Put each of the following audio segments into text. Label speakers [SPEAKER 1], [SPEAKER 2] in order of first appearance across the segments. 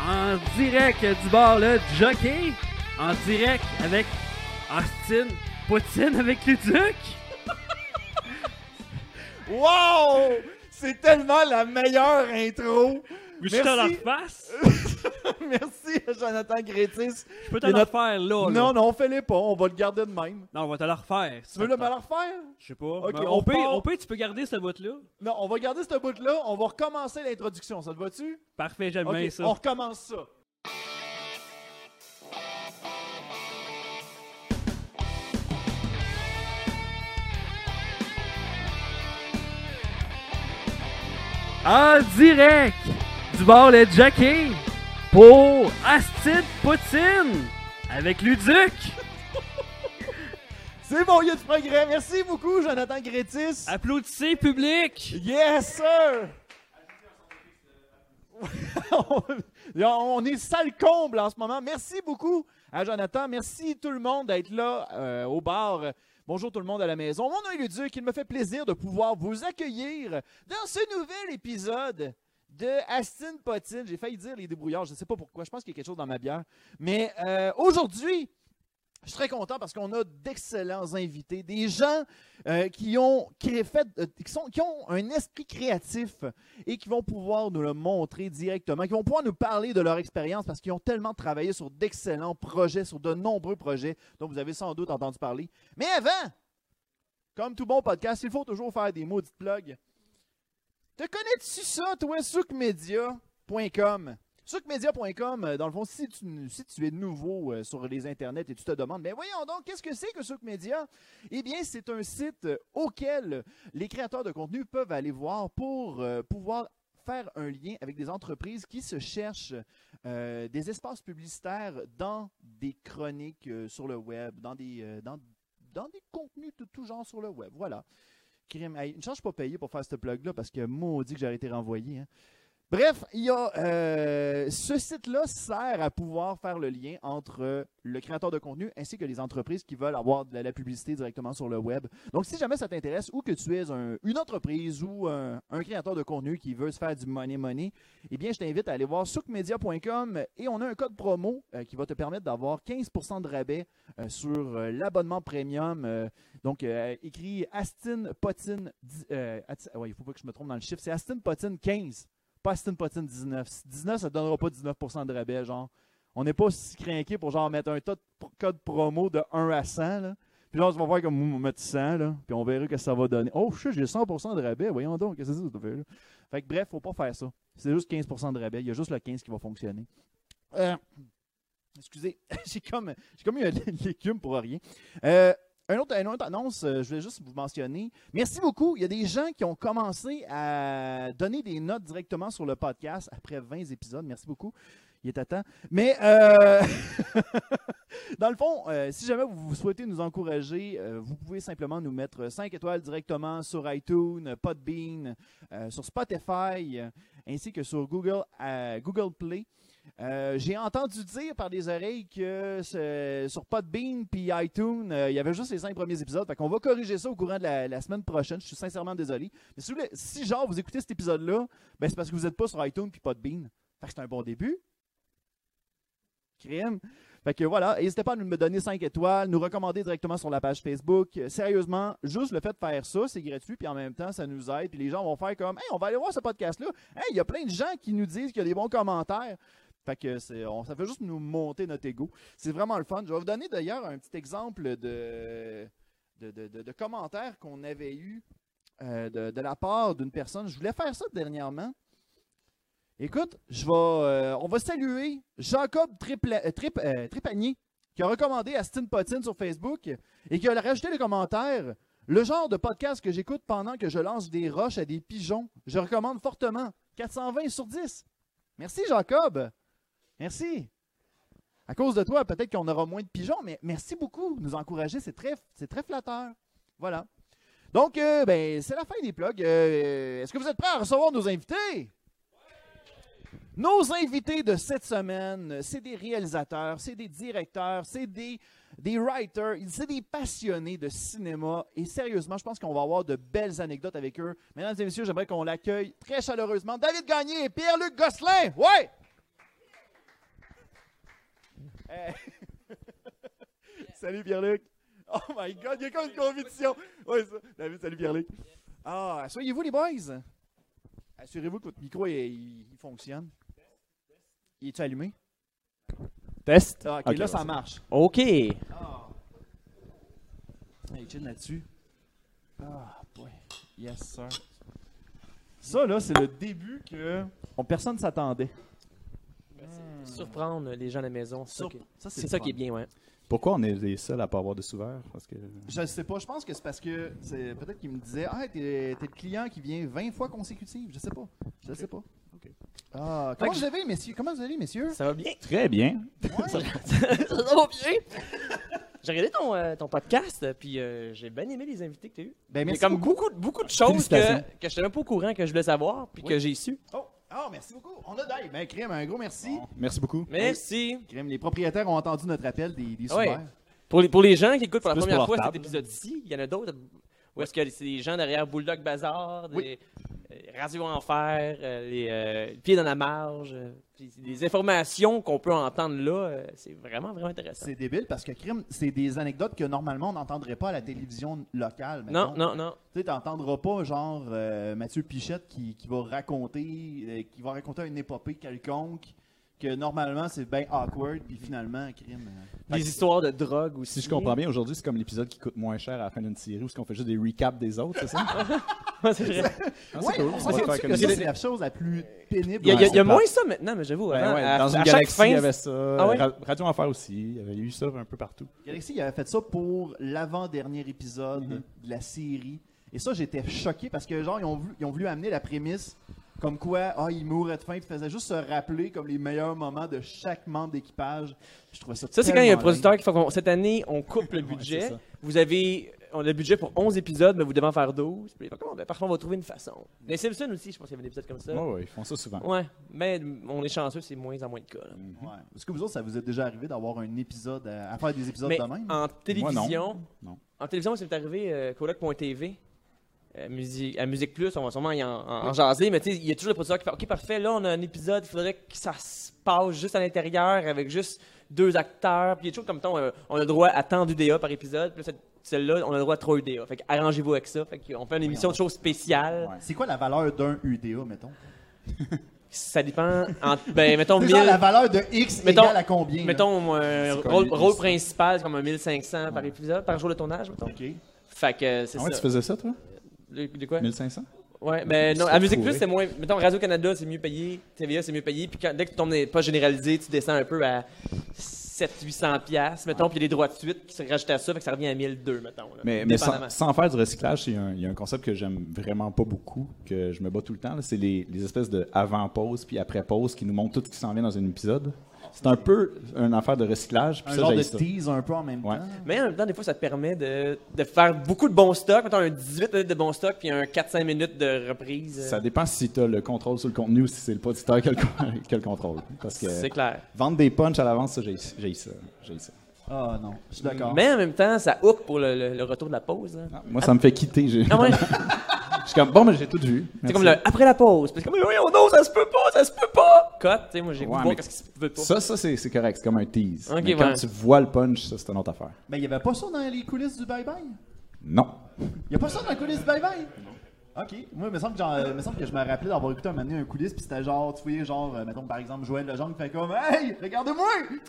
[SPEAKER 1] en direct du bar le Jockey, en direct avec Austin Poutine avec Luduc.
[SPEAKER 2] Wow! C'est tellement la meilleure intro!
[SPEAKER 1] Je
[SPEAKER 2] suis dans leur
[SPEAKER 1] face.
[SPEAKER 2] Merci à Jonathan Grétis.
[SPEAKER 1] Je peux
[SPEAKER 2] Et
[SPEAKER 1] t'en la
[SPEAKER 2] notre-
[SPEAKER 1] refaire Oh, là, là.
[SPEAKER 2] Non, non, fais-les pas, on va le garder de même.
[SPEAKER 1] Non, on va te la refaire.
[SPEAKER 2] Tu veux le mal refaire?
[SPEAKER 1] Je sais pas.
[SPEAKER 2] Ok,
[SPEAKER 1] Mais
[SPEAKER 2] on
[SPEAKER 1] on, peut,
[SPEAKER 2] part.
[SPEAKER 1] on peut, tu peux garder ce bout-là.
[SPEAKER 2] Non, on va garder ce bout-là, on va recommencer l'introduction, ça te va-tu?
[SPEAKER 1] Parfait, j'aime
[SPEAKER 2] Ok,
[SPEAKER 1] bien ça.
[SPEAKER 2] on recommence ça.
[SPEAKER 1] En direct du bar le Jockey pour Austin Poutine avec Luduc.
[SPEAKER 2] C'est bon, il y a du progrès. Merci beaucoup, Jonathan Grétis.
[SPEAKER 1] Applaudissez, public.
[SPEAKER 2] Yes, sir! On est sale comble en ce moment. Merci beaucoup à Jonathan. Merci tout le monde d'être là euh, au bar. Bonjour tout le monde à la maison. Mon nom est Luduc. Il me fait plaisir de pouvoir vous accueillir dans ce nouvel épisode de Astin Potine. J'ai failli dire les débrouillards. Je ne sais pas pourquoi. Je pense qu'il y a quelque chose dans ma bière. Mais euh, aujourd'hui, je suis très content parce qu'on a d'excellents invités, des gens euh, qui ont créé- fait, euh, qui, sont, qui ont un esprit créatif et qui vont pouvoir nous le montrer directement, qui vont pouvoir nous parler de leur expérience parce qu'ils ont tellement travaillé sur d'excellents projets, sur de nombreux projets dont vous avez sans doute entendu parler. Mais avant, comme tout bon podcast, il faut toujours faire des maudites plugs. Te connais-tu ça, toi, sucmedia.com? Sucmedia.com, euh, dans le fond, si tu, si tu es nouveau euh, sur les internets et tu te demandes, mais voyons donc, qu'est-ce que c'est que Sucmedia? Eh bien, c'est un site euh, auquel les créateurs de contenu peuvent aller voir pour euh, pouvoir faire un lien avec des entreprises qui se cherchent euh, des espaces publicitaires dans des chroniques euh, sur le web, dans des, euh, dans, dans des contenus de tout genre sur le web. Voilà. Crime. Hey, une chance, je suis pas payé pour faire ce plug-là parce que maudit que j'aurais été renvoyé. hein. Bref, il y a, euh, ce site-là sert à pouvoir faire le lien entre le créateur de contenu ainsi que les entreprises qui veulent avoir de la, la publicité directement sur le web. Donc, si jamais ça t'intéresse ou que tu es un- une entreprise ou un, un créateur de contenu qui veut se faire du money money, eh bien, je t'invite à aller voir soukmedia.com et on a un code promo euh, qui va te permettre d'avoir 15% de rabais euh, sur euh, l'abonnement premium. euh, donc, euh, écrit Astin Potin. dix- euh, atti- ouais, il faut pas que je me trompe dans le chiffre. C'est Astin Potin 15. Pas Astin Potin 19. 19, ça te donnera pas 19% de rabais, genre. On n'est pas si craqué pour genre mettre un tas de pro- codes promo de 1 à 100, là. Puis là, on va voir comme on va mettre 100, là. Puis on verra que ça va donner. Oh, shit, j'ai 100% de rabais. Voyons donc, qu'est-ce que c'est, cette affaire-là? Fait que bref, faut pas faire ça. C'est juste 15% de rabais. Il y a juste le 15 qui va fonctionner. Euh, excusez, j'ai comme, j'ai comme eu un légume pour rien. Euh, un autre, une autre annonce, euh, je voulais juste vous mentionner. Merci beaucoup. Il y a des gens qui ont commencé à donner des notes directement sur le podcast après 20 épisodes. Merci beaucoup. Il est à temps. Mais euh, dans le fond, euh, si jamais vous souhaitez nous encourager, euh, vous pouvez simplement nous mettre 5 étoiles directement sur iTunes, Podbean, euh, sur Spotify, euh, ainsi que sur Google, euh, Google Play. Euh, J'ai entendu dire par des oreilles que ce- sur Podbean puis iTunes, euh, il y avait juste les cinq premiers épisodes. Fait qu'on va corriger ça au courant de la, la semaine prochaine. Je suis sincèrement désolé. Mais si, vous voulez- si genre vous écoutez cet épisode-là, ben c'est parce que vous n'êtes pas sur iTunes puis Podbean. Fait que c'est un bon début. Crime. Fait que voilà, n'hésitez pas à nous me donner 5 étoiles, nous recommander directement sur la page Facebook. Euh, Sérieusement, juste le fait de faire ça, c'est gratuit, puis en même temps, ça nous aide. Puis les gens vont faire comme, hey, on va aller voir ce podcast-là. Hey, il y a plein de gens qui nous disent qu'il y a des bons commentaires. Fait que c'est, on, ça fait juste nous monter notre ego. C'est vraiment le fun. Je vais vous donner d'ailleurs un petit exemple de, de, de- de- de commentaires qu'on avait eu euh, de, de la part d'une personne. Je voulais faire ça dernièrement. Écoute, je vais, euh, on va saluer Jacob Tripla- euh, Trip- euh, Tripanier qui a recommandé Astin Potine sur Facebook et qui a rajouté le commentaire Le genre de podcast que j'écoute pendant que je lance des roches à des pigeons, je recommande fortement. 420 sur 10. Merci, Jacob. Merci. À cause de toi, peut-être qu'on aura moins de pigeons, mais merci beaucoup. de Nous encourager, c'est très, c'est très flatteur. Voilà. Donc, euh, ben, c'est la fin des plugs. Euh, Est-ce que vous êtes prêts à recevoir nos invités? Nos invités de cette semaine, c'est des réalisateurs, c'est des directeurs, c'est des, des writers, c'est des passionnés de cinéma. Et sérieusement, je pense qu'on va avoir de belles anecdotes avec eux. Mesdames et messieurs, j'aimerais qu'on l'accueille très chaleureusement. David Gagné et Pierre-Luc Gosselin. Ouais! Hey. Eh. salut Pierre-Luc. Oh my god, il y a comme une conviction. Oui, ça. David, salut Pierre-Luc. Ah, soyez-vous les boys. Assurez-vous que votre micro il, il fonctionne. Il est allumé?
[SPEAKER 3] Test.
[SPEAKER 2] Ah, ok,
[SPEAKER 3] Ok,
[SPEAKER 2] là
[SPEAKER 3] ouais,
[SPEAKER 2] ça
[SPEAKER 3] c'est
[SPEAKER 2] marche.
[SPEAKER 3] OK.
[SPEAKER 2] Hey, chill là-dessus. Ah, boy. Yes, sir. Ça, là, c'est le début que.
[SPEAKER 3] On, personne s'attendait.
[SPEAKER 4] Surprendre les gens à la maison. c'est ça
[SPEAKER 2] Surp-
[SPEAKER 4] qui-
[SPEAKER 2] Ça,
[SPEAKER 4] C'est
[SPEAKER 2] le
[SPEAKER 4] ça
[SPEAKER 2] fun.
[SPEAKER 4] qui est bien, ouais.
[SPEAKER 5] Pourquoi on est les seuls à pas avoir de souverain? Parce que...
[SPEAKER 2] Je sais pas, je pense que c'est parce que c'est peut-être qu'il me disait Ah, t'es, t'es le client qui vient 20 fois consécutive. Je sais pas. Je sais pas. Ah, comment
[SPEAKER 4] que
[SPEAKER 2] vous allez, messieurs Comment vous allez, messieurs
[SPEAKER 4] Ça va bien.
[SPEAKER 5] Très bien.
[SPEAKER 4] ça va bien. J'ai regardé ton, euh, ton podcast, euh, puis euh, j'ai bien aimé les invités que tu as eu.
[SPEAKER 2] Ben,
[SPEAKER 4] Il y a
[SPEAKER 2] merci.
[SPEAKER 4] comme
[SPEAKER 2] beaucoup.
[SPEAKER 4] beaucoup, de- beaucoup de choses que,
[SPEAKER 3] Félicitations.
[SPEAKER 4] que je même pas au courant, que je voulais savoir, puis que j'ai su.
[SPEAKER 2] Oh, ah, merci beaucoup. On a d'ailleurs. Ben, Crème, un gros merci.
[SPEAKER 5] Merci beaucoup.
[SPEAKER 4] Merci.
[SPEAKER 2] Crème, les propriétaires ont entendu notre appel des, des
[SPEAKER 4] Ah Ouais.
[SPEAKER 2] souverains.
[SPEAKER 4] Pour les, pour les gens qui écoutent pour la
[SPEAKER 3] Plus
[SPEAKER 4] première
[SPEAKER 3] pour
[SPEAKER 4] fois
[SPEAKER 3] leur
[SPEAKER 4] cet
[SPEAKER 3] table.
[SPEAKER 4] épisode-ci, il y en a d'autres. Où est-ce que c'est des gens derrière Bulldog Bazar, des euh, Radio Enfer, euh, les euh, Pieds dans la marge, euh, puis les informations qu'on peut entendre là, euh, c'est vraiment, vraiment intéressant.
[SPEAKER 2] C'est débile parce que Crème, c'est des anecdotes que normalement on n'entendrait pas à la télévision locale.
[SPEAKER 4] Non,
[SPEAKER 2] mettons.
[SPEAKER 4] non, non.
[SPEAKER 2] Tu sais, t'entendras pas genre euh, Mathieu Pichette qui, qui va raconter euh, qui va raconter une épopée quelconque que normalement c'est bien awkward puis finalement crime. euh.
[SPEAKER 4] Des histoires de drogue aussi.
[SPEAKER 5] Si je comprends bien, aujourd'hui, c'est comme l'épisode qui coûte moins cher à la fin d'une série où ce qu'on fait juste des recaps des autres, c'est ça?
[SPEAKER 4] c'est vrai.
[SPEAKER 5] Ah,
[SPEAKER 2] Ouais,
[SPEAKER 5] c'est cool.
[SPEAKER 2] on
[SPEAKER 5] On va
[SPEAKER 2] s'entend-tu
[SPEAKER 5] faire
[SPEAKER 2] que
[SPEAKER 5] comme
[SPEAKER 2] ça,
[SPEAKER 5] ça.
[SPEAKER 2] c'est la chose la plus pénible.
[SPEAKER 4] Il y a, il y a- il y a
[SPEAKER 5] Ouais,
[SPEAKER 4] moins ça maintenant, mais j'avoue.
[SPEAKER 5] Ben
[SPEAKER 4] avant,
[SPEAKER 5] ouais,
[SPEAKER 4] à-
[SPEAKER 5] dans une
[SPEAKER 4] à chaque
[SPEAKER 5] galaxie,
[SPEAKER 4] fin,
[SPEAKER 5] il y avait ça.
[SPEAKER 4] Ah ouais?
[SPEAKER 5] Ra- Radio Enfer aussi. Il y avait eu ça un peu partout.
[SPEAKER 2] Galaxy il avait fait ça pour l'avant-dernier épisode
[SPEAKER 4] Mm-hmm.
[SPEAKER 2] de la série. Et ça, j'étais choqué parce que, genre, ils ont, voulu, ils ont voulu amener la prémisse comme quoi, ah, ils mouraient de faim, puis ils faisaient juste se rappeler comme les meilleurs moments de chaque membre d'équipage. Je trouvais ça
[SPEAKER 4] Ça, c'est quand il y a un
[SPEAKER 2] tellement
[SPEAKER 4] producteur qui fait qu'on- cette année, on coupe le budget. vous avez on a le budget pour 11 épisodes, mais vous devez en faire 12. Puis, comment, ben, parfois, on va trouver une façon. Les Simpsons aussi, je pense qu'il y avait des épisodes comme ça.
[SPEAKER 5] Ouais, ouais, ils font ça souvent.
[SPEAKER 4] Ouais, mais on est chanceux, c'est moins en moins de cas. là.
[SPEAKER 2] Ouais. Est-ce que vous autres, ça vous est déjà arrivé d'avoir un épisode euh, à, à faire des épisodes
[SPEAKER 4] Mais
[SPEAKER 2] de même?
[SPEAKER 4] en télévision,
[SPEAKER 5] Non.
[SPEAKER 4] en télévision, c'est arrivé euh, coloc.tv. euh, musique, à Musique Plus, on va sûrement y en, en- en jaser, mais tu sais, il y a toujours le producteur qui fait Ok, parfait, là, on a un épisode, il faudrait que ça se passe juste à l'intérieur avec juste deux acteurs. Puis il y a toujours comme temps, euh, on a le droit à tant d'UDA par épisode, puis là, cette- celle-là, on a le droit à trois UDA. Fait que arrangez-vous avec ça. Fait qu'on fait une émission de choses spéciales.
[SPEAKER 5] Ouais.
[SPEAKER 2] C'est quoi la valeur d'un UDA, mettons?
[SPEAKER 4] Ça dépend. en- ben, mettons,
[SPEAKER 2] C'est genre
[SPEAKER 4] 1000.
[SPEAKER 2] la valeur de X
[SPEAKER 4] Mettons-
[SPEAKER 2] égale à combien? là?
[SPEAKER 4] Mettons, euh,
[SPEAKER 5] C'est
[SPEAKER 4] rôle,
[SPEAKER 5] comme
[SPEAKER 4] rôle
[SPEAKER 5] une-
[SPEAKER 4] principal, c'est comme un 1500 par épisode, par jour de tournage, mettons.
[SPEAKER 2] OK.
[SPEAKER 4] Fait que euh, c'est
[SPEAKER 5] Ah ouais, tu
[SPEAKER 4] ça.
[SPEAKER 5] faisais ça, toi?
[SPEAKER 4] De, de quoi
[SPEAKER 5] 1500?
[SPEAKER 4] Ouais, mais
[SPEAKER 5] Tu
[SPEAKER 4] non,
[SPEAKER 5] te
[SPEAKER 4] à Musique
[SPEAKER 5] fourrais.
[SPEAKER 4] Plus, c'est moins. Mettons, Radio-Canada, c'est mieux payé. TVA, c'est mieux payé. Puis quand- dès que tu tombes dans les pas généralisé, tu descends un peu à 700-800$, piastres, mettons. Puis il y a les droits de suite qui se rajoutent à ça, fait que ça revient à 1002$, mettons. là,
[SPEAKER 5] Ah. Mais, mais
[SPEAKER 4] dépendamment.
[SPEAKER 5] sans, sans faire du recyclage, il y a un- il y, a un concept que j'aime vraiment pas beaucoup, que je me bats tout le temps. là, C'est les, les espèces de avant-pause puis après-pause qui nous montrent tout ce qui s'en vient dans un épisode. C'est un peu une affaire de recyclage. Puis
[SPEAKER 2] Un
[SPEAKER 5] ça,
[SPEAKER 2] genre
[SPEAKER 5] j'haïs
[SPEAKER 2] de hein?
[SPEAKER 5] ça.
[SPEAKER 2] tease un peu en même
[SPEAKER 5] Ouais.
[SPEAKER 2] temps.
[SPEAKER 4] Mais en même temps, des fois, ça te permet de, de faire beaucoup de bons stocks. Mettons, un 18 minutes de bons stocks, puis un 4-5 minutes de reprise.
[SPEAKER 5] Ça dépend si tu as le contrôle sur le contenu ou si c'est le producteur qui a le, con- qui a le contrôle. Parce que
[SPEAKER 4] c'est clair.
[SPEAKER 5] vendre des punchs à l'avance, ça, j'ai ça. j'haïs ça.
[SPEAKER 2] Ah non, je suis d'accord.
[SPEAKER 4] Mais en même temps, ça hook pour le, le- le retour de la pause. là.
[SPEAKER 5] Ah, moi, ça me fait quitter. j'ai-
[SPEAKER 4] Ah ouais?
[SPEAKER 5] Je suis comme, bon, mais j'ai tout vu.
[SPEAKER 4] C'est
[SPEAKER 5] Merci.
[SPEAKER 4] comme le après la pause. Parce que comme, oui, oh non, ça se peut pas, ça se peut pas. Cote, tu sais, moi j'ai
[SPEAKER 5] Ouais,
[SPEAKER 4] voulu
[SPEAKER 5] mais
[SPEAKER 4] voir qu'est-ce qui se peut pas.
[SPEAKER 5] Ça, ça c'est c'est correct. C'est comme un tease.
[SPEAKER 4] Ok,
[SPEAKER 5] mais quand
[SPEAKER 4] ouais.
[SPEAKER 5] tu vois le punch, ça, c'est une autre affaire.
[SPEAKER 2] Mais il n'y avait pas ça dans les coulisses du Bye Bye?
[SPEAKER 5] Non.
[SPEAKER 2] Il n'y a pas ça dans les coulisses du Bye Bye? Ok, moi, il me semble que, j'en- il me semble que je me rappelais d'avoir écouté un moment donné un coulisse, puis c'était genre, tu vois, genre, euh, mettons par exemple Joël Lejeune qui fait comme Hey, regarde-moi!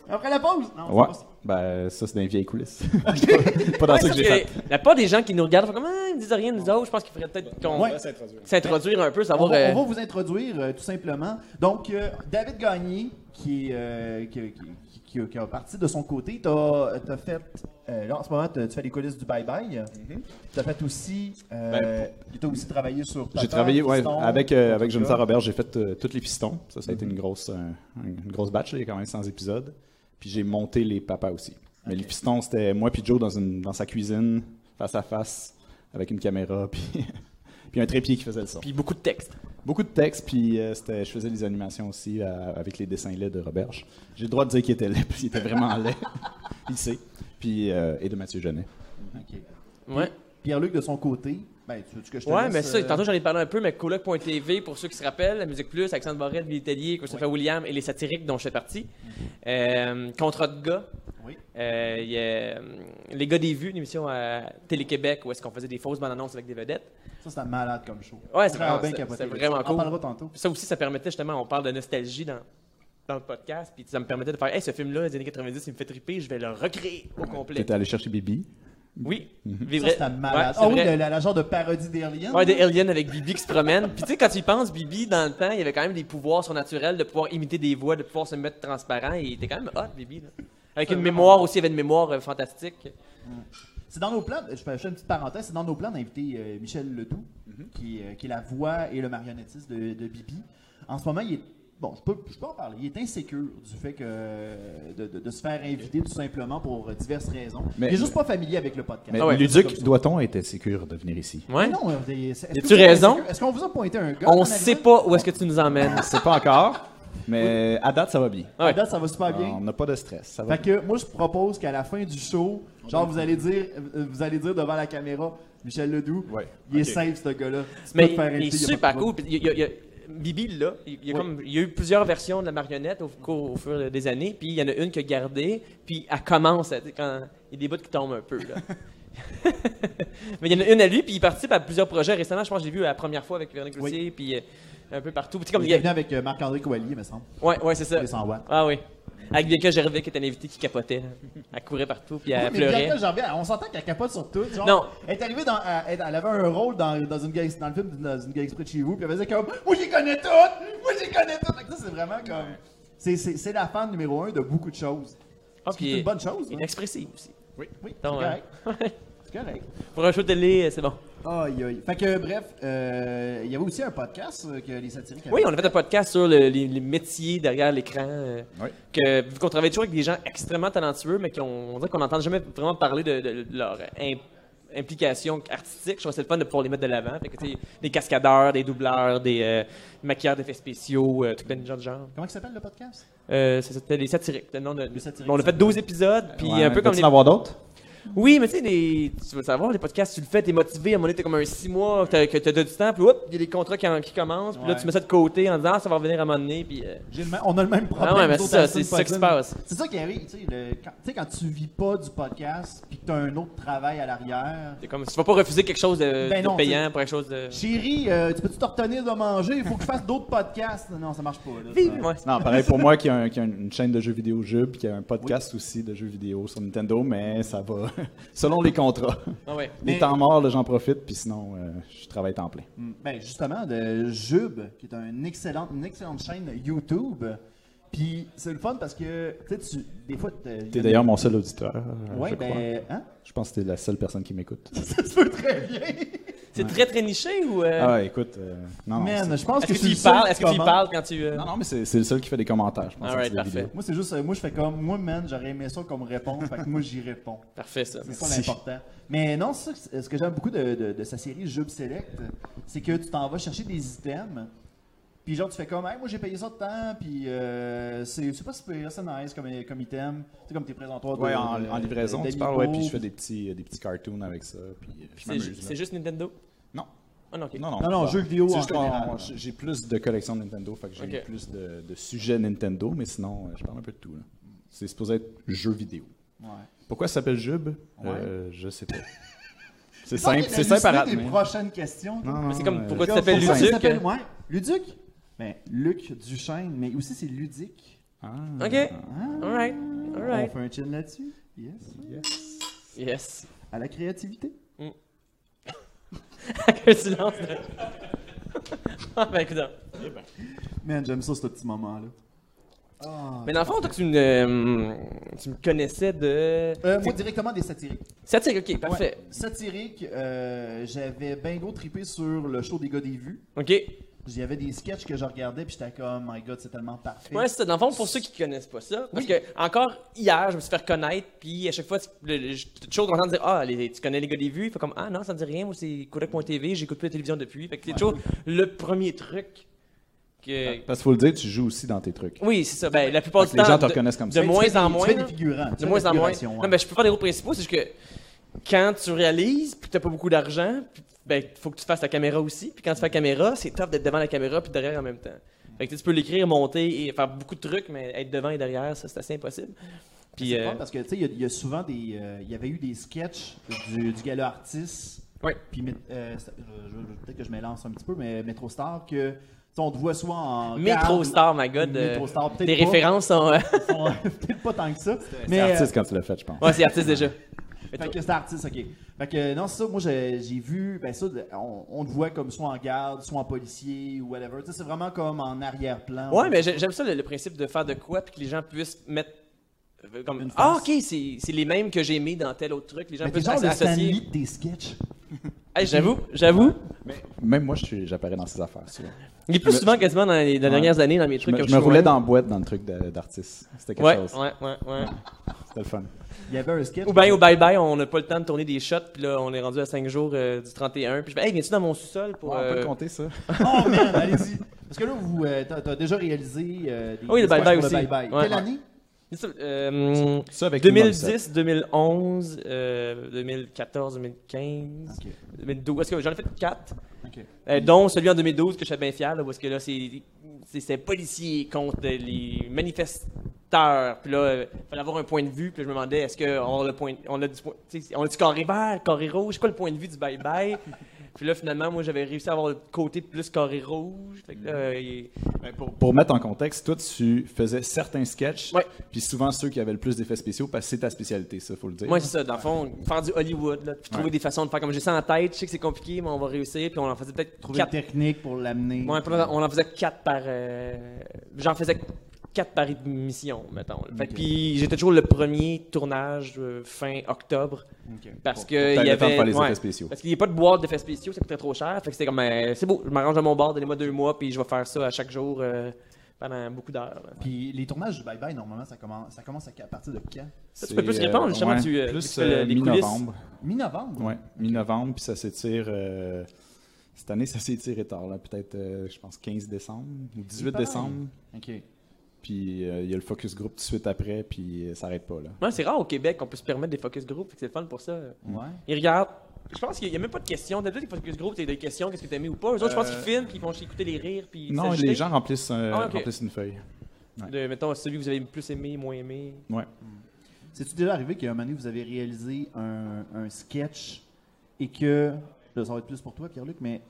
[SPEAKER 2] Après la pause! Non, c'est
[SPEAKER 5] Ouais.
[SPEAKER 2] pas ça.
[SPEAKER 5] Ben, ça, c'est dans les vieilles coulisses. Pas- pas dans
[SPEAKER 4] Ouais,
[SPEAKER 5] ça que
[SPEAKER 4] sauf
[SPEAKER 5] j'ai
[SPEAKER 4] que
[SPEAKER 5] fait.
[SPEAKER 4] La part des gens qui nous regardent font comme, ah, ils disent rien nous autres. Je pense qu'il faudrait peut-être qu'on
[SPEAKER 2] Ouais.
[SPEAKER 4] s'introduire un peu,
[SPEAKER 2] On
[SPEAKER 4] savoir.
[SPEAKER 2] va,
[SPEAKER 4] euh,
[SPEAKER 2] on va vous introduire euh, tout simplement. Donc, euh, David Gagné, qui, est, euh, qui, qui- qui- qui a parti de son côté, t'as t'as fait. euh, là, en ce moment, t'as- tu fais les coulisses du Bye Bye.
[SPEAKER 4] Mm-hmm.
[SPEAKER 2] T'as fait aussi. Euh,
[SPEAKER 5] Ben,
[SPEAKER 2] t'as aussi travaillé sur.
[SPEAKER 5] J'ai
[SPEAKER 2] Papa,
[SPEAKER 5] travaillé ouais,
[SPEAKER 2] Fiston,
[SPEAKER 5] avec, euh, avec
[SPEAKER 2] Papa.
[SPEAKER 5] Jonathan Robert, j'ai fait euh, toutes les pistons. Ça, ça a été une grosse, euh, une grosse batch, là, il y a quand même 100 épisodes. Puis j'ai monté les papas aussi. Mais les pistons, c'était moi puis Joe dans, une, dans sa cuisine, face à face, avec une caméra, puis, puis un trépied qui faisait le son.
[SPEAKER 4] Puis beaucoup de textes.
[SPEAKER 5] Beaucoup de textes, puis euh, c'était- je faisais les animations aussi euh, avec les dessins laids de Robert. J'ai le droit de dire qu'il était laid, puis il était vraiment laid. il sait. Puis, euh, et de Mathieu Genet.
[SPEAKER 2] Ok.
[SPEAKER 4] Ouais.
[SPEAKER 2] Pierre-Luc, de son côté,
[SPEAKER 6] Ben, tu veux que je te
[SPEAKER 4] Ouais,
[SPEAKER 6] laisse,
[SPEAKER 4] mais ça,
[SPEAKER 6] euh,
[SPEAKER 4] tantôt j'en ai parlé un peu, mais Coloc.tv, pour ceux qui se rappellent, la musique plus, Alexandre Borel, Bill Tellier, Christopher William et les satiriques dont je fais partie. Euh, Contrat de gars.
[SPEAKER 6] Oui.
[SPEAKER 4] Euh, il y a, euh, les gars des vues, une émission à Télé-Québec où est-ce qu'on faisait des fausses bandes annonces avec des vedettes.
[SPEAKER 2] Ça, c'était malade comme show.
[SPEAKER 4] Ouais, c'est
[SPEAKER 2] J'ai
[SPEAKER 4] vraiment-
[SPEAKER 2] bien
[SPEAKER 4] c'est-
[SPEAKER 2] capoté.
[SPEAKER 4] c'est vraiment
[SPEAKER 2] On
[SPEAKER 4] cool.
[SPEAKER 2] en parlera tantôt.
[SPEAKER 4] Ça aussi, ça permettait justement, on parle de nostalgie dans, dans le podcast, puis ça me permettait de faire, hey, ce film-là, des années 90, il me fait triper, je vais le recréer au complet.
[SPEAKER 5] T'étais allé chercher Bibi.
[SPEAKER 4] Oui,
[SPEAKER 2] Mhm. Ça,
[SPEAKER 4] vivre.
[SPEAKER 2] c'était malade.
[SPEAKER 4] Ouais,
[SPEAKER 2] Ah
[SPEAKER 4] c'est
[SPEAKER 2] oui,
[SPEAKER 4] vrai.
[SPEAKER 2] le- la, la genre de parodie d'Alien. là.
[SPEAKER 4] Ouais, des aliens avec Bibi qui se promènent. Puis tu sais, quand tu y penses, Bibi, dans le temps, il avait quand même des pouvoirs surnaturels de pouvoir imiter des voix, de pouvoir se mettre transparent. Et il était quand même hot, Bibi. là. Avec
[SPEAKER 2] Euh,
[SPEAKER 4] une mémoire aussi, il avait une mémoire euh, fantastique.
[SPEAKER 2] C'est dans nos plans, je fais je fais une petite parenthèse, c'est dans nos plans d'inviter euh, Michel Ledoux,
[SPEAKER 4] Mhm.
[SPEAKER 2] qui, est- qui est la voix et le marionnettiste de, de Bibi. En ce moment, il est. Bon, je peux, je peux en parler. Il est insécure du fait que de, de- de se faire inviter tout simplement pour diverses raisons.
[SPEAKER 5] Mais-
[SPEAKER 2] il est juste pas familier avec le podcast.
[SPEAKER 5] Mais
[SPEAKER 4] Ah ouais,
[SPEAKER 5] Luduc, doit-on être sécure de venir ici?
[SPEAKER 4] Ouais.
[SPEAKER 2] Mais non, euh, des- est-ce que
[SPEAKER 4] As-tu
[SPEAKER 2] vous êtes
[SPEAKER 4] raison?
[SPEAKER 2] insécure? Est-ce qu'on vous a pointé un gars en
[SPEAKER 4] On
[SPEAKER 2] arrivant?
[SPEAKER 4] sait pas où est-ce que tu nous emmènes.
[SPEAKER 5] C'est pas encore, mais à date, ça Ah, va bien.
[SPEAKER 2] À date, ça va super
[SPEAKER 4] Ah,
[SPEAKER 2] bien.
[SPEAKER 5] On n'a pas de stress. Ça va
[SPEAKER 2] Fait que moi, je propose qu'à la fin du show, genre, vous allez dire, euh, vous allez dire devant la caméra, Michel Ledoux,
[SPEAKER 5] Ouais,
[SPEAKER 2] il
[SPEAKER 5] ok.
[SPEAKER 2] est safe, ce gars-là. Tu peux
[SPEAKER 4] Mais
[SPEAKER 2] te
[SPEAKER 4] il,
[SPEAKER 2] faire
[SPEAKER 4] il est
[SPEAKER 2] inviter, y a pas de
[SPEAKER 4] super
[SPEAKER 2] problème.
[SPEAKER 4] cool. Puis il y a- il y a- Bibi, là, il y, a
[SPEAKER 2] Oui.
[SPEAKER 4] comme, il y a eu plusieurs versions de la marionnette au, cours- au fur des années. Puis il y en a une qui a gardé. Puis elle commence à, tu sais, quand il y a des bouts qui tombent un peu. Là. Mais il y en a une à lui. Puis il participe à plusieurs projets. Récemment, je pense que j'ai vu la première fois avec Véronique
[SPEAKER 2] Oui.
[SPEAKER 4] Loutier. Puis euh, un peu partout. Puis, tu sais, comme,
[SPEAKER 2] Il
[SPEAKER 4] il y
[SPEAKER 2] est
[SPEAKER 4] a-
[SPEAKER 2] venu avec euh, Marc-André Coallier, me semble.
[SPEAKER 4] ouais, ouais, c'est ça.
[SPEAKER 2] Les 100 watts.
[SPEAKER 4] Ah oui. Avec Bianca Gervais qui était l'invité qui capotait. hein. Elle courait partout. Puis elle
[SPEAKER 2] Oui, mais
[SPEAKER 4] pleurait.
[SPEAKER 2] Bianca Gervais, on s'entend qu'elle capote sur tout. genre,
[SPEAKER 4] Non.
[SPEAKER 2] Elle est arrivée dans. Elle, elle avait un rôle dans, dans, une gang- dans le film dans une gay de chez vous, puis elle faisait comme Moi, j'y connais tout Moi, j'y connais tout Fait que ça, c'est vraiment comme. c'est- C'est c'est la fan numéro un de beaucoup de choses.
[SPEAKER 4] Ah,
[SPEAKER 2] C'est
[SPEAKER 4] puis
[SPEAKER 2] une bonne chose.
[SPEAKER 4] il hein. est
[SPEAKER 2] hein.
[SPEAKER 4] expressif aussi.
[SPEAKER 2] Oui, c'est
[SPEAKER 4] Donc,
[SPEAKER 2] correct. C'est correct.
[SPEAKER 4] Pour un show de télé, euh, c'est bon.
[SPEAKER 2] Aïe, aïe. Fait que, bref, euh, il y avait aussi un podcast euh, que les satiriques
[SPEAKER 4] Oui, on a fait un podcast sur le- les, les métiers derrière l'écran. euh,
[SPEAKER 5] Oui.
[SPEAKER 4] Que, vu qu'on travaille toujours avec des gens extrêmement talentueux, mais qu'on on dirait qu'on n'entend jamais vraiment parler de, de- de leur im- implication artistique. Je trouve que c'est le fun de pouvoir les mettre de l'avant. Fait que, tu sais, des cascadeurs, des doubleurs, des euh, maquilleurs d'effets spéciaux, euh, tout plein de gens de genre.
[SPEAKER 2] Comment il s'appelle le podcast
[SPEAKER 4] Euh, ça s'appelait les satiriques. le nom de-
[SPEAKER 2] Les satiriques,
[SPEAKER 4] on a
[SPEAKER 2] ça.
[SPEAKER 4] fait 12 épisodes, puis
[SPEAKER 5] Ouais,
[SPEAKER 4] un peu comme
[SPEAKER 5] vas-tu
[SPEAKER 4] les-
[SPEAKER 5] en avoir d'autres?
[SPEAKER 4] oui, mais tu sais, des- tu veux savoir, les podcasts, tu le fais, t'es motivé, à un moment donné, t'es comme un 6 mois, t'as- que t'as du temps, puis hop, il y a des contrats qui, en- qui commencent, puis là,
[SPEAKER 2] Ouais.
[SPEAKER 4] tu mets ça de côté en disant, ah, ça va revenir à un moment donné, puis. euh,
[SPEAKER 2] J'ai le même- On a le même problème.
[SPEAKER 4] Ah ouais, mais
[SPEAKER 2] nous autres,
[SPEAKER 4] c'est ça,
[SPEAKER 2] à la semaine
[SPEAKER 4] c'est ça qui se
[SPEAKER 2] prochaine.
[SPEAKER 4] passe.
[SPEAKER 2] C'est ça qui arrive, tu sais, le- quand, tu sais, quand tu vis pas du podcast puis que t'as un autre travail à l'arrière.
[SPEAKER 4] C'est comme, tu vas pas refuser quelque chose de,
[SPEAKER 2] Ben
[SPEAKER 4] de
[SPEAKER 2] non,
[SPEAKER 4] payant pour quelque chose de.
[SPEAKER 2] Chérie, euh, tu peux-tu te retenir de manger? Il faut que je fasse d'autres podcasts. Non, ça marche pas. Là,
[SPEAKER 4] Ouais.
[SPEAKER 2] ça.
[SPEAKER 5] Non, pareil pour moi qui a, un- qui a une chaîne de jeux vidéo Jub, qui a un podcast aussi de jeux vidéo sur Nintendo, mais ça va selon les contrats.
[SPEAKER 4] Ah ouais.
[SPEAKER 2] Mais-
[SPEAKER 5] Les temps morts, là, j'en profite, puis sinon, euh, je travaille temps plein.
[SPEAKER 2] Mm. Ben justement, de Jube, qui est un excellent, une excellente chaîne YouTube. Puis c'est le fun parce que, tu sais, tu- des fois...
[SPEAKER 5] T'es d'ailleurs mon seul auditeur. euh,
[SPEAKER 2] Ouais,
[SPEAKER 5] je, crois.
[SPEAKER 2] ben... Hein?
[SPEAKER 5] je pense que t'es la seule personne qui m'écoute.
[SPEAKER 2] ça se peut très bien.
[SPEAKER 4] C'est très très niché ou. euh,
[SPEAKER 5] Ah, écoute, euh, non, non, c'est-
[SPEAKER 2] Man, je pense que,
[SPEAKER 4] Est-ce que
[SPEAKER 2] je
[SPEAKER 4] tu
[SPEAKER 2] suis
[SPEAKER 4] y
[SPEAKER 2] le seul
[SPEAKER 4] parles?
[SPEAKER 2] qui
[SPEAKER 4] Est-ce que tu y
[SPEAKER 2] commente.
[SPEAKER 4] parles quand tu. euh,
[SPEAKER 5] non, non, mais c'est c'est le seul qui fait des commentaires, je pense.
[SPEAKER 4] Alright,
[SPEAKER 5] sur la
[SPEAKER 4] parfait.
[SPEAKER 5] vidéo.
[SPEAKER 2] Moi, c'est juste, euh, moi, je fais comme, moi, man, j'aurais aimé ça qu'on me réponde, fait que moi, j'y réponds.
[SPEAKER 4] Parfait ça.
[SPEAKER 2] C'est ça l'important. Mais non, c'est ça, que- ce que j'aime beaucoup de, de- de sa série Jube Select, c'est que tu t'en vas chercher des items, puis genre, tu fais comme, hey, moi, j'ai payé ça de temps, puis euh, c'est c'est pas super, c'est nice comme, comme item. C'est comme tes présentoirs de-
[SPEAKER 5] Ouais, en,
[SPEAKER 2] de-
[SPEAKER 5] en livraison, tu
[SPEAKER 2] d'Amiibo.
[SPEAKER 5] parles, ouais, puis je fais des petits, euh, des petits cartoons avec ça, puis euh, je
[SPEAKER 4] C'est ju-
[SPEAKER 5] m'amuse.
[SPEAKER 4] C'est
[SPEAKER 5] là.
[SPEAKER 4] juste Nintendo?
[SPEAKER 5] Non.
[SPEAKER 4] Ah non, ok.
[SPEAKER 5] Non, non,
[SPEAKER 2] Non, non,
[SPEAKER 5] bah,
[SPEAKER 2] jeux vidéo
[SPEAKER 5] c'est
[SPEAKER 2] en
[SPEAKER 5] juste qu'on-
[SPEAKER 2] général.
[SPEAKER 5] on- J'ai plus de collections de Nintendo, fait que j'ai
[SPEAKER 4] Ok.
[SPEAKER 5] plus de, de sujets Nintendo, mais sinon, euh, je parle un peu de tout. là. C'est supposé être jeux vidéo.
[SPEAKER 2] Ouais.
[SPEAKER 5] Pourquoi ça s'appelle Jub Euh, Je sais pas. C'est
[SPEAKER 2] Non, mais
[SPEAKER 5] simple, c'est
[SPEAKER 2] la
[SPEAKER 5] simple à
[SPEAKER 2] liste
[SPEAKER 5] rater.
[SPEAKER 2] des prochaines questions.
[SPEAKER 5] Non, non,
[SPEAKER 4] Mais c'est comme,
[SPEAKER 5] euh,
[SPEAKER 4] pourquoi tu
[SPEAKER 2] Regarde,
[SPEAKER 4] t'appelles
[SPEAKER 2] pourquoi ça
[SPEAKER 4] Luduc? hein?
[SPEAKER 2] s'appelle- Ouais, Luduc? Ben, Luc Duchesne, mais aussi c'est ludique.
[SPEAKER 5] Ah,
[SPEAKER 4] Ok. Alright.
[SPEAKER 2] On
[SPEAKER 4] Alright.
[SPEAKER 2] fait un chin là-dessus? Yes.
[SPEAKER 5] yes.
[SPEAKER 4] Yes.
[SPEAKER 2] À la créativité.
[SPEAKER 4] que tu lances. de- ah ben écoute. donc.
[SPEAKER 2] Man, j'aime ça, ce petit moment-là. Ah.
[SPEAKER 4] Mais dans le fond, toi, tu me, euh, tu me connaissais de.
[SPEAKER 2] Euh, moi, directement des satiriques.
[SPEAKER 4] Satire, ok, parfait.
[SPEAKER 2] Ouais. Satirique, euh, j'avais ben gros trippé sur le show des gars des vues.
[SPEAKER 4] Ok.
[SPEAKER 2] Il y avait des sketchs que je regardais, puis j'étais comme, oh my god, c'est tellement parfait.
[SPEAKER 4] Ouais, c'est ça. Dans le fond, pour ceux qui connaissent pas ça, parce que encore hier, je me suis fait reconnaître, puis à chaque fois, le- le- je suis toujours content de dire Ah, les- tu connais les gars des vues Il fait comme Ah non, ça me dit rien, moi c'est Kodak.tv, j'écoute plus la télévision depuis. Fait que c'est toujours le premier truc que.
[SPEAKER 5] Parce qu'il faut le dire, tu joues aussi dans tes trucs.
[SPEAKER 4] Oui, c'est ça. Ben, la plupart
[SPEAKER 5] Fait
[SPEAKER 4] du
[SPEAKER 5] que les
[SPEAKER 4] temps,
[SPEAKER 5] gens te
[SPEAKER 4] de-
[SPEAKER 5] reconnaissent comme
[SPEAKER 4] de
[SPEAKER 5] ça.
[SPEAKER 2] Tu fais
[SPEAKER 4] moins
[SPEAKER 2] des-
[SPEAKER 4] en moins.
[SPEAKER 2] Tu fais
[SPEAKER 4] là.
[SPEAKER 2] des figurants. tu
[SPEAKER 4] De
[SPEAKER 2] fais
[SPEAKER 4] moins
[SPEAKER 2] des
[SPEAKER 4] en moins.
[SPEAKER 2] figurations, ouais.
[SPEAKER 4] Non, ben, je peux faire des rôles principaux, c'est juste que quand tu réalises, puis que t'as pas beaucoup d'argent, puis ben, faut que tu fasses la caméra aussi. Puis quand tu fais la caméra, c'est tough d'être devant la caméra puis derrière en même temps. Fait que tu sais, tu peux l'écrire, monter et faire beaucoup de trucs, mais être devant et derrière, ça, c'est assez impossible. Puis,
[SPEAKER 2] C'est
[SPEAKER 4] euh,
[SPEAKER 2] drôle parce que, tu sais, il y a- il y, a souvent des. euh, Il y avait eu des sketchs du, du gala artiste.
[SPEAKER 4] Ouais.
[SPEAKER 2] Puis, mét- euh, ça- je- je- peut-être que je m'élance un petit peu, mais Metro Star, que. tu sais, On te voit soit en.
[SPEAKER 4] Metro Star, my god. euh,
[SPEAKER 2] Metro Star, peut-être
[SPEAKER 4] tes
[SPEAKER 2] pas.
[SPEAKER 4] références sont. euh,
[SPEAKER 2] peut-être pas tant que ça.
[SPEAKER 5] C'est
[SPEAKER 2] Mais. euh,
[SPEAKER 5] artiste quand tu l'as fait, je pense.
[SPEAKER 4] ouais, c'est artiste déjà.
[SPEAKER 2] Fait que c'est artiste, ok. Fait que euh, non, c'est ça, moi j'ai j'ai vu, ben ça, on, on te voit comme soit en garde, soit en policier ou whatever. Tu sais, c'est vraiment comme en arrière-plan.
[SPEAKER 4] Ouais, mais j'ai- j'aime ça le, le principe de faire de quoi puis que les gens puissent mettre. euh, Comme,
[SPEAKER 2] Une face.
[SPEAKER 4] ah, ok, c'est c'est les mêmes que j'ai mis dans tel autre truc. Les gens
[SPEAKER 2] Mais t'es
[SPEAKER 4] peuvent
[SPEAKER 2] genre le Stanley
[SPEAKER 4] s'associer.
[SPEAKER 2] de tes sketchs.
[SPEAKER 4] Hey, j'avoue, j'avoue.
[SPEAKER 5] Même moi, je suis- j'apparais dans ces affaires. souvent.
[SPEAKER 4] Il est plus
[SPEAKER 5] me-
[SPEAKER 4] souvent quasiment dans les, dans les
[SPEAKER 5] Ouais.
[SPEAKER 4] dernières années dans mes
[SPEAKER 5] Je
[SPEAKER 4] trucs.
[SPEAKER 5] me,
[SPEAKER 4] comme
[SPEAKER 5] je me roulais
[SPEAKER 4] suis-
[SPEAKER 5] dans la boîte dans le truc de- d'artiste. C'était quelque
[SPEAKER 4] Ouais,
[SPEAKER 5] chose.
[SPEAKER 4] ouais, ouais, ouais.
[SPEAKER 5] C'était le fun.
[SPEAKER 2] Il y avait un sketch.
[SPEAKER 4] Ou ben, bien au bye-bye, on n'a pas le temps de tourner des shots, puis là, on est rendu à 5 jours euh, du 31. Puis je fais, hey, viens-tu dans mon sous-sol pour.
[SPEAKER 5] Ouais, on peut
[SPEAKER 4] euh,
[SPEAKER 5] le compter, ça.
[SPEAKER 2] Oh man, allez-y. Parce que là, vous, euh, t'as t'as déjà réalisé euh, des
[SPEAKER 4] Oui, le
[SPEAKER 2] des sketchs
[SPEAKER 4] bye-bye
[SPEAKER 2] pour
[SPEAKER 4] aussi.
[SPEAKER 2] bye-bye.
[SPEAKER 4] Ouais.
[SPEAKER 2] Quelle année
[SPEAKER 4] euh,
[SPEAKER 5] Ça avec Lou
[SPEAKER 4] 2010,
[SPEAKER 5] Morissette.
[SPEAKER 4] 2011, euh, 2014, 2015,
[SPEAKER 2] Ok.
[SPEAKER 4] 2012. Est-ce que j'en ai fait 4?
[SPEAKER 2] Ok.
[SPEAKER 4] Euh, dont celui en 2012 que je suis bien fier, là, où est-ce que là, c'est c'est- c'est policier contre les manifesteurs. Puis là, euh, il fallait avoir un point de vue. Puis là, je me demandais, est-ce qu'on a, le point- on a du point- tu sais, on a du carré vert, carré rouge? C'est quoi le point de vue du bye-bye? puis là, finalement, moi, j'avais réussi à avoir le côté plus carré rouge. Fait que là, euh, il-
[SPEAKER 5] Ben, pour, pour mettre en contexte, toi, tu faisais certains sketchs,
[SPEAKER 4] Ouais.
[SPEAKER 5] puis souvent ceux qui avaient le plus d'effets spéciaux, parce que c'est ta spécialité, ça, faut le dire.
[SPEAKER 4] Moi, c'est ça, dans le fond, faire du Hollywood, là, puis trouver des façons de faire comme j'ai ça en tête. Je sais que c'est compliqué, mais on va réussir. Puis on en faisait peut-être
[SPEAKER 2] Trouver
[SPEAKER 4] quatre
[SPEAKER 2] une technique pour l'amener.
[SPEAKER 4] Ouais, puis on en faisait quatre par. euh, J'en faisais quatre par mission, mettons. là. Fait que
[SPEAKER 2] Ok.
[SPEAKER 4] Puis j'étais toujours le premier tournage euh, fin octobre
[SPEAKER 2] Ok.
[SPEAKER 4] parce
[SPEAKER 5] T'as
[SPEAKER 4] que
[SPEAKER 5] eu
[SPEAKER 4] il y
[SPEAKER 5] le temps de
[SPEAKER 4] avait.
[SPEAKER 5] faire les
[SPEAKER 4] ouais,
[SPEAKER 5] effets spéciaux.
[SPEAKER 4] parce qu'il n'y a pas de boîte d'effets spéciaux, ça coûtait trop cher. Fait que c'était comme, euh, c'est beau, je m'arrange à mon bord, donnez-moi deux mois, puis je vais faire ça à chaque jour euh, pendant beaucoup d'heures. là.
[SPEAKER 2] Puis les tournages du bye-bye, normalement, ça commence, ça commence à, à partir de quand
[SPEAKER 4] Ça, tu peux plus
[SPEAKER 5] C'est,
[SPEAKER 4] répondre,
[SPEAKER 5] euh,
[SPEAKER 4] justement,
[SPEAKER 5] ouais,
[SPEAKER 4] tu, euh, tu
[SPEAKER 5] plus
[SPEAKER 4] fais le-
[SPEAKER 5] euh,
[SPEAKER 4] les
[SPEAKER 5] mi-novembre.
[SPEAKER 2] Mi-novembre
[SPEAKER 5] Ouais, mi-novembre, puis ça s'étire. euh, cette année, ça s'est étiré tard, là, peut-être, euh, je pense, 15 décembre ou 18
[SPEAKER 2] pareil.
[SPEAKER 5] décembre.
[SPEAKER 2] Ok.
[SPEAKER 5] Puis euh, il y a le focus group tout de suite après, puis euh, ça arrête pas, là.
[SPEAKER 4] Ouais, c'est rare au Québec qu'on peut se permettre des focus group, fait que c'est le fun pour ça.
[SPEAKER 2] Ouais.
[SPEAKER 4] Ils regardent. Je pense qu'il n'y a même pas de questions. D'habitude, les focus group, c'est des questions, qu'est-ce que t'as mis ou pas. Eux autres, je pense qu'ils filment, puis ils vont écouter les rires, puis
[SPEAKER 5] Euh, Non,
[SPEAKER 4] s'agiter.
[SPEAKER 5] les gens remplissent, euh,
[SPEAKER 4] Ah, ok.
[SPEAKER 5] remplissent une feuille.
[SPEAKER 4] De, mettons, celui que vous avez plus aimé, moins aimé.
[SPEAKER 2] C'est-tu déjà arrivé qu'à un moment donné, vous avez réalisé un, un sketch et que. Là, ça va être plus pour toi, Pierre-Luc, mais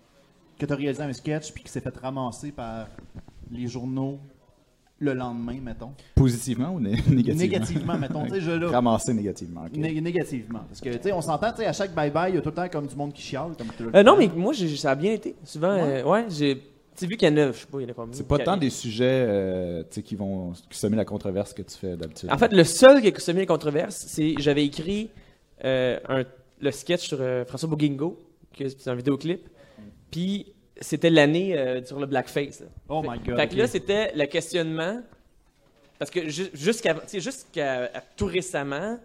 [SPEAKER 2] que tu as réalisé un sketch puis qu'il s'est fait ramasser par les journaux le lendemain, mettons.
[SPEAKER 5] Positivement ou né- négativement?
[SPEAKER 2] Négativement, mettons. Tu sais, je là.
[SPEAKER 5] Ramasser négativement, ok.
[SPEAKER 2] né- négativement. Parce que, tu sais, on s'entend, tu sais, à chaque bye-bye, il y a tout le temps comme du monde qui chiale. Comme tu l'as
[SPEAKER 4] Euh,
[SPEAKER 2] dit.
[SPEAKER 4] non, mais moi, j'ai- ça a bien été. Souvent,
[SPEAKER 2] Ouais.
[SPEAKER 4] euh, ouais, j'ai. Tu sais, vu qu'il y en a, je sais pas, il y en a combien.
[SPEAKER 5] c'est pas tant
[SPEAKER 4] quatre-
[SPEAKER 5] des sujets euh, tu sais, qui vont qui semer la controverse que tu fais d'habitude.
[SPEAKER 4] En fait, le seul qui a semé les controverses, c'est j'avais écrit euh, un- le sketch sur euh, François Bouguingo, que c'est un vidéoclip. Puis c'était l'année euh, sur le blackface. là.
[SPEAKER 2] Oh
[SPEAKER 4] Fait-
[SPEAKER 2] my God.
[SPEAKER 4] Fait que là,
[SPEAKER 2] ok.
[SPEAKER 4] c'était le questionnement. Parce que ju- jusqu'à tu sais, jusqu'à à tout récemment,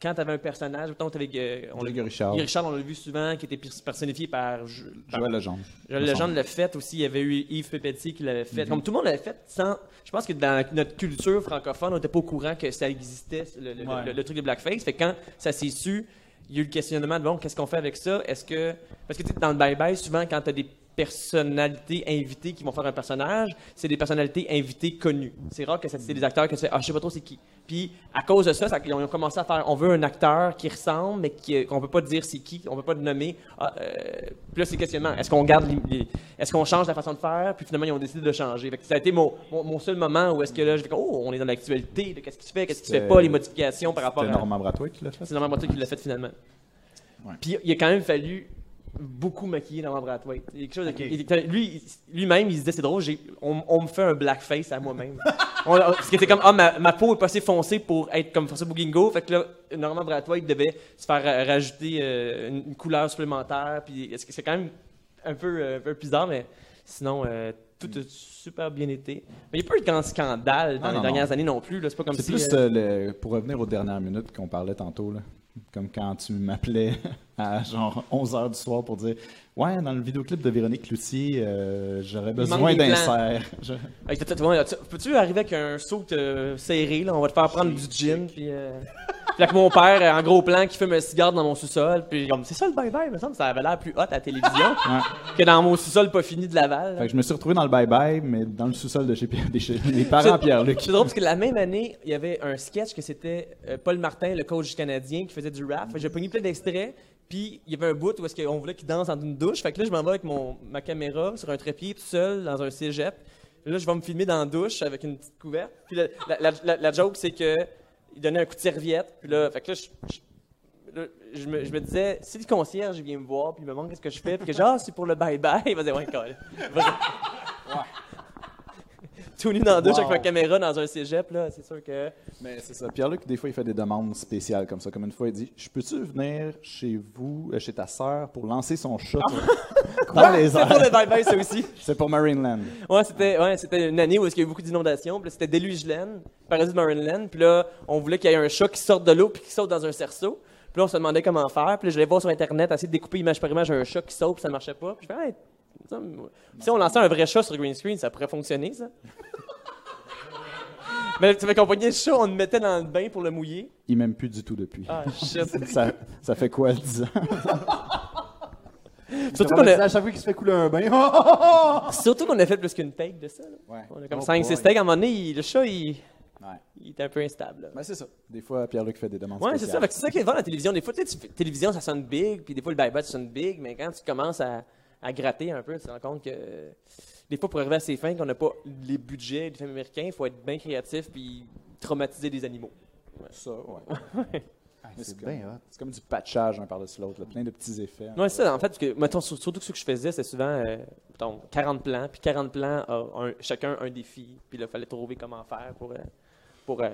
[SPEAKER 4] quand t'avais un personnage, mettons, t'avais, euh, on l'a-
[SPEAKER 5] Hugues Richard,
[SPEAKER 4] Guy Richard, on l'a vu souvent, qui était pers- personnifié par. Ju- par-
[SPEAKER 5] Joël Legendre.
[SPEAKER 4] Joël Legendre l'a fait aussi. Il y avait eu Yves Pépetti qui l'avait fait. Comme tout le monde l'avait fait sans. Je pense que dans notre culture francophone, on n'était pas au courant que ça existait, le, le-
[SPEAKER 2] Ouais.
[SPEAKER 4] le- le truc de blackface. Fait que quand ça s'est su, il y a eu le questionnement de bon, qu'est-ce qu'on fait avec ça Est-ce que. Parce que tu sais, dans le bye-bye, souvent, quand tu as des personnalités invitées qui vont faire un personnage, c'est des personnalités invitées connues. C'est rare que ça- c'est des acteurs que tu fais, ah, je sais pas trop c'est qui. Puis, à cause de ça, ça- ils ont commencé à faire, on veut un acteur qui ressemble, mais qui- qu'on peut pas dire c'est qui, on peut pas le nommer. Ah, euh, puis là, c'est le questionnement. Est-ce qu'on garde les- les- est-ce qu'on change la façon de faire? Puis finalement, ils ont décidé de changer. Fait que ça a été mon, mon- mon seul moment où est-ce que là, je fais, oh, on est dans l'actualité, de qu'est-ce qui se fait, qu'est-ce qui se fait
[SPEAKER 5] C'était-
[SPEAKER 4] pas, les modifications par rapport
[SPEAKER 5] C'était
[SPEAKER 4] à.
[SPEAKER 5] Normand Bratois qui l'a fait.
[SPEAKER 4] C'est Normand Bratois qui l'a fait finalement.
[SPEAKER 5] Ouais.
[SPEAKER 4] Puis il a quand même fallu beaucoup maquiller Normand Bratois. Il y a quelque chose de-
[SPEAKER 2] Ok.
[SPEAKER 4] il était- lui, il- lui-même, il se disait c'est drôle, j'ai- on, on me fait un blackface à moi-même. On- on- parce que c'était comme ah ma, ma peau est pas assez foncée pour être comme François Bouguingo, fait que là Normand Bratois il devait se faire euh, rajouter euh, une, une couleur supplémentaire. Puis est-ce que c'est quand même un peu, euh, un peu bizarre, mais sinon. euh, tout a super bien été. Mais il n'y a pas eu de grand scandale dans
[SPEAKER 5] Non,
[SPEAKER 4] les
[SPEAKER 5] non,
[SPEAKER 4] dernières
[SPEAKER 5] non.
[SPEAKER 4] années non plus. là. C'est pas comme
[SPEAKER 5] C'est
[SPEAKER 4] si.
[SPEAKER 5] plus
[SPEAKER 4] euh,
[SPEAKER 5] euh, le- pour revenir aux dernières minutes qu'on parlait tantôt, là. comme quand tu m'appelais à genre 11h du soir pour dire Ouais, dans le vidéoclip de Véronique Cloutier, euh, j'aurais besoin
[SPEAKER 4] manque des
[SPEAKER 5] d'insert. Je-
[SPEAKER 4] Hey, t'as- t'as- ouais, tu- Peux-tu arriver avec un saut euh, serré, là? On va te faire prendre du gin, puis... euh, puis avec mon père, euh, en gros plan, qui fume un cigare dans mon sous-sol, puis comme, c'est ça le bye-bye, me semble, ça avait l'air plus hot à la télévision
[SPEAKER 5] Ouais.
[SPEAKER 4] que dans mon sous-sol pas fini de Laval. là.
[SPEAKER 5] Fait que je me suis retrouvé dans le bye-bye, mais dans le sous-sol de chez Pierre, des, chez- des parents à Pierre-Luc.
[SPEAKER 4] C'est drôle parce que la même année, il y avait un sketch que c'était euh, Paul Martin, le coach canadien, qui faisait du rap. Fait que J'ai pogné plein d'extraits, puis il y avait un bout où est-ce qu'on voulait qu'il danse dans une douche. Fait que là, je m'en vais avec mon, ma caméra sur un trépied tout seul dans un cégep. Là, je vais me filmer dans la douche avec une petite couverte. Puis la, la- la- la- la joke, c'est que il donnait un coup de serviette. Puis là, fait que là, je, je- là, je me, je me disais, si le concierge vient me voir, puis il me demande qu'est-ce que je fais, puis que genre, c'est pour le bye-bye, il va dire, ouais, colle. Tout nu dans la douche
[SPEAKER 5] Wow.
[SPEAKER 4] avec ma caméra dans un cégep, là, c'est sûr que.
[SPEAKER 5] Mais c'est ça. Pierre-Luc, des fois, il fait des demandes spéciales comme ça. Comme une fois, il dit Je peux-tu venir chez vous, euh, chez ta sœur, pour lancer son shot dans les
[SPEAKER 4] C'est pour
[SPEAKER 5] airs
[SPEAKER 4] le bye-bye, ça aussi.
[SPEAKER 5] C'est pour Marineland.
[SPEAKER 4] Ouais, c'était ouais, c'était une année où il y a eu beaucoup d'inondations. Puis là, c'était déluge laine, paradis de Marineland. Puis là, on voulait qu'il y ait un chat qui sorte de l'eau puis qui saute dans un cerceau. Puis là, on se demandait comment faire. Puis là, je vais voir sur Internet, essayer de découper image par image un chat qui saute, puis ça ne marchait pas. Puis je fais, Hey, il me semble- si on lançait un vrai chat sur green screen, ça pourrait fonctionner, ça. Mais tu m'as le chat, on le mettait dans le bain pour le mouiller.
[SPEAKER 5] Il m'aime plus du tout depuis.
[SPEAKER 4] Ah, shit.
[SPEAKER 5] Ça, ça fait quoi, 10 ans
[SPEAKER 4] Surtout
[SPEAKER 2] Comme
[SPEAKER 4] qu'on
[SPEAKER 2] on disait
[SPEAKER 4] a,
[SPEAKER 2] à chaque fois qu'il se fait couler un bain. Ah,
[SPEAKER 4] surtout qu'on a fait plus qu'une take de ça. là. On a comme
[SPEAKER 5] Oh
[SPEAKER 4] 5-6
[SPEAKER 5] boy.
[SPEAKER 4] takes. À un moment donné, il- le chat, il,
[SPEAKER 5] Ouais.
[SPEAKER 4] il était un peu instable. là.
[SPEAKER 5] Ben, c'est ça. Des fois, Pierre-Luc fait des demandes
[SPEAKER 4] Ouais, c'est ça.
[SPEAKER 5] spéciales.
[SPEAKER 4] Fait que C'est ça qui est bon à la télévision. Des fois, tu sais, tu fais- télévision, ça sonne big, puis des fois, le bye-bye, ça sonne big, mais quand tu commences à, à gratter un peu, tu te rends compte que euh, des fois, pour arriver à ces fins, qu'on n'a pas les budgets des films américains, il faut être bien créatif, puis traumatiser des animaux.
[SPEAKER 5] Ça, ouais.
[SPEAKER 2] Ah, C'est bien hot.
[SPEAKER 5] C'est comme du patchage un par-dessus l'autre, là. plein de petits effets.
[SPEAKER 4] Ouais, c'est ça, en fait, parce que, mettons, sur- surtout que ce que je faisais, c'est souvent euh, mettons, 40 plans, puis 40 plans, a un- chacun un défi, puis là, il fallait trouver comment faire pour, euh, pour euh,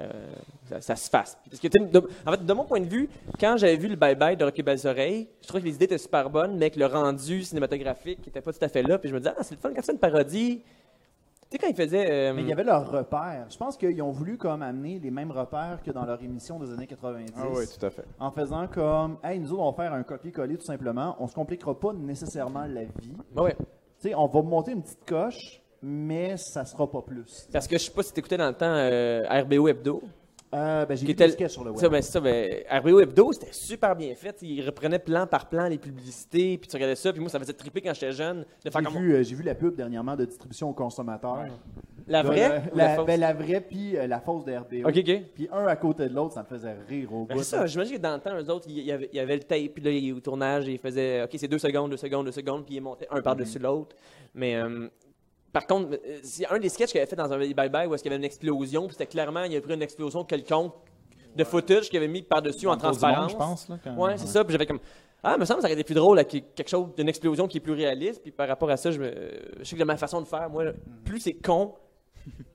[SPEAKER 4] ça, ça se fasse. Parce que, tu sais, de- en fait, de mon point de vue, quand j'avais vu le bye-bye de Rocky Belles Oreilles, je trouvais que les idées étaient super bonnes, mais que le rendu cinématographique n'était pas tout à fait là, puis je me disais, ah, c'est le fun, quand c'est une parodie. Tu sais, quand ils faisaient. euh,
[SPEAKER 2] Mais il y avait leurs repères. Je pense qu'ils ont voulu comme amener les mêmes repères que dans leur émission des années 90.
[SPEAKER 5] Ah oui, tout à fait.
[SPEAKER 2] en faisant comme, hey, nous autres, on va faire un copier-coller tout simplement. On se compliquera pas nécessairement la vie.
[SPEAKER 4] Ah ouais.
[SPEAKER 2] Tu sais, on va monter une petite coche, mais ça sera pas plus.
[SPEAKER 4] Parce que je sais pas si t'écoutais dans le temps euh, RBO Hebdo.
[SPEAKER 2] Euh, ben, j'ai
[SPEAKER 4] Qui
[SPEAKER 2] vu des
[SPEAKER 4] était-
[SPEAKER 2] sketchs sur le
[SPEAKER 4] Ça,
[SPEAKER 2] web.
[SPEAKER 4] ben, c'est ça, ben, RBO Hebdo, c'était super bien fait. Ils reprenaient plan par plan les publicités, puis tu regardais ça, puis moi, ça me faisait triper quand j'étais jeune. De faire
[SPEAKER 2] J'ai
[SPEAKER 4] comme...
[SPEAKER 2] vu, euh, j'ai vu la pub dernièrement de distribution aux consommateurs.
[SPEAKER 4] La
[SPEAKER 2] De-
[SPEAKER 4] vraie ou la
[SPEAKER 2] la,
[SPEAKER 4] fausse?
[SPEAKER 2] ben, la vraie, puis euh, la fausse de RBO.
[SPEAKER 4] Ok, ok.
[SPEAKER 2] Puis un à côté de l'autre, ça me faisait rire au
[SPEAKER 4] Ben,
[SPEAKER 2] bout.
[SPEAKER 4] c'est ça, j'imagine que dans le temps, eux autres, il y avait, il y avait le tape, puis là, il- au tournage, ils faisaient, OK, c'est deux secondes, deux secondes, deux secondes, puis ils montaient un par-dessus l'autre. Mais euh, par contre, euh, c'est un des sketchs qu'il avait fait dans un Bye Bye où est-ce qu'il y avait une explosion, puis c'était clairement, il avait pris une explosion quelconque de footage qu'il avait mis par-dessus en
[SPEAKER 5] Autour du monde,
[SPEAKER 4] transparence.
[SPEAKER 5] je pense. Là, quand-
[SPEAKER 4] Ouais, c'est ça. Puis j'avais comme. Ah, me semble que ça aurait été plus drôle à quelque chose d'une explosion qui est plus réaliste. Puis par rapport à ça, je, me... je sais que de ma façon de faire, moi, plus c'est con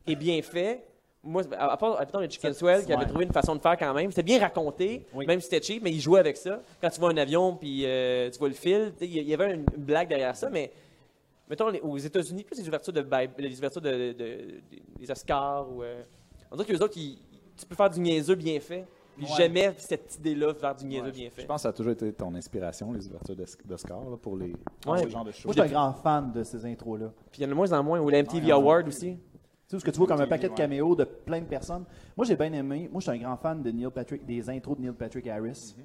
[SPEAKER 4] et bien fait. Moi, à à part, à part les Chicken Swell qui avait trouvé une façon de faire quand même, c'était bien raconté, même si c'était cheap, mais ils jouaient avec ça. Quand tu vois un avion, puis euh, tu vois le fil, tu sais, il y- il y avait une blague derrière ça, mais mettons, les- aux États-Unis, plus les ouvertures de, Bi- les ouvertures de, de- de- des Oscars, ou, euh, on dirait que les autres, ils- tu peux faire du niaiseux bien fait, puis
[SPEAKER 2] Ouais.
[SPEAKER 4] jamais cette idée-là faire du niaiseux bien fait.
[SPEAKER 5] Je pense que ça a toujours été ton inspiration, les ouvertures d'Os- d'Oscar, là, pour les pour
[SPEAKER 4] Ouais.
[SPEAKER 5] ce genre de choses.
[SPEAKER 2] Moi, je suis un grand fan de ces intros-là.
[SPEAKER 4] Puis il y en a de moins en moins, ou la MTV Award aussi.
[SPEAKER 2] Tu sais, parce que tu vois comme un paquet de
[SPEAKER 5] ouais.
[SPEAKER 2] caméos de plein de personnes. Moi, j'ai bien aimé. Moi, je suis un grand fan de Neil Patrick, des intros de Neil Patrick Harris.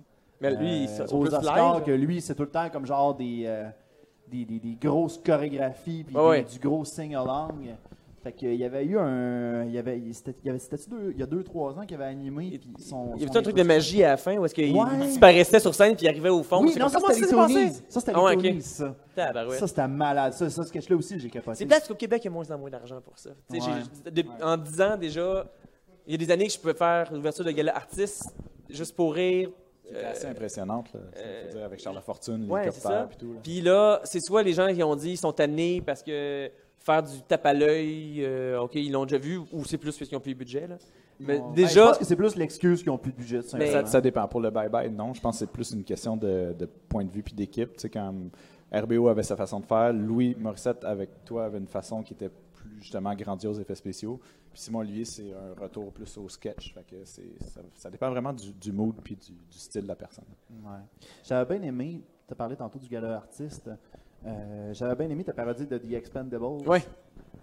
[SPEAKER 4] Mais lui, il
[SPEAKER 2] Euh,
[SPEAKER 4] sort
[SPEAKER 2] aux
[SPEAKER 4] plus
[SPEAKER 2] Oscars,
[SPEAKER 4] live.
[SPEAKER 2] que lui, c'est tout le temps comme genre des, euh, des, des- des grosses chorégraphies, puis
[SPEAKER 4] Ouais,
[SPEAKER 2] des-
[SPEAKER 4] ouais.
[SPEAKER 2] du gros sing-along. Fait qu'il y avait eu un. Il y avait, c'était- il y avait, c'était-tu deux- il y a 2-3 ans qu'il avait animé.
[SPEAKER 4] Il-
[SPEAKER 2] puis son,
[SPEAKER 4] Il y avait
[SPEAKER 2] son
[SPEAKER 4] un truc de magie à la fin où est-ce qu'il
[SPEAKER 2] Ouais.
[SPEAKER 4] disparaissait sur scène puis il arrivait au fond.
[SPEAKER 2] Oui,
[SPEAKER 4] c'est
[SPEAKER 2] non,
[SPEAKER 4] comme,
[SPEAKER 2] ça
[SPEAKER 4] Comment
[SPEAKER 2] c'était les
[SPEAKER 4] s'est
[SPEAKER 2] Tonys.
[SPEAKER 4] passé?
[SPEAKER 2] Ça c'était
[SPEAKER 4] Ah ouais,
[SPEAKER 2] les
[SPEAKER 4] ok.
[SPEAKER 2] Tonys, ça.
[SPEAKER 4] Tabarouette.
[SPEAKER 2] Ça c'était malade. Ça, ça, ce sketch-là aussi, j'ai capoté.
[SPEAKER 4] C'est peut-être qu'au Québec, il y a moins en moins d'argent pour ça. Tu sais, j'ai- de- En 10 ans déjà, il y a des années que je pouvais faire l'ouverture de gala artiste juste pour rire.
[SPEAKER 5] C'était assez impressionnante, là, ça,
[SPEAKER 4] euh,
[SPEAKER 5] faut dire, avec Charles Lafortune,
[SPEAKER 4] Ouais, c'est ça.
[SPEAKER 5] l'hélicoptère et tout. là.
[SPEAKER 4] Puis là, c'est soit les gens qui ont dit ils sont tannés parce que faire du tape à l'œil, euh, OK, ils l'ont déjà vu, ou c'est plus parce qu'ils ont plus le budget. Là. Mais
[SPEAKER 2] Ouais.
[SPEAKER 4] euh, déjà,
[SPEAKER 2] ben, Je pense que c'est plus l'excuse qu'ils ont plus de budget, tout
[SPEAKER 4] Mais- euh,
[SPEAKER 5] Ça,
[SPEAKER 2] simplement.
[SPEAKER 5] ça dépend. Pour le bye-bye, non. Je pense que c'est plus une question de, de point de vue puis d'équipe. Tu sais, quand RBO avait sa façon de faire, Louis Morissette, avec toi, avait une façon qui était plus justement grandiose effets spéciaux. Puis Simon Olivier, c'est un retour plus au sketch. Fait que c'est- ça, ça dépend vraiment du, du mood puis du, du style de la personne.
[SPEAKER 2] Ouais. J'avais bien aimé, tu as parlé tantôt du gala artiste. euh, J'avais bien aimé ta parodie de The Expendables.
[SPEAKER 4] Ouais.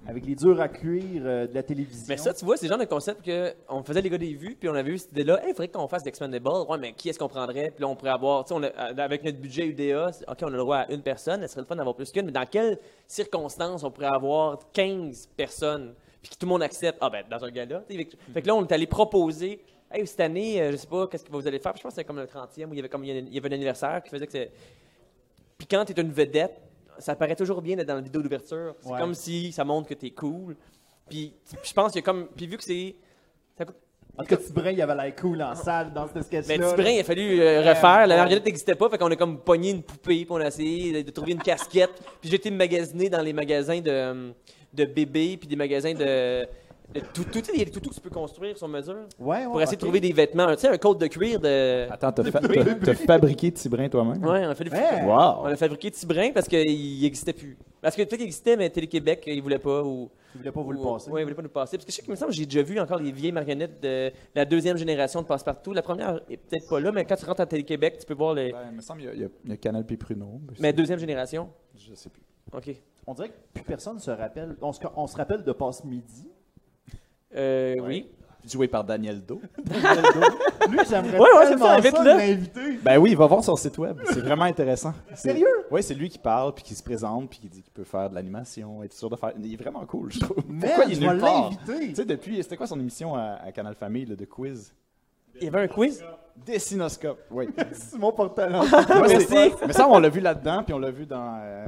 [SPEAKER 2] Avec les durs à cuire euh, de la télévision.
[SPEAKER 4] Mais ça, tu vois, c'est le genre de concept que on faisait les gars des vues, puis on avait eu cette idée-là, il faudrait qu'on fasse d'Expendables. Ouais, mais qui est-ce qu'on prendrait? Puis là, on pourrait avoir, tu sais, on a- euh, avec notre budget UDA, c'est- OK, on a le droit à une personne, ce serait le fun d'avoir plus qu'une, mais dans quelles circonstances on pourrait avoir 15 personnes, puis que tout le monde accepte? Ah, ben, dans un gala. tu sais, Fait, que- fait que là, on est allé proposer. Hey, cette année, euh, je sais pas, qu'est-ce que vous allez faire? Puis je pense que c'est comme le 30e, où il y avait, comme, il y avait un anniversaire qui faisait que c'est. Puis quand t'es une vedette, ça paraît toujours bien d'être dans la vidéo d'ouverture. C'est
[SPEAKER 2] Ouais.
[SPEAKER 4] comme si ça montre que t'es cool. Puis t- puis je pense qu'il y a comme. Puis vu que c'est. ça coûte-
[SPEAKER 2] En tout cas, Tibrin, il avait l'air cool en salle dans ce sketch-là.
[SPEAKER 4] Ah. Mais
[SPEAKER 2] là.
[SPEAKER 4] Tibrin, il a fallu euh, refaire. La marionnette n'existait pas, fait qu'on a comme pogné une poupée, puis on a essayé de trouver une casquette. Puis j'ai été me magasiner dans les magasins de, euh, de bébés, puis des magasins de. de tout, tout, il y a des toutous que tu peux construire sur mesure.
[SPEAKER 2] Ouais, ouais,
[SPEAKER 4] Pour essayer de
[SPEAKER 2] ok.
[SPEAKER 4] trouver des vêtements. Tu sais, un coat de cuir de.
[SPEAKER 5] Attends, t'as, fa- t'as- t'as fabriqué Tibrin toi-même?
[SPEAKER 4] Euh, Ouais, on a fallu.
[SPEAKER 2] Ouais.
[SPEAKER 5] Wow!
[SPEAKER 4] On a fabriqué Tibrin parce qu'il n'existait plus. Parce que peut-être qu'il existait, mais Télé-Québec, il voulait pas. Ou,
[SPEAKER 2] Il voulait pas vous le passer.
[SPEAKER 4] Oui, il voulait pas nous le passer. Parce que je sais qu'il me semble que j'ai déjà vu encore les vieilles marionnettes de la deuxième génération de Passepartout. La première est peut-être pas là, mais quand tu rentres à Télé-Québec, tu peux voir les.
[SPEAKER 5] Ben, il me semble qu'il y a- il y, a- il y a Canal P. Pruneau.
[SPEAKER 4] Mais deuxième génération.
[SPEAKER 5] Je sais plus.
[SPEAKER 4] OK.
[SPEAKER 2] On dirait que plus personne se rappelle. On se, on se rappelle de Passe-Midi.
[SPEAKER 4] Euh, oui.
[SPEAKER 5] Joué par Daniel Do.
[SPEAKER 2] Lui, j'aimerais
[SPEAKER 4] Ouais, ouais, c'est
[SPEAKER 2] tellement
[SPEAKER 4] ça,
[SPEAKER 2] ça,
[SPEAKER 4] invite-le.
[SPEAKER 2] l'inviter.
[SPEAKER 5] Ben oui, il va voir son site web. C'est vraiment intéressant.
[SPEAKER 2] Sérieux?
[SPEAKER 5] Oui, c'est lui qui parle, puis qui se présente, puis qui dit qu'il peut faire de l'animation, être sûr de faire. Il est vraiment cool, je trouve.
[SPEAKER 2] Merde,
[SPEAKER 5] il est
[SPEAKER 2] je vais
[SPEAKER 5] nulle part? Tu
[SPEAKER 2] l'inviter.
[SPEAKER 5] sais, depuis, c'était quoi son émission à, à Canal Famille là, de quiz?
[SPEAKER 4] Il y avait un quiz.
[SPEAKER 5] Dessinoscope. Oui.
[SPEAKER 2] Simon Portalent.
[SPEAKER 5] Ouais,
[SPEAKER 4] Merci.
[SPEAKER 5] c'est- Mais ça, on l'a vu là-dedans, puis on l'a vu dans. euh,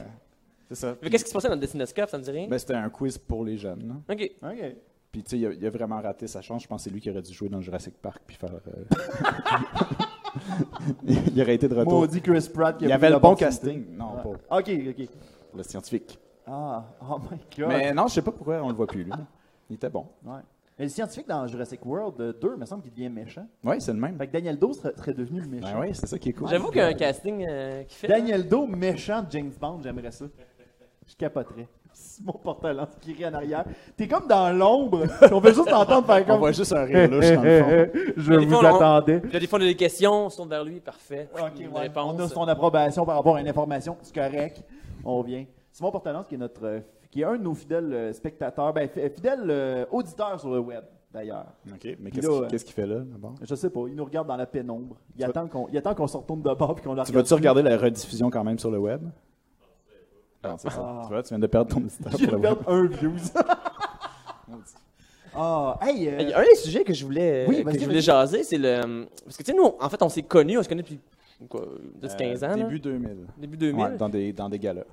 [SPEAKER 5] C'est ça.
[SPEAKER 4] Mais qu'est-ce qui se passait dans le Destinoscope Ça me dit rien.
[SPEAKER 5] Ben, c'était un quiz pour les jeunes. là.
[SPEAKER 4] OK.
[SPEAKER 2] OK.
[SPEAKER 5] Puis, tu sais, il a, il a vraiment raté sa chance. Je pense que c'est lui qui aurait dû jouer dans le Jurassic Park, puis faire. euh, il aurait été de retour.
[SPEAKER 2] Maudit Chris Pratt. qui a
[SPEAKER 5] Il y
[SPEAKER 2] pris
[SPEAKER 5] avait le bon
[SPEAKER 2] l'opportunité.
[SPEAKER 5] casting. Non,
[SPEAKER 2] Ouais.
[SPEAKER 5] pas
[SPEAKER 2] OK, OK.
[SPEAKER 5] pour le scientifique.
[SPEAKER 2] Ah, oh my God.
[SPEAKER 5] Mais non, je sais pas pourquoi on le voit plus, lui. Il était bon.
[SPEAKER 2] Ouais. Mais le scientifique dans Jurassic World euh, 2, il me semble qu'il devient méchant.
[SPEAKER 5] Oui, c'est le même.
[SPEAKER 2] Fait que Daniel Doe serait, serait devenu le méchant.
[SPEAKER 5] Ben oui, c'est ça qui est cool.
[SPEAKER 4] J'avoue qu'il y a un casting euh, qui fait.
[SPEAKER 2] Daniel Doe, méchant de James Bond, j'aimerais ça. Je capoterais. Simon Portalent qui rit en arrière. T'es comme dans l'ombre. On veut juste t'entendre faire
[SPEAKER 5] On
[SPEAKER 2] comme. Eh,
[SPEAKER 5] voit juste un rire louche dans le fond.
[SPEAKER 2] Je
[SPEAKER 4] Des fois,
[SPEAKER 2] vous
[SPEAKER 4] on-
[SPEAKER 2] attendais.
[SPEAKER 4] Puis là, des fois, on a des questions, on se tourne vers lui, parfait.
[SPEAKER 2] Ok,
[SPEAKER 4] Une
[SPEAKER 2] ouais.
[SPEAKER 4] réponse.
[SPEAKER 2] On a son approbation par rapport à une information, c'est correct. On revient. Simon Portalance, qui est notre, euh, qui est un de nos fidèles euh, spectateurs, ben, fi- euh, fidèle euh, auditeur sur le web, d'ailleurs.
[SPEAKER 5] OK, mais
[SPEAKER 2] Puis
[SPEAKER 5] qu'est-ce
[SPEAKER 2] là,
[SPEAKER 5] qu'il
[SPEAKER 2] euh,
[SPEAKER 5] qu'est-ce qu'il fait là, d'abord?
[SPEAKER 2] Je sais pas, il nous regarde dans la pénombre. Il
[SPEAKER 5] Tu
[SPEAKER 2] attend qu'on, il attend qu'on se retourne de bord puis qu'on la
[SPEAKER 5] Tu
[SPEAKER 2] regarde.
[SPEAKER 5] vas-tu regarder la rediffusion quand même sur le web? Non, c'est ça. Tu vois, tu viens de perdre ton auditeur
[SPEAKER 2] J'ai
[SPEAKER 5] sur le web.
[SPEAKER 2] perdu un views. Ah, hey, euh,
[SPEAKER 4] Il y a un des sujets que je voulais, euh,
[SPEAKER 2] Oui,
[SPEAKER 4] que
[SPEAKER 2] vas-y,
[SPEAKER 4] je
[SPEAKER 2] vas-y.
[SPEAKER 4] voulais jaser, c'est le. euh, Parce que, tu sais, nous, on- en fait, on s'est connus, on se connaît depuis quoi,
[SPEAKER 2] Euh,
[SPEAKER 4] 10, 15 ans. là.
[SPEAKER 5] Euh, Début 2000.
[SPEAKER 4] Début 2000.
[SPEAKER 5] Ouais, dans des, dans des galas.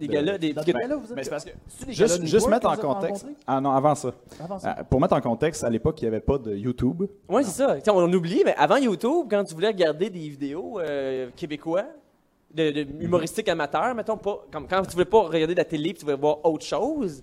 [SPEAKER 4] des gars-là, des.
[SPEAKER 2] dans
[SPEAKER 4] des-
[SPEAKER 2] ce cas-là, vous êtes-
[SPEAKER 5] Mais c'est parce que.
[SPEAKER 2] c'est-tu des gars-là
[SPEAKER 5] Juste,
[SPEAKER 2] de
[SPEAKER 5] juste
[SPEAKER 2] New York
[SPEAKER 5] mettre en
[SPEAKER 2] que vous avez
[SPEAKER 5] contexte.
[SPEAKER 2] rencontrés?
[SPEAKER 5] Ah non, avant ça.
[SPEAKER 2] Avant ça.
[SPEAKER 5] Ah, Pour mettre en contexte, à l'époque, il n'y avait pas de YouTube.
[SPEAKER 4] Ouais, c'est ça. Tu sais, on, on oublie, mais avant YouTube, quand tu voulais regarder des vidéos euh, québécois, de, de humoristiques amateurs, mettons, pas, comme, quand tu voulais pas regarder de la télé puis tu voulais voir autre chose,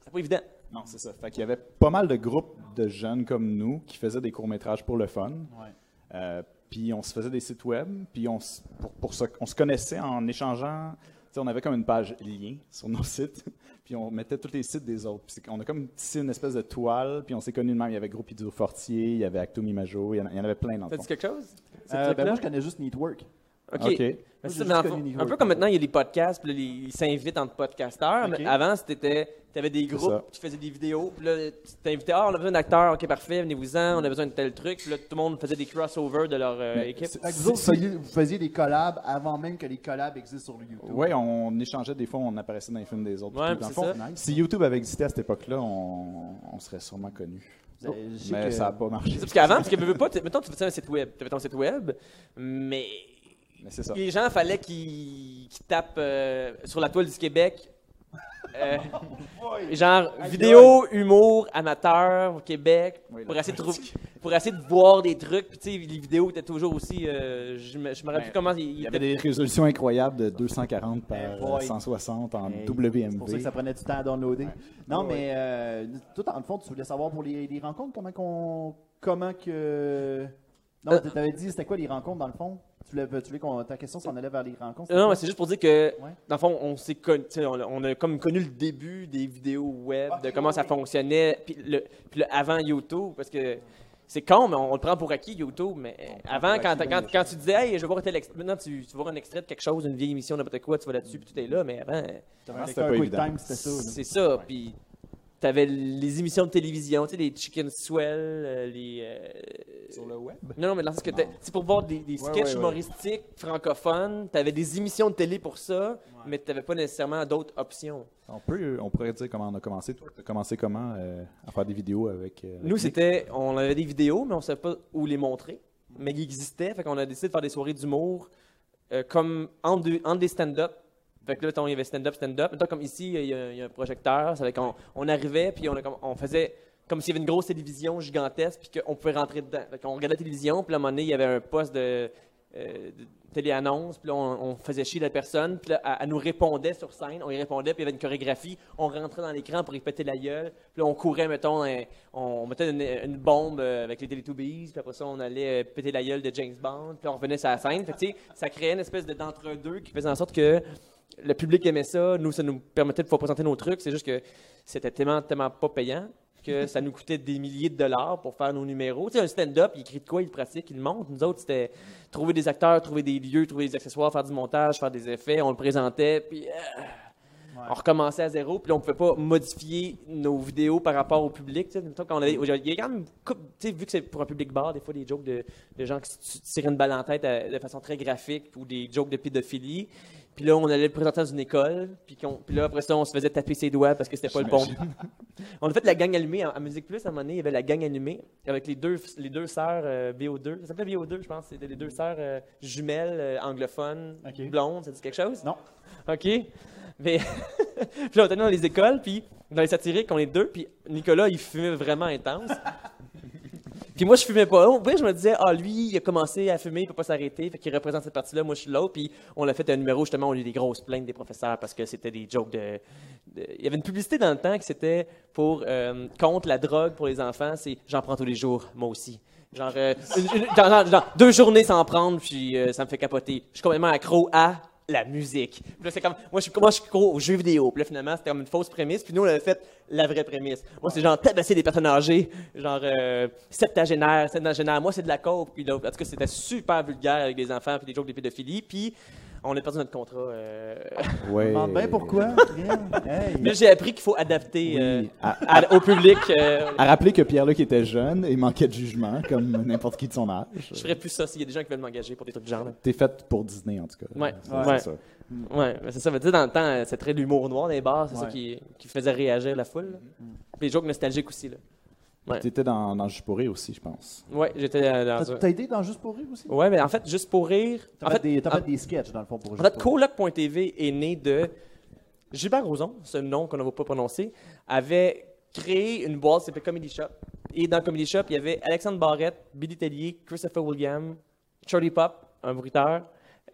[SPEAKER 4] c'est pas évident.
[SPEAKER 5] Non, c'est ça. Fait qu'il y avait pas mal de groupes de jeunes comme nous qui faisaient des courts-métrages pour le fun.
[SPEAKER 2] Ouais.
[SPEAKER 5] Euh, puis on se faisait des sites web, puis on, se- pour, pour se, on se connaissait en échangeant. Tu sais, on avait comme une page lien sur nos sites, puis on mettait tous les sites des autres. Puis c'est- on a comme tissé une espèce de toile, puis on s'est connus de même. Il y avait Groupe Idio Fortier, il y avait Acto Mimajo, il y en, il y en avait plein dans le
[SPEAKER 4] T'as
[SPEAKER 5] fond.
[SPEAKER 4] dit quelque chose?
[SPEAKER 2] Euh,
[SPEAKER 4] Cette
[SPEAKER 2] ben,
[SPEAKER 4] truc-là?
[SPEAKER 2] moi, je connais juste Network.
[SPEAKER 4] OK.
[SPEAKER 5] OK.
[SPEAKER 4] Mais
[SPEAKER 2] Moi,
[SPEAKER 4] c'est
[SPEAKER 2] j'ai
[SPEAKER 4] ça, mais en
[SPEAKER 2] juste
[SPEAKER 4] fond,
[SPEAKER 2] connu New
[SPEAKER 4] un
[SPEAKER 2] York,
[SPEAKER 4] peu comme maintenant, il y a les podcasts, puis là, les- ils s'invitent entre podcasteurs.
[SPEAKER 2] Ok.
[SPEAKER 4] Mais avant, c'était. T'avais des
[SPEAKER 5] ça.
[SPEAKER 4] groupes qui faisaient des vidéos, puis là, tu t'invitais. Ah, on a besoin d'acteurs, ok, parfait, venez-vous-en, on a besoin de tel truc. Puis là, tout le monde faisait des crossovers de leur euh,
[SPEAKER 5] Mais
[SPEAKER 4] équipe.
[SPEAKER 5] c'est-
[SPEAKER 2] Fait que vous autres, vous faisiez, vous faisiez des collabs avant même que les collabs existent sur le YouTube.
[SPEAKER 5] Oui, on échangeait des fois, on apparaissait dans les films des autres.
[SPEAKER 4] Ouais,
[SPEAKER 5] Puis dans le
[SPEAKER 4] c'est
[SPEAKER 5] fond,
[SPEAKER 4] ça.
[SPEAKER 5] Si YouTube avait existé à cette époque-là, on, on serait sûrement connus.
[SPEAKER 2] Vous avez- je sais
[SPEAKER 5] Mais
[SPEAKER 2] que-
[SPEAKER 5] ça n'a pas marché.
[SPEAKER 4] C'est Parce qu'avant, parce que veux, veux pas, t- mettons, tu faisais un site web. Tu avais ton site web, mais
[SPEAKER 5] Mais c'est ça.
[SPEAKER 4] les gens, fallait qu'ils qu'ils tapent euh, sur la toile du Québec. euh,
[SPEAKER 5] Oh
[SPEAKER 4] genre vidéo, humour, amateur au Québec
[SPEAKER 5] Oui,
[SPEAKER 4] pour,
[SPEAKER 5] la
[SPEAKER 4] essayer de trouver- pour essayer de voir des trucs. Puis, tu sais, les vidéos étaient toujours aussi. euh, je me je me rappelle plus comment ils
[SPEAKER 5] Ben, Il y
[SPEAKER 4] ils
[SPEAKER 5] avait
[SPEAKER 4] étaient.
[SPEAKER 5] des résolutions incroyables de 240 par
[SPEAKER 2] Eh boy.
[SPEAKER 5] 160 en
[SPEAKER 2] Hey, C'est pour ça que
[SPEAKER 5] WMV.
[SPEAKER 2] ça prenait du temps à downloader. Non,
[SPEAKER 5] Ouais,
[SPEAKER 2] mais euh, tout en fond, tu voulais savoir pour les, les rencontres, comment qu'on. Comment que. Non,
[SPEAKER 4] Euh.
[SPEAKER 2] tu avais dit, c'était quoi les rencontres dans le fond Tu voulais, tu voulais qu'on ta question s'en allait vers les rencontres?
[SPEAKER 4] Non, non, mais c'est juste pour dire que,
[SPEAKER 2] Ouais.
[SPEAKER 4] dans le fond, on s'est connu, tu sais, on, a- on a comme connu le début des vidéos web,
[SPEAKER 2] Ok,
[SPEAKER 4] de comment
[SPEAKER 2] ouais,
[SPEAKER 4] ça
[SPEAKER 2] ouais.
[SPEAKER 4] fonctionnait, puis le, puis le avant YouTube, parce que c'est con, mais on, on le prend pour acquis, YouTube. Mais
[SPEAKER 2] prend
[SPEAKER 4] avant,
[SPEAKER 2] pour
[SPEAKER 4] quand,
[SPEAKER 2] acquis
[SPEAKER 4] quand,
[SPEAKER 2] bien
[SPEAKER 4] quand,
[SPEAKER 2] des
[SPEAKER 4] tu disais, hey, je vais voir un tel extrait, maintenant tu, tu vas voir un extrait de quelque chose, une vieille émission, n'importe quoi, tu vas là-dessus, puis tout est là, mais avant,
[SPEAKER 2] T'avais un
[SPEAKER 5] Ah, C'était
[SPEAKER 2] lecteur
[SPEAKER 5] pas
[SPEAKER 2] quick
[SPEAKER 5] évident.
[SPEAKER 2] time, c'était ça. là.
[SPEAKER 4] c'est ça, puis t'avais les émissions de télévision, tu sais, les Chicken Swell, euh, les. euh,
[SPEAKER 5] Sur le web?
[SPEAKER 4] non, non, mais dans le sens que t'as- c'est pour voir des, des
[SPEAKER 5] Ouais,
[SPEAKER 4] sketchs
[SPEAKER 5] ouais, ouais.
[SPEAKER 4] humoristiques francophones. T'avais des émissions de télé pour ça, mais t'avais pas nécessairement d'autres options.
[SPEAKER 5] On, peut, on pourrait dire comment on a commencé. Toi, tu as commencé comment euh, à faire des vidéos avec. euh,
[SPEAKER 4] Nous, c'était, on avait des vidéos, mais on savait pas où les montrer. Mais ils existaient, fait qu'on a décidé de faire des soirées d'humour euh, comme entre, deux- entre des stand-up. Fait que là, mettons, il y avait stand-up, stand-up. Mettons, comme ici, il y, a- il y a un projecteur. Ça fait qu'on on arrivait, puis on, a comme- on faisait comme s'il y avait une grosse télévision gigantesque, puis qu'on pouvait rentrer dedans. Fait qu'on regardait la télévision, puis là, à un moment donné, il y avait un poste de, euh, de téléannonce, puis là, on, on faisait chier la personne, puis là, elle, elle nous répondait sur scène, on y répondait, puis il y avait une chorégraphie, on rentrait dans l'écran pour y péter la gueule, puis là, on courait, mettons, un- on mettait une, une bombe euh, avec les Teletubbies, puis après ça, on allait euh, péter la gueule de James Bond, puis là, on revenait sur la scène. Fait que, tu sais, ça créait une espèce de d'entre-deux qui faisait en sorte que le public aimait ça, nous, ça nous permettait de pouvoir présenter nos trucs, c'est juste que c'était tellement, tellement pas payant que ça nous coûtait des milliers de dollars pour faire nos numéros. Tu sais, un stand-up, il écrit de quoi, il le pratique, il le monte. Nous autres, c'était trouver des acteurs, trouver des lieux, trouver des accessoires, faire du montage, faire des effets. On le présentait, puis euh, on recommençait à zéro. Puis là, on pouvait pas modifier nos vidéos par rapport au public. tu sais. Mettons qu'on avait- il y a quand même, une couple- tu sais, vu que c'est pour un public bar, des fois des jokes de, de gens qui se tirent une balle en tête euh, de façon très graphique ou des jokes de pédophilie. Puis là, on allait le présenter dans une école. Puis, qu'on- puis là, après ça, on se faisait taper ses doigts parce que c'était pas le bon. On a fait la gang allumée à à Musique Plus à un moment donné, il y avait la gang allumée avec les deux, les deux sœurs euh, BO2. Ça s'appelait BO2, je pense. C'était les deux sœurs euh, jumelles euh, anglophones,
[SPEAKER 2] Ok.
[SPEAKER 4] blondes. Ça dit quelque chose?
[SPEAKER 2] Non.
[SPEAKER 4] OK. Mais puis là, on était dans les écoles, puis dans les satiriques, on est deux, puis Nicolas, il fumait vraiment intense. puis moi, je fumais pas. Au pire, je me disais, ah, lui, il a commencé à fumer, il peut pas s'arrêter, fait qu'il représente cette partie-là, moi, je suis l'autre, puis on l'a fait un numéro, justement, on a eu des grosses plaintes des professeurs parce que c'était des jokes de, de- Il y avait une publicité dans le temps qui c'était pour euh, contre la drogue pour les enfants, c'est j'en prends tous les jours, moi aussi. Genre, euh, une- une- genre- genre- genre, deux journées sans prendre, puis euh, ça me fait capoter. Je suis complètement accro à la musique. Puis là, c'est comme, moi, je suis, moi, je suis accro aux jeux vidéo. Puis là, finalement, c'était comme une fausse prémisse. Puis nous, on avait fait la vraie prémisse. Moi, c'est genre tabasser des personnes âgées, genre euh, septagénaire, septagénaire. Moi, c'est de la coke. Puis là, en tout cas, c'était super vulgaire avec les enfants, puis des jokes de pédophilie. Puis on a perdu notre contrat. euh.
[SPEAKER 5] Ouais.
[SPEAKER 2] Je me demande bien Ah, ben, pourquoi. Regarde. Hey.
[SPEAKER 4] Puis là, j'ai appris qu'il faut adapter
[SPEAKER 5] Oui.
[SPEAKER 4] euh,
[SPEAKER 5] À,
[SPEAKER 4] à- au public. euh,
[SPEAKER 5] à rappeler que Pierre-Luc était jeune et manquait de jugement, comme n'importe qui de son âge.
[SPEAKER 4] Je ferais plus ça s'il y a des gens qui veulent m'engager pour des trucs du genre. là.
[SPEAKER 5] T'es faite pour Disney, en tout cas.
[SPEAKER 4] Ouais.
[SPEAKER 5] C'est-
[SPEAKER 4] Ouais.
[SPEAKER 5] c'est ça.
[SPEAKER 4] Ouais, mais c'est ça. veut dire, dans le temps, euh, c'est très l'humour noir dans les bars, c'est ça
[SPEAKER 2] Mm. Ouais. Mm.
[SPEAKER 4] qui, qui faisait réagir la foule. là. Puis Les jokes nostalgiques aussi. Là. Ouais.
[SPEAKER 5] T'étais dans, dans Jus pour rire aussi, je pense.
[SPEAKER 4] Ouais, j'étais euh, dans
[SPEAKER 2] T'as
[SPEAKER 4] un.
[SPEAKER 2] t'as aidé dans Juste pour rire aussi?
[SPEAKER 4] Ouais, mais en fait, juste pour rire.
[SPEAKER 2] T'as
[SPEAKER 4] En
[SPEAKER 2] fait,
[SPEAKER 4] fait,
[SPEAKER 2] des, t'as
[SPEAKER 4] en-
[SPEAKER 2] fait des sketchs, dans le fond, pour
[SPEAKER 4] En
[SPEAKER 2] Juste
[SPEAKER 4] fait,
[SPEAKER 2] pour rire.
[SPEAKER 4] Coloc.tv est né de Gilbert Rozon, ce nom qu'on ne va pas prononcer, avait créé une boîte qui s'appelait Comedy Shop. Et dans Comedy Shop, il y avait Alexandre Barrette, Billy Tellier, Christopher William, Charlie Pop, un bruiteur,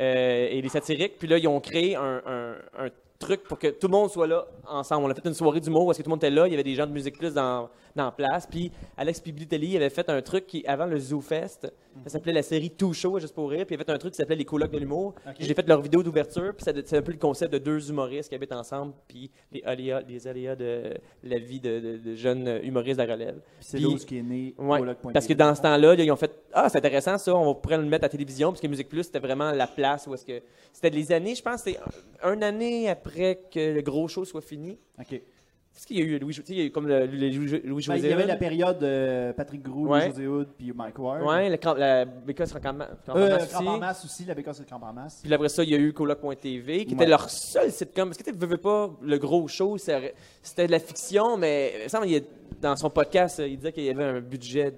[SPEAKER 4] euh, et les satiriques. Puis là, ils ont créé un, un- un truc pour que tout le monde soit là ensemble. On a fait une soirée d'humour où est-ce que tout le monde était là. Il y avait des gens de Musique Plus dans, dans la place. Puis Alex puis Billy Tellier avaient fait un truc qui, avant le Zoo Fest, ça s'appelait la série Too Show, juste pour rire. Puis il y avait un truc qui s'appelait Les colocs de l'humour. J'ai fait leur vidéo d'ouverture, puis ça- c'est un peu le concept de deux humoristes qui habitent ensemble, puis les aléas, les aléas de la vie de, de- de jeunes humoristes à la relève.
[SPEAKER 2] Puis c'est
[SPEAKER 4] Puis-
[SPEAKER 2] là où ce qui est né.
[SPEAKER 4] Ouais,
[SPEAKER 2] coloc.tv.
[SPEAKER 4] Parce que dans ce temps-là, là, ils ont fait Ah, c'est intéressant ça, on pourrait le mettre à la télévision, parce que Musique Plus, c'était vraiment la place où est-ce que. C'était les années, je pense, c'est un année après que le gros show soit fini.
[SPEAKER 2] OK.
[SPEAKER 4] Est-ce qu'il y a eu Louis, tu sais, il y a eu comme le- le- Louis, Louis
[SPEAKER 2] Ben, il y
[SPEAKER 4] José
[SPEAKER 2] avait
[SPEAKER 4] Hood.
[SPEAKER 2] la période euh, Patrick Grou,
[SPEAKER 4] Ouais.
[SPEAKER 2] José Hood, puis Mike Ward.
[SPEAKER 4] Ouais, le cramp- la Bécasse Rancamma- Rancamma
[SPEAKER 2] Euh,
[SPEAKER 4] aussi.
[SPEAKER 2] Cramp en masse aussi, la Bécasse et le Cramp en masse.
[SPEAKER 4] Puis après ça, il y a eu Coloc.tv, qui
[SPEAKER 2] Ouais.
[SPEAKER 4] était leur seul sitcom. Parce que tu sais, veux, veux pas, le gros show, ça aurait- c'était de la fiction, mais il me semble, il est- dans son podcast, euh, il disait qu'il y avait un budget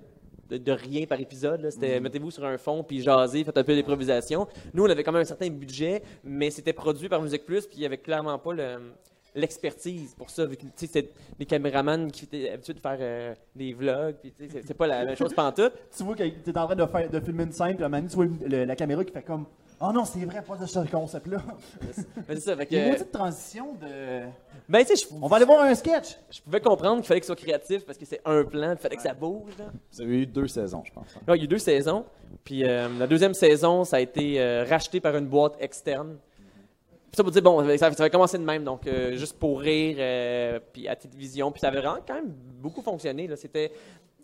[SPEAKER 4] de, de rien par épisode. là.
[SPEAKER 2] Mm.
[SPEAKER 4] C'était mettez-vous sur un fond, puis jasez, faites un peu d'improvisation. Nous, on avait quand même un certain budget, mais c'était produit par Musique Plus, puis il y avait clairement pas le- l'expertise pour ça vu que tu sais c'est les caméramans qui étaient habitués de faire euh, des vlogs puis tu sais, c'est- c'est pas la même chose pantoute
[SPEAKER 2] Tu vois que t'es en train de, faire, de filmer une scène, puis à un moment donné, tu vois le- le- la caméra qui fait comme « Ah, Oh non, c'est vrai, pas de ce concept-là.
[SPEAKER 4] Mais c'est ça, fait que-
[SPEAKER 2] Il y a une petite transition de.
[SPEAKER 4] Ben, tu sais, je-
[SPEAKER 2] On va aller voir un sketch.
[SPEAKER 4] je pouvais comprendre qu'il fallait que ce soit créatif parce que c'est un plan, il fallait que ça bouge. là.
[SPEAKER 5] Vous avez eu deux saisons, je pense.
[SPEAKER 4] Ouais, il y a eu deux saisons. Puis euh, la deuxième saison, ça a été euh, racheté par une boîte externe. Puis ça pour dire, bon, ça, ça avait commencé de même, donc euh, juste pour rire, euh, puis à titre vision. Puis ça avait vraiment quand même beaucoup fonctionné. là. C'était,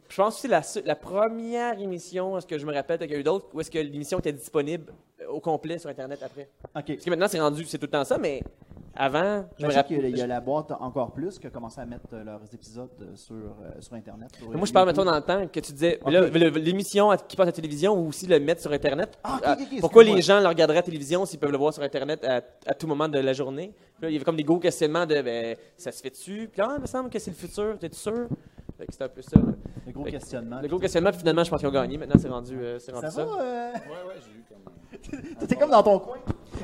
[SPEAKER 4] je pense que c'est la, se- la première émission, est-ce que je me rappelle, qu'il y a eu d'autres, où est-ce que l'émission était disponible euh, au complet sur Internet après.
[SPEAKER 2] Ok.
[SPEAKER 4] Parce que maintenant, c'est rendu, c'est tout le temps ça, mais avant, je me
[SPEAKER 2] J'imagine
[SPEAKER 4] rappelle.
[SPEAKER 2] qu'il y a- il y a la boîte encore plus qui a commencé à mettre euh, leurs épisodes euh, sur, euh, sur Internet. sur,
[SPEAKER 4] Mais
[SPEAKER 2] euh,
[SPEAKER 4] Moi, je parle,
[SPEAKER 2] YouTube.
[SPEAKER 4] mettons, dans le temps que tu disais,
[SPEAKER 2] Ah,
[SPEAKER 4] là, le- l'émission à- qui passe à la télévision ou aussi le mettre sur Internet.
[SPEAKER 2] Ah, ok,
[SPEAKER 4] Ah,
[SPEAKER 2] ok, ok,
[SPEAKER 4] Pourquoi
[SPEAKER 2] excuse-moi.
[SPEAKER 4] les gens le regarderaient à la télévision s'ils peuvent le voir sur Internet à, à tout moment de la journée? Puis là, il y avait comme des gros questionnements de ben, ça se fait-tu? Puis ah, il me semble que c'est le futur, t'es-tu sûr? Fait que c'était un peu ça. là.
[SPEAKER 2] Le gros
[SPEAKER 4] Fait que-
[SPEAKER 2] questionnement.
[SPEAKER 4] Le gros questionnement, puis finalement, je pense qu'ils ont gagné. Maintenant, c'est rendu, euh, c'est rendu
[SPEAKER 2] Ça
[SPEAKER 4] ça.
[SPEAKER 2] va? euh,
[SPEAKER 5] Ouais, ouais, j'ai eu comme.
[SPEAKER 2] T'étais comme dans ton coin.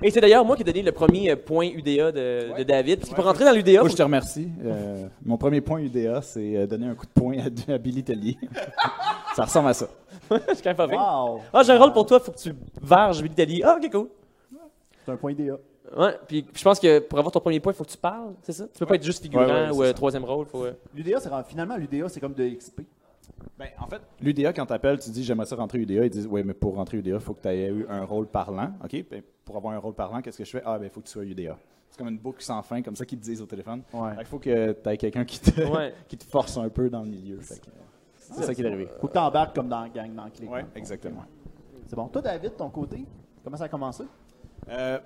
[SPEAKER 4] Et c'est d'ailleurs moi qui ai donné le premier euh, point UDA de, de David. Parce que pour rentrer dans l'UDA,
[SPEAKER 5] Moi, je te remercie. Euh, mon premier point UDA, c'est euh, donner un coup de poing à, à Billy Tellier. ça ressemble à ça.
[SPEAKER 4] je suis quand même pas pire.
[SPEAKER 2] Wow.
[SPEAKER 4] Ah, j'ai un rôle pour toi, faut que tu verges Billy Dali. Ah, ok, cool.
[SPEAKER 2] C'est un point DA.
[SPEAKER 4] Ouais, puis puis je pense que pour avoir ton premier point, il faut que tu parles, c'est ça? Tu peux pas être juste figurant
[SPEAKER 5] Ouais, ouais,
[SPEAKER 4] ou
[SPEAKER 5] c'est
[SPEAKER 4] euh,
[SPEAKER 5] ça.
[SPEAKER 4] troisième rôle. Faut, euh,
[SPEAKER 2] L'UDA, c'est finalement l'UDA, c'est comme de XP.
[SPEAKER 5] Ben, en fait, l'UDA, quand t'appelles, tu dis j'aimerais ça rentrer UDA, ils disent ouais, mais pour rentrer UDA, il faut que tu aies eu un rôle parlant. OK? Ben, pour avoir un rôle parlant, qu'est-ce que je fais? Ah, ben, il faut que tu sois UDA. C'est comme une boucle sans fin, comme ça qu'ils te disent au téléphone.
[SPEAKER 2] Ouais.
[SPEAKER 5] Il faut que tu aies quelqu'un qui te,
[SPEAKER 4] Ouais.
[SPEAKER 5] qui te force un peu dans le milieu. Fait que, euh, c'est ça qui est arrivé.
[SPEAKER 2] Faut que t'embarques comme dans Gang dans Click.
[SPEAKER 5] Ouais, exactement.
[SPEAKER 2] C'est bon. Toi, David, ton côté, comment ça a commencé?
[SPEAKER 5] Euh,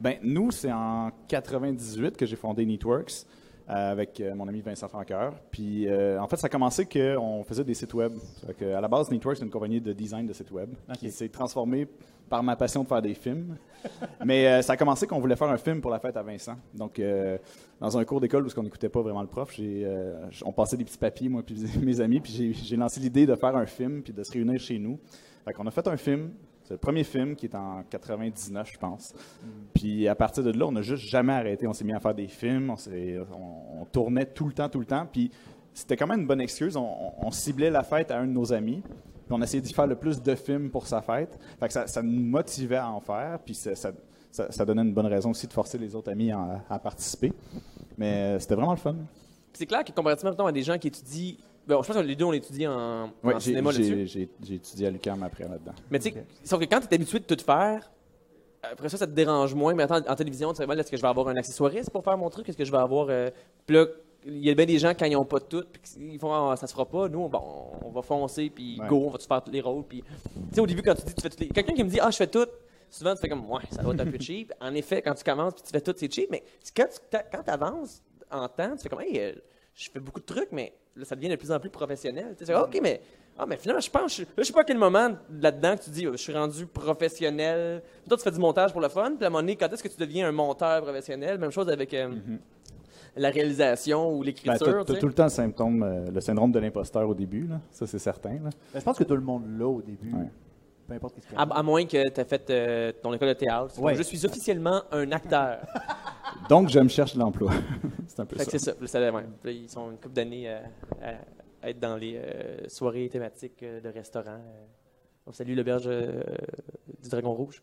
[SPEAKER 5] ben, nous, c'est en 98 que j'ai fondé Networks euh, avec euh, mon ami Vincent Franqueur. Puis, euh, en fait, ça a commencé qu'on faisait des sites web. Fait que, à la base, Networks, c'est une compagnie de design de sites web qui s'est transformée par ma passion de faire des films. Mais euh, ça a commencé qu'on voulait faire un film pour la fête à Vincent. Donc, euh, dans un cours d'école où on n'écoutait pas vraiment le prof, j'ai, euh, j- on passait des petits papiers, moi puis mes amis, puis j'ai, j'ai lancé l'idée de faire un film puis de se réunir chez nous. Fait qu'on a fait un film. C'est le premier film qui est en 99, je pense.
[SPEAKER 4] Mm.
[SPEAKER 5] Puis à partir de là, on n'a juste jamais arrêté. On s'est mis à faire des films, on, s'est- on- on tournait tout le temps, tout le temps. Puis c'était quand même une bonne excuse. On, on- on ciblait la fête à un de nos amis. Puis on essayait d'y faire le plus de films pour sa fête. Fait que ça, ça nous motivait à en faire. Puis ça, ça- ça- ça donnait une bonne raison aussi de forcer les autres amis à, à participer. Mais euh, c'était vraiment le fun.
[SPEAKER 4] Puis c'est clair que comparativement mettons, à des gens qui étudient. Bon, je pense que les deux, on étudie en,
[SPEAKER 5] Ouais,
[SPEAKER 4] en
[SPEAKER 5] j'ai-
[SPEAKER 4] cinéma
[SPEAKER 5] j'ai
[SPEAKER 4] là-dessus.
[SPEAKER 5] j'ai- j'ai étudié à l'UQAM après là-dedans.
[SPEAKER 4] Mais tu sais, sauf que quand tu es habitué de tout faire, après ça, ça te dérange moins. Mais attends, en télévision, tu sais, Well, est-ce que je vais avoir un accessoiriste pour faire mon truc? Est-ce que je vais avoir. euh, Puis là, il y a bien des gens, quand ils n'ont pas tout, puis ils font Ah, ça se fera pas. Nous, bon, on va foncer, puis
[SPEAKER 5] Ouais.
[SPEAKER 4] go, on va tout faire tous les rôles. Puis, tu sais, au début, quand tu dis, tu fais toutes les. Quelqu'un qui me dit, ah, je fais tout, souvent, tu fais comme, ouais, ça doit être un peu cheap. En effet, quand tu commences, puis tu fais tout, c'est cheap. Mais c'est quand tu quand avances en temps, tu fais comme, hey, euh, je fais beaucoup de trucs, mais là, ça devient de plus en plus professionnel. Tu sais, c'est, ok, mais. Ah, mais finalement, je pense, je, là, je sais pas à quel moment là-dedans que tu dis, euh, je suis rendu professionnel. Toi, tu fais du montage pour le fun, puis à un moment donné, quand est-ce que tu deviens un monteur professionnel? Même chose avec euh, la réalisation ou
[SPEAKER 5] Ben,
[SPEAKER 4] l'écriture. tu
[SPEAKER 5] T'as t'as
[SPEAKER 4] sais.
[SPEAKER 5] tout le temps le symptôme, euh, le syndrome de l'imposteur au début, là. ça c'est certain. là.
[SPEAKER 2] Ben, je pense que tout le monde l'a au début.
[SPEAKER 5] Ouais.
[SPEAKER 2] Peu importe ce qu'il y
[SPEAKER 4] À,
[SPEAKER 2] a.
[SPEAKER 4] à moins que tu aies fait euh, ton école de théâtre.
[SPEAKER 2] Ouais.
[SPEAKER 4] Je suis officiellement un acteur.
[SPEAKER 5] Donc je me cherche l'emploi. c'est un peu
[SPEAKER 4] fait que
[SPEAKER 5] ça.
[SPEAKER 4] c'est ça. Puis ça, ouais. Puis ils sont une couple d'années euh, à, à être dans les euh, soirées thématiques euh, de restaurants. euh. On salue l'auberge euh, du Dragon Rouge.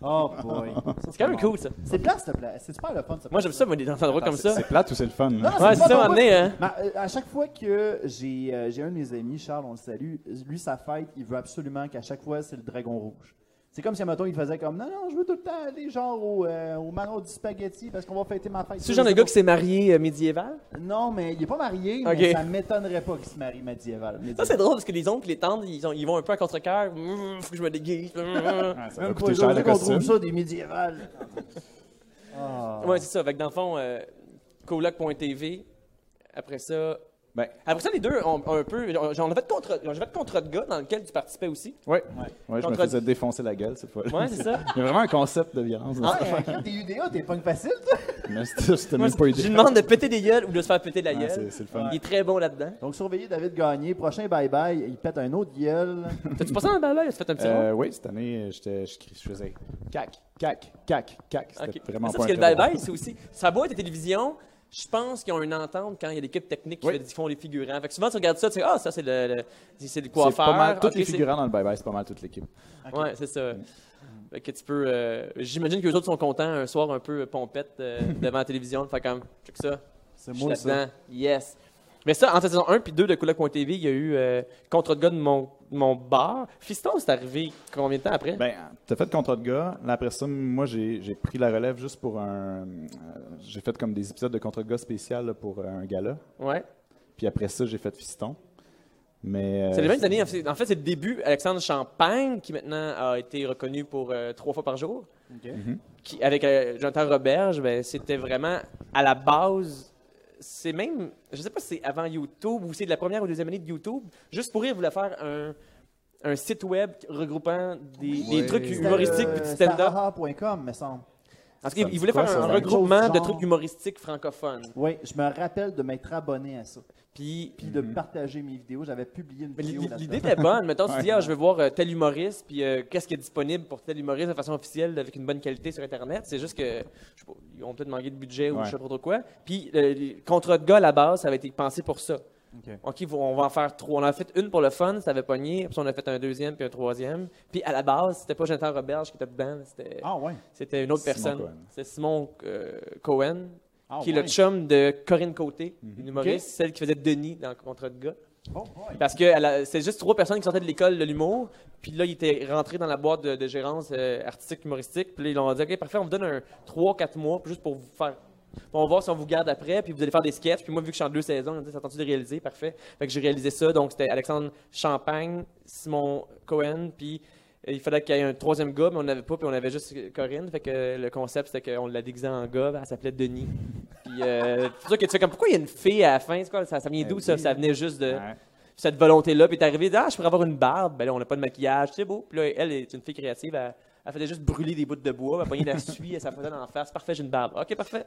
[SPEAKER 2] Oh boy. Ça,
[SPEAKER 4] C'est quand même cool, ça.
[SPEAKER 2] C'est plat, s'il te plaît. C'est super le fun, ça.
[SPEAKER 4] Moi, j'aime ça, moi, des endroits comme ça.
[SPEAKER 5] Ah, C'est plate ou c'est le fun? là?
[SPEAKER 2] Non, non,
[SPEAKER 4] Ouais,
[SPEAKER 2] c'est pas
[SPEAKER 4] c'est ça,
[SPEAKER 2] ton
[SPEAKER 4] m'a amené, hein.
[SPEAKER 2] Ma- euh, à chaque fois que j'ai euh, j'ai un de mes amis, Charles, on le salue, lui, sa fête, il veut absolument qu'à chaque fois, c'est le dragon rouge. C'est comme si, à il faisait comme Non, non, je veux tout le temps aller genre au, euh, au manoir du spaghetti parce qu'on va fêter ma fête.
[SPEAKER 4] C'est le genre de gars qui s'est marié euh, médiéval.
[SPEAKER 2] Non, mais il est pas marié, mais
[SPEAKER 4] Ok.
[SPEAKER 2] ça m'étonnerait pas qu'il se marie médiéval.
[SPEAKER 4] Ça, c'est drôle parce que les oncles, les tantes, ils, ont- ils vont un peu à contre-cœur. Mmh, faut que je me déguise. Mmh.
[SPEAKER 5] Ouais, ça va
[SPEAKER 2] Même pas
[SPEAKER 5] coûter
[SPEAKER 2] les
[SPEAKER 5] cher le
[SPEAKER 2] autres qu'on trouve
[SPEAKER 5] costume.
[SPEAKER 2] ça des médiévales. Ah.
[SPEAKER 4] Ouais, c'est ça. Fait que dans le fond, euh, coloc.tv, après ça.
[SPEAKER 5] Ben.
[SPEAKER 4] Après ça, les deux ont, ont un peu. On, on a fait contre, j'ai fait contre de gars dans lequel tu participais aussi.
[SPEAKER 5] Ouais. Ouais, je me
[SPEAKER 4] Contre-
[SPEAKER 5] faisais défoncer la gueule cette fois-là.
[SPEAKER 4] Ouais, c'est ça. Ah.
[SPEAKER 5] Il y a vraiment un concept de violence dans cette
[SPEAKER 2] Ouais, avec Des UDA, t'es pas une facile, toi.
[SPEAKER 5] affaire. Mais c'était c'était
[SPEAKER 4] Moi,
[SPEAKER 5] même pas
[SPEAKER 4] je lui
[SPEAKER 5] idée.
[SPEAKER 4] demande de péter des gueules ou de se faire péter de la
[SPEAKER 5] Ouais,
[SPEAKER 4] gueule.
[SPEAKER 5] c'est- c'est le fun.
[SPEAKER 4] Il est très bon là-dedans.
[SPEAKER 2] Donc, surveillez David Gagné. Prochain bye-bye, il pète un autre gueule.
[SPEAKER 4] T'as-tu passé dans le bal là? Tu fait un petit rond?
[SPEAKER 5] Euh, oui, cette année, j'étais- je, crie- je faisais cac, cac, cac, cac. C'était
[SPEAKER 4] Ok.
[SPEAKER 5] vraiment
[SPEAKER 4] Ça,
[SPEAKER 5] pas
[SPEAKER 4] Parce que le
[SPEAKER 5] un terroir.
[SPEAKER 4] bye-bye, c'est aussi. Ça boîte de télévision. je pense qu'ils ont une entente quand il y a l'équipe technique qui,
[SPEAKER 5] Oui.
[SPEAKER 4] fait- qui font les figurants. Fait que souvent, tu regardes ça, tu sais, ah, ça, c'est le, le- c'est- c'est le
[SPEAKER 5] C'est
[SPEAKER 4] coiffeur.
[SPEAKER 5] pas mal, tous
[SPEAKER 4] Ok,
[SPEAKER 5] les
[SPEAKER 4] c'est-
[SPEAKER 5] figurants Mm. dans le bye-bye, c'est pas mal toute l'équipe.
[SPEAKER 2] Ok.
[SPEAKER 4] Ouais, c'est ça. Fait que tu peux. euh, J'imagine que les autres sont contents un soir un peu pompette euh, devant la télévision. Fait comme, check ça.
[SPEAKER 2] C'est
[SPEAKER 4] Je suis là-dedans. Yes. Mais ça, entre saison 1 puis 2 de Coloc.tv, il y a eu euh, Contre le gars de mon, mon bar. Fiston, c'est arrivé combien de temps après?
[SPEAKER 5] Ben, t'as fait contrat de gars. Là, après ça, moi, j'ai j'ai pris la relève juste pour un. euh, j'ai fait comme des épisodes de contrat de gars spécial là, pour euh, un gala.
[SPEAKER 4] ouais.
[SPEAKER 5] Puis après ça, j'ai fait fiston. Mais.
[SPEAKER 4] C'est
[SPEAKER 5] euh,
[SPEAKER 4] les mêmes années. En fait, en fait, c'est le début. Alexandre Champagne, qui maintenant a été reconnu pour euh, trois fois par jour, qui, avec euh, Jonathan Roberge, ben, c'était vraiment à la base. C'est même, je sais pas si c'est avant YouTube ou c'est de la première ou deuxième année de YouTube. Juste pour rire, voulait faire un, un site web regroupant des, des
[SPEAKER 7] Ouais.
[SPEAKER 4] trucs
[SPEAKER 7] C'était
[SPEAKER 4] humoristiques puis
[SPEAKER 2] Euh,
[SPEAKER 4] du stand-up.
[SPEAKER 2] haha.com, me semble.
[SPEAKER 4] En tout cas,
[SPEAKER 5] dit
[SPEAKER 4] il voulait
[SPEAKER 5] quoi,
[SPEAKER 4] faire
[SPEAKER 5] ça?
[SPEAKER 4] un
[SPEAKER 5] Ça dit
[SPEAKER 4] regroupement
[SPEAKER 2] chose,
[SPEAKER 4] de
[SPEAKER 2] genre.
[SPEAKER 4] trucs humoristiques francophones.
[SPEAKER 2] Oui, je me rappelle de m'être abonné à ça.
[SPEAKER 4] Puis
[SPEAKER 2] Puis de partager mes vidéos. J'avais publié une
[SPEAKER 4] Mais
[SPEAKER 2] vidéo
[SPEAKER 4] l'i- L'idée
[SPEAKER 2] là-dedans.
[SPEAKER 4] était bonne. Mettons, tu
[SPEAKER 5] Ouais.
[SPEAKER 4] dis, ah, je veux voir euh, tel humoriste, puis euh, qu'est-ce qui est disponible pour tel humoriste de façon officielle, avec une bonne qualité sur Internet. C'est juste que, je sais pas, ils ont peut-être manqué de budget ou
[SPEAKER 5] Ouais.
[SPEAKER 4] je sais pas trop quoi. Puis, euh, le contrat de gars, à la base, ça avait été pensé pour ça.
[SPEAKER 2] Ok.
[SPEAKER 4] OK, faut- on va en faire trois. On en a fait une pour le fun, ça avait pogné. Puis, on a fait un deuxième, puis un troisième. Puis, à la base, c'était pas Jonathan Roberge qui était dedans. C'était
[SPEAKER 2] Ah ouais.
[SPEAKER 4] c'était une autre
[SPEAKER 5] Simon
[SPEAKER 4] personne.
[SPEAKER 5] Cohen.
[SPEAKER 4] C'était Simon euh, Cohen,
[SPEAKER 2] Ah
[SPEAKER 4] qui est
[SPEAKER 2] ouais. Mhm.
[SPEAKER 4] le chum de Corinne Côté, une humoriste, celle qui faisait Denis dans Contrat de gars.
[SPEAKER 2] Oh boy.
[SPEAKER 4] Parce que elle a- c'est juste trois personnes qui sortaient de l'école de l'humour. Puis là, ils étaient rentrés dans la boîte de, de gérance euh, artistique humoristique. Puis là, ils leur ont dit OK, parfait, on vous donne un 3-4 mois juste pour vous faire. puis on va voir si on vous garde après. Puis vous allez faire des sketchs. Puis moi, vu que je suis en deux saisons, ils ont dit Ça tente de réaliser Parfait. Fait que j'ai réalisé ça. Donc c'était Alexandre Champagne, Simon Cohen. Puis. euh, Il fallait qu'il y ait un troisième gars, mais on n'avait pas, puis on avait juste Corinne. Fait que euh, le concept, c'était qu'on l'a déguisé en gars, elle s'appelait Denis. Puis euh, c'est pour ça que tu fais comme, pourquoi il y a une fille à la fin? C'est quoi, ça, ça vient d'où ça? Ça venait juste de
[SPEAKER 5] ouais.
[SPEAKER 4] cette volonté-là, puis t'es arrivé, ah, je pourrais avoir une barbe, ben là, on n'a pas de maquillage, c'est beau. Puis là, elle est une fille créative, elle, elle faisait juste brûler des bouts de bois, elle pognait de la suie, elle s'en faisait dans la face, parfait, j'ai une barbe. Ok, parfait.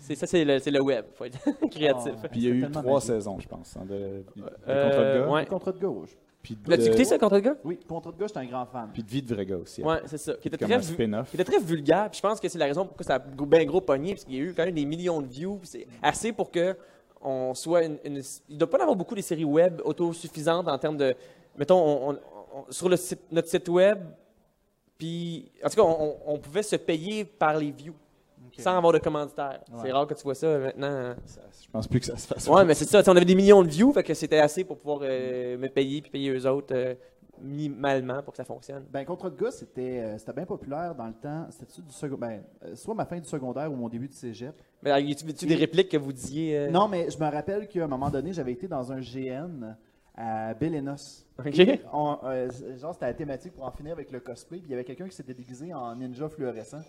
[SPEAKER 4] C'est ça, c'est le, c'est le web, faut être créatif.
[SPEAKER 2] Ah,
[SPEAKER 5] Puis il y a
[SPEAKER 2] c'est
[SPEAKER 5] eu
[SPEAKER 2] tellement
[SPEAKER 5] trois
[SPEAKER 2] magique.
[SPEAKER 5] saisons, je pense, hein, de, de contrat de
[SPEAKER 4] Euh,
[SPEAKER 5] gars.
[SPEAKER 4] ouais.
[SPEAKER 2] Contre de gauche.
[SPEAKER 5] Puis de,
[SPEAKER 4] L'as-tu écouté ça, contre le gars?
[SPEAKER 2] Oui, contre de gauche, j'étais un grand fan.
[SPEAKER 5] Puis de vie de vrai gars aussi. hein.
[SPEAKER 4] Ouais, c'est ça. Qui était
[SPEAKER 5] Comme
[SPEAKER 4] très
[SPEAKER 5] un
[SPEAKER 4] vu-
[SPEAKER 5] spin-off.
[SPEAKER 4] qui était très vulgaire. Puis je pense que c'est la raison pourquoi ça a bien gros pogné, parce qu'il y a eu quand même des millions de views. puis C'est assez pour que on soit une, une- Il ne doit pas y en avoir beaucoup des séries web autosuffisantes en termes de. Mettons, on- on- on- sur le site- notre site web, puis. En tout cas, on, on- on pouvait se payer par les views. Sans avoir de commanditaire. C'est rare que tu vois ça euh, maintenant.
[SPEAKER 5] Je pense plus que ça se fasse.
[SPEAKER 4] Ouais, mais c'est ça. tu sais, On avait des millions de views, fait que c'était assez pour pouvoir euh, me payer puis payer eux autres euh, minimalement pour que ça fonctionne.
[SPEAKER 2] Ben, contre de gars, c'était euh, c'était bien populaire dans le temps. C'était du second- ben, euh, soit ma fin du secondaire ou mon début du cégep.
[SPEAKER 4] Mais alors, y a-tu des répliques que vous disiez euh,
[SPEAKER 2] Non, mais je me rappelle qu'à un moment donné, j'avais été dans un GN à Belenos.
[SPEAKER 4] OK.
[SPEAKER 2] On- euh, genre, c'était la thématique pour en finir avec le cosplay. Puis il y avait quelqu'un qui s'était déguisé en ninja fluorescent.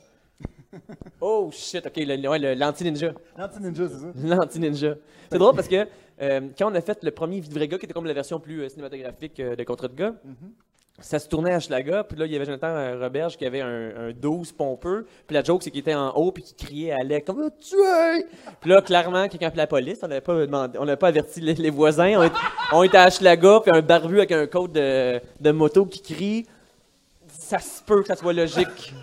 [SPEAKER 4] Oh shit, ok, le- ouais, le- l'anti-ninja.
[SPEAKER 2] L'anti-ninja, c'est ça?
[SPEAKER 4] L'anti-ninja. C'est drôle parce que euh, quand on a fait le premier Vite Vrai Gars, qui était comme la version plus euh, cinématographique euh, de Contre de gars, ça se tournait à Schlaga, puis là, il y avait Jonathan euh, Roberge qui avait un, un 12 pompeux, puis la joke, c'est qu'il était en haut, puis qu'il criait à Alec, comme « Tuez! » Puis là, clairement, quelqu'un appelait la police, on n'avait pas, demandé- on n'avait pas averti les, les voisins, on, est- on était à Schlaga, puis un barbu avec un code de, de moto qui crie « Ça se peut que ça soit logique! »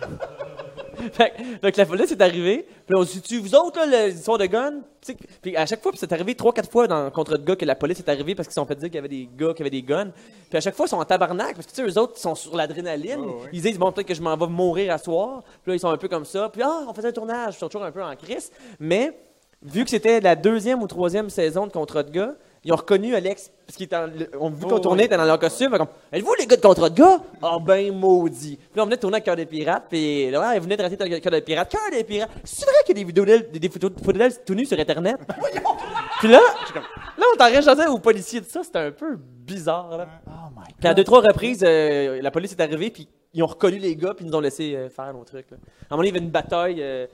[SPEAKER 4] Fait que- donc la police est arrivée, puis on se dit, tu vous autres, là, l'histoire de gun, Tu sais, puis à chaque fois, puis c'est arrivé 3-4 fois dans le contrat de gars que la police est arrivée parce qu'ils se sont fait dire qu'il y avait des gars qui avaient des guns, puis à chaque fois, ils sont en tabarnak, parce que tu sais, eux autres, ils sont sur l'adrénaline, ils disent, bon, peut-être que je m'en vais mourir à soir, puis là, ils sont un peu comme ça, puis ah, on faisait un tournage, ils sont toujours un peu en crise, mais vu que c'était la deuxième ou troisième saison de contrat de gars, ils ont reconnu Alex, parce qu'ils étaient en- on, vu
[SPEAKER 2] Oh,
[SPEAKER 4] qu'on tournait, ils étaient dans leur costume, fait comme, êtes-vous les gars de contrat de gars? Ah ben maudit. Puis là, on venait de tourner à Cœur des Pirates, puis là, ouais, ils venaient de rater Cœur des Pirates. Cœur des Pirates! C'est vrai qu'il y a des vidéos d'elle- des, des photos de photos d'elle tout nues sur Internet? puis là, j'étais comme, là, on t'en reste jamais aux policiers de ça, c'était un peu bizarre, là.
[SPEAKER 2] Oh my god.
[SPEAKER 4] Puis à deux, trois reprises, euh, la police est arrivée, puis ils ont reconnu les gars, puis ils nous ont laissé euh, faire nos trucs, là. À un moment donné, il y avait une bataille euh,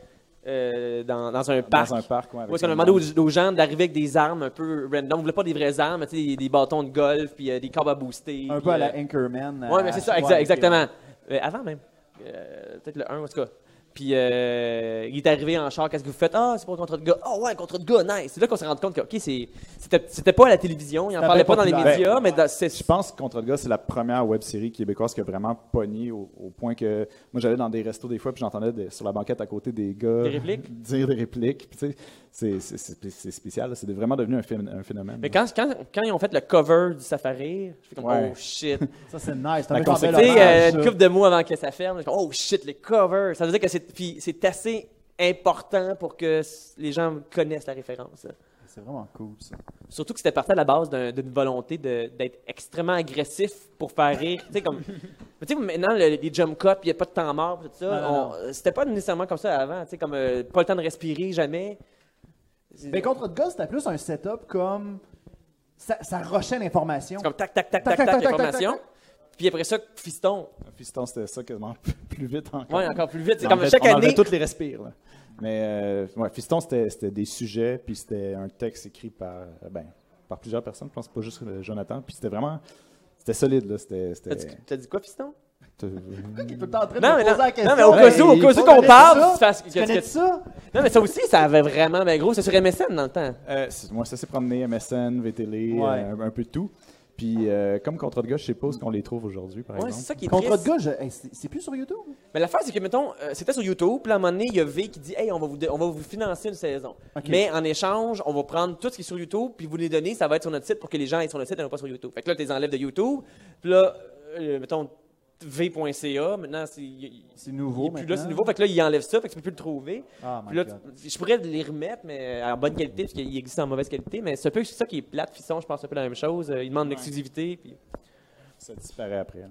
[SPEAKER 4] euh, dans, dans un parc.
[SPEAKER 5] Dans un parc, ouais. avec
[SPEAKER 4] Oui, parce qu'on a
[SPEAKER 5] un
[SPEAKER 4] demandé
[SPEAKER 5] monde.
[SPEAKER 4] aux, aux gens d'arriver avec des armes un peu random. On voulait pas des vraies armes, mais tu sais, des- des bâtons de golf, puis euh, des corbes à booster.
[SPEAKER 2] Un
[SPEAKER 4] puis,
[SPEAKER 2] peu à
[SPEAKER 4] euh,
[SPEAKER 2] la Anchorman.
[SPEAKER 4] Ouais,
[SPEAKER 2] à-
[SPEAKER 4] mais c'est ça,
[SPEAKER 2] ouais,
[SPEAKER 4] exa-
[SPEAKER 2] ok,
[SPEAKER 4] exactement. Euh, avant même. Euh, Peut-être euh, le 1, en tout cas. Puis euh, il est arrivé en char, qu'est-ce que vous faites? Ah, c'est pour un contrat de gars. Ah ouais, un contrat de gars, nice. C'est là qu'on s'est rendu compte que, OK, c'est- c'était c'était pas à la télévision, il en
[SPEAKER 2] C'était
[SPEAKER 4] parlait
[SPEAKER 2] bien
[SPEAKER 4] pas dans les
[SPEAKER 2] populaire.
[SPEAKER 4] médias, mais dans- c'est
[SPEAKER 5] Je pense que Contre le gars, c'est la première web série québécoise qui a vraiment pogné au, au point que moi j'allais dans des restos des fois puis j'entendais des- sur la banquette à côté des gars
[SPEAKER 4] Des répliques?
[SPEAKER 5] dire des répliques. Puis tu sais, c'est- c'est- c'est c'est spécial, là. c'est vraiment devenu un, phé- un phénomène.
[SPEAKER 4] Mais quand, quand, quand ils ont fait le cover du Safari, je fais comme
[SPEAKER 5] Ouais.
[SPEAKER 4] oh shit.
[SPEAKER 2] Ça, c'est nice.
[SPEAKER 5] La
[SPEAKER 2] T'as fait un bel
[SPEAKER 4] tu sais, euh,
[SPEAKER 2] hommage,
[SPEAKER 4] une
[SPEAKER 2] ça.
[SPEAKER 4] couple de mois avant que ça ferme, je fais oh shit, les covers. Ça veut dire que c'est puis c'est assez important pour que s- les gens connaissent la référence.
[SPEAKER 2] C'est vraiment cool, ça.
[SPEAKER 4] Surtout que c'était parti à la base d'un- d'une volonté de- d'être extrêmement agressif pour faire rire. tu sais, comme. Mais tu sais, maintenant, le- les jump cuts, il n'y a pas de temps mort, tout
[SPEAKER 2] Non,
[SPEAKER 4] ça.
[SPEAKER 2] non,
[SPEAKER 4] on- euh, C'était pas nécessairement comme ça avant. Tu sais, comme euh, pas le temps de respirer jamais.
[SPEAKER 2] Mais contre de gars, c'était plus un setup comme. Ça, ça rushait l'information.
[SPEAKER 4] C'est comme tac, tac, tac, tac, tac, l'information. Puis après ça, fiston.
[SPEAKER 5] Fiston, c'était ça quasiment plus vite encore.
[SPEAKER 4] Ouais, encore plus vite. C'est
[SPEAKER 5] On
[SPEAKER 4] comme
[SPEAKER 5] enlevait-
[SPEAKER 4] chaque
[SPEAKER 5] on enlevait
[SPEAKER 4] année.
[SPEAKER 5] toutes les respires. là. Mais euh, ouais, Fiston, c'était c'était des sujets, puis c'était un texte écrit par, euh, ben, par plusieurs personnes, je pense pas juste euh, Jonathan. Puis c'était vraiment. C'était solide, là. C'était.
[SPEAKER 4] T'as
[SPEAKER 5] c'était-
[SPEAKER 4] dit, t'as dit quoi, fiston?
[SPEAKER 2] Pourquoi il est tout le temps en train de
[SPEAKER 4] Non,
[SPEAKER 2] me
[SPEAKER 4] mais
[SPEAKER 2] poser
[SPEAKER 4] non.
[SPEAKER 2] la question?
[SPEAKER 4] Non, mais au cas où- au
[SPEAKER 2] il
[SPEAKER 4] cas où
[SPEAKER 2] faut
[SPEAKER 4] qu'on
[SPEAKER 2] connaître
[SPEAKER 4] parle,
[SPEAKER 2] ça.
[SPEAKER 4] tu fasses-
[SPEAKER 2] Tu
[SPEAKER 4] que-
[SPEAKER 2] connais
[SPEAKER 4] que-
[SPEAKER 2] ça?
[SPEAKER 4] Non, mais ça aussi, ça avait vraiment. Mais gros, c'est sur MSN dans le temps.
[SPEAKER 5] Euh, c'est- moi, ça s'est promené MSN, VTL,
[SPEAKER 2] Ouais.
[SPEAKER 5] euh, un, un peu de tout. Puis euh, comme contre de gars, je sais pas où est-ce qu'on les trouve aujourd'hui, par
[SPEAKER 4] Ouais, c'est
[SPEAKER 5] exemple.
[SPEAKER 4] ça qui est
[SPEAKER 2] Contre
[SPEAKER 4] triste.
[SPEAKER 2] de gars, je- hey, c'est c'est plus sur YouTube.
[SPEAKER 4] Mais l'affaire, c'est que, mettons, euh, c'était sur YouTube, puis à un moment donné, il y a V qui dit Hey, on va vous, on va vous financer une saison.
[SPEAKER 2] Ok.
[SPEAKER 4] Mais en échange, on va prendre tout ce qui est sur YouTube, puis vous les donner, ça va être sur notre site pour que les gens aient sur notre site et non pas sur YouTube. Fait que là, tu les enlèves de YouTube, puis là, euh, mettons, V.ca, maintenant, c'est. il- il-
[SPEAKER 2] C'est
[SPEAKER 4] il est
[SPEAKER 2] nouveau.
[SPEAKER 4] plus là, c'est nouveau. Fait que là, il enlève ça, fait que tu peux plus le trouver.
[SPEAKER 2] Ah,
[SPEAKER 4] Puis
[SPEAKER 2] my
[SPEAKER 4] là,
[SPEAKER 2] God.
[SPEAKER 4] tu- je pourrais les remettre, mais euh, en bonne qualité, parce qu'il existe en mauvaise qualité. Mais c'est un peu ça qui est plate, Fisson, je pense, c'est un peu la même chose. Euh, Il demande l'exclusivité, puis.
[SPEAKER 5] Ça disparaît après. là.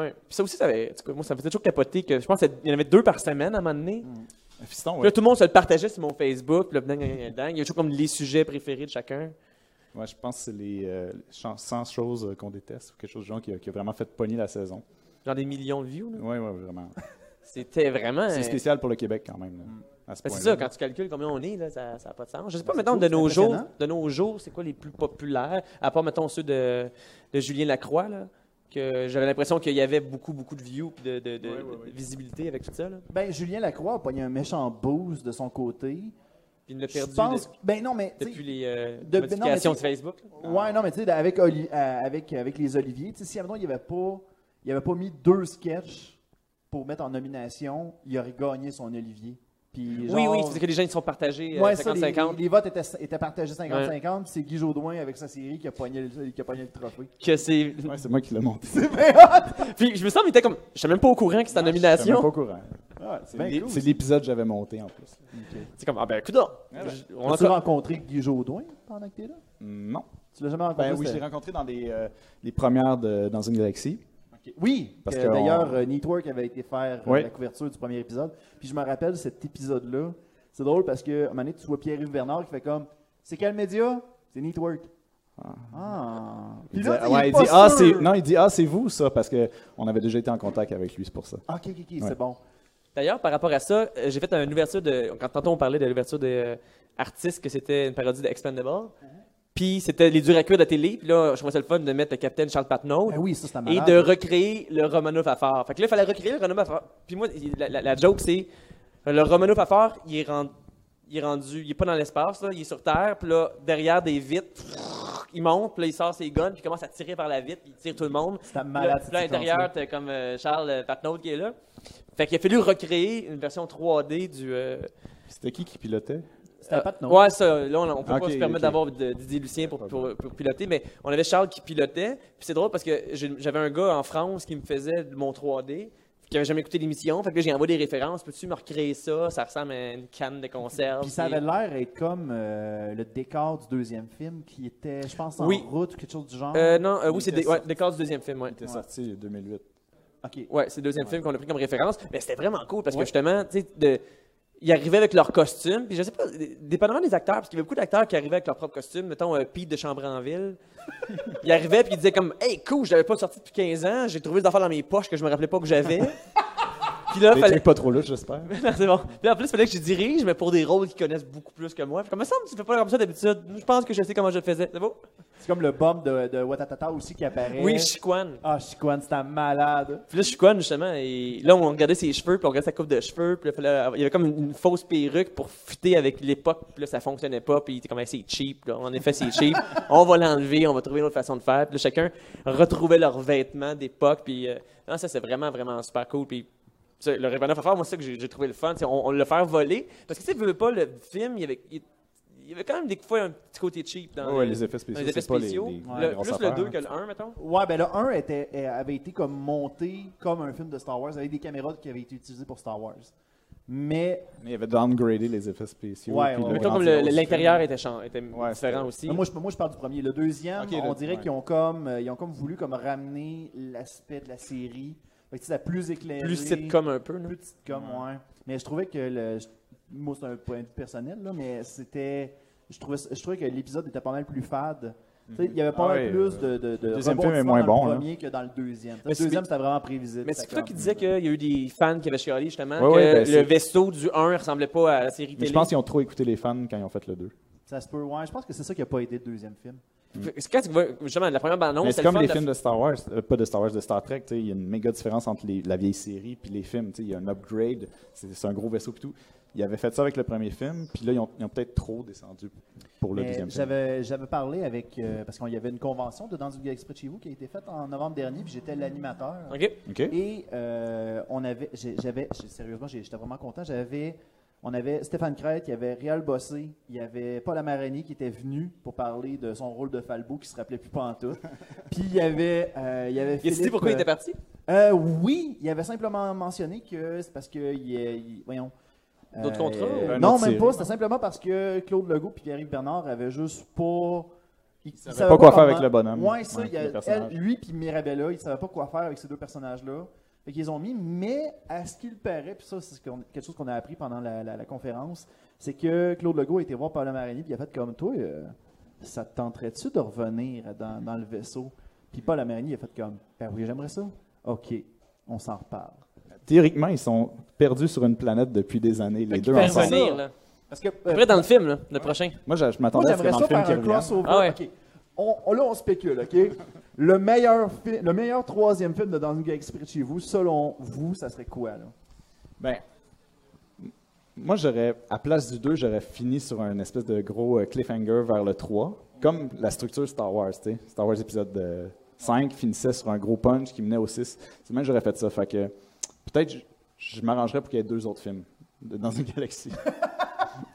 [SPEAKER 4] Ouais. Puis ça aussi, ça avait, en tout cas, moi, ça me faisait toujours capoter que je pense qu'il y en avait deux par semaine à un moment donné.
[SPEAKER 2] Mm.
[SPEAKER 5] Euh, Fiston,
[SPEAKER 4] Puis là,
[SPEAKER 5] ouais.
[SPEAKER 4] tout le monde se le partageait sur mon Facebook. puis là, dang, dang, dang, dang. Il y a toujours comme les sujets préférés de chacun.
[SPEAKER 5] Ouais, je pense que c'est les euh, chan- 100 choses euh, qu'on déteste ou quelque chose du genre qui a, qui a vraiment fait pogner la saison.
[SPEAKER 4] Genre des millions de views. là.
[SPEAKER 5] Ouais, ouais, vraiment.
[SPEAKER 4] C'était vraiment.
[SPEAKER 5] C'est
[SPEAKER 4] euh,
[SPEAKER 5] spécial pour le Québec quand même. là, à ce
[SPEAKER 4] ben, c'est
[SPEAKER 5] point-là.
[SPEAKER 4] ça, quand tu calcules combien on est, là, ça n'a pas de sens. Je sais pas,
[SPEAKER 2] Ben,
[SPEAKER 4] mettons,
[SPEAKER 2] c'est
[SPEAKER 4] de
[SPEAKER 2] cool,
[SPEAKER 4] nos
[SPEAKER 2] c'est
[SPEAKER 4] jours,
[SPEAKER 2] impressionnant.
[SPEAKER 4] de nos jours, c'est quoi les plus populaires, à part, mettons, ceux de, de Julien Lacroix, là, que j'avais l'impression qu'il y avait beaucoup, beaucoup de views puis de, de, de- de visibilité avec tout ça. Là.
[SPEAKER 2] Ben, Julien Lacroix a pogné un méchant boost de son côté.
[SPEAKER 4] Puis il l'a
[SPEAKER 2] Je
[SPEAKER 4] perdu
[SPEAKER 2] pense.
[SPEAKER 4] de-
[SPEAKER 2] Ben non, mais. tu sais,
[SPEAKER 4] depuis les euh,
[SPEAKER 2] de- ben, non, mais
[SPEAKER 4] modifications de
[SPEAKER 2] tu-
[SPEAKER 4] Facebook. là.
[SPEAKER 2] Ouais, non, mais tu sais, avec, Oli- euh, avec, avec les Oliviers, tu sais, si admettons, il avait pas, il avait pas mis deux sketchs pour mettre en nomination, il aurait gagné son Olivier. Puis,
[SPEAKER 4] Oui,
[SPEAKER 2] genre-
[SPEAKER 4] oui, c'est que les gens ils se sont partagés euh,
[SPEAKER 2] Ouais, ça, les-
[SPEAKER 4] 50-50.
[SPEAKER 2] les, votes étaient, étaient partagés 50-50, puis c'est Guy Jodoin avec sa série qui a pogné le, qui a pogné le trophée.
[SPEAKER 4] Que c'est.
[SPEAKER 5] Ouais, c'est moi qui l'ai monté.
[SPEAKER 2] C'est bien hot!
[SPEAKER 4] Puis je me sens, il était comme. Je sais même pas au courant que c'était en
[SPEAKER 5] Je suis même pas
[SPEAKER 4] nomination.
[SPEAKER 5] au courant.
[SPEAKER 2] Ah, c'est
[SPEAKER 5] C'est
[SPEAKER 2] bien
[SPEAKER 5] l'é-
[SPEAKER 2] cool.
[SPEAKER 5] c'est l'épisode que j'avais monté en plus.
[SPEAKER 4] C'est comme, ah ben, coudonc.
[SPEAKER 5] ben.
[SPEAKER 4] Je- on
[SPEAKER 2] As-tu
[SPEAKER 4] encore-
[SPEAKER 2] rencontré Guy Jodoin pendant que t'es là?
[SPEAKER 5] Non.
[SPEAKER 2] Tu l'as jamais rencontré?
[SPEAKER 5] Ben oui, je l'ai
[SPEAKER 2] c'était-
[SPEAKER 5] rencontré dans les, euh, les premières de Dans une galaxie.
[SPEAKER 2] Oui,
[SPEAKER 5] Parce
[SPEAKER 2] que
[SPEAKER 5] que
[SPEAKER 2] d'ailleurs,
[SPEAKER 5] on-
[SPEAKER 2] euh, Network avait été faire euh,
[SPEAKER 5] Oui.
[SPEAKER 2] la couverture du premier épisode. Puis je me rappelle cet épisode-là. C'est drôle parce que, à un moment donné, tu vois Pierre-Yves Bernard qui fait comme C'est quel média C'est Network. Ah. Puis
[SPEAKER 5] Il dit,
[SPEAKER 2] là, tu sais,
[SPEAKER 5] ouais,
[SPEAKER 2] il est
[SPEAKER 5] il
[SPEAKER 2] pas
[SPEAKER 5] dit, ah,
[SPEAKER 2] sûr.
[SPEAKER 5] c'est, non, il dit, ah, c'est vous, ça, parce qu'on avait déjà été en contact avec lui, c'est pour ça.
[SPEAKER 2] Ah, Ok, ok, ok,
[SPEAKER 5] Ouais.
[SPEAKER 2] c'est bon.
[SPEAKER 4] D'ailleurs, par rapport à ça, euh, j'ai fait une ouverture de. Quand tantôt on parlait de l'ouverture de euh, Artiste, que c'était une parodie de
[SPEAKER 2] Uh-huh.
[SPEAKER 4] Expandable. Puis c'était les durs à cuire de la télé. Puis là, je trouvais ça le fun de mettre le capitaine Charles Patnaud.
[SPEAKER 2] Ben oui, ça, c'est un
[SPEAKER 4] et
[SPEAKER 2] malade.
[SPEAKER 4] de recréer le Romanov à faire. Fait que là, il fallait recréer le Romanov à faire. Puis moi, il- la, la- la joke, c'est le Romanov à faire, il est rendu. Il est rendu, il est pas dans l'espace, là, il est sur Terre, puis là, derrière des vitres, il monte, puis là, il sort ses guns, puis il commence à tirer par la vitre, puis il tire tout le monde.
[SPEAKER 2] C'est un
[SPEAKER 4] Là,
[SPEAKER 2] malade.
[SPEAKER 4] puis là, à l'intérieur, t'as comme euh, Charles euh, Patnaud qui est là. Fait qu'il a fallu recréer une version 3D du. euh,
[SPEAKER 5] C'était qui qui pilotait?
[SPEAKER 2] C'était
[SPEAKER 4] euh,
[SPEAKER 2] Patnaud.
[SPEAKER 4] Ouais, ça. Là, on, on peut
[SPEAKER 2] Ah,
[SPEAKER 5] Ok,
[SPEAKER 4] pas se permettre
[SPEAKER 5] ok.
[SPEAKER 4] d'avoir de- Didier Lucien pour, pour- pour piloter, mais on avait Charles qui pilotait. Puis c'est drôle parce que j'ai- j'avais un gars en France qui me faisait de mon 3D, qui avait jamais écouté l'émission. Fait que là, j'ai envoyé des références. Peux-tu me recréer ça Ça ressemble à une canne de conserve.
[SPEAKER 2] Puis ça avait l'air d'être comme euh, le décor du deuxième film qui était, je pense, en
[SPEAKER 4] Oui.
[SPEAKER 2] route, quelque chose du genre.
[SPEAKER 4] Euh, non, euh, oui,
[SPEAKER 5] Il
[SPEAKER 4] c'est
[SPEAKER 5] était
[SPEAKER 4] des, ouais,
[SPEAKER 5] sorti.
[SPEAKER 4] décor du deuxième film. Ouais.
[SPEAKER 5] Il était sorti en 2008.
[SPEAKER 2] Ok.
[SPEAKER 4] Ouais, c'est le deuxième film qu'on a pris comme référence. Mais c'était vraiment cool parce que justement, tu sais, de- ils arrivaient avec leur costume. Puis je sais pas, d- dépendamment des acteurs, parce qu'il y avait beaucoup d'acteurs qui arrivaient avec leur propre costume. Mettons, euh, Pete de Chambranville. il arrivait puis il disait comme, hey, cool, je l'avais pas sorti depuis 15 ans. J'ai trouvé des affaires dans mes poches que je me rappelais pas que j'avais. Puis là,
[SPEAKER 5] Des
[SPEAKER 4] fallait.
[SPEAKER 5] trucs pas trop louches, j'espère.
[SPEAKER 4] Non, c'est bon. Puis en plus, fallait que je dirige, mais pour des rôles qui connaissent beaucoup plus que moi. Fait comme, me semble que tu fais pas comme ça d'habitude. Je pense que je sais comment je le faisais. C'est Euh, beau?
[SPEAKER 2] C'est comme le bomb de, de Watatata aussi qui apparaît.
[SPEAKER 4] Oui, Chiquan.
[SPEAKER 2] Ah, Chiquan, c'est un malade.
[SPEAKER 4] Puis là, Chiquan, justement, et là, on regardait ses cheveux, puis on regardait sa coupe de cheveux, puis là, fallait- il y avait comme une, une fausse perruque pour fitter avec l'époque, puis là, ça fonctionnait pas, puis il était comme, Hey, c'est cheap, là. En effet, c'est cheap. on va l'enlever, on va trouver une autre façon de faire. Puis là, chacun retrouvait leurs vêtements d'époque, puis euh, non, ça, c'est vraiment, vraiment super cool. Puis Tu sais, le Ravenloft affaire, moi, c'est ça que j'ai j'ai trouvé le fun. tu sais, On, on le faire voler. Parce que, tu sais, veux veux pas, le film, il y avait, il, il y avait quand même des fois un petit côté cheap dans
[SPEAKER 5] Ouais,
[SPEAKER 4] le-
[SPEAKER 5] les effets
[SPEAKER 4] dans
[SPEAKER 5] spéciaux.
[SPEAKER 4] les effets
[SPEAKER 5] c'est pas les-
[SPEAKER 4] spéciaux.
[SPEAKER 5] les-
[SPEAKER 4] Le-
[SPEAKER 5] les grosses
[SPEAKER 4] plus le
[SPEAKER 5] affaires,
[SPEAKER 4] 2
[SPEAKER 5] hein.
[SPEAKER 4] que le 1, mettons.
[SPEAKER 2] Ouais, ben le 1 était, euh, avait été comme monté comme un film de Star Wars avec des caméras qui avaient été utilisées pour Star Wars. Mais
[SPEAKER 5] Mais il y avait downgradé les effets spéciaux.
[SPEAKER 2] Ouais,
[SPEAKER 5] puis
[SPEAKER 2] ouais,
[SPEAKER 5] le
[SPEAKER 2] ouais.
[SPEAKER 4] Mettons
[SPEAKER 5] rendu
[SPEAKER 4] comme le-
[SPEAKER 5] grosse.
[SPEAKER 4] l'intérieur était, chan- était
[SPEAKER 5] Ouais,
[SPEAKER 4] différent aussi.
[SPEAKER 2] ben moi je, moi, je parle du premier. Le deuxième,
[SPEAKER 5] Ok,
[SPEAKER 2] on
[SPEAKER 5] le-
[SPEAKER 2] dirait
[SPEAKER 5] ouais.
[SPEAKER 2] qu'ils ont comme euh, ils ont comme voulu comme ramener l'aspect de la série. Fait que tu sais, la plus éclairée.
[SPEAKER 4] plus sitcom un peu. là.
[SPEAKER 2] Plus sitcom, ouais. Mais je trouvais que le. je- Moi, c'est un point de vue personnel, là, mais c'était. Je trouvais, je trouvais que l'épisode était pas mal plus fade. Tu sais, Il y avait pas
[SPEAKER 5] Ah
[SPEAKER 2] mal
[SPEAKER 5] ouais,
[SPEAKER 2] plus de. de, de
[SPEAKER 5] le deuxième film
[SPEAKER 2] rebondissements
[SPEAKER 5] est moins
[SPEAKER 2] dans
[SPEAKER 5] bon,
[SPEAKER 2] Le
[SPEAKER 5] là.
[SPEAKER 2] premier que dans le deuxième.
[SPEAKER 4] Mais
[SPEAKER 2] Le
[SPEAKER 4] c'est-
[SPEAKER 2] deuxième, c'était vraiment prévisible.
[SPEAKER 4] Mais c'est
[SPEAKER 2] c'était
[SPEAKER 4] toi
[SPEAKER 2] comme-
[SPEAKER 4] qui disais qu'il y a eu des fans qui avaient chialé, justement,
[SPEAKER 5] Ouais, ouais,
[SPEAKER 4] que
[SPEAKER 5] ben,
[SPEAKER 4] le
[SPEAKER 5] c'est-
[SPEAKER 4] vaisseau du 1 ressemblait pas à la série
[SPEAKER 5] Mais
[SPEAKER 4] télé.
[SPEAKER 5] je pense qu'ils ont trop écouté les fans quand ils ont fait le 2.
[SPEAKER 2] Ça se peut, ouais. Je pense que c'est ça qui a pas aidé le deuxième film.
[SPEAKER 4] C'est quand tu vois, justement, la première bande-annonce,
[SPEAKER 5] Mais
[SPEAKER 4] c'était
[SPEAKER 5] c'est
[SPEAKER 4] le
[SPEAKER 5] comme
[SPEAKER 4] fun
[SPEAKER 5] les
[SPEAKER 4] de-
[SPEAKER 5] films de Star Wars, euh, pas de Star Wars, de Star Trek. tu sais, Il y a une méga différence entre les- la vieille série puis les films. tu sais, Il y a un upgrade, c'est c'est un gros vaisseau et tout. Ils avaient fait ça avec le premier film, puis là, ils ont, ils ont peut-être trop descendu pour le
[SPEAKER 2] Mais
[SPEAKER 5] deuxième film.
[SPEAKER 2] J'avais, j'avais parlé avec. euh, parce qu'il y avait une convention de Dans du Exprès de chez vous qui a été faite en novembre dernier, puis j'étais l'animateur.
[SPEAKER 4] OK.
[SPEAKER 5] OK?
[SPEAKER 2] Et euh, on avait, j'ai- j'avais, j'ai- sérieusement, j'ai- j'étais vraiment content. J'avais, on avait Stéphane Crête, il y avait Réal Bossé, il y avait Paul Amarani qui était venu pour parler de son rôle de Falbo qui se rappelait plus pas en tout. Puis il y avait, euh, il y avait.
[SPEAKER 4] Il a dit
[SPEAKER 2] Philippe,
[SPEAKER 4] pourquoi il
[SPEAKER 2] euh,
[SPEAKER 4] était parti?
[SPEAKER 2] euh, oui, il avait simplement mentionné que c'est parce que il, est- il- voyons. Euh,
[SPEAKER 4] D'autres contrats,
[SPEAKER 5] ou- Un
[SPEAKER 2] Non,
[SPEAKER 5] autre
[SPEAKER 2] même
[SPEAKER 5] série.
[SPEAKER 2] pas. C'était simplement parce que Claude Legault puis Pierre-Yves Bernard avaient juste pas. Ils ne savaient
[SPEAKER 5] pas quoi faire
[SPEAKER 2] comment-
[SPEAKER 5] avec le bonhomme.
[SPEAKER 2] Ouais, ça.
[SPEAKER 5] Ouais,
[SPEAKER 2] il y a-
[SPEAKER 5] le personnage.
[SPEAKER 2] elle- lui puis Mirabella, ils savaient pas quoi faire avec ces deux personnages-là. Fait qu'ils les ont mis, mais à ce qu'il paraît, puis ça, c'est ce qu'on- quelque chose qu'on a appris pendant la, la- la conférence, c'est que Claude Legault a été voir Paolo Marini, puis il a fait comme toi, euh, ça te tenterait-tu de revenir dans, dans le vaisseau? Puis Paul Amarini, il a fait comme, ben oui, j'aimerais ça. OK, on s'en reparle.
[SPEAKER 5] Théoriquement, ils sont perdus sur une planète depuis des années, les
[SPEAKER 4] Fait qu'il
[SPEAKER 5] deux
[SPEAKER 4] fait
[SPEAKER 5] ensemble.
[SPEAKER 4] revenir, là.
[SPEAKER 2] Parce que, euh,
[SPEAKER 4] Après, dans le film, là, le prochain.
[SPEAKER 5] Moi, je,
[SPEAKER 2] moi,
[SPEAKER 5] je m'attendais à ce que
[SPEAKER 2] j'aimerais
[SPEAKER 5] dans le
[SPEAKER 2] ça
[SPEAKER 5] film
[SPEAKER 2] faire
[SPEAKER 5] qu'ils
[SPEAKER 2] un
[SPEAKER 5] reviennent.
[SPEAKER 2] crossover.
[SPEAKER 4] Ah ouais.
[SPEAKER 2] OK. On, on- là, on spécule, OK? le, meilleur fi- le meilleur troisième film de Dans une Exprès de chez vous, selon vous, ça serait quoi, là?
[SPEAKER 5] Ben, m- Ben, moi, j'aurais, à place du 2, j'aurais fini sur un espèce de gros euh, cliffhanger vers le 3, comme la structure Star Wars, tu sais. Star Wars épisode euh, 5 finissait sur un gros punch qui menait au 6. C'est même j'aurais fait ça. Fait que peut-être je, je m'arrangerais pour qu'il y ait deux autres films de- dans une galaxie.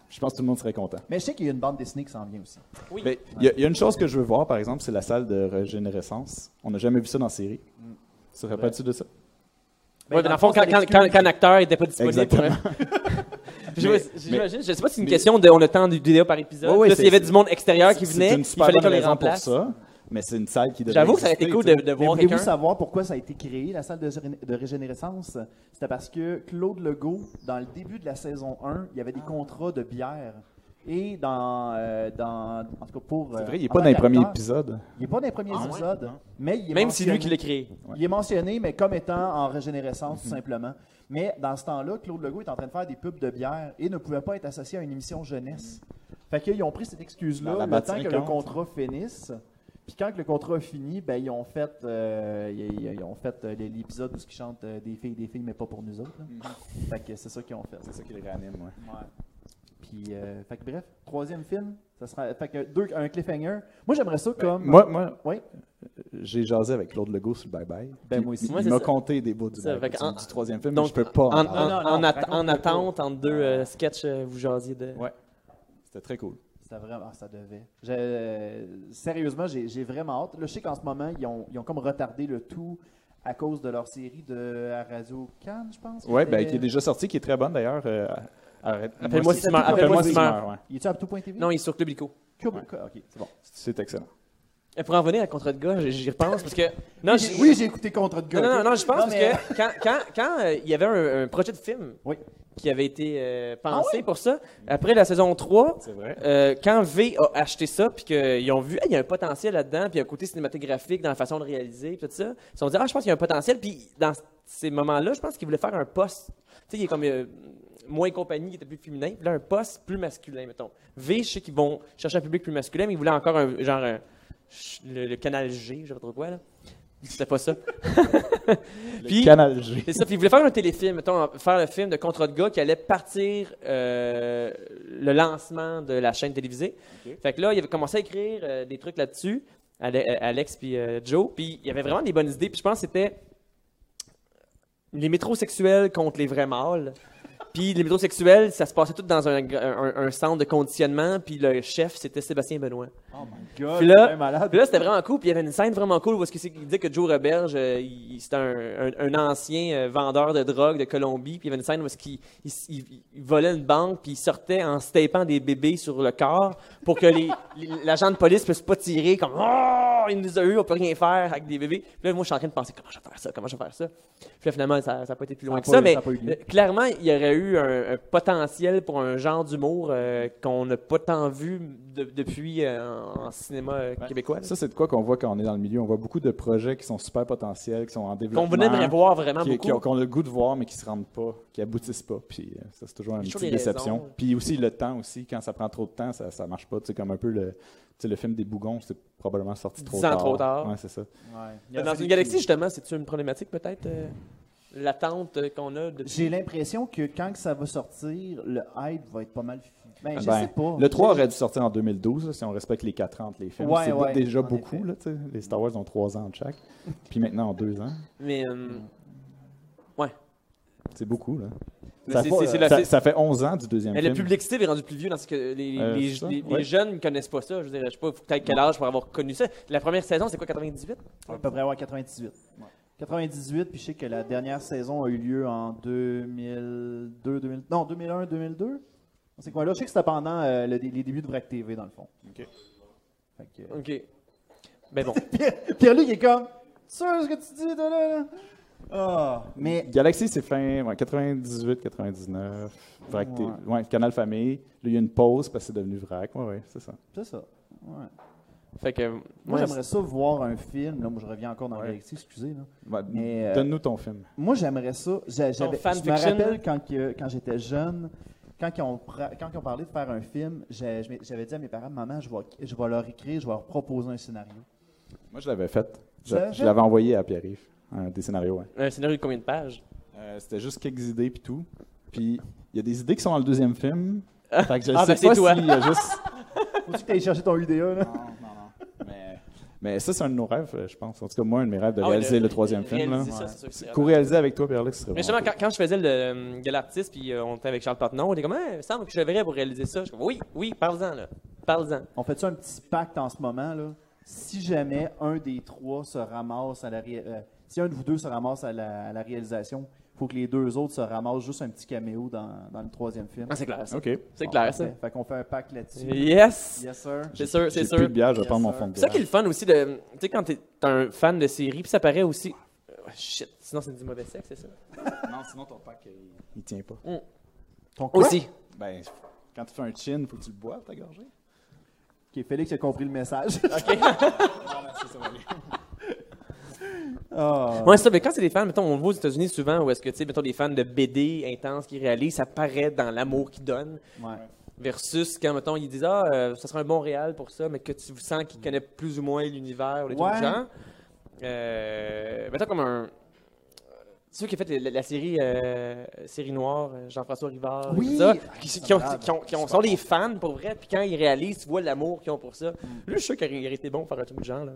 [SPEAKER 5] je pense que tout le monde serait content.
[SPEAKER 2] Mais je sais qu'il y a une bande dessinée qui s'en vient aussi.
[SPEAKER 4] Oui.
[SPEAKER 5] Mais il y a- il y, a une chose que je veux voir, par exemple, c'est la salle de régénérescence. On n'a jamais vu ça dans la série. Ça serait pas dessus de ça?
[SPEAKER 4] Ouais, dans le fond,
[SPEAKER 2] ça
[SPEAKER 4] quand, quand,
[SPEAKER 2] l'excuse.
[SPEAKER 4] quand- quand l'acteur n'était pas disponible.
[SPEAKER 5] Exactement.
[SPEAKER 4] Je-
[SPEAKER 5] Mais-
[SPEAKER 4] J'imagine, je sais pas si c'est une
[SPEAKER 5] mais-
[SPEAKER 4] question de on a tant de vidéos par épisode.
[SPEAKER 5] Ouais, ouais,
[SPEAKER 4] Là, s'il y
[SPEAKER 5] c'est-
[SPEAKER 4] avait du monde extérieur qui
[SPEAKER 5] C'est-
[SPEAKER 4] venait,
[SPEAKER 5] C'est une
[SPEAKER 4] il
[SPEAKER 5] super
[SPEAKER 4] fallait
[SPEAKER 5] bonne
[SPEAKER 4] qu'on les
[SPEAKER 5] raison pour
[SPEAKER 4] remplace.
[SPEAKER 5] ça, mais c'est une salle qui devrait
[SPEAKER 4] J'avoue que ça aurait été
[SPEAKER 5] exister,
[SPEAKER 4] cool
[SPEAKER 5] tu sais.
[SPEAKER 4] de, de
[SPEAKER 2] Mais
[SPEAKER 4] voir
[SPEAKER 2] voulez-vous
[SPEAKER 4] quelqu'un.
[SPEAKER 2] savoir pourquoi ça a été créé, la salle de, géré- de régénérescence? C'était parce que Claude Legault, dans le début de la saison 1, il y avait des contrats de bière. Et dans, euh, dans en tout cas pour...
[SPEAKER 5] C'est
[SPEAKER 2] euh,
[SPEAKER 5] vrai, il n'est
[SPEAKER 2] en
[SPEAKER 5] pas dans
[SPEAKER 2] tant
[SPEAKER 5] les premiers
[SPEAKER 2] qu'acteur,
[SPEAKER 5] épisodes.
[SPEAKER 2] Il n'est pas dans les premiers
[SPEAKER 4] Ah ouais?
[SPEAKER 2] épisodes, mais il est
[SPEAKER 4] Même si c'est lui qui
[SPEAKER 2] mentionné-
[SPEAKER 4] l'a créé.
[SPEAKER 2] Il est mentionné, mais comme étant en régénérescence,
[SPEAKER 5] Mhm.
[SPEAKER 2] tout simplement. Mais dans ce temps-là, Claude Legault est en train de faire des pubs de bière et ne pouvait pas être associé à une émission jeunesse. Fait qu'ils ont pris cette
[SPEAKER 5] Dans
[SPEAKER 2] excuse-là
[SPEAKER 5] la
[SPEAKER 2] le
[SPEAKER 5] batte
[SPEAKER 2] temps que le
[SPEAKER 5] 50.
[SPEAKER 2] contrat finisse. Puis quand que le contrat a fini, ben, ils ont fait, euh, ils, ils- ils ont fait euh, l'épisode où ils chantent euh, des filles, des filles, mais pas pour nous autres. là. Fait que c'est ça qu'ils ont fait.
[SPEAKER 5] C'est ça qui les réanime, Mhm. ouais.
[SPEAKER 2] Puis, euh, fait que bref, troisième film, ça sera, fait que deux, un cliffhanger. Moi, j'aimerais ça comme.
[SPEAKER 5] Moi, moi
[SPEAKER 2] Oui.
[SPEAKER 5] j'ai jasé avec Claude Legault sur le Bye Bye.
[SPEAKER 2] Ben, moi aussi.
[SPEAKER 5] Il,
[SPEAKER 4] Moi,
[SPEAKER 5] il
[SPEAKER 4] c'est
[SPEAKER 5] m'a
[SPEAKER 4] ça.
[SPEAKER 5] compté des bouts du,
[SPEAKER 4] Ça,
[SPEAKER 5] Bye Bye
[SPEAKER 4] fait
[SPEAKER 5] du-
[SPEAKER 4] qu'en-
[SPEAKER 5] du troisième film,
[SPEAKER 4] donc,
[SPEAKER 5] mais je peux pas en
[SPEAKER 4] En,
[SPEAKER 5] parler.
[SPEAKER 4] en-
[SPEAKER 2] non,
[SPEAKER 4] en at-
[SPEAKER 2] raconte
[SPEAKER 4] en
[SPEAKER 2] pas.
[SPEAKER 4] attente, entre deux euh, sketchs, euh, vous jasiez de.
[SPEAKER 5] Ouais. C'était très cool.
[SPEAKER 2] C'était vraiment, ah, ça devait. Je- euh, sérieusement, j'ai j'ai vraiment hâte. Là, je sais qu'en ce moment, ils ont, ils ont comme retardé le tout à cause de leur série de à Radio Cannes, je pense.
[SPEAKER 5] Ouais, ben,
[SPEAKER 2] C'était-
[SPEAKER 5] qui est déjà sorti, qui est très bonne d'ailleurs. euh, arrête-
[SPEAKER 4] Appelle-moi
[SPEAKER 5] c'est-
[SPEAKER 4] Simon, appelle-moi
[SPEAKER 5] Appelle-moi
[SPEAKER 4] Simon.
[SPEAKER 5] Simon, ouais.
[SPEAKER 2] Il est-tu à tout.tv?
[SPEAKER 4] Non, il est sur Club Illico.
[SPEAKER 2] Cube- Ok, c'est bon.
[SPEAKER 5] C'est excellent.
[SPEAKER 4] Et Euh, Pour en venir à Contre de gars, j'y j'y repense parce que. Non,
[SPEAKER 2] Oui,
[SPEAKER 4] j'y-
[SPEAKER 2] j'ai- Oui, j'ai écouté Contre de gars.
[SPEAKER 4] Non, non,
[SPEAKER 2] ok.
[SPEAKER 4] non, non, je pense
[SPEAKER 2] Non,
[SPEAKER 4] parce
[SPEAKER 2] mais-
[SPEAKER 4] que quand, quand, quand euh, il y avait un, un projet de film
[SPEAKER 2] Oui.
[SPEAKER 4] qui avait été euh,
[SPEAKER 2] Ah
[SPEAKER 4] pensé pour ça, après la saison 3,
[SPEAKER 5] C'est vrai.
[SPEAKER 4] euh, quand V a acheté ça, puis qu'ils ont vu, Ah, il y a un potentiel là-dedans, puis il y a un côté cinématographique dans la façon de réaliser, puis tout ça, ils se sont dit, ah, je pense qu'il y a un potentiel, puis dans ces moments-là, je pense qu'il voulait faire un poste. Tu sais, il est comme euh, moi et compagnie, qui était plus féminin. Il voulait un poste plus masculin, mettons. V, je sais qu'ils vont chercher un public plus masculin, mais il voulait encore un genre un- ch- le, le canal G, je sais pas trop quoi, là. C'était pas ça. Puis-
[SPEAKER 5] Canal G.
[SPEAKER 4] C'est ça. Puis il voulait faire un téléfilm, mettons, faire le film de Contre de gars qui allait partir euh, le lancement de la chaîne télévisée. Fait que là, il avait commencé à écrire euh, des trucs là-dessus, Ale- euh, Alex puis euh, Joe. Puis il y avait vraiment des bonnes idées. Puis je pense que c'était les métrosexuels contre les vrais mâles. Puis les métrosexuels, ça se passait tout dans un, un- un centre de conditionnement. Puis le chef, c'était Sébastien Benoît.
[SPEAKER 2] Oh my
[SPEAKER 6] God,
[SPEAKER 4] Puis là-
[SPEAKER 6] c'est bien malade.
[SPEAKER 4] Puis là, c'était vraiment cool. Puis il y avait une scène vraiment cool où est-ce que c'est qu'il disait que Joe Roberge, euh, il- il- c'était un, un- un ancien euh, vendeur de drogue de Colombie. Puis il y avait une scène où est-ce qu'il il, il- il volait une banque puis il sortait en se tapant des bébés sur le corps pour que les- les- l'agent de police puisse pas tirer comme oh, il nous a eu, on peut rien faire avec des bébés. Puis là, moi, je suis en train de penser comment je vais faire ça, comment je vais faire ça. Puis là, finalement, ça n'a pas été plus loin
[SPEAKER 8] Ça a pas
[SPEAKER 4] que ça.
[SPEAKER 8] eu-
[SPEAKER 4] Mais
[SPEAKER 8] ça a pas eu lieu.
[SPEAKER 4] euh, clairement, il y aurait eu un, un potentiel pour un genre d'humour euh, qu'on n'a pas tant vu de- depuis euh, en, en cinéma euh, québécois. là.
[SPEAKER 5] Ça, c'est de quoi qu'on voit quand on est dans le milieu. On voit beaucoup de projets qui sont super potentiels, qui sont en développement.
[SPEAKER 4] qu'on venait de voir vraiment
[SPEAKER 5] qui,
[SPEAKER 4] beaucoup.
[SPEAKER 5] qui ont, qu'on a le goût de voir, mais qui se rendent pas, qui aboutissent pas. Puis euh, ça, c'est toujours une
[SPEAKER 4] Il y a toujours
[SPEAKER 5] petite
[SPEAKER 4] des raisons.
[SPEAKER 5] déception. Puis aussi le temps aussi, quand ça prend trop de temps, ça, ça marche pas. Tu sais, comme un peu le, tu sais, le film des Bougons, c'est probablement sorti trop
[SPEAKER 4] Dix ans
[SPEAKER 5] tard.
[SPEAKER 4] trop tard.
[SPEAKER 5] Ouais, c'est ça.
[SPEAKER 2] Ouais.
[SPEAKER 4] Dans une galaxie, justement, c'est-tu une problématique peut-être euh, L'attente euh, qu'on a de.
[SPEAKER 2] J'ai l'impression que quand que ça va sortir, le hype va être pas mal. fi-
[SPEAKER 4] Ah
[SPEAKER 2] Ben, je
[SPEAKER 5] Ben,
[SPEAKER 2] sais pas.
[SPEAKER 5] Le 3 aurait dû sortir en 2012, là, si on respecte les 4 ans entre les films.
[SPEAKER 2] Ouais,
[SPEAKER 5] c'est
[SPEAKER 2] ouais,
[SPEAKER 5] déjà
[SPEAKER 2] en
[SPEAKER 5] beaucoup.
[SPEAKER 2] effet.
[SPEAKER 5] Là, tu sais. les Star Wars ont 3 ans de chaque. Puis maintenant, en 2 ans,
[SPEAKER 4] Mais. euh,
[SPEAKER 5] c'est beaucoup. Là.
[SPEAKER 4] Mais
[SPEAKER 5] Ça,
[SPEAKER 4] c'est-
[SPEAKER 5] fait-
[SPEAKER 4] c'est- c'est la-
[SPEAKER 5] ça-
[SPEAKER 4] c'est-
[SPEAKER 5] ça fait 11 ans du deuxième
[SPEAKER 4] mais
[SPEAKER 5] film.
[SPEAKER 4] la publicité est rendue plus vieux dans ce que les,
[SPEAKER 5] Euh,
[SPEAKER 4] les-
[SPEAKER 5] c'est ça,
[SPEAKER 4] les- les
[SPEAKER 5] ouais.
[SPEAKER 4] jeunes connaissent pas ça. Je veux dire, je sais pas, faut peut-être quel âge pour avoir connu ça. La première saison, c'est quoi, 98
[SPEAKER 2] On va à peu près avoir 98. 98, puis je sais que la dernière saison a eu lieu en 2002, 2000, non, 2001, 2002. C'est quoi là? Je sais que c'était pendant euh, le dé- les débuts de Vrac TV, dans le fond.
[SPEAKER 5] Ok.
[SPEAKER 2] Fait que-
[SPEAKER 4] Ok. Ben bon.
[SPEAKER 2] Pierre-Luc il est comme, sûr ce que tu dis, toi, là? là? Ah, mais
[SPEAKER 5] Galaxy, c'est fin ouais, 98, 99. Vrac
[SPEAKER 2] Ouais.
[SPEAKER 5] TV, ouais, Canal Famille. Là, il y a une pause parce que c'est devenu Vrac. Ouais, ouais, c'est ça.
[SPEAKER 2] c'est ça. Ouais.
[SPEAKER 4] Fait que. euh,
[SPEAKER 2] Moi,
[SPEAKER 4] ouais,
[SPEAKER 2] j'aimerais ça voir un film. Là, moi, je reviens encore dans
[SPEAKER 5] Ouais.
[SPEAKER 2] la galaxie, excusez. Là.
[SPEAKER 5] Ouais,
[SPEAKER 2] Mais, euh,
[SPEAKER 5] Donne-nous ton film.
[SPEAKER 2] Moi, j'aimerais ça. J'a- j'avais-
[SPEAKER 4] fan
[SPEAKER 2] je me
[SPEAKER 4] fiction,
[SPEAKER 2] rappelle
[SPEAKER 4] là.
[SPEAKER 2] quand, que- quand j'étais jeune, quand ils, ont, pra- quand ils ont parlé de faire un film, j'ai- je m'ai- j'avais dit à mes parents, maman, je vais, je vais leur écrire, je vais leur proposer un scénario.
[SPEAKER 5] Moi, je l'avais fait.
[SPEAKER 2] Tu l'avais
[SPEAKER 5] Je, je
[SPEAKER 2] fait?
[SPEAKER 5] l'avais envoyé à Pierre-Yves, un des scénarios. ouais.
[SPEAKER 4] Un scénario de combien de pages
[SPEAKER 5] Euh, C'était juste quelques idées puis tout. Puis il y a des idées qui sont dans le deuxième film. Fait que je
[SPEAKER 4] Ah, ben,
[SPEAKER 5] sais
[SPEAKER 4] c'est
[SPEAKER 5] pas
[SPEAKER 4] toi.
[SPEAKER 5] s'il y a juste.
[SPEAKER 2] Faut-tu que t'ailles chercher ton UDA, là?
[SPEAKER 4] Ah.
[SPEAKER 5] non, non, non. Mais, mais ça, c'est un de nos rêves, euh, je pense. En tout cas, moi, un de mes rêves de
[SPEAKER 4] Ah ouais,
[SPEAKER 5] réaliser le, troisième film. là.
[SPEAKER 4] réaliser ça, c'est sûr que c'est-
[SPEAKER 5] Co-réaliser avec toi, Pierre-Luc, ce serait
[SPEAKER 4] Mais
[SPEAKER 5] vraiment
[SPEAKER 4] justement, quand, quand je faisais le euh, Galactis, puis euh, on était avec Charles Patnon, on était comme, Ah, il me semble que je devrais pour réaliser ça. Je suis comme, oui, oui, parle-en, là. Parle-en.
[SPEAKER 2] On fait-tu un petit pacte en ce moment, là? Si jamais un des trois se ramasse à la ré- euh, si un de vous deux se ramasse à la, à la réalisation, faut que les deux autres se ramassent juste un petit caméo dans, dans le troisième film.
[SPEAKER 4] Ah, c'est clair, ça.
[SPEAKER 5] cool. OK.
[SPEAKER 4] C'est clair, ça.
[SPEAKER 2] Parfait. Fait qu'on fait un pacte là-dessus.
[SPEAKER 4] ben, Yes!
[SPEAKER 2] Yes, sir.
[SPEAKER 4] C'est sûr,
[SPEAKER 5] J'ai
[SPEAKER 4] c'est
[SPEAKER 5] plus de
[SPEAKER 4] sûr.
[SPEAKER 5] bière, je vais
[SPEAKER 2] Yes,
[SPEAKER 5] prendre mon
[SPEAKER 2] sir.
[SPEAKER 5] fond de
[SPEAKER 4] C'est ça
[SPEAKER 5] bière.
[SPEAKER 4] qui est le fun aussi de. Tu sais, quand t'es t'es un fan de série, puis ça paraît aussi. Oh, shit, sinon c'est du mauvais sexe, c'est ça?
[SPEAKER 5] Non, sinon, ton pack, il, il tient pas.
[SPEAKER 2] Ton quoi?
[SPEAKER 4] Aussi.
[SPEAKER 5] Ben, quand tu fais un chin, faut que tu le bois, ta gorgée.
[SPEAKER 2] Ok, Félix a compris le message. Ah.
[SPEAKER 4] Ouais, c'est ça, mais quand c'est des fans, mettons, on le voit aux États-Unis souvent où est-ce que, tu sais, mettons, des fans de BD intenses qui réalisent, ça paraît dans l'amour qu'ils donnent.
[SPEAKER 2] Ouais.
[SPEAKER 4] Versus quand, mettons, ils disent, ah, euh, ça serait un bon réal pour ça, mais que tu sens qu'il connaît plus ou moins l'univers ou les
[SPEAKER 2] Ouais.
[SPEAKER 4] trucs du genre. Euh, mettons comme un. Ceux qui ont fait la, la série, euh, série noire, euh, Jean-François Rivard, et
[SPEAKER 2] Oui!
[SPEAKER 4] tout ça,
[SPEAKER 2] Ah,
[SPEAKER 4] qui,
[SPEAKER 2] c'est
[SPEAKER 4] qui ont,
[SPEAKER 2] malade.
[SPEAKER 4] qui ont- qui ont- sont des fans pour vrai, puis quand ils réalisent, tu vois l'amour qu'ils ont pour
[SPEAKER 2] Mm.
[SPEAKER 4] ça. Lui, je suis sûr qu'il aurait été bon pour faire un truc du genre, là,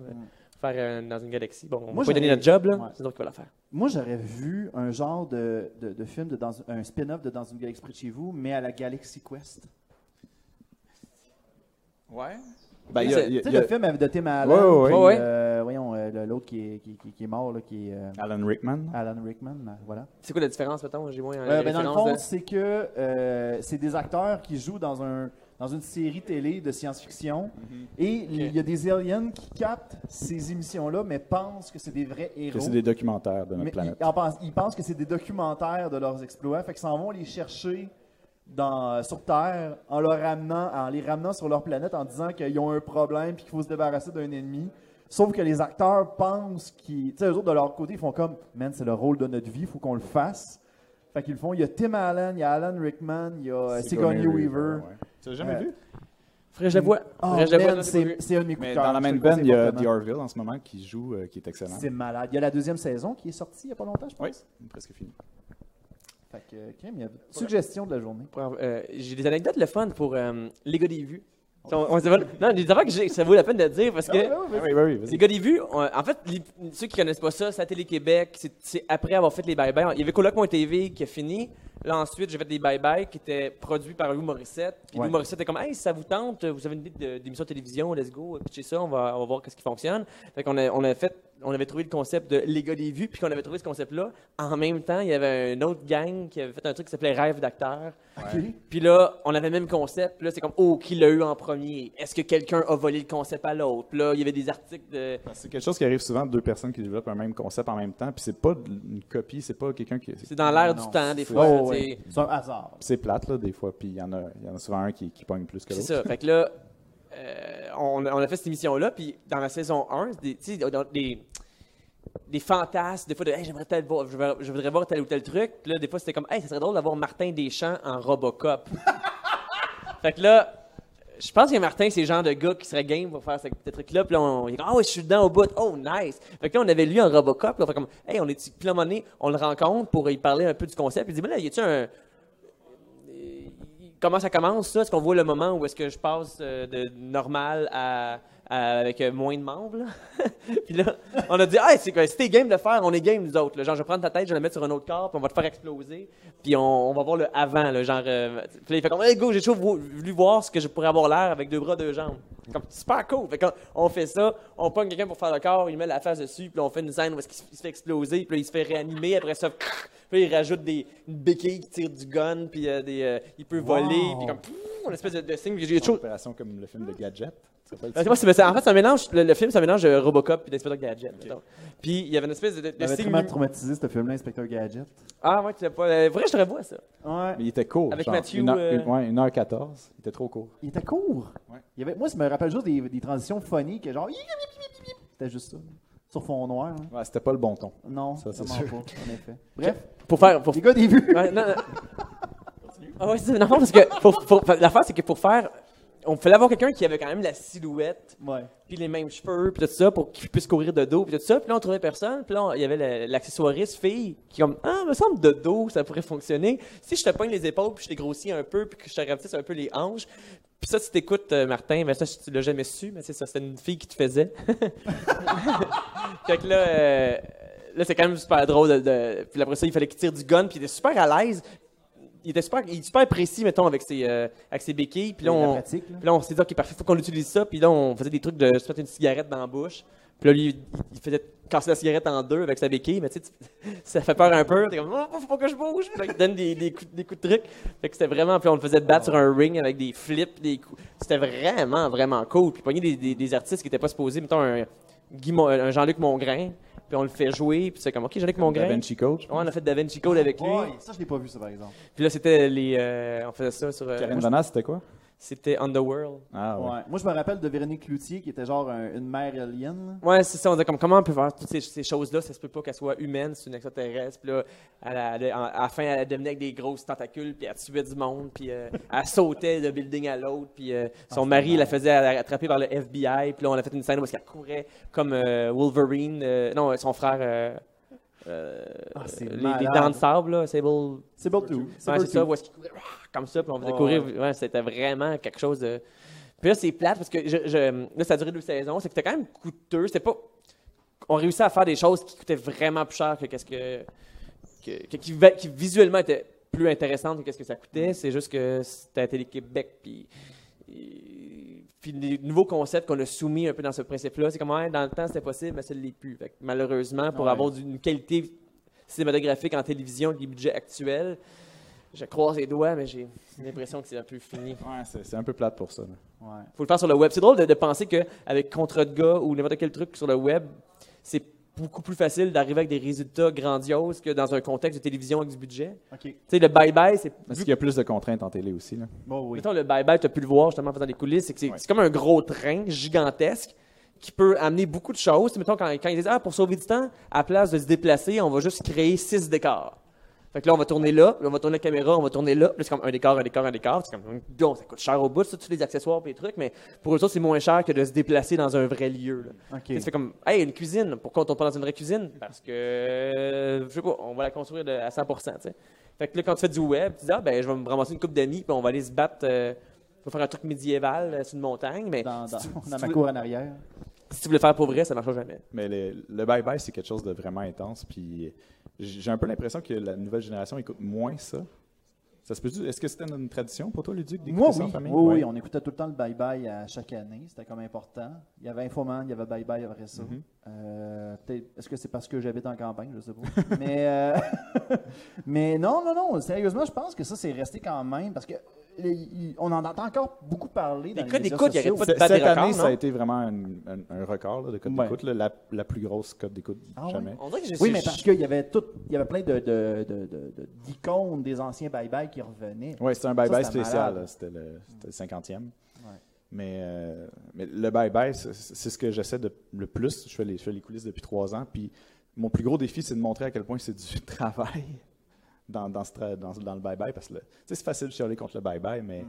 [SPEAKER 4] faire euh, dans une galaxie. Bon, on
[SPEAKER 2] Moi,
[SPEAKER 4] va lui donner
[SPEAKER 2] j'aurais-
[SPEAKER 4] notre job, là,
[SPEAKER 2] Ouais.
[SPEAKER 4] c'est donc qu'il va la faire.
[SPEAKER 2] Moi, j'aurais vu un genre de, de, de film, de dans, un spin-off de Dans une galaxie près de chez vous, mais à la Galaxy Quest.
[SPEAKER 5] Ouais. Ben, il y a-
[SPEAKER 4] C'est-
[SPEAKER 5] il y a-
[SPEAKER 2] Tu sais,
[SPEAKER 5] il y a-
[SPEAKER 2] le film avec de Tim Allen.
[SPEAKER 5] Ouais, ouais,
[SPEAKER 2] puis,
[SPEAKER 4] ouais.
[SPEAKER 2] euh, voyons, euh, le- l'autre qui est, qui, qui- qui est mort, là, qui est euh,
[SPEAKER 5] Alan Rickman.
[SPEAKER 2] Alan Rickman. euh, Voilà.
[SPEAKER 4] C'est quoi la différence, mettons? J'ai moins.
[SPEAKER 2] Euh, ben, dans le fond,
[SPEAKER 4] référence de-
[SPEAKER 2] c'est que euh, c'est des acteurs qui jouent dans, un, dans une série télé de science-fiction. Et il y a des aliens qui captent ces émissions-là, mais pensent que c'est des vrais
[SPEAKER 5] Que
[SPEAKER 2] héros.
[SPEAKER 5] c'est des documentaires de notre
[SPEAKER 2] Mais
[SPEAKER 5] planète.
[SPEAKER 2] Ils, en pensent, ils pensent que c'est des documentaires de leurs exploits, fait qu'ils s'en vont les chercher dans, euh, sur Terre en, leur ramenant, en les ramenant sur leur planète en disant qu'ils ont un problème puis qu'il faut se débarrasser d'un ennemi. Sauf que les acteurs pensent qu'ils. Tu sais, eux autres, de leur côté, ils font comme Man, c'est le rôle de notre vie, il faut qu'on le fasse. Fait qu'ils le font. Il y a Tim Allen, il y a Alan Rickman, il y a euh, Sigourney Weaver.
[SPEAKER 5] ouais. Tu l'as jamais
[SPEAKER 2] Euh,
[SPEAKER 5] vu?
[SPEAKER 4] Faudrait que je la vois.
[SPEAKER 2] Oh,
[SPEAKER 4] Faudrait que je la vois,
[SPEAKER 2] man,
[SPEAKER 4] non, j'ai pas
[SPEAKER 2] c'est
[SPEAKER 4] vu.
[SPEAKER 2] c'est un de mes coups
[SPEAKER 5] Mais
[SPEAKER 2] de cœur.
[SPEAKER 5] dans la
[SPEAKER 2] Je te
[SPEAKER 5] main
[SPEAKER 2] le
[SPEAKER 5] band, il y a
[SPEAKER 2] conseille
[SPEAKER 5] The
[SPEAKER 2] fortement.
[SPEAKER 5] Orville en ce moment qui joue, euh, qui est excellent.
[SPEAKER 2] C'est malade. Il y a la deuxième saison qui est sortie il n'y a pas longtemps, je pense.
[SPEAKER 5] Oui, c'est presque fini.
[SPEAKER 2] Ah Fait que, euh, Kim, il y a suggestion de la journée.
[SPEAKER 4] Pour- euh, j'ai des anecdotes le fun pour euh, les gars des vues. On, on se dévoile- non, des affaires que j'ai- ça vaut la peine de dire parce que.
[SPEAKER 5] Ah oui, oui, oui, vas-y.
[SPEAKER 4] Les gars des vues, on- en fait, les- ceux qui connaissent pas ça, c'est à Télé-Québec, c'est- c'est après avoir fait les bye-bye. Il y avait Coloc.tv qui a fini. Là, ensuite, j'ai fait des bye-bye qui étaient produits par Lou Morissette. Puis
[SPEAKER 2] Ouais.
[SPEAKER 4] Lou Morissette était comme, hey, si ça vous tente, vous avez une idée de- d'émission de télévision, let's go, pitchez ça, on va, on va voir qu'est-ce qui fonctionne. Fait qu'on a, on a fait, on avait trouvé le concept de les gars des vues, puis qu'on avait trouvé ce concept-là. En même temps, il y avait un autre gang qui avait fait un truc qui s'appelait Rêve d'acteur. Puis là, on avait le même concept. Puis là, c'est comme, oh, qui l'a eu en premier? Est-ce que quelqu'un a volé le concept à l'autre? Puis là, il y avait des articles de.
[SPEAKER 5] Parce que C'est quelque chose qui arrive souvent, deux personnes qui développent un même concept en même temps, puis c'est pas de- une copie, c'est pas quelqu'un qui.
[SPEAKER 4] C'est dans l'air
[SPEAKER 2] Non,
[SPEAKER 4] du temps, des
[SPEAKER 2] c'est-
[SPEAKER 4] fois.
[SPEAKER 2] Oh,
[SPEAKER 4] là,
[SPEAKER 2] ouais.
[SPEAKER 4] t'sais.
[SPEAKER 2] C'est un hasard.
[SPEAKER 5] C'est plate, là, des fois, puis il y, en a- il y en a souvent un qui, qui pogne plus que
[SPEAKER 4] C'est
[SPEAKER 5] l'autre.
[SPEAKER 4] ça. Fait que là, euh, on, on a fait cette émission-là, puis dans la saison 1, c'est des, t'sais, dans des, des fantasmes, des fois, de Hey, j'aimerais tel voir, je, veux- je voudrais voir tel ou tel truc. Puis là, des fois, c'était comme, hey, ça serait drôle d'avoir Martin Deschamps en Robocop. fait que là, je pense que Martin, c'est le genre de gars qui serait game pour faire ce ce truc-là. Puis là, on, il dit, ah ouais, je suis dedans au bout. Oh, nice. Fait que là, on avait lu en Robocop. Là, on fait comme, hey, on est. Puis là, à un moment donné, on le rencontre pour y parler un peu du concept. Il dit, mais là, y a-tu un. Euh, Comment ça commence, ça? Est-ce qu'on voit le moment où est-ce que je passe euh, de normal à, à- avec euh, moins de membres? là? puis là, on a dit, hey, c'est quoi? Si t'es game de le faire, on est game, nous autres. là. Genre, je vais prendre ta tête, je vais la mettre sur un autre corps, puis on va te faire exploser. Puis on, on va voir le avant, le genre. euh, puis là, il fait comme, hey, go, j'ai toujours vou- voulu voir ce que je pourrais avoir l'air avec deux bras, deux jambes. Comme, super cool. Fait qu'on on fait ça, on pogne quelqu'un pour faire le corps, il met la face dessus, puis là, on fait une scène où est-ce qu'il se- il se fait exploser, puis là, il se fait réanimer, après ça, puis là, il rajoute des une béquille qui tire du gun, puis euh, des, euh, il peut voler, puis comme, pff, une espèce de, de signe. J'ai- j'ai
[SPEAKER 5] C'est une
[SPEAKER 4] toujours-
[SPEAKER 5] opération comme le film de Gadget. tu te rappelles?
[SPEAKER 2] Ah,
[SPEAKER 4] parce que moi, c'est- c'est- en fait, c'est un mélange. Le, le film, c'est un mélange de Robocop et d'Inspecteur Gadget. mettons. Puis il y avait une espèce de, de- de
[SPEAKER 2] J'avais
[SPEAKER 4] signe-
[SPEAKER 2] tellement traumatisé ce film-là, Inspecteur Gadget.
[SPEAKER 4] Ah ouais, tu l'as pas. euh, vrai, je te revois ça.
[SPEAKER 2] Ouais.
[SPEAKER 5] Mais il était court.
[SPEAKER 4] Avec
[SPEAKER 5] genre,
[SPEAKER 4] Mathieu,
[SPEAKER 5] Une heure,
[SPEAKER 4] euh,
[SPEAKER 5] une- ouais, 1h14. Il était trop court.
[SPEAKER 2] Il était court.
[SPEAKER 5] Ouais.
[SPEAKER 2] Il y avait... Moi, ça me rappelle juste des, des transitions phoniques, genre. C'était juste ça. Sur fond noir. hein.
[SPEAKER 5] Ouais, c'était pas le bon ton.
[SPEAKER 2] Non,
[SPEAKER 5] Ça, c'est
[SPEAKER 2] vraiment
[SPEAKER 5] sûr.
[SPEAKER 2] pas, en effet. Bref,
[SPEAKER 4] Pour faire. Pour...
[SPEAKER 2] les gars, des vues.
[SPEAKER 4] Ouais, non, non. Ah ouais, c'est ça, non, parce que pour, pour, l'affaire, c'est que pour faire. On fallait avoir quelqu'un qui avait quand même la silhouette,
[SPEAKER 2] Ouais.
[SPEAKER 4] puis les mêmes cheveux, puis tout ça, pour qu'il puisse courir de dos, puis tout ça. Puis là, on trouvait personne. Puis là, on- il y avait la- l'accessoiriste fille qui, comme, ah, me semble de dos, ça pourrait fonctionner. Si je te pogne les épaules, puis je te grossis un peu, puis que je te rapetisse un peu les hanches. Puis ça, si t'écoutes, euh, Martin, mais ça, tu l'as jamais su, mais c'est ça, c'était une fille qui te faisait. Fait que là, euh, là c'est quand même super drôle. De, de- Puis après ça, il fallait qu'il tire du gun, puis il était super à l'aise. Il était super, il est super précis, mettons, avec ses, euh, avec ses béquilles. Puis là,
[SPEAKER 2] la
[SPEAKER 4] on,
[SPEAKER 2] pratique, là.
[SPEAKER 4] puis là, on s'est dit, OK, parfait, faut qu'on utilise ça. Puis là, on faisait des trucs de se mettre une cigarette dans la bouche. Puis là, lui, il- il faisait casser la cigarette en deux avec sa béquille. Mais tu sais, tu- ça fait peur un peu. T'es comme, oh, faut pas que je bouge. Puis là, il te donne des, des coups, des coups de truc. Fait que c'était vraiment. Puis on le faisait battre sur un ring avec des flips, des coups. C'était vraiment, vraiment cool. Puis pogner des, des, des artistes qui étaient pas supposés, mettons, un, Guy Mo- un Jean-Luc Mongrain. Puis on le fait jouer. Puis c'est comme, OK, Jean-Luc
[SPEAKER 5] Da
[SPEAKER 4] Mongrain.
[SPEAKER 5] Vinci Coach.
[SPEAKER 4] Ouais, on a fait Da Vinci Code avec lui.
[SPEAKER 2] Ouais, ça, je l'ai pas vu, ça, par exemple.
[SPEAKER 4] Puis là, c'était les. euh, on faisait ça sur. euh,
[SPEAKER 5] Karen
[SPEAKER 4] moi,
[SPEAKER 5] Jonas, c'était quoi?
[SPEAKER 4] c'était Underworld.
[SPEAKER 5] Ah ouais.
[SPEAKER 2] Ouais. Moi, je me rappelle de Véronique Cloutier, qui était genre un- une mère alien. là.
[SPEAKER 4] Ouais, c'est ça. On disait comme comment on peut faire toutes ces, ces choses-là, ça se peut pas qu'elle soit humaine, c'est une extraterrestre. Puis là, elle, a- elle a- en- à la fin, elle devenait avec des grosses tentacules, puis elle tuait du monde, puis euh, elle sautait de building à l'autre, puis euh,
[SPEAKER 2] Ah,
[SPEAKER 4] son mari la faisait attraper par le FBI. Puis là, on a fait une scène où elle courait comme euh, Wolverine, euh, non, son frère. euh, euh,
[SPEAKER 2] Ah, c'est
[SPEAKER 4] les, les
[SPEAKER 2] malade.
[SPEAKER 4] dents de sable, là, Sable
[SPEAKER 2] C'est beau tout.
[SPEAKER 4] Ouais, c'est ça, où est-ce qu'il courait rah, comme ça, puis on faisait
[SPEAKER 2] Ouais,
[SPEAKER 4] courir. ouais, c'était vraiment quelque chose de. Puis là, c'est plate parce que je, je- là, ça a duré deux saisons. C'est que c'était quand même coûteux. C'était pas. On réussissait à faire des choses qui coûtaient vraiment plus cher que qu'est-ce que. que- que- qui, va- qui visuellement étaient plus intéressantes que qu'est-ce que ça coûtait. C'est juste que c'était à Télé-Québec, puis. et- Puis les nouveaux concepts qu'on a soumis un peu dans ce principe-là, c'est comme ouais, dans le temps c'était possible, mais ça ne l'est plus. Fait que malheureusement, pour
[SPEAKER 2] Ouais.
[SPEAKER 4] avoir une qualité cinématographique en télévision, les budgets actuels, je croise les doigts, mais j'ai l'impression que c'est un peu fini.
[SPEAKER 5] Ouais, c'est c'est un peu plate pour ça. là.
[SPEAKER 2] Ouais.
[SPEAKER 4] Faut le faire sur le web. C'est drôle de, de penser qu'avec contrat de gars ou n'importe quel truc sur le web, c'est beaucoup plus facile d'arriver avec des résultats grandioses que dans un contexte de télévision avec du budget.
[SPEAKER 2] Ok.
[SPEAKER 4] Tu sais, le bye-bye, c'est
[SPEAKER 5] Parce qu'il y a plus de contraintes en télé aussi. Là.
[SPEAKER 2] Bon, oui.
[SPEAKER 4] Mettons, le bye-bye, tu as pu le voir justement en faisant les coulisses, c'est que c'est
[SPEAKER 5] Ouais.
[SPEAKER 4] c'est comme un gros train gigantesque qui peut amener beaucoup de choses. Tu sais, Mettons, quand, quand ils disent, ah, pour sauver du temps, à place de se déplacer, on va juste créer six décors. Fait que là, on va tourner là, là, on va tourner la caméra, on va tourner là. Puis là, c'est comme un décor, un décor, un décor. C'est comme, donc, ça coûte cher au bout, ça, tous les accessoires et les trucs, mais pour eux autres, c'est moins cher que de se déplacer dans un vrai lieu. là.
[SPEAKER 2] OK.
[SPEAKER 4] Tu sais, Tu fais comme, hey, une cuisine, pourquoi on tourne pas dans une vraie cuisine? Parce que, euh, je sais pas, on va la construire de- à 100%, tu sais. Fait que là, quand tu fais du web, tu dis, ah, ben, je vais me ramasser une coupe d'amis, puis on va aller se battre, euh, on va faire un truc médiéval euh, sur une montagne, mais
[SPEAKER 2] Dans, dans-
[SPEAKER 4] si, tu,
[SPEAKER 2] dans
[SPEAKER 4] si
[SPEAKER 2] ma
[SPEAKER 4] tu veux,
[SPEAKER 2] cour en arrière.
[SPEAKER 4] si tu veux le faire pour vrai, ça marchera jamais.
[SPEAKER 5] Mais le, le bye-bye, c'est quelque chose de vraiment intense. Puis j'ai un peu l'impression que la nouvelle génération écoute moins ça. Ça se peut Est-ce que c'était une tradition pour toi, Luduc, d'écouter
[SPEAKER 2] Moi,
[SPEAKER 5] ça
[SPEAKER 2] oui.
[SPEAKER 5] en famille?
[SPEAKER 2] Oui, oui,
[SPEAKER 5] Ouais.
[SPEAKER 2] on écoutait tout le temps le bye-bye à chaque année. C'était comme important. Il y avait Infoman, il y avait bye-bye après ça.
[SPEAKER 5] Mm-hmm.
[SPEAKER 2] Euh, peut-être- Est-ce que c'est parce que j'habite en campagne? Je sais pas. mais, euh, mais non, non, non. Sérieusement, je pense que ça, c'est resté quand même parce que les- il- on en entend encore beaucoup parler dans les
[SPEAKER 4] Les codes
[SPEAKER 2] médias
[SPEAKER 4] d'écoute, il y
[SPEAKER 2] sociaux.
[SPEAKER 4] arrête pas de
[SPEAKER 5] Cette
[SPEAKER 4] battre des
[SPEAKER 5] année,
[SPEAKER 4] records,
[SPEAKER 5] ça
[SPEAKER 4] non?
[SPEAKER 5] a été vraiment un, un- un record là, de code
[SPEAKER 2] Ouais.
[SPEAKER 5] d'écoute, là, la, la plus grosse code d'écoute
[SPEAKER 2] Ah ouais?
[SPEAKER 5] jamais.
[SPEAKER 4] On dirait que j'ai
[SPEAKER 2] Oui, mais parce qu'il y avait tout, il y avait plein de de- de- de- de- d'icônes des anciens bye-bye qui revenaient.
[SPEAKER 5] Oui, c'était un bye-bye
[SPEAKER 2] Ça, c'était
[SPEAKER 5] spécial.
[SPEAKER 2] malade.
[SPEAKER 5] là. C'était le, c'était le 50e.
[SPEAKER 2] Ouais.
[SPEAKER 5] Mais, euh, mais le bye-bye, c'est- c'est ce que j'essaie de le plus. Je fais, les, je fais les coulisses depuis trois ans. Puis mon plus gros défi, c'est de montrer à quel point c'est du travail dans, dans, ce tra- dans, dans le bye-bye. Parce que le- tu sais, c'est facile de chialer contre le bye-bye, mais
[SPEAKER 2] Hmm.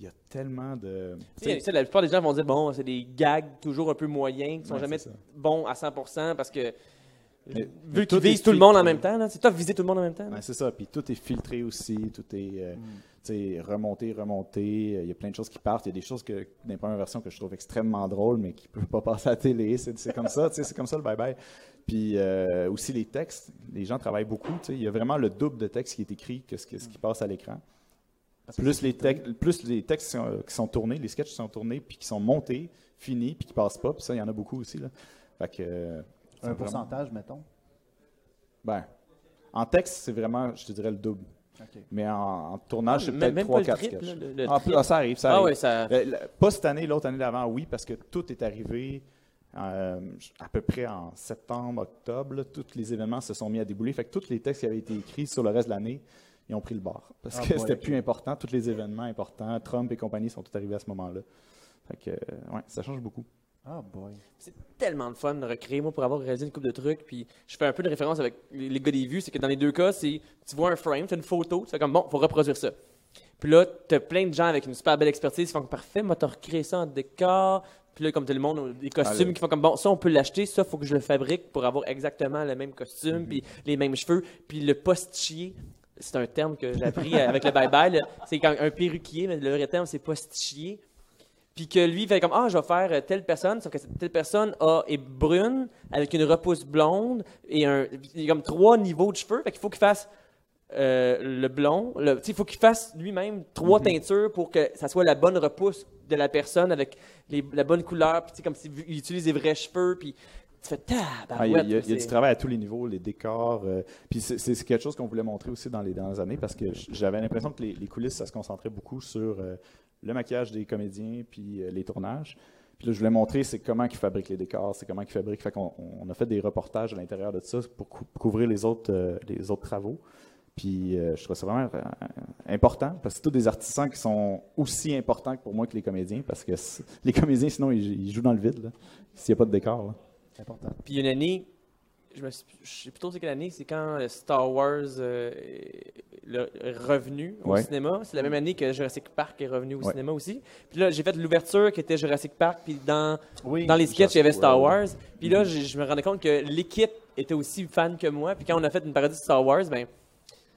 [SPEAKER 5] il y a tellement de.
[SPEAKER 4] Tu sais, ça, la plupart des gens vont dire, bon, c'est des gags toujours un peu moyens, qui sont
[SPEAKER 5] Ouais,
[SPEAKER 4] jamais
[SPEAKER 5] c'est ça.
[SPEAKER 4] bons à 100% parce que,
[SPEAKER 5] Mais- mais
[SPEAKER 4] vu
[SPEAKER 5] tout
[SPEAKER 4] qu'ils
[SPEAKER 5] est
[SPEAKER 4] visent tout le monde en
[SPEAKER 5] filtré.
[SPEAKER 4] même temps, là, c'est top viser tout le monde en même temps. là.
[SPEAKER 5] Ouais, c'est ça. Puis tout est filtré aussi, tout est
[SPEAKER 2] Mm.
[SPEAKER 5] euh, tu sais, remonté, remonté. Il y a plein de choses qui partent. Il y a des choses que, dans les premières versions que je trouve extrêmement drôles, mais qui ne peuvent pas passer à la télé. C'est c'est comme ça, tu sais, c'est comme ça le bye-bye. Puis euh, aussi les textes, les gens travaillent beaucoup. tu sais. Il y a vraiment le double de texte qui est écrit que ce, que- ce qui passe à l'écran. Plus les, tec- plus les textes qui sont, euh, qui sont tournés, les sketchs qui sont tournés, puis qui sont montés, finis, puis qui passent pas. Puis ça, il y en a beaucoup aussi. Là. Fait que, euh, c'est
[SPEAKER 2] Un
[SPEAKER 5] vraiment-
[SPEAKER 2] pourcentage, mettons.
[SPEAKER 5] ben, en texte, c'est vraiment, je te dirais, le double.
[SPEAKER 2] OK.
[SPEAKER 5] Mais en, en tournage, c'est
[SPEAKER 4] Même-
[SPEAKER 5] peut-être
[SPEAKER 4] même pas
[SPEAKER 5] 3
[SPEAKER 4] le
[SPEAKER 5] 4
[SPEAKER 4] triple,
[SPEAKER 5] sketchs.
[SPEAKER 4] là, le- le
[SPEAKER 5] Ah,
[SPEAKER 4] triple.
[SPEAKER 5] ah, ça arrive, ça
[SPEAKER 4] Ah
[SPEAKER 5] arrive.
[SPEAKER 4] ouais, ça.
[SPEAKER 5] Le- le- pas cette année, l'autre année d'avant, oui, parce que tout est arrivé euh, à peu près en septembre, octobre. là, tous les événements se sont mis à débouler. Fait que tous les textes qui avaient été écrits sur le reste de l'année, ils ont pris le bord. Parce
[SPEAKER 2] Ah
[SPEAKER 5] que
[SPEAKER 2] boy,
[SPEAKER 5] c'était
[SPEAKER 2] ok.
[SPEAKER 5] plus important. Tous les événements importants, Trump et compagnie, sont tous arrivés à ce moment-là. Fait que, euh, ouais, ça change beaucoup.
[SPEAKER 2] Ah boy.
[SPEAKER 4] C'est tellement de fun de recréer, moi, pour avoir réalisé une couple de trucs. Puis je fais un peu de référence avec les les gars des vues. C'est que dans les deux cas, c'est tu vois un frame, tu as une photo, tu fais comme bon, faut reproduire ça. Puis là, t'as plein de gens avec une super belle expertise qui font comme, parfait, moi, t'as recréé ça en décor. Puis là, comme tout le monde, des costumes
[SPEAKER 5] Allez.
[SPEAKER 4] qui font comme bon, ça, on peut l'acheter, ça, faut que je le fabrique pour avoir exactement le même costume, puis les mêmes cheveux. Puis le postichier, c'est un terme que j'ai appris avec le bye-bye. là. C'est quand un perruquier, mais le vrai terme, c'est postichier puis que lui il fait comme ah je vais faire euh, telle personne sauf que cette- telle personne a, est brune avec une repousse blonde et un il y a comme trois niveaux de cheveux fait qu'il faut qu'il fasse euh, le blond le tu sais, il faut qu'il fasse lui-même
[SPEAKER 5] Mhm.
[SPEAKER 4] trois teintures pour que ça soit la bonne repousse de la personne avec les- la bonne couleur puis tu sais, comme s'il il utilise les vrais cheveux puis tu fais
[SPEAKER 5] Ah, il y a- il y, a-
[SPEAKER 4] tabarouette
[SPEAKER 5] il y a du travail à tous les niveaux, les décors. euh, puis c'est- c'est c'est quelque chose qu'on voulait montrer aussi dans les dernières années parce que j- j'avais l'impression que les, les coulisses, ça se concentrait beaucoup sur euh, le maquillage des comédiens puis euh, les tournages. Puis là, je voulais montrer c'est comment ils fabriquent les décors, c'est comment ils fabriquent. Fait qu'on on- on a fait des reportages à l'intérieur de ça pour cou- couvrir les autres, euh, les autres travaux. Puis euh, je trouve ça vraiment euh, important parce que c'est tous des artisans qui sont aussi importants que pour moi que les comédiens parce que c- les comédiens, sinon, ils, ils jouent dans le vide là, s'il n'y a pas de décor. là.
[SPEAKER 2] C'est important.
[SPEAKER 4] Puis il y a une année, je me suis- je sais plus trop c'est quelle année, c'est quand euh, Star Wars euh, le- est revenu au
[SPEAKER 5] Ouais.
[SPEAKER 4] cinéma. C'est la même année que Jurassic Park est revenu au
[SPEAKER 5] Ouais.
[SPEAKER 4] cinéma aussi. Puis là, j'ai fait l'ouverture qui était Jurassic Park, puis dans,
[SPEAKER 2] Oui.
[SPEAKER 4] dans les sketchs, il y avait
[SPEAKER 5] Jurassic
[SPEAKER 4] Star Wars.
[SPEAKER 5] World.
[SPEAKER 4] Puis là, j'ai- je me rendais compte que l'équipe était aussi fan que moi. Puis quand on a fait une parodie de Star Wars, ben,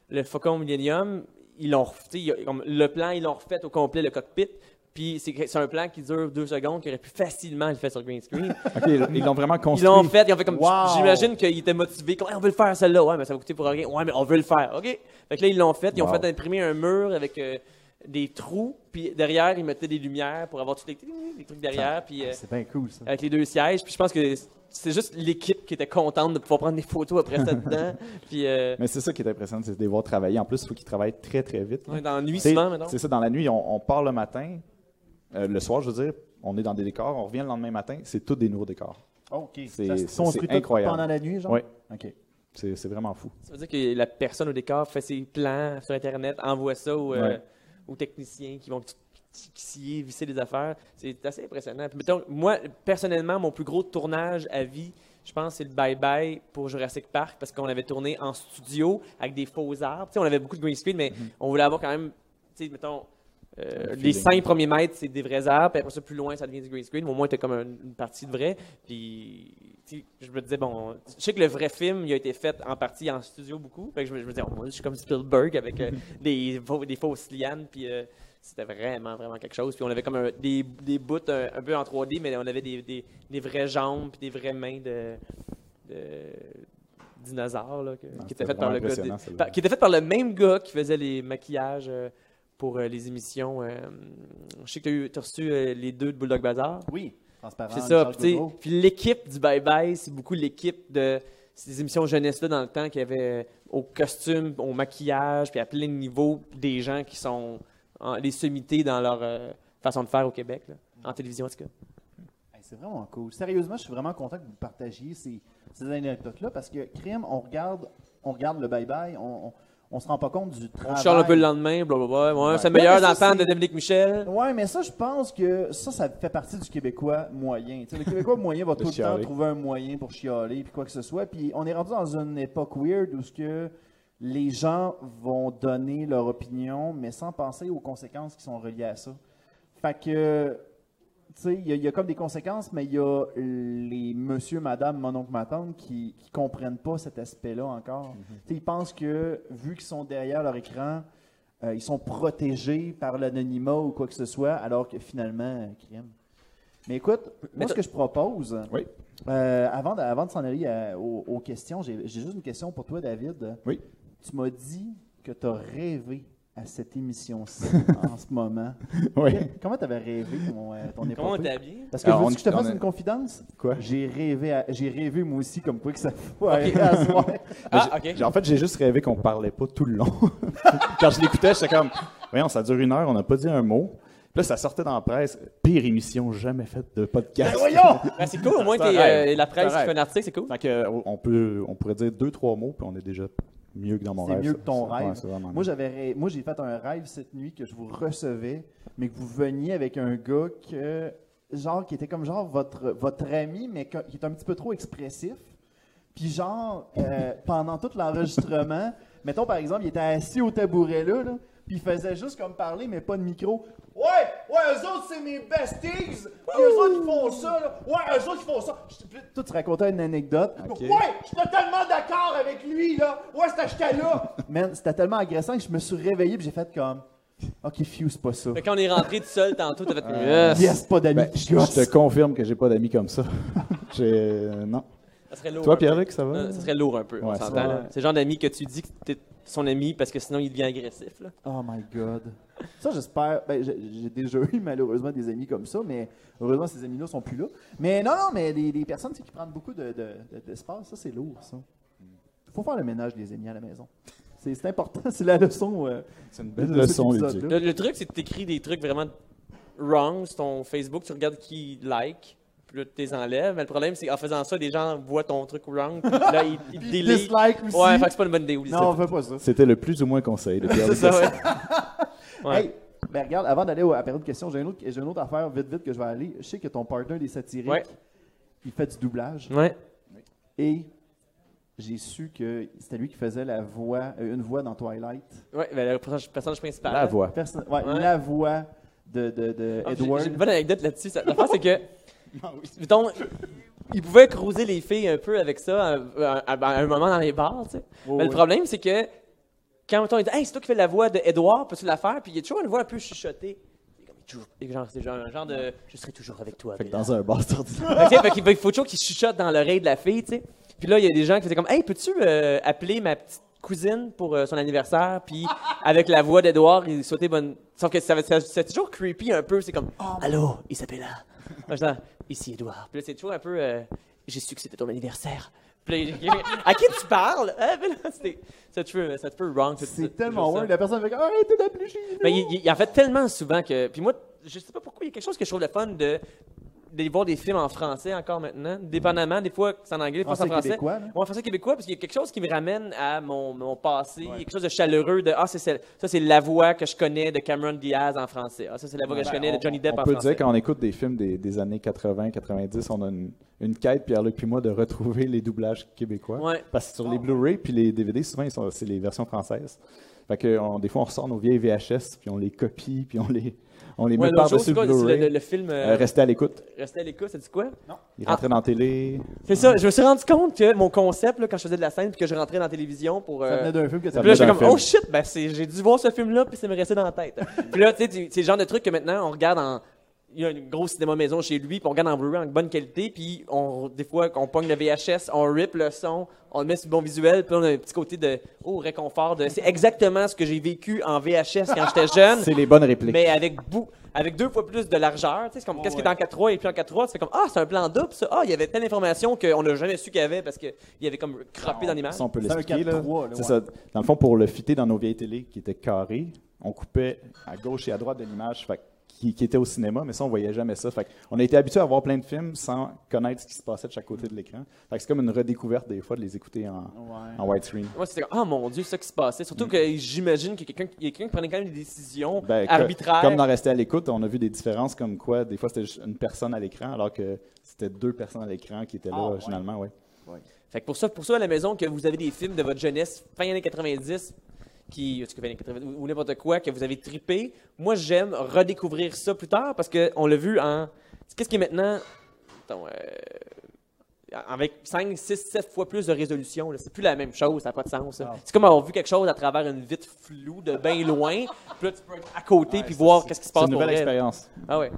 [SPEAKER 4] le Faucon Millennium, ils l'ont ref- tu sais, il y a- comme le plan, ils l'ont refait au complet, le cockpit. Puis c'est c'est un plan qui dure deux secondes, qui aurait pu facilement le faire sur green screen.
[SPEAKER 5] Ok, ils ils l'ont vraiment
[SPEAKER 4] Ils
[SPEAKER 5] construit.
[SPEAKER 4] l'ont fait, ils ont fait comme.
[SPEAKER 2] Wow.
[SPEAKER 4] J'imagine qu'ils étaient motivés. Comme, Hey, on veut le faire celle-là. Ouais, mais ça va coûter pour rien. Ouais, mais on veut le faire. OK. Fait que là, ils l'ont fait. Ils ont
[SPEAKER 5] Wow.
[SPEAKER 4] fait imprimer un mur avec euh, des trous. Puis derrière, ils mettaient des lumières pour avoir tous les, les trucs derrière. Puis euh,
[SPEAKER 2] C'est bien cool, ça.
[SPEAKER 4] avec les deux sièges. Puis je pense que c'est juste l'équipe qui était contente de pouvoir prendre des photos après ça dedans. Puis euh,
[SPEAKER 5] Mais c'est ça qui est impressionnant, c'est de les voir travailler. En plus, il faut qu'ils travaillent très, très vite. là.
[SPEAKER 4] on est dans la nuit
[SPEAKER 5] C'est-
[SPEAKER 4] souvent maintenant.
[SPEAKER 5] C'est ça, dans la nuit, on, on part le matin, euh, le soir, je veux dire, on est dans des décors, on revient le lendemain matin, c'est tous des nouveaux décors.
[SPEAKER 2] Oh, OK.
[SPEAKER 5] C'est-
[SPEAKER 2] Ça se
[SPEAKER 5] c'est
[SPEAKER 2] construit tout
[SPEAKER 5] incroyable.
[SPEAKER 2] pendant la nuit, genre?
[SPEAKER 5] Ouais.
[SPEAKER 2] OK.
[SPEAKER 5] C'est c'est vraiment fou.
[SPEAKER 4] Ça veut dire que la personne au décor fait ses plans sur Internet, envoie ça aux, euh,
[SPEAKER 5] Ouais.
[SPEAKER 4] aux techniciens qui vont qui scier, visser des affaires. C'est assez impressionnant. Puis, mettons, moi, personnellement, mon plus gros tournage à vie, je pense, c'est le bye-bye pour Jurassic Park parce qu'on avait tourné en studio avec des faux arbres. Tu sais, on avait beaucoup de green screen, mais on voulait avoir quand même, tu sais, mettons, euh,
[SPEAKER 5] Le
[SPEAKER 4] les
[SPEAKER 5] feeling.
[SPEAKER 4] cinq premiers mètres, c'est des vrais arbres, puis après ça, plus loin, ça devient du green screen. mais Au moins, t'as comme un- une partie de vrai. Puis, tu sais, je me disais, bon, je sais que le vrai film, il a été fait en partie en studio beaucoup. Fait que je me, je me disais, oh, moi, je suis comme Spielberg avec euh, des, faux- des fausses lianes, puis euh, c'était vraiment, vraiment quelque chose. Puis on avait comme un- des, des bouts un, un peu en 3D, mais on avait des, des, des vraies jambes, puis des vraies mains de. de dinosaures là, que- qui
[SPEAKER 5] Ah, c'était
[SPEAKER 4] étaient faites par le
[SPEAKER 5] vraiment
[SPEAKER 4] gars
[SPEAKER 5] impressionnant,
[SPEAKER 4] des-
[SPEAKER 5] celle-là.
[SPEAKER 4] par- qui était faite par le même gars qui faisait les maquillages euh, pour euh, les émissions. euh, je sais que tu as reçu euh, les deux de Bulldog Bazar.
[SPEAKER 2] Oui, transparent.
[SPEAKER 4] C'est ça.
[SPEAKER 2] Charles
[SPEAKER 4] Puis, tu sais,
[SPEAKER 2] Goudreau.
[SPEAKER 4] puis l'équipe du Bye Bye, c'est beaucoup l'équipe de ces émissions jeunesse-là dans le temps qui avait euh, au costume, au maquillage, puis à plein de niveaux des gens qui sont en- les sommités dans leur euh, façon de faire au Québec, là, en télévision en tout cas.
[SPEAKER 2] Hey, c'est vraiment cool. Sérieusement, je suis vraiment content que vous partagiez ces, ces anecdotes-là parce que, crime, on regarde, on regarde le bye-bye, on, on, on se rend pas compte du
[SPEAKER 4] On
[SPEAKER 2] travail.
[SPEAKER 4] chiale un peu le lendemain, blablabla. Ouais, C'est
[SPEAKER 2] Ah, Ouais,
[SPEAKER 4] meilleur
[SPEAKER 2] mais ça,
[SPEAKER 4] dans le temps
[SPEAKER 2] c'est-
[SPEAKER 4] de Dominique Michel.
[SPEAKER 2] Ouais, mais ça, je pense que ça, ça fait partie du Québécois moyen. Tu sais, le Québécois moyen va
[SPEAKER 5] De
[SPEAKER 2] tout le temps
[SPEAKER 5] chialer.
[SPEAKER 2] trouver un moyen pour chialer, puis quoi que ce soit. Puis on est rendu dans une époque weird où ce que les gens vont donner leur opinion, mais sans penser aux conséquences qui sont reliées à ça. Fait que, tu sais, il y, a- il y a comme des conséquences, mais il y a les monsieur, madame, mon oncle, ma tante qui, qui comprennent pas cet aspect-là encore.
[SPEAKER 5] Mhm.
[SPEAKER 2] Tu sais, ils pensent que, vu qu'ils sont derrière leur écran, euh, ils sont protégés par l'anonymat ou quoi que ce soit, alors que finalement, euh, crime. Mais écoute, moi, ce que je propose,
[SPEAKER 5] Oui.
[SPEAKER 2] euh, avant de, avant de s'en aller à- aux, aux questions, j'ai j'ai juste une question pour toi, David.
[SPEAKER 5] Oui.
[SPEAKER 2] Tu m'as dit que tu as rêvé à cette émission-ci en ce moment.
[SPEAKER 5] Oui.
[SPEAKER 2] Que- Comment tu avais rêvé ton, euh, ton
[SPEAKER 4] Comment on
[SPEAKER 2] épopée?
[SPEAKER 4] était habillé?
[SPEAKER 2] Parce que
[SPEAKER 5] Alors,
[SPEAKER 2] veux-tu
[SPEAKER 5] on-
[SPEAKER 2] que je te
[SPEAKER 5] on
[SPEAKER 2] fasse
[SPEAKER 5] a-
[SPEAKER 2] une confidence?
[SPEAKER 5] Quoi?
[SPEAKER 2] J'ai rêvé, à- j'ai rêvé moi aussi comme quoi que ça foirait à soir.
[SPEAKER 4] Ah, ok.
[SPEAKER 5] J'ai- En fait, j'ai juste rêvé qu'on parlait pas tout le long. Quand je l'écoutais, j'étais comme, voyons, ça dure une heure, on n'a pas dit un mot. Puis là, ça sortait dans la presse. Pire émission jamais faite de podcast.
[SPEAKER 4] Ah, c'est cool, au moins,
[SPEAKER 5] C'est un
[SPEAKER 4] t'es,
[SPEAKER 5] rêve.
[SPEAKER 4] euh, la presse
[SPEAKER 5] C'est
[SPEAKER 4] qui
[SPEAKER 5] un
[SPEAKER 4] fait
[SPEAKER 5] rêve.
[SPEAKER 4] un article, c'est cool.
[SPEAKER 5] Fait que, euh, on, peut, on pourrait dire deux, trois mots, puis on est déjà mieux que dans mon
[SPEAKER 2] C'est
[SPEAKER 5] rêve.
[SPEAKER 2] mieux
[SPEAKER 5] ça.
[SPEAKER 2] que ton
[SPEAKER 5] Ouais,
[SPEAKER 2] rêve.
[SPEAKER 5] c'est vraiment
[SPEAKER 2] Moi,
[SPEAKER 5] mieux.
[SPEAKER 2] j'avais, ré- moi, j'ai fait un rêve cette nuit que je vous recevais, mais que vous veniez avec un gars que, genre, qui était comme genre votre, votre ami, mais que- qui est un petit peu trop expressif. Puis genre, euh, pendant tout l'enregistrement, mettons par exemple, il était assis au tabouret là, là, puis il faisait juste comme parler, mais pas de micro. Ouais, ouais, eux autres, c'est mes besties! Puis eux autres, ils font ça, là! Ouais, eux autres, ils font ça! Je- puis Tout se racontait une anecdote.
[SPEAKER 5] Ok.
[SPEAKER 2] Ouais, j'étais tellement d'accord avec lui, là! Ouais, c'était là! Man, c'était tellement agressant que je me suis réveillé, puis j'ai fait comme. Ok, Few, c'est pas ça.
[SPEAKER 4] Fait euh, que quand on est rentré tout seul tantôt, t'as fait comme, yes.
[SPEAKER 2] Yes, pas d'amis
[SPEAKER 5] Ben,
[SPEAKER 2] qui
[SPEAKER 5] je
[SPEAKER 2] gossent.
[SPEAKER 5] te confirme que j'ai pas d'amis comme ça. j'ai... euh, Non.
[SPEAKER 4] Ça serait lourd. un
[SPEAKER 5] Toi,
[SPEAKER 4] peu.
[SPEAKER 5] Pierre-Luc, ça va?
[SPEAKER 4] Non, Euh, ça serait lourd un peu, on
[SPEAKER 5] Ouais,
[SPEAKER 4] s'entend.
[SPEAKER 2] va.
[SPEAKER 5] ça
[SPEAKER 4] là. C'est le genre d'ami que tu dis que t'es son ami parce que sinon il devient agressif. Là.
[SPEAKER 2] Oh my god. Ça, j'espère. Ben, j'ai- j'ai déjà eu malheureusement des amis comme ça, mais heureusement, ces amis-là sont plus là. Mais non, non, mais des, des personnes tu sais, qui prennent beaucoup de- de- de- d'espace, ça, c'est lourd, ça. faut faire le ménage des amis à la maison. C'est c'est important, c'est la leçon. euh,
[SPEAKER 5] C'est une
[SPEAKER 2] de
[SPEAKER 5] belle
[SPEAKER 2] cet
[SPEAKER 5] leçon,
[SPEAKER 2] épisode-là.
[SPEAKER 5] Luduc.
[SPEAKER 4] Le, le truc, c'est que t'écris des trucs vraiment wrong sur ton Facebook, tu regardes qui like, puis là, tu les enlèves. Mais le problème, c'est qu'en faisant ça, des gens voient ton truc wrong, puis là, ils, ils
[SPEAKER 2] Puis
[SPEAKER 4] délitent.
[SPEAKER 2] dislike aussi.
[SPEAKER 4] Ouais, fait que c'est pas une bonne idée. oublie ça.
[SPEAKER 2] non, on fait pas ça.
[SPEAKER 5] C'était le plus ou moins conseil de Pierre-Luc.
[SPEAKER 4] C'est ça, ouais. Ouais.
[SPEAKER 2] Hey, ben regarde, avant d'aller au- à la période de questions, j'ai une, autre- j'ai une autre affaire vite, vite que je vais aller. Je sais que ton partner des satiriques,
[SPEAKER 4] Ouais.
[SPEAKER 2] il fait du doublage.
[SPEAKER 4] Ouais.
[SPEAKER 2] Et j'ai su que c'était lui qui faisait la voix, euh, une voix dans Twilight.
[SPEAKER 4] Ouais, ben, le personnage, personnage principal.
[SPEAKER 5] La voix.
[SPEAKER 2] Perso- ouais,
[SPEAKER 4] Ouais.
[SPEAKER 2] La voix de, de, de
[SPEAKER 4] Ah, j'ai-
[SPEAKER 2] Euh, Edward.
[SPEAKER 4] J'ai une bonne anecdote là-dessus. Ça- L'affaire, c'est que. Mettons, ils pouvaient croiser les filles un peu avec ça à, à- à un moment dans les bars, tu sais.
[SPEAKER 2] Oh,
[SPEAKER 4] Mais le
[SPEAKER 2] oui.
[SPEAKER 4] problème, c'est que quand mettons, ils disent Hey, c'est toi qui fais la voix de Edouard, peux-tu la faire Puis il y a toujours une voix un peu chuchotée. Il est comme, Toujours- il est genre- C'est genre un genre de Je serai toujours avec toi.
[SPEAKER 5] Fait que
[SPEAKER 4] Bella.
[SPEAKER 5] dans un bar, c'est ordinaire.
[SPEAKER 4] Fait que, tu sais, fait qu'il- fait qu'il faut toujours qu'il chuchote dans l'oreille de la fille, tu sais. Puis là, il y a des gens qui faisaient comme Hey, peux-tu euh, appeler ma petite cousine pour euh, son anniversaire Puis avec la voix d'Edouard, il souhaitait bonne. Sauf que ça, va- ça- c'est toujours creepy un peu. C'est comme Allô, Isabella. Moi, je dis, Ici, Edouard. Puis là, c'est toujours un peu euh, J'ai su que c'était ton anniversaire. Puis là, il- il- à qui tu parles Hein? Puis là, c'était- C'est un peu- c'est un peu wrong. tout- tout-
[SPEAKER 2] C'est tellement
[SPEAKER 4] toujours ça.
[SPEAKER 2] ouais, la personne fait comme, arrêtez
[SPEAKER 4] Ben,
[SPEAKER 2] d'appeler chez nous.
[SPEAKER 4] Mais il, il- il en fait tellement souvent que. Puis moi, je sais pas pourquoi, il y a quelque chose que je trouve le fun de d'aller voir des films en français encore maintenant. Dépendamment, des fois, c'est en anglais, des fois, c'est en français.
[SPEAKER 2] Ah, québécois, là.
[SPEAKER 4] Moi, en français québécois, parce qu'il y a quelque chose qui me ramène à mon, mon passé, quelque chose de chaleureux, de « Ah, c'est celle- ça, c'est la voix que je connais de Cameron Diaz en français. Ah, ça, c'est la voix que je
[SPEAKER 5] Ben,
[SPEAKER 4] connais
[SPEAKER 5] on-
[SPEAKER 4] de Johnny Depp
[SPEAKER 5] on
[SPEAKER 4] en
[SPEAKER 5] peut
[SPEAKER 4] français.
[SPEAKER 5] dire quand on écoute des films des, des années 80-90, on a une, une quête, Pierre-Luc puis moi, de retrouver les doublages québécois.
[SPEAKER 4] Ouais. Oh.
[SPEAKER 5] Parce que sur les Blu-ray puis les DVD, souvent, ils sont- c'est les versions françaises. Fait que on- des fois, on ressort nos vieilles VHS, puis on les copie, puis on les, on les
[SPEAKER 4] Ouais,
[SPEAKER 5] met
[SPEAKER 4] l'autre chose,
[SPEAKER 5] par-dessus
[SPEAKER 4] c'est
[SPEAKER 5] le
[SPEAKER 4] quoi? C'est le, le-
[SPEAKER 5] Blu-ray.
[SPEAKER 4] le film euh,
[SPEAKER 5] Euh, Restez à l'écoute.
[SPEAKER 4] Restez à l'écoute, c'est du quoi?
[SPEAKER 5] Ils
[SPEAKER 4] Ah.
[SPEAKER 5] rentraient dans la télé.
[SPEAKER 4] C'est ça, je me suis rendu compte que mon concept, là, quand je faisais de la scène puis que je rentrais dans la télévision pour. euh,
[SPEAKER 2] Ça venait d'un film que
[SPEAKER 5] ça
[SPEAKER 2] ça
[SPEAKER 4] puis là,
[SPEAKER 5] venait
[SPEAKER 4] j'étais
[SPEAKER 5] d'un
[SPEAKER 4] comme, oh
[SPEAKER 5] film.
[SPEAKER 4] shit, ben, c'est- j'ai dû voir ce film-là, puis ça me resté dans la tête. puis là, tu sais, tu- c'est le genre de truc que maintenant, on regarde en. Il y a une grosse cinéma maison chez lui, puis on regarde en Blu-ray en bonne qualité, puis on, des fois, on pogne le VHS, on rip le son, on le met sur le bon visuel, puis on a un petit côté de. Oh, réconfort. de- C'est exactement ce que j'ai vécu en VHS quand j'étais jeune.
[SPEAKER 5] C'est les bonnes répliques.
[SPEAKER 4] Mais avec, bou- avec deux fois plus de largeur, tu sais, c'est comme qu'est-ce qui est en 4-3 et puis en 4-3, c'est comme ah, c'est un plan double ça. Ah, il y avait telle information qu'on n'a jamais su qu'il y avait parce qu'il y avait comme crappé dans l'image.
[SPEAKER 5] Ça, on peut
[SPEAKER 2] C'est un
[SPEAKER 5] l'expliquer. là.
[SPEAKER 2] 4-3, là,
[SPEAKER 5] C'est
[SPEAKER 2] ouais.
[SPEAKER 5] ça. Dans le fond, pour le fitter dans nos vieilles télé qui étaient carrées, on coupait à gauche et à droite de l'image fait que- qui, qui était au cinéma, mais ça, on voyait jamais ça. Fait que on a été habitué à voir plein de films sans connaître ce qui se passait de chaque côté
[SPEAKER 2] Mm.
[SPEAKER 5] de l'écran. Fait que c'est comme une redécouverte des fois de les écouter en,
[SPEAKER 2] Ah
[SPEAKER 5] en wide screen.
[SPEAKER 4] Moi, c'était comme ah mon dieu, c'est ça qui se passait. Surtout que j'imagine qu'il y a quelqu'un qui- il y a quelqu'un qui prenait quand même des décisions
[SPEAKER 5] Mm. Ben, co-
[SPEAKER 4] arbitraires.
[SPEAKER 5] Comme dans Rester à l'écoute, on a vu des différences comme quoi, des fois, c'était juste une personne à l'écran, alors que c'était deux personnes à l'écran qui étaient là,
[SPEAKER 2] Ah, ouais.
[SPEAKER 5] finalement. Ouais.
[SPEAKER 4] Fait que pour ça, pour ça à la maison que vous avez des films de votre jeunesse fin années 90 qui en tout cas, fin années 90, ou, ou n'importe quoi que vous avez trippé, moi j'aime redécouvrir ça plus tard parce que on l'a vu en qu'est-ce qui est maintenant Attends, euh, avec 5 6 7 fois plus de résolution, là. c'est plus la même chose, ça n'a pas de sens.
[SPEAKER 5] Ah.
[SPEAKER 4] là. C'est comme avoir vu quelque chose à travers une vitre floue de bien loin, puis là tu peux être à côté puis voir qu'est-ce qui se
[SPEAKER 5] C'est
[SPEAKER 4] passe
[SPEAKER 5] une
[SPEAKER 4] pour
[SPEAKER 5] nouvelle
[SPEAKER 4] vrai, là.
[SPEAKER 5] expérience.
[SPEAKER 4] Ah ouais.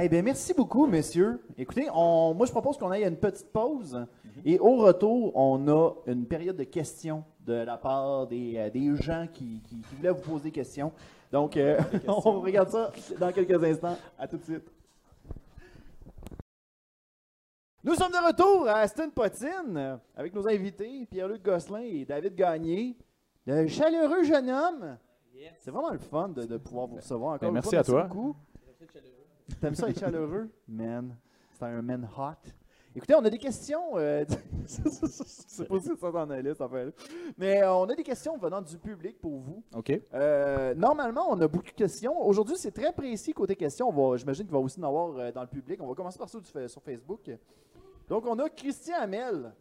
[SPEAKER 2] Eh bien, merci beaucoup, messieurs. Écoutez, on, moi, je propose qu'on aille à une petite pause.
[SPEAKER 4] Mm-hmm.
[SPEAKER 2] Et au retour, on a une période de questions de la part des, euh, des gens qui, qui- qui voulaient vous poser des questions. Donc, euh, on regarde ça dans quelques instants. À tout de suite. Nous sommes de retour à Aston Potine euh, avec nos invités, Pierre-Luc Gosselin et David Gagné. Le chaleureux jeune homme. C'est vraiment le fun de, de pouvoir vous recevoir encore.
[SPEAKER 5] Ben,
[SPEAKER 2] une
[SPEAKER 5] merci
[SPEAKER 2] fois.
[SPEAKER 5] à toi.
[SPEAKER 2] beaucoup. T'aimes ça être chaleureux? Man, c'est un man hot. Écoutez, on a des questions. euh, c'est pas si ça t'en allait, cette affaire-là. Mais euh, on a des questions venant du public pour vous.
[SPEAKER 5] OK.
[SPEAKER 2] Euh, normalement, on a beaucoup de questions. Aujourd'hui, c'est très précis côté questions. On va- J'imagine qu'il va aussi en avoir euh, dans le public. On va commencer par ceux du fa- sur Facebook. Donc, on a Christian Hamel.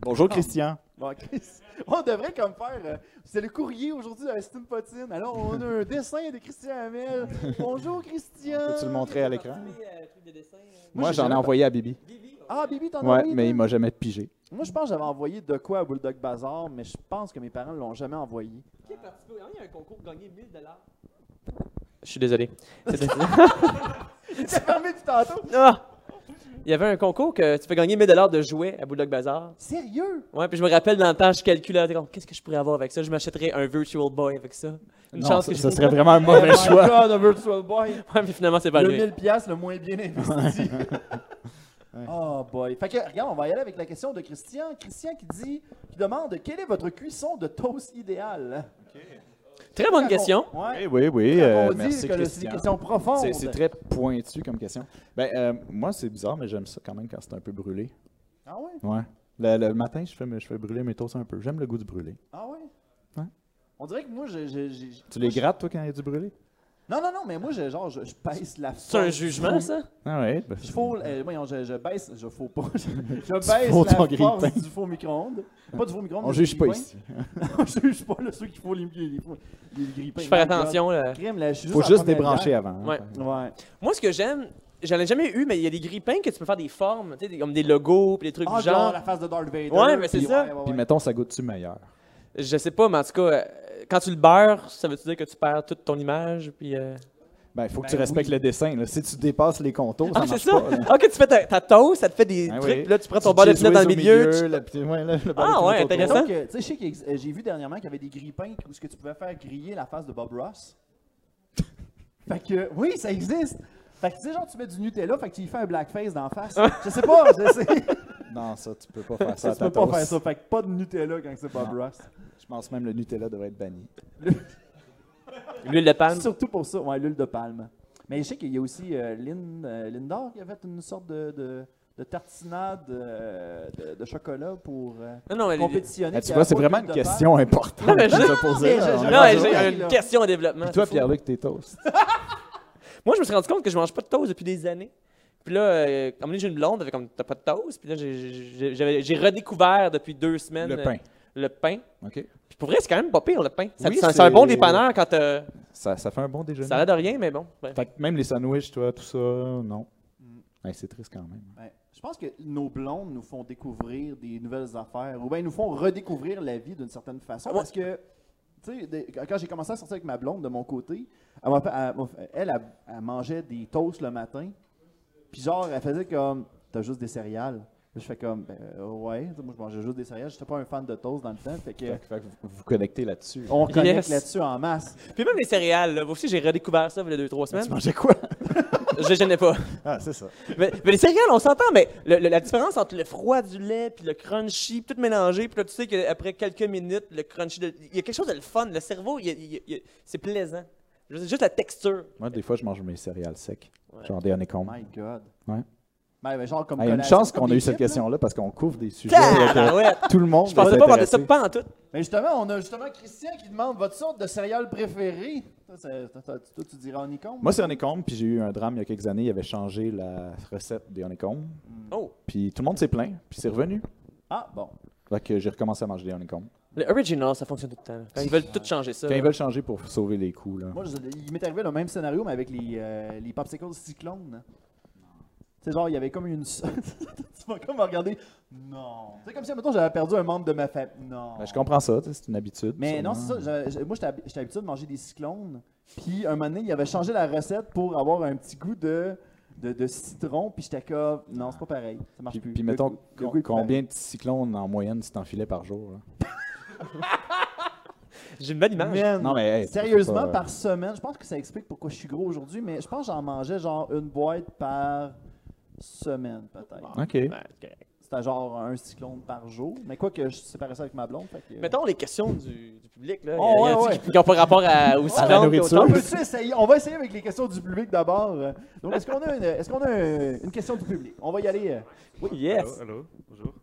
[SPEAKER 5] Bonjour,
[SPEAKER 2] Ah.
[SPEAKER 5] Christian.
[SPEAKER 2] Bon, Chris, on devrait comme faire. euh, c'est le courrier aujourd'hui de Stine Potine. Alors, on a un dessin de Christian Hamel. Bonjour, Christian.
[SPEAKER 5] Peux-tu le montrer à l'écran?
[SPEAKER 2] Moi,
[SPEAKER 5] Moi,
[SPEAKER 2] j'ai
[SPEAKER 5] j'en ai
[SPEAKER 2] jamais-
[SPEAKER 5] envoyé à Bibi.
[SPEAKER 2] Ah, Bibi, t'en as
[SPEAKER 5] Ouais,
[SPEAKER 2] envoyé,
[SPEAKER 5] mais
[SPEAKER 2] toi?
[SPEAKER 5] il m'a jamais pigé.
[SPEAKER 2] Moi, je pense que j'avais envoyé de quoi à Bulldog Bazaar, mais je pense que mes parents l'ont jamais envoyé.
[SPEAKER 4] Il y a un concours gagné 1000 Je suis désolé.
[SPEAKER 2] C'est fermé depuis tantôt.
[SPEAKER 4] Ah! Il y avait un concours que tu peux gagner 1000 dollars de jouets à Bulldog Bazaar.
[SPEAKER 2] Sérieux?
[SPEAKER 4] Ouais, puis je me rappelle dans le temps, je calculais, j'étais comme, qu'est-ce que je pourrais avoir avec ça Je m'achèterais un Virtual Boy avec ça. Une
[SPEAKER 5] Non,
[SPEAKER 4] chance
[SPEAKER 5] ça,
[SPEAKER 4] que je
[SPEAKER 5] ça serait vraiment un mauvais choix.
[SPEAKER 2] Oh God, un Virtual Boy.
[SPEAKER 4] Ouais, mais finalement, c'est pas
[SPEAKER 2] Le
[SPEAKER 4] lui.
[SPEAKER 2] 1000 piastres le moins bien investi. oh boy. Fait que, regarde, on va y aller avec la question de Christian. Christian qui dit, qui demande, quelle est votre cuisson de toast idéale?
[SPEAKER 4] Très bonne question.
[SPEAKER 2] Ouais.
[SPEAKER 5] Oui, oui, oui.
[SPEAKER 2] Quand
[SPEAKER 5] euh,
[SPEAKER 2] on dit
[SPEAKER 5] merci,
[SPEAKER 2] que le- c'est une
[SPEAKER 5] Christian.
[SPEAKER 2] question profonde.
[SPEAKER 5] C'est- C'est très pointu comme question. Ben, euh, moi, c'est bizarre, mais j'aime ça quand même quand c'est un peu brûlé.
[SPEAKER 2] Ah ouais?
[SPEAKER 5] Ouais. Le, le matin, je fais, mes- je fais brûler mes toasts un peu. J'aime le goût du brûlé.
[SPEAKER 2] Ah ouais?
[SPEAKER 5] Ouais.
[SPEAKER 2] On dirait que moi, je- je- je-
[SPEAKER 5] Tu
[SPEAKER 2] moi,
[SPEAKER 5] les
[SPEAKER 2] je-
[SPEAKER 5] grattes, toi, quand il y a du brûlé?
[SPEAKER 2] Non, non, non, mais moi, je, genre, je, je baisse la
[SPEAKER 4] C'est un
[SPEAKER 2] force.
[SPEAKER 4] jugement, ça
[SPEAKER 5] Ah ouais. ben,
[SPEAKER 2] Je fous, euh, voyons, je, je baisse, je fous pas. Je, je baisse
[SPEAKER 5] fous ton
[SPEAKER 2] la
[SPEAKER 5] grille-pain.
[SPEAKER 2] force du faux micro-ondes. Pas du faux micro-ondes.
[SPEAKER 5] on
[SPEAKER 2] mais du
[SPEAKER 5] juge pas
[SPEAKER 2] grille-pain.
[SPEAKER 5] ici.
[SPEAKER 2] On juge pas, là, ceux qui font les, les, les, les grille-pains.
[SPEAKER 4] Je fais
[SPEAKER 2] My God.
[SPEAKER 4] attention. là.
[SPEAKER 2] Crime, là, je suis
[SPEAKER 5] Faut
[SPEAKER 2] en
[SPEAKER 5] juste
[SPEAKER 2] première
[SPEAKER 5] débrancher avant. hein.
[SPEAKER 4] Ouais.
[SPEAKER 2] bière. Ouais. Ah,
[SPEAKER 4] Moi, ce que j'aime, j'en ai jamais eu, mais il y a des grippins que tu peux faire des formes, tu sais, des- comme des logos, puis des trucs
[SPEAKER 2] Ah,
[SPEAKER 4] du
[SPEAKER 2] genre,
[SPEAKER 4] genre.
[SPEAKER 2] la face de Darth Vader.
[SPEAKER 4] Ouais, mais c'est
[SPEAKER 2] puis-
[SPEAKER 4] ça.
[SPEAKER 2] ouais, ouais,
[SPEAKER 5] Puis
[SPEAKER 2] ouais.
[SPEAKER 5] mettons, ça goûte-tu meilleur?
[SPEAKER 4] Je sais pas, mais en tout cas, euh, quand tu le beurres, ça veut dire que tu perds toute ton image, puis. euh,
[SPEAKER 5] Ben, il faut que
[SPEAKER 2] Ben
[SPEAKER 5] tu respectes le dessin. là. Si tu dépasses les contours, ça
[SPEAKER 4] Ah, c'est
[SPEAKER 5] marche
[SPEAKER 4] ça!
[SPEAKER 5] pas. là.
[SPEAKER 4] Ah, Ok, tu fais ta, ta toast, ça te fait des
[SPEAKER 5] Ah
[SPEAKER 4] trucs,
[SPEAKER 5] oui.
[SPEAKER 4] puis là, tu prends ton
[SPEAKER 5] Tu
[SPEAKER 4] bol de
[SPEAKER 5] cheeses
[SPEAKER 4] pinot dans le
[SPEAKER 5] au
[SPEAKER 4] milieu. tu-
[SPEAKER 5] la petite- ouais, là, le bol de
[SPEAKER 4] Ah,
[SPEAKER 5] pinot
[SPEAKER 4] ouais,
[SPEAKER 5] autour.
[SPEAKER 4] intéressant.
[SPEAKER 2] Donc, euh, tu sais, je sais que euh, j'ai vu dernièrement qu'il y avait des grille-pains où ce que tu pouvais faire griller la face de Bob Ross. fait que, oui, ça existe. Fait que, tu sais, genre, tu mets du Nutella, fait que tu y fais un blackface d'en face. je sais pas, je sais.
[SPEAKER 5] Non, ça, tu peux pas faire ça. à
[SPEAKER 2] tu peux
[SPEAKER 5] ta
[SPEAKER 2] pas
[SPEAKER 5] toast.
[SPEAKER 2] faire ça. Fait que pas de Nutella quand c'est Bob Ross.
[SPEAKER 5] Je pense même le Nutella devrait être banni.
[SPEAKER 4] L'huile de palme.
[SPEAKER 2] Surtout pour ça, ouais, l'huile de palme. Mais je sais qu'il y a aussi euh, Lynn, euh, Lindor qui a fait une sorte de, de, de tartinade euh, de, de chocolat pour euh,
[SPEAKER 4] Non, non, elle
[SPEAKER 2] compétitionner.
[SPEAKER 5] Ah,
[SPEAKER 2] puis
[SPEAKER 5] tu
[SPEAKER 2] elle
[SPEAKER 5] vois,
[SPEAKER 2] a
[SPEAKER 5] c'est
[SPEAKER 2] pas
[SPEAKER 5] vraiment
[SPEAKER 2] plus de
[SPEAKER 5] une
[SPEAKER 2] pâte.
[SPEAKER 5] question importante
[SPEAKER 4] Non, mais je-
[SPEAKER 5] que tu as posée.
[SPEAKER 2] mais je-
[SPEAKER 5] là.
[SPEAKER 2] je-
[SPEAKER 4] Non,
[SPEAKER 2] Ah,
[SPEAKER 4] j'ai
[SPEAKER 2] ouais,
[SPEAKER 4] une
[SPEAKER 2] là.
[SPEAKER 4] question en développement.
[SPEAKER 5] Puis toi,
[SPEAKER 4] c'est fou.
[SPEAKER 5] Pierre-Luc, t'es toast.
[SPEAKER 4] Moi, je me suis rendu compte que je mange pas de toast depuis des années. Puis là, euh, à un moment donné, j'ai une blonde, elle fait comme t'as pas de toast. Puis là, j'ai- j'ai j'avais- j'ai redécouvert depuis deux semaines
[SPEAKER 5] Le
[SPEAKER 4] euh,
[SPEAKER 5] pain.
[SPEAKER 4] le pain.
[SPEAKER 5] OK.
[SPEAKER 4] Puis pour vrai, c'est quand même pas pire le pain. Ça-
[SPEAKER 5] Oui,
[SPEAKER 4] c'est un-
[SPEAKER 5] c'est-
[SPEAKER 4] c'est un bon dépanneur quand euh,
[SPEAKER 5] Ça, ça fait un bon déjeuner.
[SPEAKER 4] ça a l'air de rien, mais bon. bref.
[SPEAKER 5] Fait que même les sandwichs, toi, tout ça, non.
[SPEAKER 2] Mm.
[SPEAKER 5] Ouais, c'est triste quand même.
[SPEAKER 2] Ouais. Je pense que nos blondes nous font découvrir des nouvelles affaires, ou bien nous font redécouvrir la vie d'une certaine façon.
[SPEAKER 4] Ah ouais.
[SPEAKER 2] Parce que, tu sais, des- quand j'ai commencé à sortir avec ma blonde de mon côté, elle, m'a fait- elle m'a fait- elle, elle- elle mangeait des toasts le matin, puis genre, elle faisait comme, t'as juste des céréales. Puis Je fais comme, Ben, euh, ouais, Tu sais, moi je mangeais juste des céréales, j'étais pas un fan de toast dans le temps, fait que
[SPEAKER 5] Fait que- fait que vous vous connectez là-dessus.
[SPEAKER 2] on
[SPEAKER 4] Yes.
[SPEAKER 2] connecte là-dessus en masse.
[SPEAKER 4] Puis même les céréales, là, vous aussi, j'ai redécouvert ça il y a deux, trois
[SPEAKER 5] Ben, Tu
[SPEAKER 4] semaines.
[SPEAKER 5] mangeais quoi?
[SPEAKER 4] Je gênais pas.
[SPEAKER 5] Ah, c'est ça.
[SPEAKER 4] Mais, mais les céréales, on s'entend, mais le- le- la différence entre le froid du lait puis le crunchy, puis tout mélangé, puis là, tu sais qu'après quelques minutes, le crunchy, de- il y a quelque chose de le fun. Le cerveau, il y a- il y a- il y a- c'est plaisant. Je veux dire, Juste la texture.
[SPEAKER 5] Moi, des fois, je mange mes céréales secs.
[SPEAKER 4] Ouais.
[SPEAKER 5] Genre des honeycombs.
[SPEAKER 2] My God.
[SPEAKER 5] Ouais.
[SPEAKER 2] Ben, ben, genre comme
[SPEAKER 5] Il y a une
[SPEAKER 2] collation,
[SPEAKER 5] chance
[SPEAKER 2] comme
[SPEAKER 5] qu'on a
[SPEAKER 2] des
[SPEAKER 5] eu cette
[SPEAKER 2] chips, là.
[SPEAKER 5] question-là parce qu'on couvre des sujets avec, euh,
[SPEAKER 4] Tabarouette!
[SPEAKER 5] tout le monde.
[SPEAKER 4] Ah, Je pensais
[SPEAKER 5] est
[SPEAKER 4] pas parler de ça
[SPEAKER 5] intéressé.
[SPEAKER 4] pas en tout.
[SPEAKER 2] Mais justement, on a justement Christian qui demande votre sorte de céréale préférée. Toi, c'est- toi, toi, toi, tu dirais Onicombe?
[SPEAKER 5] Moi, c'est honeycomb, puis j'ai eu un drame il y a quelques années. Il avait changé la recette des honeycombs.
[SPEAKER 4] Oh,
[SPEAKER 5] Puis tout le monde s'est plaint, puis c'est revenu.
[SPEAKER 2] Ah, bon.
[SPEAKER 5] Fait que j'ai recommencé à manger des honeycombs.
[SPEAKER 2] Euh.
[SPEAKER 4] le original, ça fonctionne tout le temps. Quand ils veulent tout changer ça.
[SPEAKER 5] Quand ils veulent changer pour sauver les coûts, là.
[SPEAKER 2] Moi, je- il m'est arrivé le même scénario, mais avec les, euh, les popsicles cyclones. C'est genre, il y avait comme une. tu vas comme me regarder. Non. C'est comme si, mettons, j'avais perdu un membre de ma famille. Non.
[SPEAKER 5] Ben, je comprends ça, tu sais, c'est une habitude.
[SPEAKER 2] Mais non, c'est
[SPEAKER 5] sûrement.
[SPEAKER 2] ça. j'avais- j'ai- moi, j'étais hab- j'étais habitué de manger des cyclones. Puis, un moment donné, il avait changé la recette pour avoir un petit goût de, de, de citron. Puis, j'étais comme. Non, c'est pas pareil. Ça marche
[SPEAKER 5] Puis,
[SPEAKER 2] plus.
[SPEAKER 5] puis
[SPEAKER 2] Le
[SPEAKER 5] mettons,
[SPEAKER 2] goût- le ben
[SPEAKER 5] com-
[SPEAKER 2] goût est plus
[SPEAKER 5] combien de cyclones en moyenne tu t'enfilais par jour? là?
[SPEAKER 4] J'ai une bonne image.
[SPEAKER 2] pareil. Man.
[SPEAKER 5] Non, mais hey,
[SPEAKER 2] Euh, Sérieusement,
[SPEAKER 5] faut pas- euh,
[SPEAKER 2] par semaine, je pense que ça explique pourquoi je suis gros aujourd'hui, mais je pense que j'en mangeais genre une boîte par semaine, peut-être.
[SPEAKER 5] euh, OK.
[SPEAKER 4] Ouais, c'est correct.
[SPEAKER 2] C'était genre un cyclone par jour. Mais quoi que je séparais ça avec ma blonde. Fait que, euh,
[SPEAKER 4] Mettons les questions du, du public. Là.
[SPEAKER 2] Oh,
[SPEAKER 4] Il y a- il y a
[SPEAKER 2] ouais,
[SPEAKER 4] des trucs Qui n'ont pas rapport à, au
[SPEAKER 5] À la
[SPEAKER 4] cyclone.
[SPEAKER 5] nourriture.
[SPEAKER 2] on, peut-tu essayer? on va essayer avec les questions du public d'abord. euh. Donc, est-ce qu'on a, une, est-ce qu'on a euh, une question du public? On va y aller. euh.
[SPEAKER 4] Yes.
[SPEAKER 7] Allô, allô, bonjour.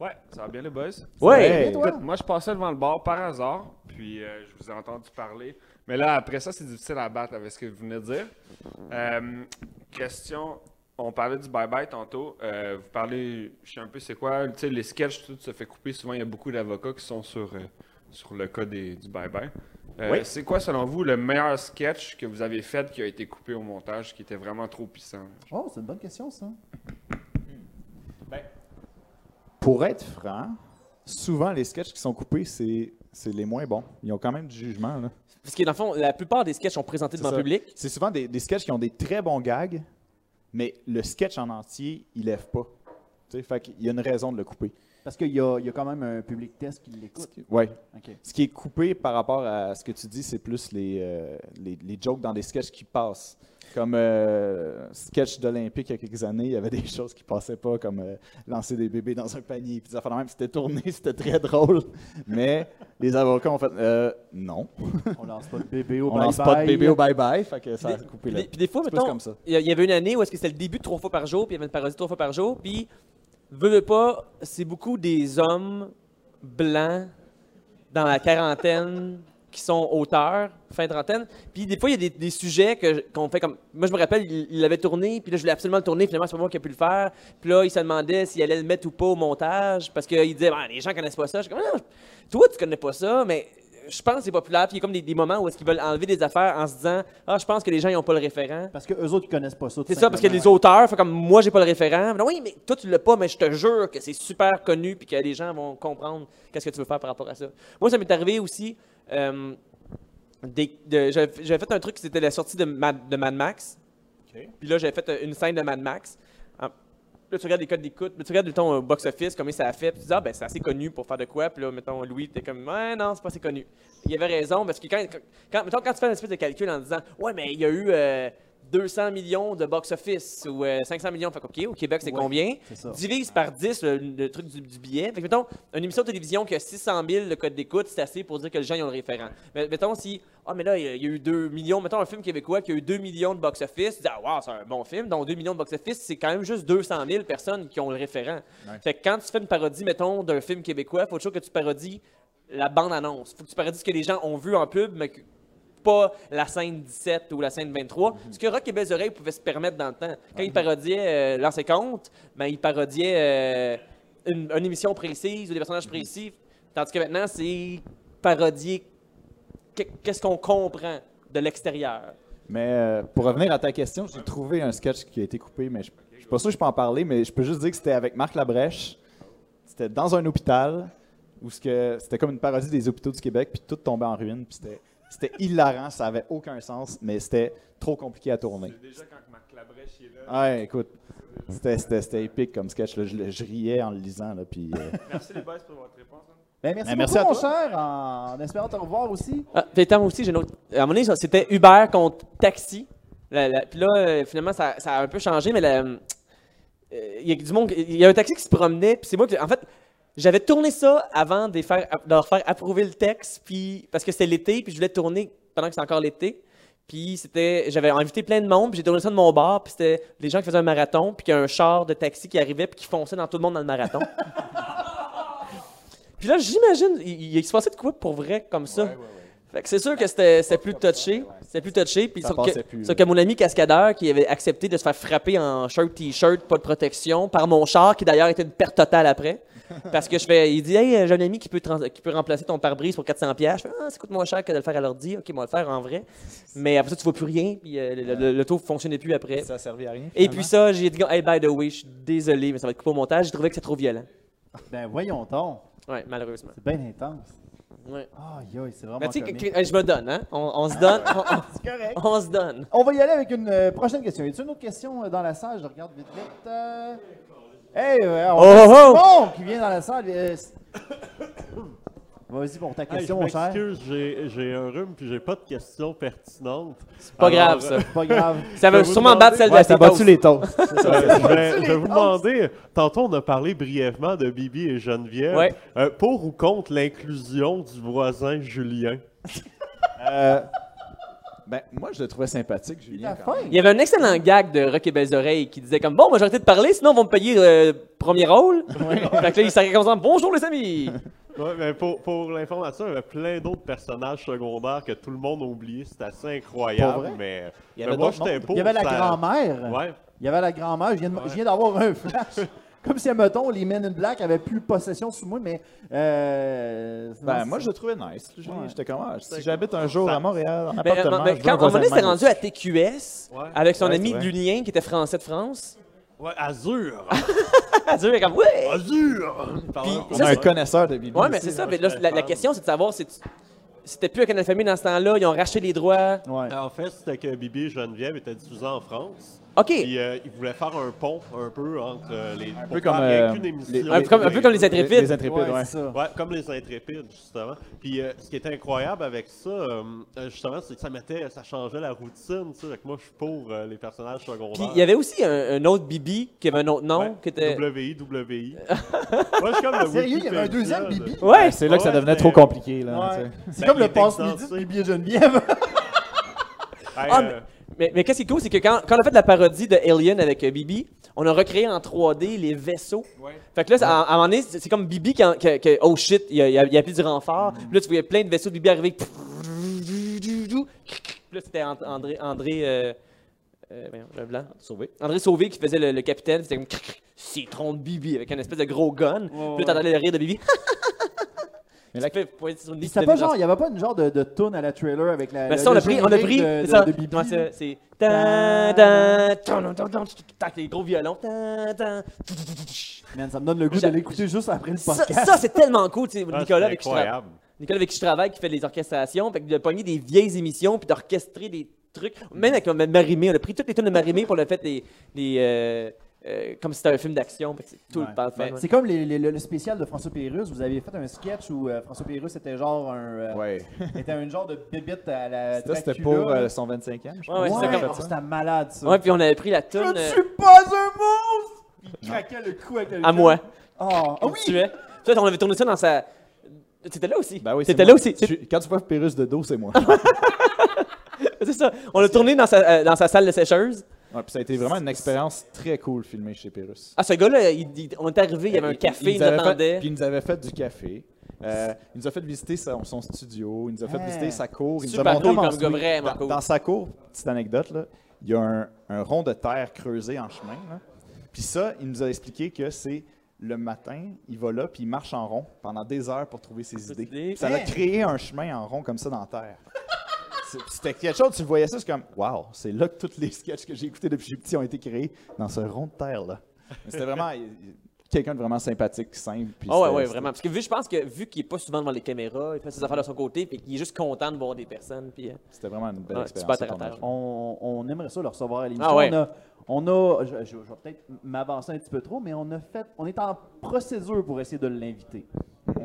[SPEAKER 7] Ouais, ça va bien les boys?
[SPEAKER 4] Ouais.
[SPEAKER 2] Hey, toi?
[SPEAKER 7] Écoute, moi je passais devant le bar par hasard, puis euh, je vous ai entendu parler. Mais là, après ça, c'est difficile à battre avec ce que vous venez de dire. Euh, question, on parlait du bye-bye tantôt. Euh, vous parlez, je sais un peu c'est quoi, tu sais, les sketchs, tout se fait couper. Souvent, il y a beaucoup d'avocats qui sont sur, euh, sur le cas des- du bye-bye. Euh,
[SPEAKER 4] Oui.
[SPEAKER 7] C'est quoi, selon vous, le meilleur sketch que vous avez fait qui a été coupé au montage, qui était vraiment trop puissant?
[SPEAKER 2] Oh, c'est une bonne question, ça.
[SPEAKER 5] Pour être franc, souvent les sketchs qui sont coupés, c'est c'est les moins bons. Ils ont quand même du jugement. là.
[SPEAKER 4] Parce que dans le fond, la plupart des sketchs sont présentés
[SPEAKER 5] C'est
[SPEAKER 4] devant
[SPEAKER 5] ça.
[SPEAKER 4] le public.
[SPEAKER 5] C'est souvent des, des sketchs qui ont des très bons gags, mais le sketch en entier, il lève pas. Tu sais, fait qu'il y a une raison de le couper.
[SPEAKER 2] Parce qu'il y a, il y a quand même un public test qui l'écoute.
[SPEAKER 5] Ouais.
[SPEAKER 2] OK.
[SPEAKER 5] Ce qui est coupé par rapport à ce que tu dis, c'est plus les, euh, les, les jokes dans des sketchs qui passent. Comme euh, sketch d'Olympique il y a quelques années, il y avait des choses qui passaient pas, comme euh, lancer des bébés dans un panier. Puis ça fait même, c'était tourné, c'était très drôle. Mais les avocats ont fait euh, non,
[SPEAKER 2] On lance pas de bébé au
[SPEAKER 5] on
[SPEAKER 2] bye-bye.
[SPEAKER 5] lance pas de bébé au bye-bye. Fait que ça a
[SPEAKER 4] Puis des-
[SPEAKER 5] coupé
[SPEAKER 4] puis
[SPEAKER 5] là.
[SPEAKER 4] des- Puis des fois,
[SPEAKER 5] C'est plus
[SPEAKER 4] mettons,
[SPEAKER 5] comme ça.
[SPEAKER 4] il y, a- il y avait une année où est-ce que c'était le début de trois fois par jour, puis il y avait une parodie de trois fois par jour, puis veux, veux pas, c'est beaucoup des hommes blancs dans la quarantaine qui sont auteurs, fin trentaine. Puis des fois, il y a des, des sujets que je- qu'on fait comme... Moi, je me rappelle, il il l'avait tourné, puis là, je voulais absolument le tourner, finalement, c'est pas moi qui ai pu le faire. Puis là, il se demandait s'il allait le mettre ou pas au montage, parce qu'il disait, Ben, les gens connaissent pas ça. Je suis comme, Ah, Non, toi, tu connais pas ça, mais je pense que c'est populaire. Puis il y a comme des, des moments où est-ce qu'ils veulent enlever des affaires en se disant Ah, je pense que les gens n'ont pas le référent.
[SPEAKER 2] Parce que eux autres, ils connaissent pas ça. tout
[SPEAKER 4] C'est ça, parce que
[SPEAKER 2] simplement.
[SPEAKER 4] les auteurs, fait comme moi, j'ai pas le référent. Mais non, oui, mais toi, tu l'as pas, mais je te jure que c'est super connu puis que les gens vont comprendre qu'est-ce que tu veux faire par rapport à ça. Moi, ça m'est arrivé aussi. euh, des- de- j'avais j'avais fait un truc, c'était la sortie de Mad, de Mad Max. Puis là, j'avais fait euh, une scène de Mad Max. Ah, Là, tu regardes les codes d'écoute, là, tu regardes le ton euh, box-office, comment ça a fait, puis tu dis, ah, ben, c'est assez connu pour faire de quoi, puis là, mettons, Louis, t'es comme, ouais, non, c'est pas assez connu. Il avait raison, parce que quand, quand- mettons, quand tu fais un espèce de calcul en disant, ouais, mais il y a eu euh, 200 millions de box-office ou euh, 500 millions. Fait que, OK, au Québec, c'est
[SPEAKER 2] Ouais.
[SPEAKER 4] combien?
[SPEAKER 2] C'est ça.
[SPEAKER 4] Divise par 10 le, le truc du, du billet. Fait que, mettons, une émission de télévision qui a 600 000 le code d'écoute, c'est assez pour dire que les gens ils ont le référent. Mais, mettons, si, ah, mais là, il y a- il y a eu 2 millions, mettons un film québécois qui a eu 2 millions de box-office, tu dis, ah, wow, c'est un bon film. Donc, 2 millions de box-office, c'est quand même juste 200 000 personnes qui ont le référent. Fait que quand tu fais une parodie, mettons, d'un film québécois, faut toujours que tu parodies la bande-annonce. Faut que tu parodies ce que les gens ont vu en pub, mais que- pas la scène 17 ou la scène 23. Ce que Rock et Belles Oreilles pouvaient se permettre dans le temps. Quand ils parodiaient euh, Lancez Compte, ben, ils parodiaient euh, une, une émission précise ou des personnages précis. Tandis que maintenant, c'est parodier qu- qu'est-ce qu'on comprend de l'extérieur.
[SPEAKER 5] Mais euh, pour revenir à ta question, j'ai trouvé un sketch qui a été coupé, mais je je suis pas sûr que je peux en parler, mais je peux juste dire que c'était avec Marc Labrèche. C'était dans un hôpital où ce que- c'était comme une parodie des hôpitaux du Québec, puis tout tombait en ruine, puis c'était- c'était hilarant, ça avait aucun sens, mais c'était trop compliqué à tourner.
[SPEAKER 7] Déjà, quand Marc Labrèche est là,
[SPEAKER 5] Ouais, écoute, c'était- c'était c'était épique comme sketch, là. Je, le- je riais en le lisant, là, puis... euh,
[SPEAKER 7] merci les boys pour votre réponse. hein.
[SPEAKER 2] Ben, merci,
[SPEAKER 5] Ben, merci
[SPEAKER 2] beaucoup,
[SPEAKER 5] à
[SPEAKER 2] mon cher. En, en espérant te revoir aussi.
[SPEAKER 4] Ah, puis attends, moi aussi, j'ai une autre. À un moment donné, ça, c'était Uber contre taxi. La- la- Puis là, euh, finalement, ça, ça a un peu changé, mais la- euh, il y a du monde. Il y a un taxi qui se promenait, puis c'est moi qui. En fait, j'avais tourné ça avant de, les faire, de leur faire approuver le texte, puis parce que c'était l'été, puis je voulais tourner pendant que c'est encore l'été. Puis c'était, j'avais invité plein de monde, puis j'ai tourné ça de mon bar, puis c'était des gens qui faisaient un marathon, puis qu'il y a un char de taxi qui arrivait, puis qui fonçait dans tout le monde dans le marathon. puis là, j'imagine, il, il se passait de quoi pour vrai comme ça? Fait que c'est sûr que c'était c'était plus touché. C'était plus touché. Puis
[SPEAKER 5] Ça
[SPEAKER 4] sauf que,
[SPEAKER 5] passait plus,
[SPEAKER 4] sauf que mon ami cascadeur qui avait accepté de se faire frapper en shirt, t-shirt, pas de protection, par mon char, qui d'ailleurs était une perte totale après. Parce que je fais, il dit, hey, j'ai un ami qui peut, trans- qui peut remplacer ton pare-brise pour 400$. piastres. Je fais, ah, ça coûte moins cher que de le faire à l'ordi. Ok, on va le faire en vrai. Mais après ça, tu vois plus rien. Puis euh, le, le- le- le taux fonctionnait plus après.
[SPEAKER 5] ça servait à rien.
[SPEAKER 4] Et
[SPEAKER 5] finalement.
[SPEAKER 4] puis ça, j'ai dit, hey, by the way, je suis désolé, mais ça va être coupé au montage. J'ai trouvé que c'était trop violent.
[SPEAKER 2] Ben, voyons donc.
[SPEAKER 4] Ouais, malheureusement.
[SPEAKER 2] C'est bien intense.
[SPEAKER 4] Ouais.
[SPEAKER 2] Aïe, aïe, c'est vraiment
[SPEAKER 4] Mais Ben, tu sais,
[SPEAKER 2] comique.
[SPEAKER 4] que- que- je me donne, hein. On, on se donne. on-
[SPEAKER 2] C'est correct.
[SPEAKER 4] on- on se donne.
[SPEAKER 2] On va y aller avec une euh, prochaine question. Y a-t-il une autre question euh, dans la salle? Je regarde vite, vite. euh. Hey, euh, on
[SPEAKER 4] Oh,
[SPEAKER 2] a
[SPEAKER 4] oh,
[SPEAKER 2] Simon qui vient dans la salle. euh, c'est- Vas-y pour ta
[SPEAKER 9] Hey, je
[SPEAKER 2] question, mon cher.
[SPEAKER 9] m'excuse, j'ai- j'ai un rhume puis j'ai pas de questions pertinentes. C'est
[SPEAKER 4] Pas grave, ça.
[SPEAKER 2] C'est pas grave.
[SPEAKER 4] Ça
[SPEAKER 9] Je
[SPEAKER 4] va
[SPEAKER 9] vais vous
[SPEAKER 4] sûrement battre
[SPEAKER 9] demander-
[SPEAKER 4] celle de
[SPEAKER 5] Ouais,
[SPEAKER 4] la
[SPEAKER 5] ça bat-tu les toasts?
[SPEAKER 9] euh, je vais, je vais vous
[SPEAKER 2] Oh,
[SPEAKER 9] demander, tantôt on a parlé brièvement de Bibi et Geneviève.
[SPEAKER 4] Ouais.
[SPEAKER 9] Euh, pour ou contre l'inclusion du voisin Julien?
[SPEAKER 5] Euh, ben, moi, je le trouvais sympathique, Julien.
[SPEAKER 2] T'as
[SPEAKER 5] quand
[SPEAKER 2] faim?
[SPEAKER 4] Il y avait un excellent gag de Rock et Belles Oreilles qui disait comme bon, moi j'ai arrêté de parler, sinon ils vont me payer euh, premier rôle. fait que là, il s'arrête comme ça bonjour les amis.
[SPEAKER 9] Ouais, mais pour pour l'information, il y avait plein d'autres personnages secondaires que tout le monde a oublié. C'est assez
[SPEAKER 5] Pour
[SPEAKER 9] incroyable,
[SPEAKER 5] vrai?
[SPEAKER 9] mais,
[SPEAKER 5] Il y
[SPEAKER 9] mais
[SPEAKER 5] avait
[SPEAKER 9] moi
[SPEAKER 5] d'autres
[SPEAKER 9] j'étais
[SPEAKER 5] mondes.
[SPEAKER 9] pour
[SPEAKER 2] Il y avait la
[SPEAKER 9] ça-
[SPEAKER 2] grand-mère.
[SPEAKER 9] Ouais.
[SPEAKER 2] Il y avait la grand-mère. Je viens de- je viens d'avoir un flash. Comme si, mettons, les Men in Black avaient plus possession sous moi, mais. euh,
[SPEAKER 5] Ben,
[SPEAKER 2] non,
[SPEAKER 5] moi,
[SPEAKER 2] c'est-
[SPEAKER 5] je le trouvais nice. le Julien.
[SPEAKER 2] Ouais.
[SPEAKER 5] J'étais comme, ah, si j'habite un jour à Montréal, en
[SPEAKER 4] Ben,
[SPEAKER 5] appartement,
[SPEAKER 4] ben,
[SPEAKER 5] je veux
[SPEAKER 4] quand
[SPEAKER 5] un
[SPEAKER 4] à un moment donné,
[SPEAKER 5] voisin
[SPEAKER 4] c'était
[SPEAKER 5] nice.
[SPEAKER 4] rendu à TQS
[SPEAKER 9] Ouais.
[SPEAKER 4] avec son
[SPEAKER 5] Ouais,
[SPEAKER 4] ami
[SPEAKER 5] c'est vrai.
[SPEAKER 4] Lunien qui était français de France.
[SPEAKER 9] Ouais, Azur!
[SPEAKER 4] Ah, Dieu, il est comme ouais.
[SPEAKER 9] Azur! Pardon.
[SPEAKER 5] On
[SPEAKER 4] Ça,
[SPEAKER 5] a un
[SPEAKER 4] c'est-
[SPEAKER 5] connaisseur de Bibi.
[SPEAKER 4] Ouais, mais
[SPEAKER 5] ici.
[SPEAKER 4] c'est ça. Mais là, la, la question c'est de savoir si tu- c'était plus un canal famille dans ce temps-là, ils ont racheté les droits.
[SPEAKER 2] Ouais.
[SPEAKER 5] Ah,
[SPEAKER 9] En fait, c'était que Bibi et Geneviève étaient diffusés en France.
[SPEAKER 4] Ok.
[SPEAKER 9] Puis euh, ils voulaient faire un pont un peu entre euh, les. Un
[SPEAKER 5] peu comme, euh, les-
[SPEAKER 4] Un peu comme, un peu comme les
[SPEAKER 5] Les-
[SPEAKER 4] intrépides.
[SPEAKER 5] Les intrépides,
[SPEAKER 2] Ouais,
[SPEAKER 5] ouais.
[SPEAKER 2] c'est ça.
[SPEAKER 9] Ouais, comme les intrépides, justement. Puis euh, ce qui était incroyable avec ça, euh, euh, justement, c'est que ça mettait, ça changeait la routine, tu sais. Fait que moi, je suis pour euh, les personnages
[SPEAKER 4] Puis
[SPEAKER 9] secondaires.
[SPEAKER 4] il y avait aussi un, un autre Bibi qui avait un autre nom
[SPEAKER 9] Ouais,
[SPEAKER 4] qui était.
[SPEAKER 9] WI, WI. moi, je suis comme le
[SPEAKER 2] Sérieux, il y avait un
[SPEAKER 9] Wikipédia
[SPEAKER 2] deuxième
[SPEAKER 9] de-
[SPEAKER 2] Bibi.
[SPEAKER 4] Ouais.
[SPEAKER 5] C'est là que ça
[SPEAKER 9] Ouais,
[SPEAKER 5] devenait
[SPEAKER 9] mais-
[SPEAKER 5] trop compliqué, là.
[SPEAKER 2] Ouais.
[SPEAKER 5] tu sais.
[SPEAKER 2] C'est
[SPEAKER 9] Ben,
[SPEAKER 2] comme
[SPEAKER 9] il
[SPEAKER 2] le
[SPEAKER 9] est
[SPEAKER 2] passe-midi de
[SPEAKER 9] exorcé.
[SPEAKER 2] Bibi et Geneviève.
[SPEAKER 9] Hey,
[SPEAKER 4] Ah,
[SPEAKER 9] euh,
[SPEAKER 4] Mais, mais qu'est-ce qui est cool, c'est que quand, quand on a fait la parodie de Alien avec euh, Bibi, on a recréé en 3D les vaisseaux.
[SPEAKER 7] Ouais.
[SPEAKER 4] Fait que là, ça- à, à un moment donné, c'est c'est comme Bibi qui, en- qui- qui- oh shit, il a, il a- il a appelé du renfort. Puis là, tu voyais plein de vaisseaux de Bibi arriver. Puis là, c'était An- André. André euh, euh, voyons, j'ai un blanc.
[SPEAKER 5] Sauvé.
[SPEAKER 4] André Sauvé qui faisait le, le capitaine, c'était comme citron de Bibi avec un espèce de gros gun. Puis là, t'entendais le rire de Bibi.
[SPEAKER 5] Mais
[SPEAKER 4] Mais
[SPEAKER 5] la-
[SPEAKER 4] là, il
[SPEAKER 2] C'était pas genre, il n'y avait pas une genre de, de tune à la trailer avec la.
[SPEAKER 4] ben
[SPEAKER 2] le-
[SPEAKER 4] ça, on
[SPEAKER 2] le
[SPEAKER 4] a pris, on a pris,
[SPEAKER 2] générique
[SPEAKER 4] c'est
[SPEAKER 2] de-
[SPEAKER 4] ça.
[SPEAKER 2] de- de Bibi.
[SPEAKER 4] Ouais, c'est- c'est tan, tan, tan, tan, tan, tac, les gros violons. tan, tan.
[SPEAKER 2] Man, ça me donne le goût
[SPEAKER 4] J'a-
[SPEAKER 2] de l'écouter juste après le
[SPEAKER 4] Ça,
[SPEAKER 2] podcast.
[SPEAKER 4] ça, c'est tellement cool, tu sais,
[SPEAKER 9] ah,
[SPEAKER 4] Nicolas
[SPEAKER 9] c'est
[SPEAKER 4] avec, qui je tra-
[SPEAKER 9] incroyable.
[SPEAKER 4] Nicolas avec qui je travaille, qui fait les orchestrations, fait que de pogner des vieilles émissions, puis d'orchestrer des trucs. Même avec ma- Marimé, on a pris toutes les tonnes de Marimé pour le fait des, des, euh, euh, comme si c'était un film d'action. fait que c'est tout
[SPEAKER 2] Ouais.
[SPEAKER 4] le temps le fun,
[SPEAKER 2] Mais
[SPEAKER 4] ouais.
[SPEAKER 2] C'est comme les- les- le le spécial de François Pérus. Vous aviez fait un sketch où euh, François Pérus était genre un, euh,
[SPEAKER 5] Ouais.
[SPEAKER 2] était un genre de bébite à la.
[SPEAKER 5] Ça, c'était
[SPEAKER 2] Ben, Dracula,
[SPEAKER 5] pour
[SPEAKER 2] là.
[SPEAKER 5] euh, son 25e. je
[SPEAKER 4] Ouais, ouais,
[SPEAKER 5] pense.
[SPEAKER 4] c'était
[SPEAKER 2] Ouais,
[SPEAKER 4] comme-
[SPEAKER 2] oh, c'était malade ça.
[SPEAKER 4] Ouais, puis on avait pris la euh,
[SPEAKER 2] je
[SPEAKER 4] tonne
[SPEAKER 5] euh,
[SPEAKER 2] ne suis pas un monstre! Il craquait le cou avec le.
[SPEAKER 4] à moi.
[SPEAKER 2] Ah, ah
[SPEAKER 4] On
[SPEAKER 2] oui!
[SPEAKER 4] tuait. Puis là, on avait tourné ça dans sa. T'étais là aussi.
[SPEAKER 5] Ben oui, c'est
[SPEAKER 4] T'étais
[SPEAKER 5] moi.
[SPEAKER 4] là aussi.
[SPEAKER 5] Je suis- Quand tu vois Pérus de dos, c'est moi.
[SPEAKER 4] C'est ça. On l'a tourné dans sa, euh, dans sa salle de sécheuse.
[SPEAKER 5] Ouais, puis ça a été vraiment une expérience très cool filmée chez Pérus.
[SPEAKER 4] Ah, ce gars-là, il- il- on est arrivé, il y avait un
[SPEAKER 5] Euh, Il-
[SPEAKER 4] café, il
[SPEAKER 5] il
[SPEAKER 4] nous
[SPEAKER 5] avait fait-
[SPEAKER 4] attendait.
[SPEAKER 5] Puis il nous avait fait du café. Euh, il nous a fait visiter son, son studio, il nous a fait
[SPEAKER 2] Hey.
[SPEAKER 5] visiter sa cour. Il nous a
[SPEAKER 4] Super
[SPEAKER 5] montré
[SPEAKER 4] cool
[SPEAKER 5] en
[SPEAKER 4] comme
[SPEAKER 5] dessous-
[SPEAKER 4] gars, vraiment
[SPEAKER 5] dans,
[SPEAKER 4] cool.
[SPEAKER 5] dans sa cour, petite anecdote, là, il y a un, un rond de terre creusé en chemin. là. Puis ça, il nous a expliqué que c'est le matin, il va là, puis il marche en rond pendant des heures pour trouver ses idées. Puis Ça a
[SPEAKER 2] Hey.
[SPEAKER 5] créé un chemin en rond comme ça dans la terre. C'est- C'était quelque chose, tu le voyais ça, c'est comme, wow, c'est là que tous les sketchs que j'ai écoutés depuis que je suis petit ont été créés, dans ce rond de terre-là. Mais C'était vraiment il- il- quelqu'un de vraiment sympathique, simple. puis
[SPEAKER 4] Ah ouais,
[SPEAKER 5] c'était-
[SPEAKER 4] ouais, vraiment. Parce que vu, je pense que vu qu'il est pas souvent devant les caméras, il fait ses affaires de son côté, puis qu'il est juste content de voir des personnes, puis. euh,
[SPEAKER 5] C'était vraiment une belle
[SPEAKER 4] Ouais, tu
[SPEAKER 5] expérience.
[SPEAKER 4] bats ta
[SPEAKER 5] le tournage.
[SPEAKER 4] ratage.
[SPEAKER 2] On, on aimerait ça le recevoir à l'émission.
[SPEAKER 4] Ah ouais.
[SPEAKER 2] On a, on a- je, je- je vais peut-être m'avancer un petit peu trop, mais on a fait, on est en procédure pour essayer de l'inviter.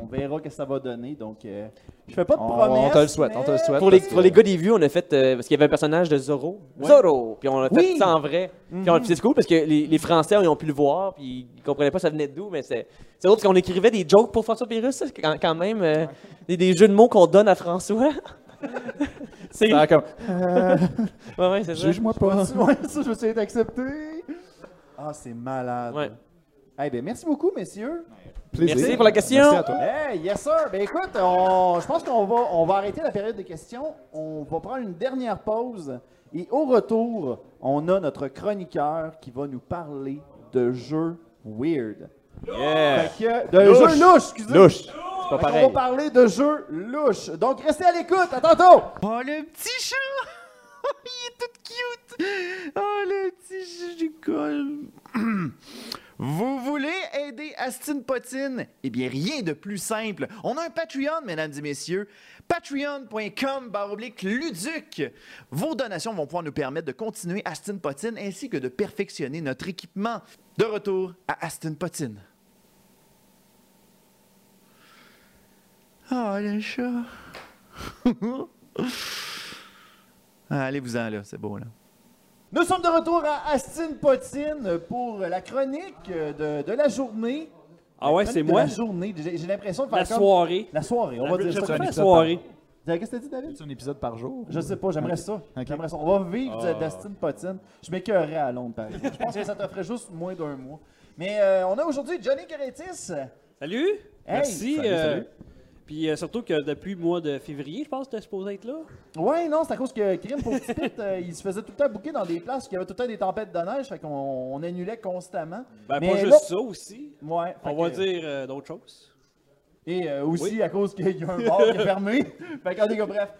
[SPEAKER 2] On verra ce que ça va donner. Donc, euh, je fais pas de
[SPEAKER 5] On-
[SPEAKER 2] promesses.
[SPEAKER 5] on te le souhaite, on te le
[SPEAKER 2] mais-
[SPEAKER 5] souhaite.
[SPEAKER 4] Pour les,
[SPEAKER 5] parce
[SPEAKER 4] pour
[SPEAKER 5] que-
[SPEAKER 4] les gars des vues, on a fait. euh, parce qu'il y avait un personnage de Zorro. Zorro! Puis on a fait
[SPEAKER 2] Oui!
[SPEAKER 4] ça en vrai. Puis on- puis c'est cool parce que les, les Français, ils ont pu le voir, puis ils comprenaient pas ça venait d'où, mais c'est. C'est drôle parce qu'on écrivait des jokes pour François Pérus, ça, quand, quand même. euh, des, des jeux de mots qu'on donne à François. c'est.
[SPEAKER 5] Ah, comme,
[SPEAKER 4] Ouais, ouais, c'est ça.
[SPEAKER 5] juge-moi pas.
[SPEAKER 2] Ouais, ça, je vais essayer d'accepter. Ah, c'est malade.
[SPEAKER 4] Ouais.
[SPEAKER 2] Eh ben, merci beaucoup, messieurs.
[SPEAKER 5] Plaisir.
[SPEAKER 4] Merci pour la question.
[SPEAKER 5] Merci à toi.
[SPEAKER 2] Hey, yes sir! Ben écoute, on- je pense qu'on va, on va arrêter la période de questions. On va prendre une dernière pause. Et au retour, on a notre chroniqueur qui va nous parler de jeux weird. Fait que- de
[SPEAKER 5] Louche.
[SPEAKER 2] jeux louches, excusez.
[SPEAKER 5] Louche.
[SPEAKER 2] Fait qu'on va parler de jeux louches. Donc restez à l'écoute, à tantôt!
[SPEAKER 1] Oh, le petit chat! Il est tout cute! Oh, le petit chat du col!
[SPEAKER 6] Vous voulez aider Astine Potine? Eh bien, rien de plus simple. On a un Patreon, mesdames et messieurs. Patreon.com baroblique Luduc. Vos donations vont pouvoir nous permettre de continuer Astine Potine ainsi que de perfectionner notre équipement. De retour à Astine Potine. Ah, le chat. Ah, Allez-vous-en, là. C'est beau, là.
[SPEAKER 2] Nous sommes de retour à Astine Potine pour la chronique de, de la journée.
[SPEAKER 1] Ah ouais,
[SPEAKER 2] La chronique
[SPEAKER 1] c'est
[SPEAKER 2] de
[SPEAKER 1] moi?
[SPEAKER 2] La journée, j'ai j'ai l'impression de faire
[SPEAKER 1] La
[SPEAKER 2] comme-
[SPEAKER 1] soirée.
[SPEAKER 2] La soirée, on va dire ça.
[SPEAKER 1] C'est
[SPEAKER 2] comme
[SPEAKER 1] la
[SPEAKER 2] ça.
[SPEAKER 1] soirée.
[SPEAKER 2] Qu'est-ce que t'as dit, David?
[SPEAKER 5] C'est un épisode par jour. Ah.
[SPEAKER 2] Je sais pas, j'aimerais ça. J'aimerais ça. On va vivre de- d'Astine Potine. Je m'écœurerais à Londres, par exemple. Je pense que ça t'offrait juste moins d'un mois. Mais euh, on a aujourd'hui Johnny Caretis.
[SPEAKER 1] Salut! Merci!
[SPEAKER 5] Salut,
[SPEAKER 1] euh,
[SPEAKER 5] salut.
[SPEAKER 1] Puis euh, surtout que depuis le mois de février, je pense que t'es supposé être là.
[SPEAKER 2] Ouais, non, c'est à cause que Crime pour Petit Pit, euh, il se faisait tout le temps bouquer dans des places, qu'il y avait tout le temps des tempêtes de neige, fait qu'on on annulait constamment.
[SPEAKER 1] Ben,
[SPEAKER 2] Mais
[SPEAKER 1] pas juste
[SPEAKER 2] là-
[SPEAKER 1] ça aussi.
[SPEAKER 2] Ouais. fait
[SPEAKER 1] On va
[SPEAKER 2] que-
[SPEAKER 1] dire euh, d'autres choses.
[SPEAKER 2] Et euh, aussi à cause qu'il y a un bar qui est fermé. fait qu'en tout cas, bref.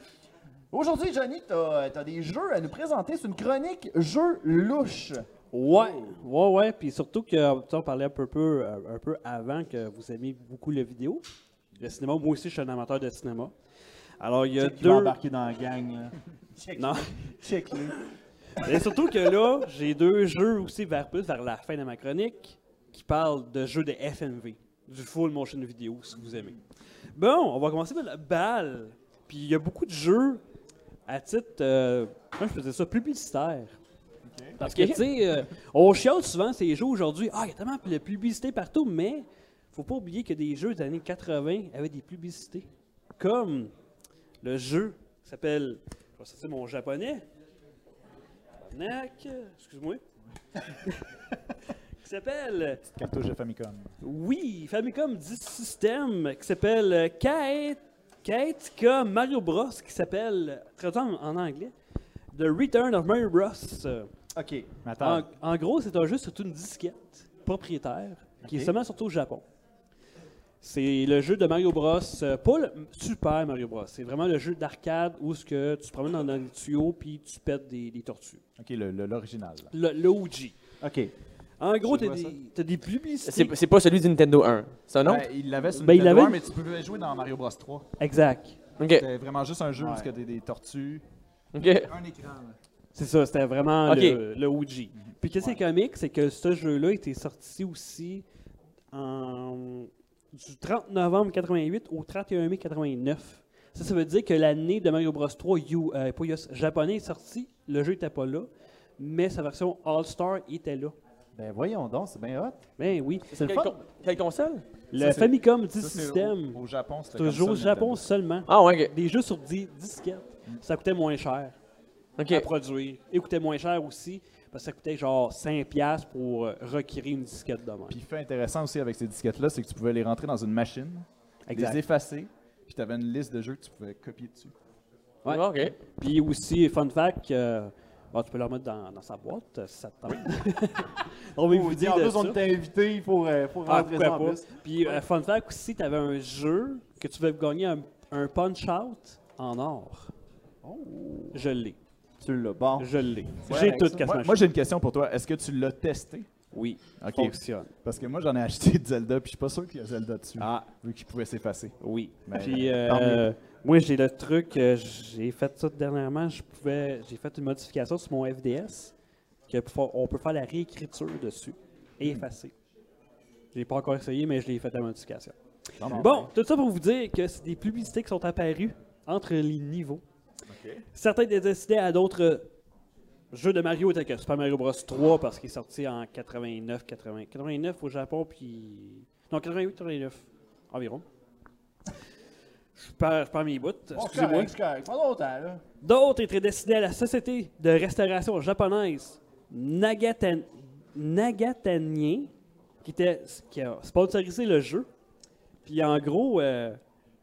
[SPEAKER 2] Aujourd'hui, Johnny, t'as as des jeux à nous présenter. C'est une chronique jeux louches.
[SPEAKER 1] Ouais, ouais, ouais. Puis surtout que, euh, tu sais, on parlait un peu, peu, euh, un peu avant que vous aimiez beaucoup le vidéo, le cinéma. Moi aussi, je suis un amateur de cinéma. Alors, il y a
[SPEAKER 2] Check, il va
[SPEAKER 1] deux.
[SPEAKER 2] embarquer dans la gang. là. Check,
[SPEAKER 1] Non.
[SPEAKER 2] check, là.
[SPEAKER 1] Et surtout que là, j'ai deux jeux aussi vers plus vers la fin de ma chronique qui parlent de jeux de FMV, du full motion vidéo si vous aimez. Bon, on va commencer par la balle. Puis il y a beaucoup de jeux à titre, euh, moi je faisais ça publicitaire. Parce que, tu sais, euh, on chiale souvent ces jeux aujourd'hui. Ah, il y a tellement de publicité partout, mais faut pas oublier que des jeux des années 80 avaient des publicités. Comme le jeu qui s'appelle, je vais sortir mon japonais, Tabarnak, excuse-moi. qui s'appelle,
[SPEAKER 5] Cartouche de Famicom.
[SPEAKER 1] oui, Famicom 10 System, qui s'appelle euh, Kate, Kateika Mario Bros, qui s'appelle, traduit en, en anglais, The Return of Mario Bros. Euh,
[SPEAKER 2] OK.
[SPEAKER 5] Mais attends,
[SPEAKER 1] En, en gros, c'est un jeu sur une disquette propriétaire, qui est seulement surtout au Japon. C'est le jeu de Mario Bros, euh, pas le Super Mario Bros. C'est vraiment le jeu d'arcade où ce que tu te promènes dans un tuyau puis tu pètes des, des tortues.
[SPEAKER 4] Ah.
[SPEAKER 5] ok, le- le- l'original. là.
[SPEAKER 1] Le, le OG.
[SPEAKER 2] OK.
[SPEAKER 1] En gros, t'as
[SPEAKER 5] vois ça.
[SPEAKER 1] des, t'as des publicités.
[SPEAKER 4] C'est c'est pas celui du Nintendo 1. C'est un autre?
[SPEAKER 5] Ben, il l'avait sur
[SPEAKER 1] Ben, il
[SPEAKER 5] Nintendo
[SPEAKER 1] l'avait.
[SPEAKER 5] 1, mais tu pouvais jouer dans Mario Bros 3.
[SPEAKER 1] Exact.
[SPEAKER 4] Ok.
[SPEAKER 5] C'était vraiment juste un jeu où tu as des, des tortues.
[SPEAKER 4] Ok.
[SPEAKER 5] Un écran. là.
[SPEAKER 1] C'est ça, c'était vraiment
[SPEAKER 4] Ok.
[SPEAKER 1] le, le OG. Puis qu'est-ce qui est comique, c'est que ce jeu-là était sorti aussi en- du 30 novembre 88 au 31 mai 89. Ça, ça veut dire que l'année de Mario Bros 3 U, euh, pas US, japonais est sorti, le jeu n'était pas là, mais sa version All-Star était là.
[SPEAKER 2] Ben voyons donc, c'est bien hot.
[SPEAKER 1] Ben oui.
[SPEAKER 2] C'est le
[SPEAKER 4] Quelle,
[SPEAKER 2] fun.
[SPEAKER 4] con- quelle console
[SPEAKER 1] Le
[SPEAKER 5] Ça, c'est-
[SPEAKER 1] Famicom 10
[SPEAKER 5] Ça, c'est au-
[SPEAKER 1] système,
[SPEAKER 5] Au Japon, c'était
[SPEAKER 1] c'est un
[SPEAKER 5] comme
[SPEAKER 1] jeu
[SPEAKER 5] ça,
[SPEAKER 1] au
[SPEAKER 5] Nintendo. Mm.
[SPEAKER 1] Japon seulement.
[SPEAKER 4] Ah, ouais,
[SPEAKER 1] Des jeux sur 10 disquettes, ça coûtait moins cher.
[SPEAKER 4] ok.
[SPEAKER 1] à
[SPEAKER 4] Ok.
[SPEAKER 1] produire. Et coûtait moins cher aussi, parce que ça coûtait genre 5$ pour euh, requérir une disquette de même.
[SPEAKER 5] Puis fait intéressant aussi avec ces disquettes-là, c'est que tu pouvais les rentrer dans une machine, les effacer, puis tu avais une liste de jeux que tu pouvais copier dessus.
[SPEAKER 1] Ouais.
[SPEAKER 4] Ok.
[SPEAKER 1] Puis aussi, fun fact, euh, bon, tu peux le remettre dans, dans sa boîte, euh, si ça te tente. on va vous dire
[SPEAKER 2] en
[SPEAKER 1] de
[SPEAKER 2] plus,
[SPEAKER 1] ça.
[SPEAKER 2] on t'a invité pour, euh, pour
[SPEAKER 1] Ah,
[SPEAKER 2] rentrer ça en
[SPEAKER 1] pourquoi pas.
[SPEAKER 2] plus.
[SPEAKER 1] Puis euh, fun fact aussi, tu avais un jeu que tu veux gagner un, Punch-Out en or. Je l'ai,
[SPEAKER 2] Tu l'as, bon.
[SPEAKER 1] je l'ai.
[SPEAKER 2] Ouais,
[SPEAKER 1] J'ai Oh.
[SPEAKER 2] avec
[SPEAKER 1] tout
[SPEAKER 2] ça.
[SPEAKER 1] casse
[SPEAKER 5] Moi,
[SPEAKER 1] machine.
[SPEAKER 5] moi, j'ai une question pour toi. Est-ce que tu l'as testé?
[SPEAKER 1] Oui,
[SPEAKER 5] Ok.
[SPEAKER 1] fonctionne.
[SPEAKER 5] Parce que moi, j'en ai acheté de Zelda, puis je suis pas sûr qu'il y a Zelda dessus,
[SPEAKER 1] Ah.
[SPEAKER 5] vu qu'il pouvait s'effacer.
[SPEAKER 1] Oui.
[SPEAKER 5] Ben,
[SPEAKER 1] Puis,
[SPEAKER 5] tant mieux.
[SPEAKER 1] euh, moi, j'ai le truc, euh, j'ai fait ça dernièrement, je pouvais, j'ai fait une modification sur mon FDS, que pour faire- on peut faire la réécriture dessus et
[SPEAKER 2] Hmm.
[SPEAKER 1] effacer. Je l'ai pas encore essayé, mais je l'ai fait la modification. Bon, tout ça pour vous dire que c'est des publicités qui sont apparues entre les niveaux. Certains étaient destinés à d'autres jeux de Mario, tels que Super Mario Bros. 3, parce qu'il est sorti en 89, 80, 89 au Japon, puis... Non, 88, 89, environ. Je perds, je perds mes bouts,
[SPEAKER 2] Bon, c'est
[SPEAKER 1] excusez-moi.
[SPEAKER 2] correct, c'est correct. Pas longtemps, là.
[SPEAKER 1] D'autres étaient destinés à la société de restauration japonaise Nagatan- Nagatanien, qui, était, qui a sponsorisé le jeu. Puis en gros, euh,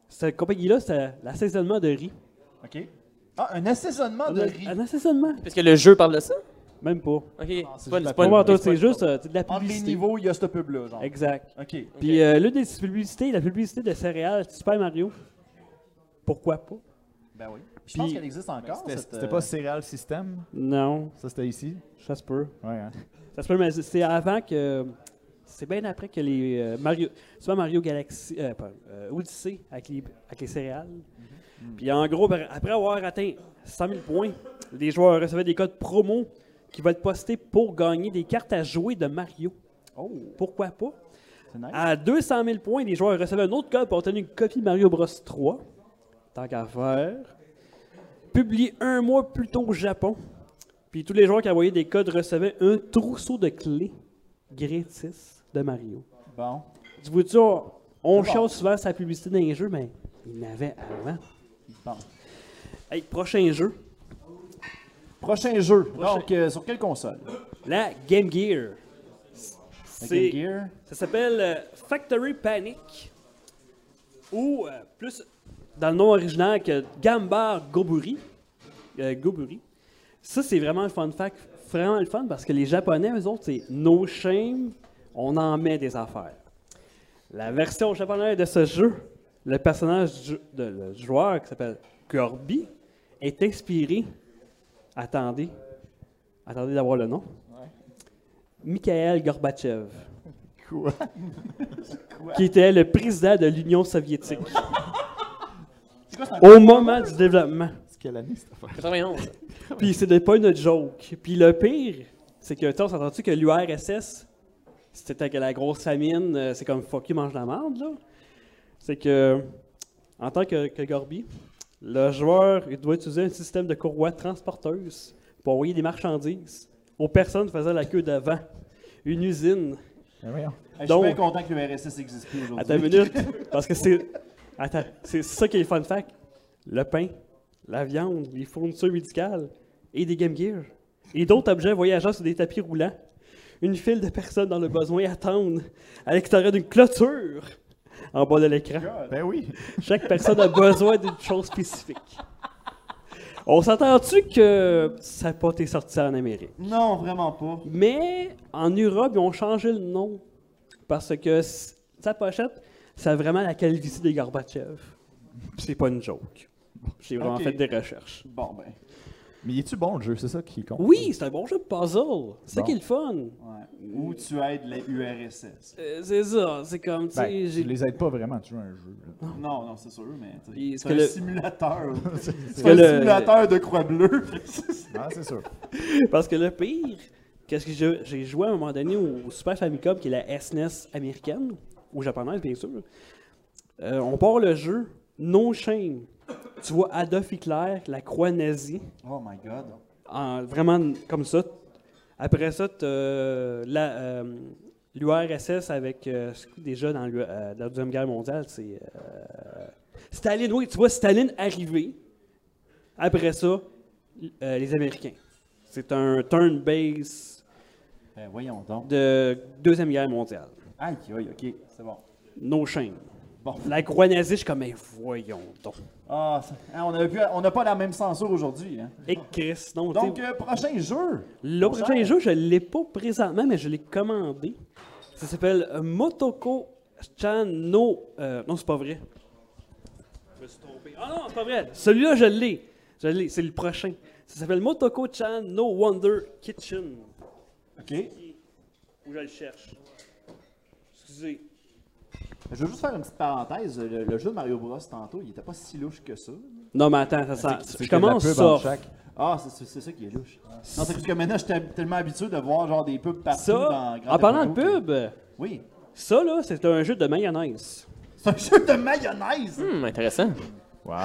[SPEAKER 1] cette compagnie-là, c'est l'assaisonnement de riz.
[SPEAKER 2] OK. Ah, un assaisonnement de riz.
[SPEAKER 1] Un assaisonnement?
[SPEAKER 4] Parce que le jeu parle de ça
[SPEAKER 1] Même pas.
[SPEAKER 4] Ok.
[SPEAKER 2] Ah, c'est
[SPEAKER 4] C'est
[SPEAKER 2] juste
[SPEAKER 4] pas-
[SPEAKER 2] la
[SPEAKER 4] c'est
[SPEAKER 1] Pas
[SPEAKER 4] pas
[SPEAKER 1] vraiment, toi,
[SPEAKER 4] une- c'est pas
[SPEAKER 1] c'est
[SPEAKER 4] une-
[SPEAKER 1] juste euh, c'est de la
[SPEAKER 2] Entre les
[SPEAKER 1] publicité.
[SPEAKER 2] niveaux, il y a ce pub-là, genre.
[SPEAKER 1] Exact.
[SPEAKER 2] OK.
[SPEAKER 1] Puis euh, l'une des publicités, la publicité de céréales Super Mario. Pourquoi pas?
[SPEAKER 2] Ben oui. Je pense
[SPEAKER 1] Puis-
[SPEAKER 2] qu'elle existe encore,
[SPEAKER 5] C'était
[SPEAKER 2] cette...
[SPEAKER 5] c'était
[SPEAKER 2] euh,
[SPEAKER 5] pas Serial System?
[SPEAKER 1] Non,
[SPEAKER 5] Ça, c'était ici?
[SPEAKER 1] ça se peut.
[SPEAKER 5] Ouais, hein?
[SPEAKER 1] Ça se peut, mais c'est avant que. C'est bien après que les euh, Mario. Super Mario Galaxy. Euh, pardon, euh, Odyssey avec les, avec les céréales. Puis en gros, par- après avoir atteint 100 000 points, les joueurs recevaient des codes promo qui vont être postés pour gagner des cartes à jouer de Mario.
[SPEAKER 2] Oh,
[SPEAKER 1] Pourquoi pas?
[SPEAKER 2] c'est nice.
[SPEAKER 1] À 200 000 points, les joueurs recevaient un autre code pour obtenir une copie de Mario Bros 3. Tant qu'à faire. Publié un mois plus tôt au Japon. Puis tous les joueurs qui envoyaient des codes recevaient un trousseau de clés gratis de Mario.
[SPEAKER 2] Bon.
[SPEAKER 1] Tu vois, tu on, on
[SPEAKER 2] C'est bon.
[SPEAKER 1] chante souvent sa publicité dans les jeux, mais il n'avait avant.
[SPEAKER 2] Bon.
[SPEAKER 1] Hey, prochain jeu,
[SPEAKER 2] Prochain jeu. Donc, euh, sur quelle console?
[SPEAKER 1] la Game Gear.
[SPEAKER 2] La
[SPEAKER 1] C'est-
[SPEAKER 2] Game Gear?
[SPEAKER 1] Ça s'appelle euh, Factory Panic, ou euh, plus dans le nom original que Gambar Goburi. Euh, Goburi. Ça, c'est vraiment le fun fact, vraiment le fun parce que les Japonais, eux autres, c'est no shame, on en met des affaires. La version japonaise de ce jeu, le personnage du, de, le joueur qui s'appelle Kirby est inspiré. Attendez, attendez d'avoir le nom. Mikhail Gorbatchev. Qui était le président de l'Union soviétique. Au moment du développement.
[SPEAKER 5] Quelle année, cette affaire?
[SPEAKER 4] 91.
[SPEAKER 1] Puis c'était pas une joke. Puis le pire, c'est que, tu sais, on s'entend-tu que l'URSS, c'était que la grosse famine, euh, c'est comme fuck, you, mange la merde, là. C'est que, en tant que, que Gorby, le joueur, il doit utiliser un système de courroie transporteuse pour envoyer des marchandises aux personnes faisant la queue devant une usine.
[SPEAKER 5] Ben voyons.
[SPEAKER 2] Je suis
[SPEAKER 1] Donc-
[SPEAKER 2] bien content que le RSS existe plus aujourd'hui.
[SPEAKER 1] Attends une minute, parce que c'est. Attends, c'est ça qui est le fun fact. Le pain, la viande, les fournitures médicales et des Game Gear. Et d'autres objets voyageant sur des tapis roulants. Une file de personnes dans le besoin attendent à l'extérieur d'une clôture en bas de l'écran.
[SPEAKER 5] Ben oui!
[SPEAKER 1] Chaque personne a besoin d'une chose spécifique. On s'entend-tu que ça n'a pas été sorti en Amérique?
[SPEAKER 2] Non, vraiment pas.
[SPEAKER 1] Mais en Europe, ils ont changé le nom. Parce que c- sa pochette, ça a vraiment la calvitie des Gorbatchev. Puis C'est pas une joke. J'ai vraiment
[SPEAKER 2] Ok.
[SPEAKER 1] fait des recherches.
[SPEAKER 2] Bon, ben.
[SPEAKER 8] Mais est tu bon le jeu, c'est ça qui compte?
[SPEAKER 1] Oui, c'est un bon jeu de puzzle. C'est ça
[SPEAKER 8] Bon.
[SPEAKER 1] qui est le fun.
[SPEAKER 2] Ouais. Ou tu aides les URSS.
[SPEAKER 1] Euh, c'est ça, c'est comme, tu sais,
[SPEAKER 8] Ben,
[SPEAKER 1] j'ai-
[SPEAKER 8] tu les aides pas vraiment, tu joues à un jeu. là.
[SPEAKER 2] Non, non, c'est sûr, mais tu sais,
[SPEAKER 1] Et est-ce
[SPEAKER 2] c'est
[SPEAKER 1] que
[SPEAKER 2] un
[SPEAKER 1] le-
[SPEAKER 2] simulateur. c'est
[SPEAKER 1] que
[SPEAKER 2] un
[SPEAKER 1] le-
[SPEAKER 2] simulateur de croix bleue.
[SPEAKER 8] Ah, c'est sûr.
[SPEAKER 1] Parce que le pire, qu'est-ce que je- j'ai joué à un moment donné au Super Famicom, qui est la SNES américaine, ou japonaise bien sûr. Euh, on part le jeu, no shame. Tu vois Adolf Hitler, la croix nazie,
[SPEAKER 2] oh my god.
[SPEAKER 1] en- vraiment comme ça. Après ça, t'as, euh, la, euh, l'URSS avec euh, c'est quoi déjà dans l'U- euh, la Deuxième Guerre mondiale, c'est euh, Staline. Oui, tu vois Staline arriver. Après ça, l- euh, les Américains. C'est un turn base
[SPEAKER 2] Ben voyons donc.
[SPEAKER 1] de Deuxième Guerre mondiale.
[SPEAKER 2] Aïe, aïe, ok, c'est bon.
[SPEAKER 1] No shame.
[SPEAKER 2] Bon.
[SPEAKER 1] La croix nazie, je suis comme, mais voyons donc.
[SPEAKER 2] Ah, ça- hein, on avait pu- on n'a pas la même censure aujourd'hui. hein.
[SPEAKER 1] Et Chris, non. tu sais-
[SPEAKER 2] Donc, euh, prochain jeu.
[SPEAKER 1] Le
[SPEAKER 2] Mon
[SPEAKER 1] prochain
[SPEAKER 2] cher.
[SPEAKER 1] jeu, je ne l'ai pas présentement, mais je l'ai commandé. Ça s'appelle Motoko Chan no. euh, non, c'est pas vrai. Je me suis trompé. Ah non, c'est pas vrai. Celui-là, je l'ai. Je l'ai. C'est le prochain. Ça s'appelle Motoko Chan no Wonder Kitchen.
[SPEAKER 2] Ok.
[SPEAKER 1] Où je le cherche. Excusez.
[SPEAKER 2] Je veux juste faire une petite parenthèse. Le, le jeu de Mario Bros tantôt, il était pas si louche que ça.
[SPEAKER 1] Non, mais attends, ça, ça,
[SPEAKER 8] C'est
[SPEAKER 1] je
[SPEAKER 8] qu'il y a de la
[SPEAKER 1] commence
[SPEAKER 8] pub entre
[SPEAKER 1] ça.
[SPEAKER 8] chaque.
[SPEAKER 2] Ah, c'est- c'est c'est ça qui est louche. Non, c'est parce que maintenant, j'étais tellement habitué de voir genre des pubs partout dans
[SPEAKER 1] Ça,
[SPEAKER 2] Grand
[SPEAKER 1] en parlant de
[SPEAKER 2] Auto que-
[SPEAKER 1] pub,
[SPEAKER 2] Oui.
[SPEAKER 1] ça, là, c'est un jeu de mayonnaise.
[SPEAKER 2] C'est un jeu de mayonnaise.
[SPEAKER 4] Hum, intéressant.
[SPEAKER 8] Wow.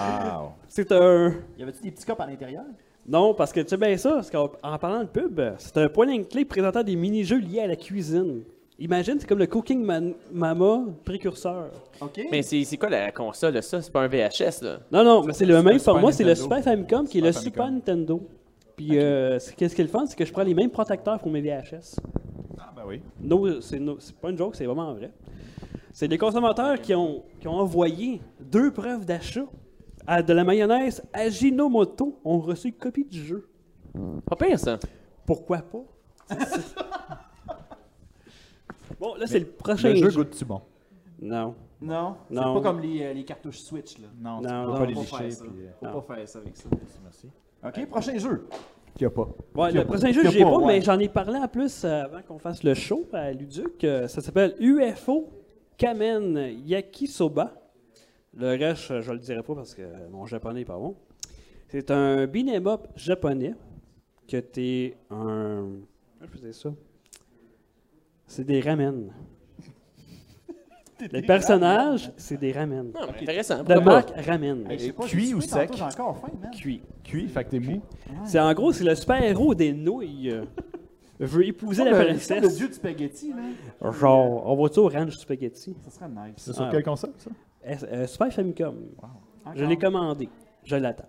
[SPEAKER 1] C'est un.
[SPEAKER 2] Y avait-tu des petits copes à l'intérieur?
[SPEAKER 1] Non, parce que tu sais bien ça, parce qu'en en parlant de pub, c'est un point and click présentant des mini-jeux liés à la cuisine. Imagine, c'est comme le Cooking Man- Mama précurseur.
[SPEAKER 2] Ok.
[SPEAKER 4] Mais c'est c'est quoi la console de ça? C'est pas un VHS, là.
[SPEAKER 1] Non, non, mais c'est le même
[SPEAKER 8] Super
[SPEAKER 1] format, c'est le
[SPEAKER 8] Nintendo.
[SPEAKER 1] Super Famicom qui est le
[SPEAKER 5] Super
[SPEAKER 1] Super
[SPEAKER 5] Famicom.
[SPEAKER 1] Nintendo. Puis, euh, c'est- qu'est-ce qu'ils font? C'est que je prends les mêmes protecteurs pour mes VHS.
[SPEAKER 5] Ah, ben oui.
[SPEAKER 1] No, c'est no- c'est pas une joke, c'est vraiment vrai. C'est des consommateurs qui ont, qui ont envoyé deux preuves d'achat à de la mayonnaise Ajinomoto ont reçu une copie du jeu.
[SPEAKER 4] Pas pire, ça.
[SPEAKER 1] Pourquoi pas? bon, là, c'est le prochain
[SPEAKER 8] Le jeu
[SPEAKER 1] jeu.
[SPEAKER 8] goûte-tu bon?
[SPEAKER 1] Non.
[SPEAKER 2] Non. C'est
[SPEAKER 1] Non.
[SPEAKER 2] pas comme les, euh, les cartouches Switch, là.
[SPEAKER 8] Non,
[SPEAKER 1] tu Non, peux
[SPEAKER 8] tu
[SPEAKER 1] non,
[SPEAKER 8] peux
[SPEAKER 1] pas
[SPEAKER 8] pas
[SPEAKER 1] les
[SPEAKER 8] les
[SPEAKER 2] Faut pas
[SPEAKER 8] licher.
[SPEAKER 2] faire ça. Faut
[SPEAKER 1] non.
[SPEAKER 2] pas faire ça avec ça.
[SPEAKER 8] Merci.
[SPEAKER 2] Ok, prochain jeu.
[SPEAKER 8] Qu'il y a pas.
[SPEAKER 1] Ouais, le prochain jeu,
[SPEAKER 2] qu'il y a
[SPEAKER 1] j'ai pas,
[SPEAKER 2] pas, ouais.
[SPEAKER 1] mais j'en ai parlé en plus euh, avant qu'on fasse le show à Luduc. Euh, Ça s'appelle UFO Kamen Yakisoba. Le reste, euh, je le dirai pas parce que euh, mon japonais est pas bon. C'est un beat'em up japonais que t'es un... Comment je faisais ça? C'est des ramen. Les personnages, c'est des ramen.
[SPEAKER 4] Non, Ah, mais intéressant.
[SPEAKER 1] La
[SPEAKER 4] pourquoi pas?
[SPEAKER 1] marque ramen.
[SPEAKER 2] Hey, je sais pas,
[SPEAKER 8] Cuit
[SPEAKER 2] j'ai
[SPEAKER 8] ou
[SPEAKER 2] soufflé tantôt,
[SPEAKER 8] sec?
[SPEAKER 2] J'ai encore faim, man.
[SPEAKER 1] Cuit.
[SPEAKER 8] Cuit, fait que t'es mou.
[SPEAKER 1] C'est en gros, c'est le super-héros des nouilles. Veut épouser la
[SPEAKER 2] Le- c'est le
[SPEAKER 1] princesse.
[SPEAKER 2] dieu du spaghetti, là.
[SPEAKER 1] Genre, on va-tu au ranch spaghetti?
[SPEAKER 2] Ça serait nice.
[SPEAKER 8] C'est sur
[SPEAKER 1] Ah,
[SPEAKER 8] quelle console, ça?
[SPEAKER 1] Eh, euh, Super Famicom. Je
[SPEAKER 2] Encore.
[SPEAKER 1] l'ai commandé. Je l'attends.
[SPEAKER 2] À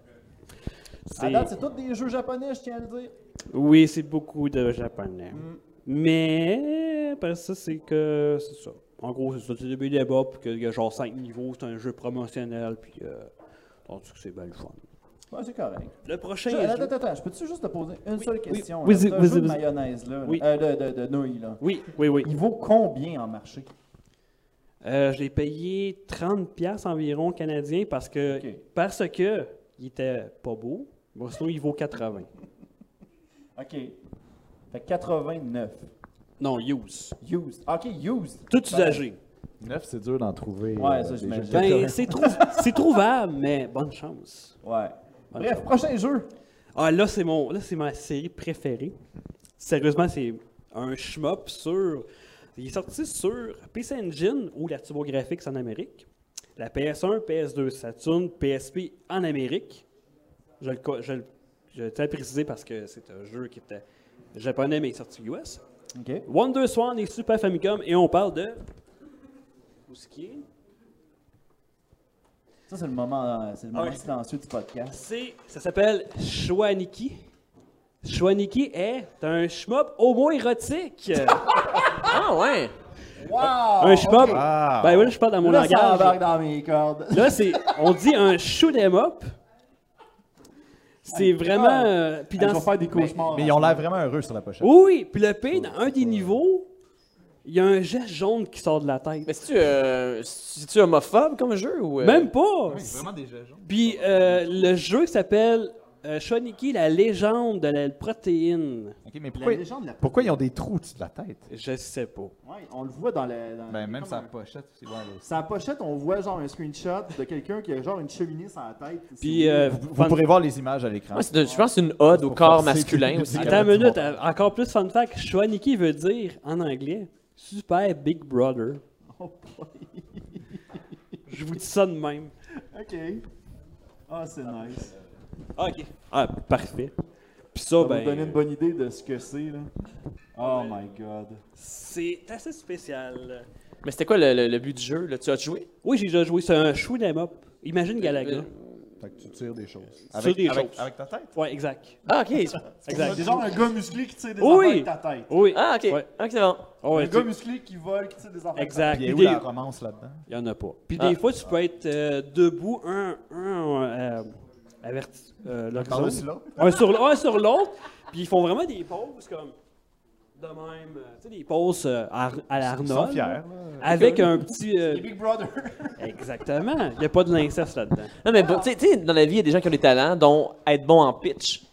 [SPEAKER 1] C'est-
[SPEAKER 2] date, c'est tous des jeux japonais, je tiens à le dire.
[SPEAKER 1] Oui, c'est beaucoup de japonais.
[SPEAKER 2] Mm.
[SPEAKER 1] Mais après ça, c'est que c'est ça. En gros, c'est ça. C'est le débat, puis qu'il y a genre 5 niveaux, c'est un jeu promotionnel, puis euh, tandis que c'est bien le fun.
[SPEAKER 2] Ouais, c'est correct.
[SPEAKER 1] Le prochain.
[SPEAKER 2] Je- attends,
[SPEAKER 1] jeu-
[SPEAKER 2] attends, attends, je peux-tu juste te poser une seule question?
[SPEAKER 1] oui,
[SPEAKER 2] là?
[SPEAKER 1] vas-y,
[SPEAKER 2] Ce
[SPEAKER 1] vas-y,
[SPEAKER 2] jeu de
[SPEAKER 1] vas-y.
[SPEAKER 2] mayonnaise, là,
[SPEAKER 1] Oui.
[SPEAKER 2] euh, de, de, de nouilles, là.
[SPEAKER 1] Oui, oui, oui.
[SPEAKER 2] Il vaut combien en marché?
[SPEAKER 1] Euh, je l'ai payé 30$ environ canadien parce que
[SPEAKER 2] Ok.
[SPEAKER 1] parce que il était pas beau. Bon, sinon, il vaut 80.
[SPEAKER 2] OK. Fait que 89.
[SPEAKER 1] Non, use.
[SPEAKER 2] Used. Ah, OK, used.
[SPEAKER 1] Tout usagé.
[SPEAKER 8] Neuf, c'est dur d'en trouver.
[SPEAKER 2] Ouais,
[SPEAKER 8] euh,
[SPEAKER 2] ça,
[SPEAKER 8] des
[SPEAKER 2] j'imagine.
[SPEAKER 8] jeux.
[SPEAKER 1] Ben, c'est trou- c'est trouvable, mais bonne chance.
[SPEAKER 2] Ouais. Bref, prochain jeu.
[SPEAKER 1] Ah, là, c'est mon, là, c'est ma série préférée. Sérieusement, c'est un shmup sur. Il est sorti sur PC Engine ou la TurboGrafx en Amérique, la PS1, PS2 Saturn, PSP en Amérique. Je le, co- je le- je tiens à préciser parce que c'est un jeu qui était japonais mais sorti US.
[SPEAKER 2] OK.
[SPEAKER 1] Wonder Swan et Super Famicom et on parle de. Où est-ce qu'il est?
[SPEAKER 2] Ça, c'est le moment, euh, c'est le moment
[SPEAKER 1] Ouais.
[SPEAKER 2] silencieux du podcast.
[SPEAKER 1] C'est, ça s'appelle Shwaniki. Shwaniki est un shmup homo-érotique.
[SPEAKER 4] Ah, ouais.
[SPEAKER 2] Wow!
[SPEAKER 1] un shmup.
[SPEAKER 5] Ah!
[SPEAKER 1] Ben oui, je parle dans mon
[SPEAKER 2] Là, ça
[SPEAKER 1] langage.
[SPEAKER 2] embarque dans mes cordes.
[SPEAKER 1] Là, c'est, on dit un shoot 'em up. C'est vraiment. euh, puis
[SPEAKER 2] Hey,
[SPEAKER 1] dans
[SPEAKER 2] je vais faire des cauchemars. hein.
[SPEAKER 8] Mais ils ont l'air vraiment heureux sur la pochette.
[SPEAKER 1] Oui, oui. Puis le pire, dans un des niveaux, il y a un geste jaune qui sort de la tête.
[SPEAKER 4] Mais c'est-tu euh, c'est-tu homophobe comme jeu ou. euh,
[SPEAKER 1] Même pas.
[SPEAKER 8] vraiment des jeux
[SPEAKER 1] Puis euh, le jeu s'appelle euh, Shoniki, la légende de la protéine.
[SPEAKER 8] Ok, mais
[SPEAKER 2] La
[SPEAKER 8] pourquoi,
[SPEAKER 2] légende, la-
[SPEAKER 8] pourquoi ils ont des trous au-dessus de la tête?
[SPEAKER 1] Je sais pas.
[SPEAKER 2] Ouais, on le voit dans la. dans-
[SPEAKER 8] Ben, même
[SPEAKER 2] comme
[SPEAKER 8] sa
[SPEAKER 2] un-
[SPEAKER 8] pochette, c'est bon. là.
[SPEAKER 2] Sa pochette, on voit genre un screenshot de quelqu'un qui a genre une cheminée sur la tête.
[SPEAKER 1] Puis,
[SPEAKER 2] C'est-
[SPEAKER 1] euh,
[SPEAKER 8] Vous, vous
[SPEAKER 1] fun-
[SPEAKER 8] pourrez voir les images à l'écran.
[SPEAKER 4] Ouais, c'est de- je pense que c'est une ode au corps
[SPEAKER 8] forcer.
[SPEAKER 4] masculin aussi.
[SPEAKER 8] C'est
[SPEAKER 1] Attends une minute,
[SPEAKER 8] capable.
[SPEAKER 1] euh, encore plus fun fact. Shoniki veut dire, en anglais, Super Big Brother.
[SPEAKER 2] Oh boy.
[SPEAKER 1] Je vous dis ça de même.
[SPEAKER 2] Ok. Ah, c'est nice.
[SPEAKER 1] Ah, ok. Ah, parfait. Puis ça,
[SPEAKER 2] Ça va vous donner une
[SPEAKER 1] ben,
[SPEAKER 2] bonne idée de ce que c'est, là. Oh my god.
[SPEAKER 1] c'est assez spécial.
[SPEAKER 4] Mais c'était quoi le, le- le but du jeu? là? Tu as joué?
[SPEAKER 1] Oui, j'ai déjà joué. C'est un shoot'em up. Imagine
[SPEAKER 4] Euh,
[SPEAKER 1] Galaga.
[SPEAKER 8] Fait que tu tires des choses.
[SPEAKER 1] Sur des
[SPEAKER 8] avec,
[SPEAKER 1] choses.
[SPEAKER 8] avec ta tête?
[SPEAKER 1] Ouais, exact.
[SPEAKER 4] Ah, ok.
[SPEAKER 1] Exact.
[SPEAKER 2] C'est genre un gars musclé qui tire des
[SPEAKER 1] Oui.
[SPEAKER 2] affaires avec ta tête.
[SPEAKER 1] Oui.
[SPEAKER 4] Ah, ok.
[SPEAKER 1] Ouais.
[SPEAKER 4] Ah, ok, c'est bon.
[SPEAKER 1] Oh, ouais,
[SPEAKER 2] un gars musclé qui vole, qui tire des affaires avec ta
[SPEAKER 1] Exact.
[SPEAKER 8] Puis il y
[SPEAKER 1] Puis
[SPEAKER 8] a où
[SPEAKER 1] des-
[SPEAKER 8] la romance là-dedans?
[SPEAKER 1] Il y en a pas. Puis
[SPEAKER 4] Ah.
[SPEAKER 1] des fois, tu peux être euh, debout, un, un euh, averti. Euh, l'horizon.
[SPEAKER 8] Par-dessus l'autre?
[SPEAKER 1] un sur l- un sur l'autre. Puis ils font vraiment des pauses comme. De même. euh, Tu sais, des pauses euh, à, à
[SPEAKER 8] Ils sont
[SPEAKER 1] l'Arnold.
[SPEAKER 8] fiers. là.
[SPEAKER 1] Avec un petit. euh,
[SPEAKER 2] tête. Les Big Brother.
[SPEAKER 1] exactement. Il n'y a pas de l'inceste là-dedans.
[SPEAKER 4] Non, mais bon, tu sais- tu sais, dans la vie, il y a des gens qui ont des talents, dont être bon en pitch.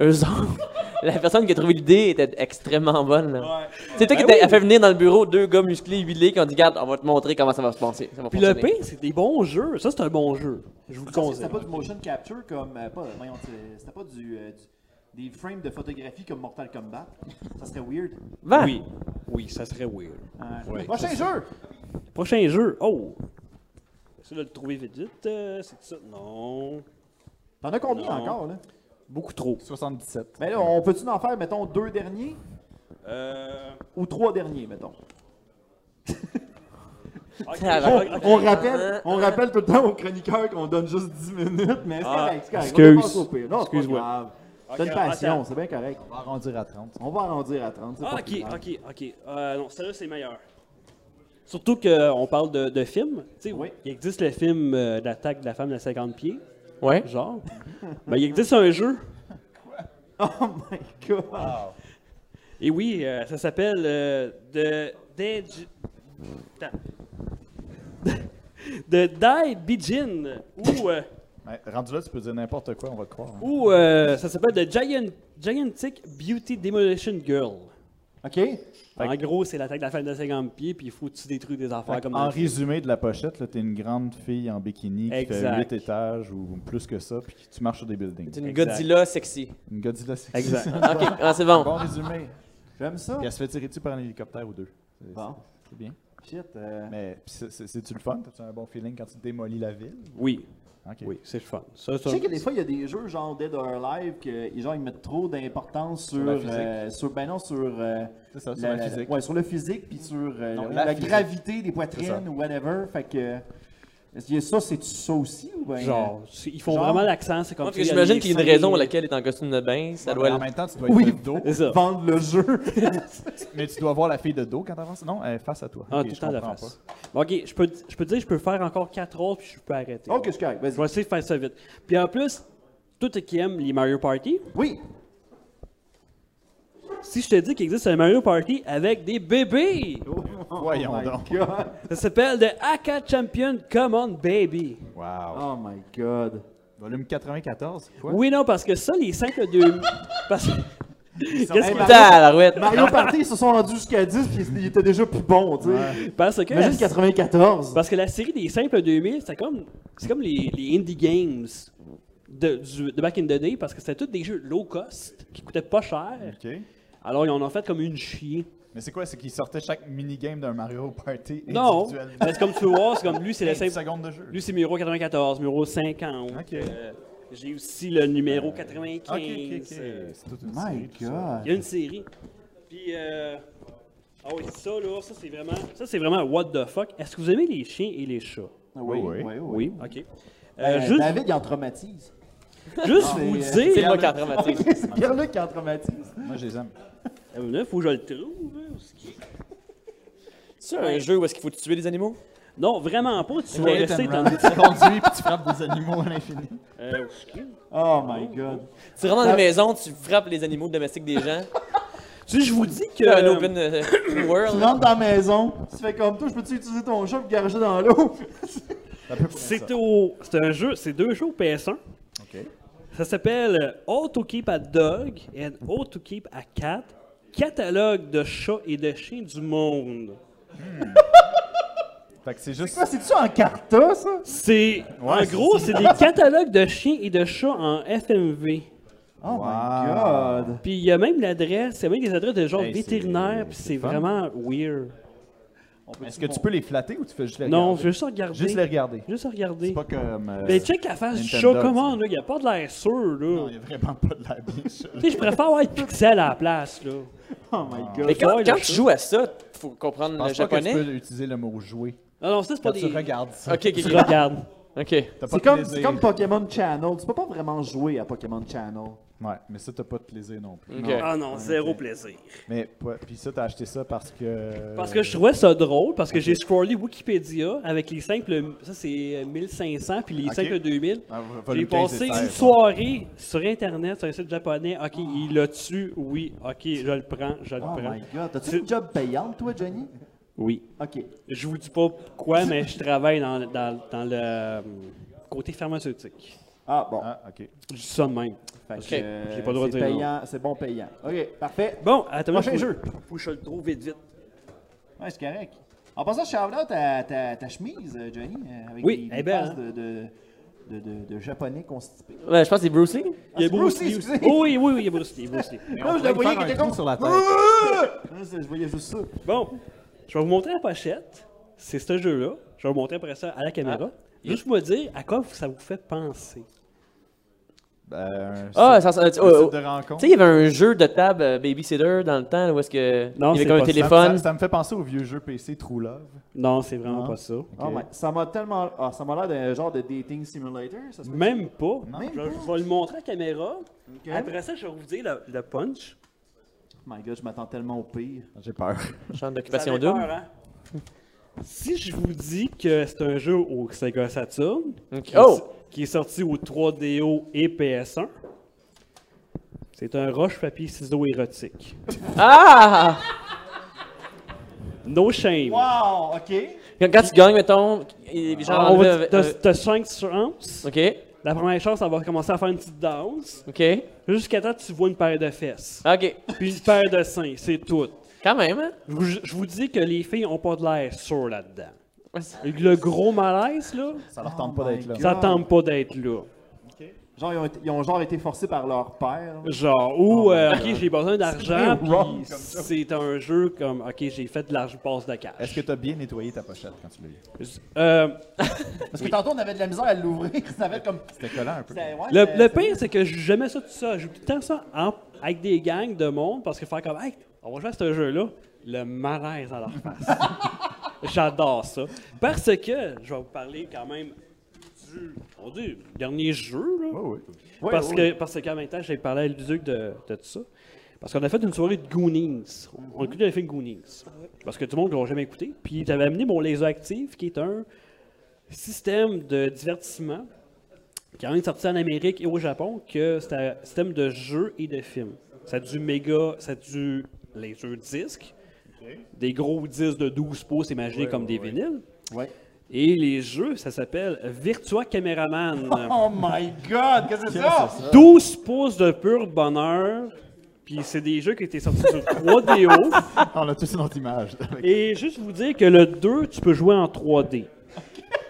[SPEAKER 4] Eux autres. La personne qui a trouvé l'idée était extrêmement bonne. là. C'est toi qui
[SPEAKER 1] Ben
[SPEAKER 4] t'as
[SPEAKER 1] oui.
[SPEAKER 4] a fait venir dans le bureau deux gars musclés, huilés, qui ont dit Garde, on va te montrer comment ça va se passer. Ça va
[SPEAKER 1] Puis le
[SPEAKER 4] fonctionner.
[SPEAKER 1] pire, c'est des bons jeux. Ça, c'est un bon jeu. Je vous le
[SPEAKER 2] Parce que
[SPEAKER 1] conseille.
[SPEAKER 2] C'était pas du motion capture comme. euh, pas, voyons, c'est- c'était pas du, euh, du- Des frames de photographie comme Mortal Kombat. Ça serait weird.
[SPEAKER 4] Va.
[SPEAKER 1] Oui. Oui, ça serait weird.
[SPEAKER 2] Ouais.
[SPEAKER 1] Ouais.
[SPEAKER 2] Prochain jeu!
[SPEAKER 1] Prochain jeu. Oh! J'essaie de le trouver vite vite. Euh, c'est ça? Non.
[SPEAKER 2] T'en as combien
[SPEAKER 1] Non.
[SPEAKER 2] encore, là?
[SPEAKER 1] Beaucoup trop.
[SPEAKER 8] 77.
[SPEAKER 2] Mais là, on peut-tu en faire, mettons, deux derniers
[SPEAKER 1] Euh...
[SPEAKER 2] ou trois derniers, mettons?
[SPEAKER 4] Ah, ok.
[SPEAKER 2] On rappelle, on rappelle tout le temps aux chroniqueurs qu'on donne juste 10 minutes, mais c'est
[SPEAKER 1] Ah,
[SPEAKER 2] correct, c'est correct.
[SPEAKER 1] excuse.
[SPEAKER 2] On va passer au pire. Non, c'est pas
[SPEAKER 1] Excuse-moi.
[SPEAKER 2] grave. C'est une
[SPEAKER 1] Ok,
[SPEAKER 2] passion,
[SPEAKER 1] attends.
[SPEAKER 2] c'est bien correct.
[SPEAKER 8] On va arrondir à 30.
[SPEAKER 2] On va arrondir à 30, c'est
[SPEAKER 1] Ah,
[SPEAKER 2] pas
[SPEAKER 1] ok,
[SPEAKER 2] plus grave.
[SPEAKER 1] ok, ok. Euh, non, celle-là, c'est meilleur. Surtout qu'on parle de, de films. Tu sais,
[SPEAKER 2] Oui.
[SPEAKER 1] Il existe le film euh, d'attaque de la femme de 50 pieds,
[SPEAKER 4] Ouais.
[SPEAKER 1] genre. ben, il existe un jeu.
[SPEAKER 2] Oh my god!
[SPEAKER 1] Et oui, euh, ça s'appelle euh, The Dead- Attends. The Die Bijin. Ou, euh,
[SPEAKER 8] Ouais, rendu là, tu peux dire n'importe quoi, on va te croire. hein.
[SPEAKER 1] ou euh, ça s'appelle The Giant, Giantic Beauty Demolition Girl.
[SPEAKER 2] Ok? Fait
[SPEAKER 1] En gros, c'est l'attaque de la femme de 50 pieds, puis il faut que tu détruis des affaires
[SPEAKER 8] Fait que
[SPEAKER 1] comme dans
[SPEAKER 8] en
[SPEAKER 1] le film.
[SPEAKER 8] résumé de la pochette, là, t'es une grande fille en bikini qui
[SPEAKER 1] Exact.
[SPEAKER 8] fait 8 étages ou plus que ça, puis tu marches sur des buildings.
[SPEAKER 4] C'est une
[SPEAKER 1] Exact.
[SPEAKER 4] Godzilla sexy.
[SPEAKER 8] Une Godzilla sexy.
[SPEAKER 1] Exact.
[SPEAKER 4] Ah, ok, ah, c'est bon.
[SPEAKER 8] Bon résumé.
[SPEAKER 2] J'aime ça.
[SPEAKER 8] Puis elle se fait tirer dessus par un hélicoptère ou deux. C'est-
[SPEAKER 2] Bon,
[SPEAKER 8] C'est bien.
[SPEAKER 2] shit. euh,
[SPEAKER 8] Mais puis c'est- c'est- c'est-tu le fun? T'as-tu un bon feeling quand tu démolis la ville?
[SPEAKER 1] Oui,
[SPEAKER 8] Ok.
[SPEAKER 1] oui, c'est le fun. Ça,
[SPEAKER 2] Je
[SPEAKER 1] ça-
[SPEAKER 2] sais que des fois, il y a des jeux genre Dead or Alive que genre, ils mettent trop d'importance sur,
[SPEAKER 8] la physique.
[SPEAKER 2] euh, sur. Ben non, sur. euh,
[SPEAKER 8] C'est ça, sur la,
[SPEAKER 2] la- la-
[SPEAKER 8] physique.
[SPEAKER 2] ouais, sur le physique, puis sur euh,
[SPEAKER 8] Non,
[SPEAKER 2] la,
[SPEAKER 8] la
[SPEAKER 2] la
[SPEAKER 8] physique.
[SPEAKER 2] gravité des
[SPEAKER 8] C'est
[SPEAKER 2] poitrines
[SPEAKER 8] ça.
[SPEAKER 2] ou whatever. Fait que. Est-ce que ça, c'est ça aussi ou ben.
[SPEAKER 1] Genre, c'est- ils font
[SPEAKER 2] Genre.
[SPEAKER 1] vraiment l'accent, c'est comme
[SPEAKER 4] Hein? Parce
[SPEAKER 1] ça,
[SPEAKER 4] que
[SPEAKER 1] il y a
[SPEAKER 4] j'imagine
[SPEAKER 1] des
[SPEAKER 4] qu'il y a une
[SPEAKER 1] seins.
[SPEAKER 4] raison pour laquelle il est en costume de bain. Ça
[SPEAKER 8] Ouais,
[SPEAKER 4] doit
[SPEAKER 8] mais en
[SPEAKER 4] le-
[SPEAKER 8] même temps, tu dois être
[SPEAKER 2] Oui,
[SPEAKER 8] de dos.
[SPEAKER 1] C'est ça.
[SPEAKER 2] vendre le jeu.
[SPEAKER 8] Mais tu dois voir la fille de dos quand t'avances. Non, elle est face à toi.
[SPEAKER 1] Ah,
[SPEAKER 8] Ok,
[SPEAKER 1] tout le
[SPEAKER 8] je
[SPEAKER 1] temps de
[SPEAKER 8] comprends
[SPEAKER 1] face.
[SPEAKER 8] pas.
[SPEAKER 1] Bon, ok, je peux, te- je peux te dire, je peux faire encore 4 autres, puis je peux arrêter.
[SPEAKER 2] ok, c'est correct.
[SPEAKER 1] Je
[SPEAKER 2] Vas-y.
[SPEAKER 1] vais essayer de faire ça vite. Puis en plus, tous ceux qui aiment les Mario Party,
[SPEAKER 2] Oui.
[SPEAKER 1] si je te dis qu'il existe un Mario Party avec des bébés,
[SPEAKER 8] Voyons
[SPEAKER 2] Oh my
[SPEAKER 8] donc.
[SPEAKER 2] God.
[SPEAKER 1] ça s'appelle The Aka Champion Come On Baby.
[SPEAKER 8] Wow.
[SPEAKER 2] Oh my god.
[SPEAKER 8] Volume 94, quoi?
[SPEAKER 1] Ah. Oui, non, parce que ça, les 5 à 2. parce Qu'est-ce
[SPEAKER 2] Hey,
[SPEAKER 1] que.
[SPEAKER 2] Mario-
[SPEAKER 4] Putain, Ah, la rouette.
[SPEAKER 2] Mario Party, ils se sont rendus jusqu'à 10 puis ils étaient déjà plus bons, tu sais.
[SPEAKER 1] Parce que.
[SPEAKER 2] Imagine 94.
[SPEAKER 1] Parce que la série des simples 2000, c'est comme, c'est comme les, les indie games de, du- de back in the day, parce que c'était tous des jeux low cost, qui coûtaient pas cher.
[SPEAKER 8] Ok.
[SPEAKER 1] Alors, ils en ont fait comme une chier.
[SPEAKER 8] Mais c'est quoi? C'est qu'ils sortaient chaque minigame d'un Mario Party
[SPEAKER 1] Non,
[SPEAKER 8] individuel.
[SPEAKER 1] mais c'est comme tu peux voir, c'est comme lui, c'est le
[SPEAKER 8] 15
[SPEAKER 1] simple. Oh
[SPEAKER 8] secondes de jeu.
[SPEAKER 1] Lui, c'est numéro 94, numéro 50.
[SPEAKER 8] Ok.
[SPEAKER 1] euh, J'ai aussi le numéro 95.
[SPEAKER 8] Ok, ok, ok.
[SPEAKER 1] euh,
[SPEAKER 8] C'est toute une
[SPEAKER 2] Oh My
[SPEAKER 8] série, tout ça.
[SPEAKER 2] god.
[SPEAKER 1] Il y a une série. Puis, euh, ah oui, ça, là, ça, c'est vraiment, ça, c'est vraiment what the fuck. Est-ce que vous aimez les chiens et les chats?
[SPEAKER 2] Oui, oui,
[SPEAKER 8] Oui.
[SPEAKER 2] oui.
[SPEAKER 1] OK. Euh,
[SPEAKER 2] Euh,
[SPEAKER 1] juste,
[SPEAKER 2] David, il en traumatise.
[SPEAKER 1] juste
[SPEAKER 2] c'est- euh,
[SPEAKER 1] vous
[SPEAKER 2] c'est
[SPEAKER 1] dire...
[SPEAKER 4] C'est moi qui en traumatise.
[SPEAKER 2] c'est Pierre-Luc qui en traumatise.
[SPEAKER 8] Moi, je les aime.
[SPEAKER 1] Euh, Là, faut que je le trouve. hein, où est-ce qu'il est?
[SPEAKER 4] C'est un jeu où est-ce qu'il faut tuer des animaux
[SPEAKER 1] Non, vraiment pas. Tu vas rester dans
[SPEAKER 8] Tu conduis puis tu frappes des animaux à l'infini.
[SPEAKER 1] Euh, où est-ce qu'il est?
[SPEAKER 2] Oh my god.
[SPEAKER 4] Tu rentres dans une maison, tu frappes les animaux domestiques des gens.
[SPEAKER 1] Si je vous dis que.
[SPEAKER 4] Tu fais un open euh,
[SPEAKER 2] Tu
[SPEAKER 4] world.
[SPEAKER 2] rentres dans la maison, tu fais comme toi, je peux-tu utiliser ton chat pour garger dans l'eau?
[SPEAKER 1] C'est au. C'est un jeu. C'est deux jeux au PS1.
[SPEAKER 8] Ok.
[SPEAKER 1] Ça s'appelle euh, How to Keep a Dog and How to Keep a Cat, catalogue de chats et de chiens du monde.
[SPEAKER 8] Fait que c'est juste.
[SPEAKER 2] Ça, c'est-tu en carta, ça?
[SPEAKER 1] C'est en gros, c'est des catalogues de chiens et de chats en FMV.
[SPEAKER 2] Oh my god!
[SPEAKER 1] Puis il y a même l'adresse, il y a même des adresses de genre
[SPEAKER 8] Hey, c'est-
[SPEAKER 1] vétérinaire, puis c'est
[SPEAKER 8] c'est fun.
[SPEAKER 1] vraiment weird.
[SPEAKER 8] Est-ce que tu peux les flatter ou tu fais juste les
[SPEAKER 1] Non, je
[SPEAKER 8] regarder?
[SPEAKER 1] veux juste regarder.
[SPEAKER 8] Juste les regarder.
[SPEAKER 1] Juste regarder.
[SPEAKER 8] C'est pas comme. euh,
[SPEAKER 1] Mais Ben, check la face du
[SPEAKER 8] Nintendo,
[SPEAKER 1] chat, comment, là, il a pas de l'air sûr, là.
[SPEAKER 8] Non, il y a vraiment pas de la bien sûr.
[SPEAKER 1] Tu sais, je préfère avoir être pixel à la place, là.
[SPEAKER 8] Oh my god.
[SPEAKER 4] Mais quand,
[SPEAKER 1] Ouais,
[SPEAKER 4] quand
[SPEAKER 1] le
[SPEAKER 4] tu
[SPEAKER 1] chat.
[SPEAKER 4] joues à ça, faut comprendre le
[SPEAKER 8] Je pense pas que tu
[SPEAKER 4] japonais.
[SPEAKER 8] peux utiliser le mot jouer.
[SPEAKER 1] Non, non, ça, c'est
[SPEAKER 8] Quand
[SPEAKER 1] pas des...
[SPEAKER 8] tu regardes ça,
[SPEAKER 4] Ok,
[SPEAKER 1] Tu
[SPEAKER 4] ok, ok.
[SPEAKER 1] regardes.
[SPEAKER 4] Ok.
[SPEAKER 8] t'as pas
[SPEAKER 2] C'est
[SPEAKER 8] de
[SPEAKER 2] comme,
[SPEAKER 8] plaisir.
[SPEAKER 2] c'est comme Pokémon Channel. Tu peux pas vraiment jouer à Pokémon Channel.
[SPEAKER 8] Ouais, mais ça, t'as pas de plaisir non plus.
[SPEAKER 4] Ok.
[SPEAKER 1] Ah non, zéro plaisir.
[SPEAKER 8] Mais, ouais, puis ça, t'as acheté ça parce que.
[SPEAKER 1] Parce que je trouvais ça drôle, parce que j'ai scrollé Wikipédia avec les simples... Ça, c'est euh, 1500, puis les
[SPEAKER 8] Ok.
[SPEAKER 1] simples 2000.
[SPEAKER 8] Ah,
[SPEAKER 1] J'ai
[SPEAKER 8] volume 15 et 16,
[SPEAKER 1] passé une
[SPEAKER 8] ouais.
[SPEAKER 1] soirée sur Internet, sur un site japonais. OK, il l'a tué, oui. OK, je le prends, je le
[SPEAKER 2] Oh
[SPEAKER 1] prends.
[SPEAKER 2] my god! T'as-tu
[SPEAKER 1] C'est-
[SPEAKER 2] une job payante, toi, Johnny?
[SPEAKER 1] Oui.
[SPEAKER 2] Ok.
[SPEAKER 1] Je vous dis pas quoi, mais je travaille dans, dans- dans le euh, côté pharmaceutique.
[SPEAKER 2] Ah, bon.
[SPEAKER 8] Ah, ok.
[SPEAKER 1] Je dis ça de même.
[SPEAKER 2] Fait que,
[SPEAKER 4] ok.
[SPEAKER 2] euh,
[SPEAKER 1] J'ai pas le droit de
[SPEAKER 2] c'est
[SPEAKER 1] dire non.
[SPEAKER 2] payant, C'est bon payant. Ok, parfait.
[SPEAKER 1] Bon, euh, attends,
[SPEAKER 2] Prochain
[SPEAKER 1] faut-
[SPEAKER 2] jeu.
[SPEAKER 1] Faut que je le trouve vite, vite.
[SPEAKER 2] Ouais, c'est correct. En passant, shout-out à ta, ta chemise, euh, Johnny, euh, avec
[SPEAKER 1] Oui,
[SPEAKER 2] des,
[SPEAKER 1] elle est
[SPEAKER 2] des
[SPEAKER 1] belle,
[SPEAKER 2] passes
[SPEAKER 1] hein?
[SPEAKER 2] de, de, de, de- de japonais constipés.
[SPEAKER 4] Ouais, je pense que c'est Bruce Lee.
[SPEAKER 2] Ah, c'est Bruce Lee, excusez.
[SPEAKER 1] Oh oui, oui, oui, il y a Bruce Lee, Bruce Lee.
[SPEAKER 2] Là, je le voyais qui était con.
[SPEAKER 8] sur la tête.
[SPEAKER 2] Là, c'est- Je voyais juste ça.
[SPEAKER 1] Bon, je vais vous montrer la pochette. C'est ce jeu-là. Je vais vous montrer après ça à la caméra. Juste pour me dire à quoi ça vous fait penser.
[SPEAKER 8] Ben,
[SPEAKER 4] Ah,
[SPEAKER 8] un
[SPEAKER 4] ça, ça-
[SPEAKER 8] site-
[SPEAKER 4] oh,
[SPEAKER 8] un
[SPEAKER 4] oh.
[SPEAKER 8] site de rencontre.
[SPEAKER 4] Tu sais, il y avait un jeu de table euh, Babysitter dans le temps là, où est-ce que
[SPEAKER 1] Non,
[SPEAKER 4] il y
[SPEAKER 1] c'est
[SPEAKER 4] avait comme
[SPEAKER 1] pas
[SPEAKER 4] un
[SPEAKER 1] ça.
[SPEAKER 8] Ça,
[SPEAKER 4] téléphone.
[SPEAKER 8] ça me fait penser au vieux jeu PC True Love.
[SPEAKER 1] Non, c'est vraiment pas ça.
[SPEAKER 2] Oh my- ça m'a tellement. Ah, ça m'a l'air d'un genre de dating simulator. Ça se peut-
[SPEAKER 1] Même pas.
[SPEAKER 2] Même
[SPEAKER 1] Je,
[SPEAKER 2] pas?
[SPEAKER 1] je vais le montrer à la caméra.
[SPEAKER 2] Ok.
[SPEAKER 1] Après ça, je vais vous dire le, le punch.
[SPEAKER 2] Oh my god, je m'attends tellement au pire.
[SPEAKER 8] J'ai peur.
[SPEAKER 4] Genre
[SPEAKER 1] Ça
[SPEAKER 4] d'occupation
[SPEAKER 1] fait peur,
[SPEAKER 4] double.
[SPEAKER 1] hein? Si je vous dis que c'est un jeu au Sega Saturn,
[SPEAKER 4] Ok.
[SPEAKER 1] qui, est,
[SPEAKER 4] Oh!
[SPEAKER 1] qui est sorti au 3DO et PS1, c'est un roche papier ciseaux érotique.
[SPEAKER 4] Ah!
[SPEAKER 1] No shame.
[SPEAKER 2] Wow, Ah, ok.
[SPEAKER 4] Quand, quand tu gagnes, mettons, et- genre,
[SPEAKER 1] Alors, Ah, on va
[SPEAKER 4] enlever-
[SPEAKER 1] dire, t'as-
[SPEAKER 4] euh,
[SPEAKER 1] T'as 5 chances.
[SPEAKER 4] Ok,
[SPEAKER 1] La première chance, on va commencer à faire une petite danse.
[SPEAKER 4] ok,
[SPEAKER 1] Jusqu'à temps, tu vois une paire de fesses.
[SPEAKER 4] ok.
[SPEAKER 1] Puis une paire de seins, c'est tout.
[SPEAKER 4] Quand même, hein?
[SPEAKER 1] Je vous- je vous dis que les filles ont pas de l'air sûres là-dedans.
[SPEAKER 4] Ouais, c'est-
[SPEAKER 1] Le gros malaise, là,
[SPEAKER 8] Ça leur
[SPEAKER 2] Oh
[SPEAKER 8] tente pas d'être là.
[SPEAKER 1] ça tente pas d'être là.
[SPEAKER 2] Genre, ils ont, été- ils ont genre été forcés par leur père.
[SPEAKER 1] Genre, ou, euh, ok, j'ai besoin d'argent,
[SPEAKER 8] Oh C'est wrong
[SPEAKER 1] puis
[SPEAKER 8] comme ça.
[SPEAKER 1] c'est un jeu comme, ok, j'ai fait de l'argent, passe de cash.
[SPEAKER 8] Est-ce que t'as bien nettoyé ta pochette quand tu l'as eu?
[SPEAKER 1] Euh,
[SPEAKER 2] Parce que tantôt, on avait de la misère à l'ouvrir. Ça avait comme.
[SPEAKER 8] C'était collant un peu.
[SPEAKER 2] c'était- ouais,
[SPEAKER 1] le,
[SPEAKER 2] c'était-
[SPEAKER 1] le pire, c'est que je joue jamais ça tout ça. Je joue tout le temps ça en- avec des gangs de monde, parce que faire comme, hey, on va jouer à ce jeu-là, le malaise à leur face. J'adore ça. Parce que, je vais vous parler quand même du, on dit, dernier jeu, là.
[SPEAKER 8] Oh,
[SPEAKER 2] Ouais,
[SPEAKER 1] parce,
[SPEAKER 2] ouais.
[SPEAKER 1] Que, parce qu'en même temps, j'ai parlé à Luduc de, de tout ça. Parce qu'on a fait une soirée de Goonies. On a écouté le film Goonies.
[SPEAKER 2] Ah
[SPEAKER 1] Parce que tout le monde ne l'a jamais écouté. Puis j'avais amené mon Laser Active, qui est un système de divertissement qui a même sorti en Amérique et au Japon, que c'est un système de jeu et de film. Ça a du méga, ça a du laser disque, des gros disques de 12 pouces imaginés comme des vinyles.
[SPEAKER 2] Ouais.
[SPEAKER 1] Et les jeux, ça s'appelle Virtua Cameraman.
[SPEAKER 2] Oh my god, qu'est-ce que c'est ça?
[SPEAKER 1] 12 pouces de pur bonheur. Puis c'est des jeux qui étaient sortis sur 3DO.
[SPEAKER 8] On a tous notre image.
[SPEAKER 1] Et juste vous dire que le 2, tu peux jouer en 3D.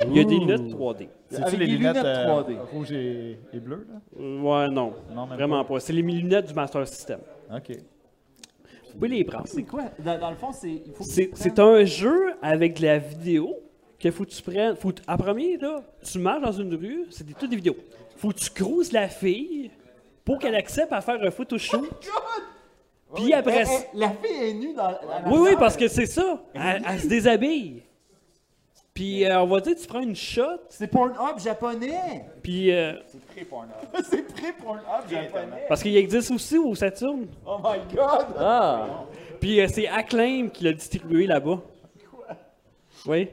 [SPEAKER 1] Il y a des lunettes 3D.
[SPEAKER 8] C'est-tu
[SPEAKER 2] Avec
[SPEAKER 8] les
[SPEAKER 2] des
[SPEAKER 8] lunettes,
[SPEAKER 2] lunettes
[SPEAKER 8] euh,
[SPEAKER 2] 3D.
[SPEAKER 8] rouges et, et bleues, là?
[SPEAKER 1] Euh, Ouais, non.
[SPEAKER 8] Non, même
[SPEAKER 1] vraiment pas. C'est les lunettes du Master System.
[SPEAKER 8] OK.
[SPEAKER 1] Vous pouvez les prendre.
[SPEAKER 2] C'est quoi? Dans, dans le fond, c'est. il faut que
[SPEAKER 1] C'est
[SPEAKER 2] tu
[SPEAKER 1] c'est
[SPEAKER 2] prennes-
[SPEAKER 1] un jeu avec de la vidéo que faut que tu prennes. Faut, que- en premier, là, tu marches dans une rue, c'est des- toutes des vidéos. Faut que tu cruises la fille pour qu'elle accepte à faire un photoshoot. Puis après.
[SPEAKER 2] Eh, eh, la fille est nue dans. dans la
[SPEAKER 1] Oui, oui,
[SPEAKER 2] salle.
[SPEAKER 1] parce que c'est ça. Elle, elle se déshabille. Puis euh, on va dire, tu prends une shot,
[SPEAKER 2] C'est Pornhub japonais!
[SPEAKER 1] puis. euh,
[SPEAKER 2] c'est pré-Pornhub japonais!
[SPEAKER 1] parce qu'il existe aussi au Saturn.
[SPEAKER 2] Oh my god!
[SPEAKER 4] Ah!
[SPEAKER 1] Puis euh, c'est Acclaim qui l'a distribué là-bas. Oui.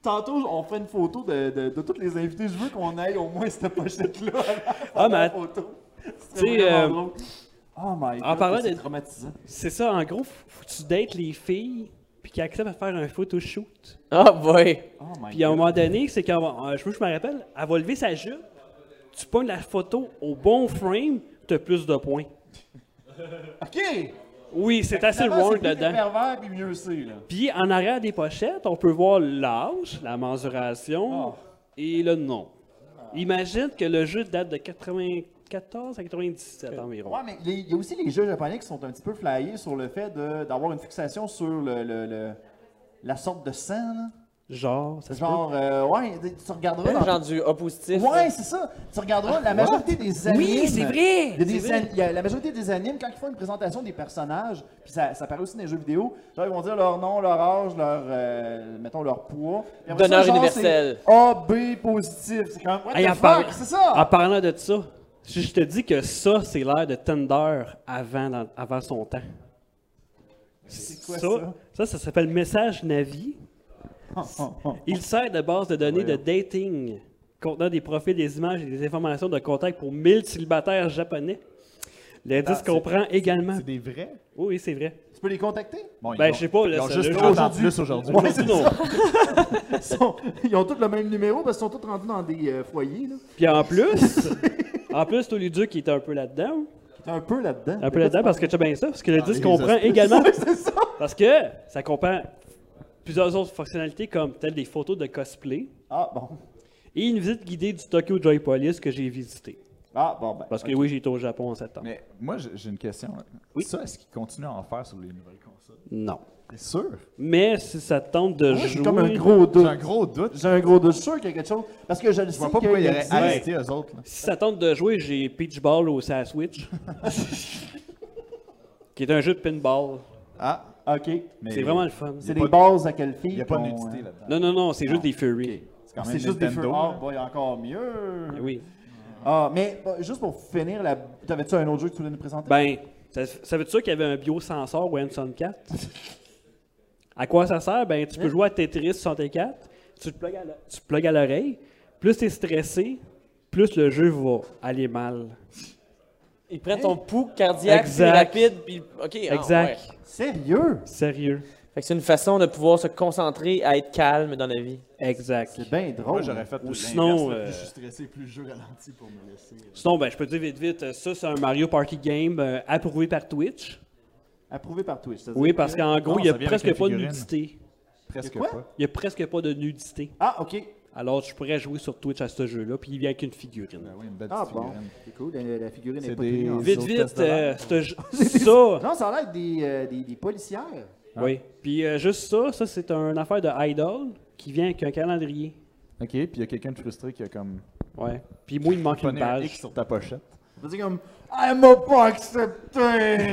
[SPEAKER 2] Tantôt, on fait une photo de, de, de tous les invités. Je veux qu'on aille au moins cette pochette-là.
[SPEAKER 1] Ah, mais-
[SPEAKER 2] la photo. C'est
[SPEAKER 1] Tu sais,
[SPEAKER 2] vraiment
[SPEAKER 1] euh,
[SPEAKER 2] drôle. Oh my god!
[SPEAKER 1] parlant
[SPEAKER 2] c'est
[SPEAKER 1] de-
[SPEAKER 2] traumatisant.
[SPEAKER 1] C'est ça, en gros, faut faut que tu dates les filles, puis qu'elles acceptent à faire un photoshoot.
[SPEAKER 4] Ah, boy!
[SPEAKER 2] Oh my
[SPEAKER 1] Puis à un
[SPEAKER 2] god!
[SPEAKER 1] moment donné, c'est quand, euh, je veux que je me rappelle, elle va lever sa jupe, tu pognes la photo au bon frame, t'as plus de points.
[SPEAKER 2] OK!
[SPEAKER 1] Oui, c'est assez
[SPEAKER 2] Finalement,
[SPEAKER 1] wrong
[SPEAKER 2] c'est plus
[SPEAKER 1] dedans.
[SPEAKER 2] pervers, puis mieux c'est, là.
[SPEAKER 1] Puis en arrière des pochettes, on peut voir l'âge, la mensuration et le nom. Imagine que le jeu date de 94 à 97 environ.
[SPEAKER 2] Ouais, mais les- il y a aussi les jeux japonais qui sont un petit peu flyés sur le fait de- d'avoir une fixation sur le, le- le- la sorte de sang, là.
[SPEAKER 1] Genre, ça se
[SPEAKER 2] Genre, euh, ouais, tu
[SPEAKER 1] Ah,
[SPEAKER 2] regarderas dans
[SPEAKER 4] Genre du A positif. là.
[SPEAKER 2] Ouais, c'est ça. Tu regarderas la majorité des animes.
[SPEAKER 4] Ah, Oui, c'est vrai,
[SPEAKER 2] Il y a des
[SPEAKER 4] c'est vrai.
[SPEAKER 2] an- il y a la majorité des animes, quand ils font une présentation des personnages, puis ça, ça paraît aussi dans les jeux vidéo, genre ils vont dire leur nom, leur âge, leur, euh, mettons, leur poids. Puis après ça,
[SPEAKER 4] Donneur
[SPEAKER 2] genre,
[SPEAKER 4] universel.
[SPEAKER 2] c'est A, B positif. C'est quand même, what
[SPEAKER 1] Hey,
[SPEAKER 2] the
[SPEAKER 1] en
[SPEAKER 2] fuck,
[SPEAKER 1] parlant-
[SPEAKER 2] c'est ça?
[SPEAKER 1] En parlant de ça, je je te dis que ça, c'est l'ère de Tinder avant, dans- avant son temps.
[SPEAKER 2] c'est quoi
[SPEAKER 1] ça,
[SPEAKER 2] ça?
[SPEAKER 1] ça, ça s'appelle message Navi. Il sert de base de données de dating contenant des profils, des images et des informations de contact pour 1000 célibataires japonais. L'indice comprend également.
[SPEAKER 8] C'est des vrais?
[SPEAKER 1] Oui, c'est vrai.
[SPEAKER 2] Tu peux les contacter?
[SPEAKER 8] Bon, ils
[SPEAKER 1] Ben,
[SPEAKER 8] ont-
[SPEAKER 1] je sais pas, là,
[SPEAKER 8] Ils ont
[SPEAKER 1] ça,
[SPEAKER 8] juste
[SPEAKER 1] là,
[SPEAKER 8] 30 ans de
[SPEAKER 2] aujourd'hui.
[SPEAKER 8] plus aujourd'hui.
[SPEAKER 2] Ouais, c'est
[SPEAKER 1] Non.
[SPEAKER 2] ça. ils, sont- ils ont tous le même numéro parce qu'ils sont tous rendus dans des euh, foyers. Là.
[SPEAKER 1] Puis en plus, en plus, Tolu qui était un peu là-dedans.
[SPEAKER 2] T'es un peu là-dedans.
[SPEAKER 1] Un peu là-dedans parce que tu as bien ça, parce que l'indice
[SPEAKER 8] les
[SPEAKER 1] comprend
[SPEAKER 8] astuces.
[SPEAKER 1] également
[SPEAKER 2] c'est ça.
[SPEAKER 1] Parce que ça comprend plusieurs autres fonctionnalités comme telles des photos de cosplay
[SPEAKER 2] Ah bon.
[SPEAKER 1] et une visite guidée du Tokyo Joy Police que j'ai visité.
[SPEAKER 2] Ah bon, ben.
[SPEAKER 1] Parce que oui, j'ai été au Japon en septembre.
[SPEAKER 8] Mais moi, j'ai j'ai une question. là. Ça, est-ce qu'ils continuent à en faire sur les nouvelles consoles?
[SPEAKER 1] Non.
[SPEAKER 8] T'es sûr?
[SPEAKER 1] Mais si ça te tente de
[SPEAKER 2] Moi, j'ai
[SPEAKER 1] jouer...
[SPEAKER 2] comme un gros
[SPEAKER 8] J'ai
[SPEAKER 2] doute.
[SPEAKER 8] un gros doute. Je
[SPEAKER 2] J'ai un gros doute. Je suis sûr qu'il y a quelque chose. Parce que je le sais.
[SPEAKER 8] vois pas pourquoi
[SPEAKER 2] qu'il
[SPEAKER 8] ils auraient
[SPEAKER 2] existe.
[SPEAKER 8] arrêté eux autres. là.
[SPEAKER 1] Si ça tente de jouer, j'ai Peach Ball au sa Switch. qui est un jeu de pinball.
[SPEAKER 8] Ah,
[SPEAKER 2] Ok.
[SPEAKER 8] mais
[SPEAKER 1] C'est vraiment le fun.
[SPEAKER 2] C'est
[SPEAKER 8] pas
[SPEAKER 2] des
[SPEAKER 8] de-
[SPEAKER 2] bases à quelle fille
[SPEAKER 8] Il n'y a pas de
[SPEAKER 2] qu'on,
[SPEAKER 8] nudité
[SPEAKER 2] euh,
[SPEAKER 8] là-dedans.
[SPEAKER 1] Non, non, non, c'est juste des Fury.
[SPEAKER 8] C'est quand même
[SPEAKER 2] C'est juste des feux.
[SPEAKER 8] Nintendo.
[SPEAKER 2] Ah,
[SPEAKER 8] là.
[SPEAKER 2] bah, il y a encore mieux.
[SPEAKER 1] Oui.
[SPEAKER 2] Ah, mais bah, juste pour finir, la... t'avais-tu un autre jeu que tu voulais nous présenter
[SPEAKER 1] Ben, ça, ça veut dire qu'il y avait un biosensor ou un son 4 À quoi ça sert? Ben, tu peux
[SPEAKER 8] Hein?
[SPEAKER 1] jouer à Tetris 64, tu te plugues à l'o- tu te plugues à l'oreille, plus tu es stressé, plus le jeu va aller mal.
[SPEAKER 4] Ils prennent ton pouls cardiaque, c'est
[SPEAKER 1] Exact.
[SPEAKER 4] rapide, puis OK. ah,
[SPEAKER 1] Exact.
[SPEAKER 4] ouais.
[SPEAKER 2] Sérieux
[SPEAKER 1] Sérieux.
[SPEAKER 4] Fait que c'est une façon de pouvoir se concentrer à être calme dans la vie.
[SPEAKER 1] Exact.
[SPEAKER 2] C'est bien drôle.
[SPEAKER 8] Moi, j'aurais fait
[SPEAKER 1] Ou
[SPEAKER 8] l'inverse,
[SPEAKER 1] sinon,
[SPEAKER 8] là.
[SPEAKER 1] euh,
[SPEAKER 8] Plus je suis stressé, plus le jeu ralentit pour me laisser. euh,
[SPEAKER 1] Sinon, ben, je peux te dire vite, vite, euh, ça, c'est un Mario Party game euh, approuvé par Twitch.
[SPEAKER 2] Approuvé par Twitch. c'est-à-dire
[SPEAKER 1] Oui, parce qu'en gros, il n'y a
[SPEAKER 8] ça vient
[SPEAKER 1] presque
[SPEAKER 8] avec
[SPEAKER 1] pas de
[SPEAKER 8] une figurine.
[SPEAKER 1] nudité.
[SPEAKER 8] Presque
[SPEAKER 2] Quoi?
[SPEAKER 8] pas.
[SPEAKER 1] Il n'y a presque pas de nudité.
[SPEAKER 2] Ah, ok.
[SPEAKER 1] Alors, je pourrais jouer sur Twitch à ce jeu-là, puis il vient avec une figurine.
[SPEAKER 8] Ben oui, une belle
[SPEAKER 2] Ah,
[SPEAKER 8] petite
[SPEAKER 2] bon.
[SPEAKER 8] figurine.
[SPEAKER 2] C'est cool. La, la figurine
[SPEAKER 8] C'est
[SPEAKER 2] n'est pas
[SPEAKER 8] des-
[SPEAKER 2] tenue en-
[SPEAKER 1] Vite,
[SPEAKER 8] autres
[SPEAKER 1] vite,
[SPEAKER 8] tests de
[SPEAKER 1] euh, ce jeu- ça,
[SPEAKER 2] Non, ça a l'air des, euh, des, des policières.
[SPEAKER 8] Ah.
[SPEAKER 1] Oui. Puis euh, juste ça, ça c'est une affaire de Idol qui vient avec un calendrier.
[SPEAKER 8] Ok, puis il y a quelqu'un de frustré qui a comme
[SPEAKER 1] Ouais. Puis moi, il me manque une
[SPEAKER 8] poney un X
[SPEAKER 1] page.
[SPEAKER 8] sur ta pochette.
[SPEAKER 2] Ça veut dire comme Ah, Elle m'a pas accepté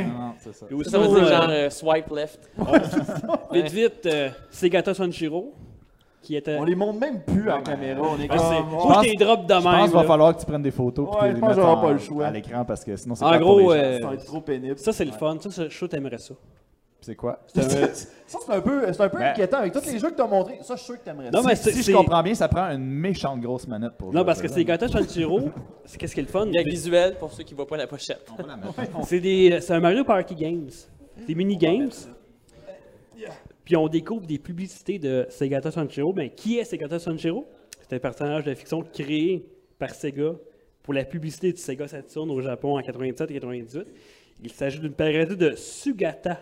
[SPEAKER 8] Non, c'est ça.
[SPEAKER 1] Puis aussi,
[SPEAKER 4] Ça, ça veut dire
[SPEAKER 1] euh,
[SPEAKER 4] genre euh, swipe left.
[SPEAKER 1] vite, vite, euh, Segata Sanjiro qui était.
[SPEAKER 2] On les montre même plus à la caméra. On est
[SPEAKER 1] Ah,
[SPEAKER 2] comme.
[SPEAKER 1] c'est-
[SPEAKER 2] oh,
[SPEAKER 1] Moi, je t'ai drop de même.
[SPEAKER 8] Je pense qu'il va
[SPEAKER 1] là.
[SPEAKER 8] falloir que tu prennes des photos
[SPEAKER 2] Ouais,
[SPEAKER 8] puis
[SPEAKER 2] je
[SPEAKER 8] tu
[SPEAKER 2] pense
[SPEAKER 8] les
[SPEAKER 2] que
[SPEAKER 8] mettes
[SPEAKER 2] j'aurai pas le
[SPEAKER 8] en-
[SPEAKER 2] choix.
[SPEAKER 8] à l'écran parce que sinon c'est
[SPEAKER 1] En
[SPEAKER 8] plate pour
[SPEAKER 1] gros,
[SPEAKER 8] les gens.
[SPEAKER 1] euh,
[SPEAKER 2] ça va être trop pénible.
[SPEAKER 1] ça c'est le fun. Ça, ça, je suis sûr que t'aimerais ça.
[SPEAKER 8] C'est quoi
[SPEAKER 1] C'est un-
[SPEAKER 2] Ça, c'est un peu, c'est un peu
[SPEAKER 8] Ben,
[SPEAKER 2] inquiétant avec tous les jeux que t'as montrés. Ça, je suis sûr que t'aimerais
[SPEAKER 1] Non,
[SPEAKER 2] ça.
[SPEAKER 1] mais c'est-
[SPEAKER 8] Si si
[SPEAKER 1] c'est-
[SPEAKER 8] je comprends bien, ça prend une méchante grosse manette pour jouer
[SPEAKER 1] Non,
[SPEAKER 8] à
[SPEAKER 1] parce
[SPEAKER 8] ça,
[SPEAKER 1] que
[SPEAKER 8] là.
[SPEAKER 1] Segata Sanjiro, c'est qu'est-ce qui est le fun?
[SPEAKER 4] Il y a le visuel pour ceux qui voient pas la pochette.
[SPEAKER 1] C'est des, c'est un Mario Party Games. Des mini-games. Puis on découvre des publicités de Segata Sanchiro. Mais qui est Segata Sanchiro? C'est un personnage de fiction créé par Sega pour la publicité du Sega Saturn au Japon en 87 et 98. Il s'agit d'une parodie de Sugata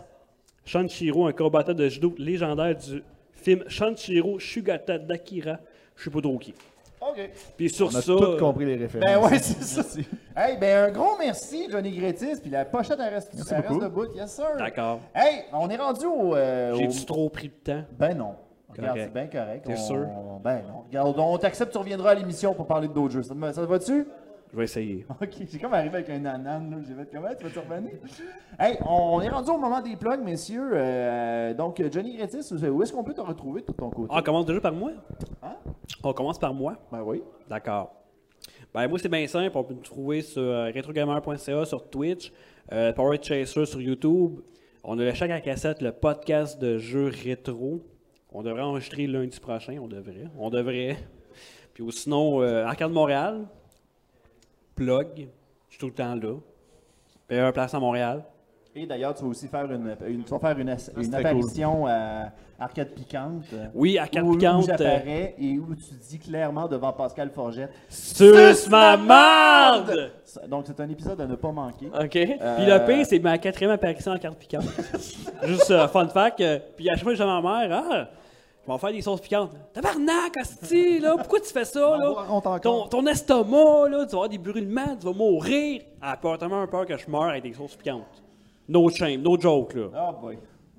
[SPEAKER 1] Shanshiro, un combattant de judo légendaire du film Shanshiro Sugata d'Akira. Je sais pas trop qui.
[SPEAKER 2] OK.
[SPEAKER 1] Puis sur
[SPEAKER 8] On a
[SPEAKER 1] ça,
[SPEAKER 8] tous compris les références.
[SPEAKER 2] Ben ouais, c'est ça. Hey, ben un gros merci, Johnny Grétis, puis la pochette, elle reste, elle reste
[SPEAKER 8] beaucoup.
[SPEAKER 2] debout. Yes, sir.
[SPEAKER 1] D'accord.
[SPEAKER 2] Hey, on est rendu au... euh, au-
[SPEAKER 1] j'ai-tu trop pris de temps?
[SPEAKER 2] Ben non. Regarde,
[SPEAKER 1] Correct.
[SPEAKER 2] c'est bien correct.
[SPEAKER 1] T'es
[SPEAKER 2] On-
[SPEAKER 1] sûr?
[SPEAKER 2] Ben non. Regarde, on t'accepte, tu reviendras à l'émission pour parler de d'autres jeux. Ça te, ça te va-tu?
[SPEAKER 1] Je vais essayer.
[SPEAKER 2] OK, j'ai comme arrivé avec un anan, là. J'ai fait comment? Tu vas-tu revenir? hey, on, on est rendu au moment des plugs, messieurs. Euh, donc, Johnny Grétis, où est-ce qu'on peut te retrouver de ton côté?
[SPEAKER 1] Ah, on commence déjà par moi?
[SPEAKER 2] Hein?
[SPEAKER 1] On commence par moi?
[SPEAKER 2] Ben oui.
[SPEAKER 1] D'accord. Ben moi c'est bien simple, on peut me trouver sur euh, retrogamer.ca sur Twitch, euh, Power Chaser sur YouTube. On a le chaque à cassette, le podcast de jeux rétro. On devrait enregistrer lundi prochain, on devrait. On devrait. Puis ou sinon, euh, Arcade Montréal, Plug, je suis tout le temps là. PR Place à Montréal,
[SPEAKER 2] Et d'ailleurs, tu vas aussi faire une, une- tu vas faire une, as- une
[SPEAKER 10] c'était
[SPEAKER 2] apparition à Arcade Piquante.
[SPEAKER 1] Oui, euh. à quatre
[SPEAKER 2] où, où
[SPEAKER 1] piquantes.
[SPEAKER 2] j'apparais et où tu dis clairement devant Pascal Forget.
[SPEAKER 1] Suce euh, ma marde!
[SPEAKER 2] Donc, c'est un épisode à ne pas manquer.
[SPEAKER 1] Ah.
[SPEAKER 4] OK. Euh.
[SPEAKER 1] Puis le pire, c'est ma quatrième apparition en carte piquante. Juste euh, fun fact. euh, puis à chaque fois que j'ai ma mère, ah, ils vont faire des sauces piquantes. Tabarnak, asti, là, pourquoi tu fais ça, là?
[SPEAKER 2] On t'en
[SPEAKER 1] Ton, ton estomac, là, tu vas avoir des brûlements, tu vas mourir. Elle a peur, tellement peur que je meure avec des sauces piquantes. No shame, no joke, là.
[SPEAKER 2] Ah, boy.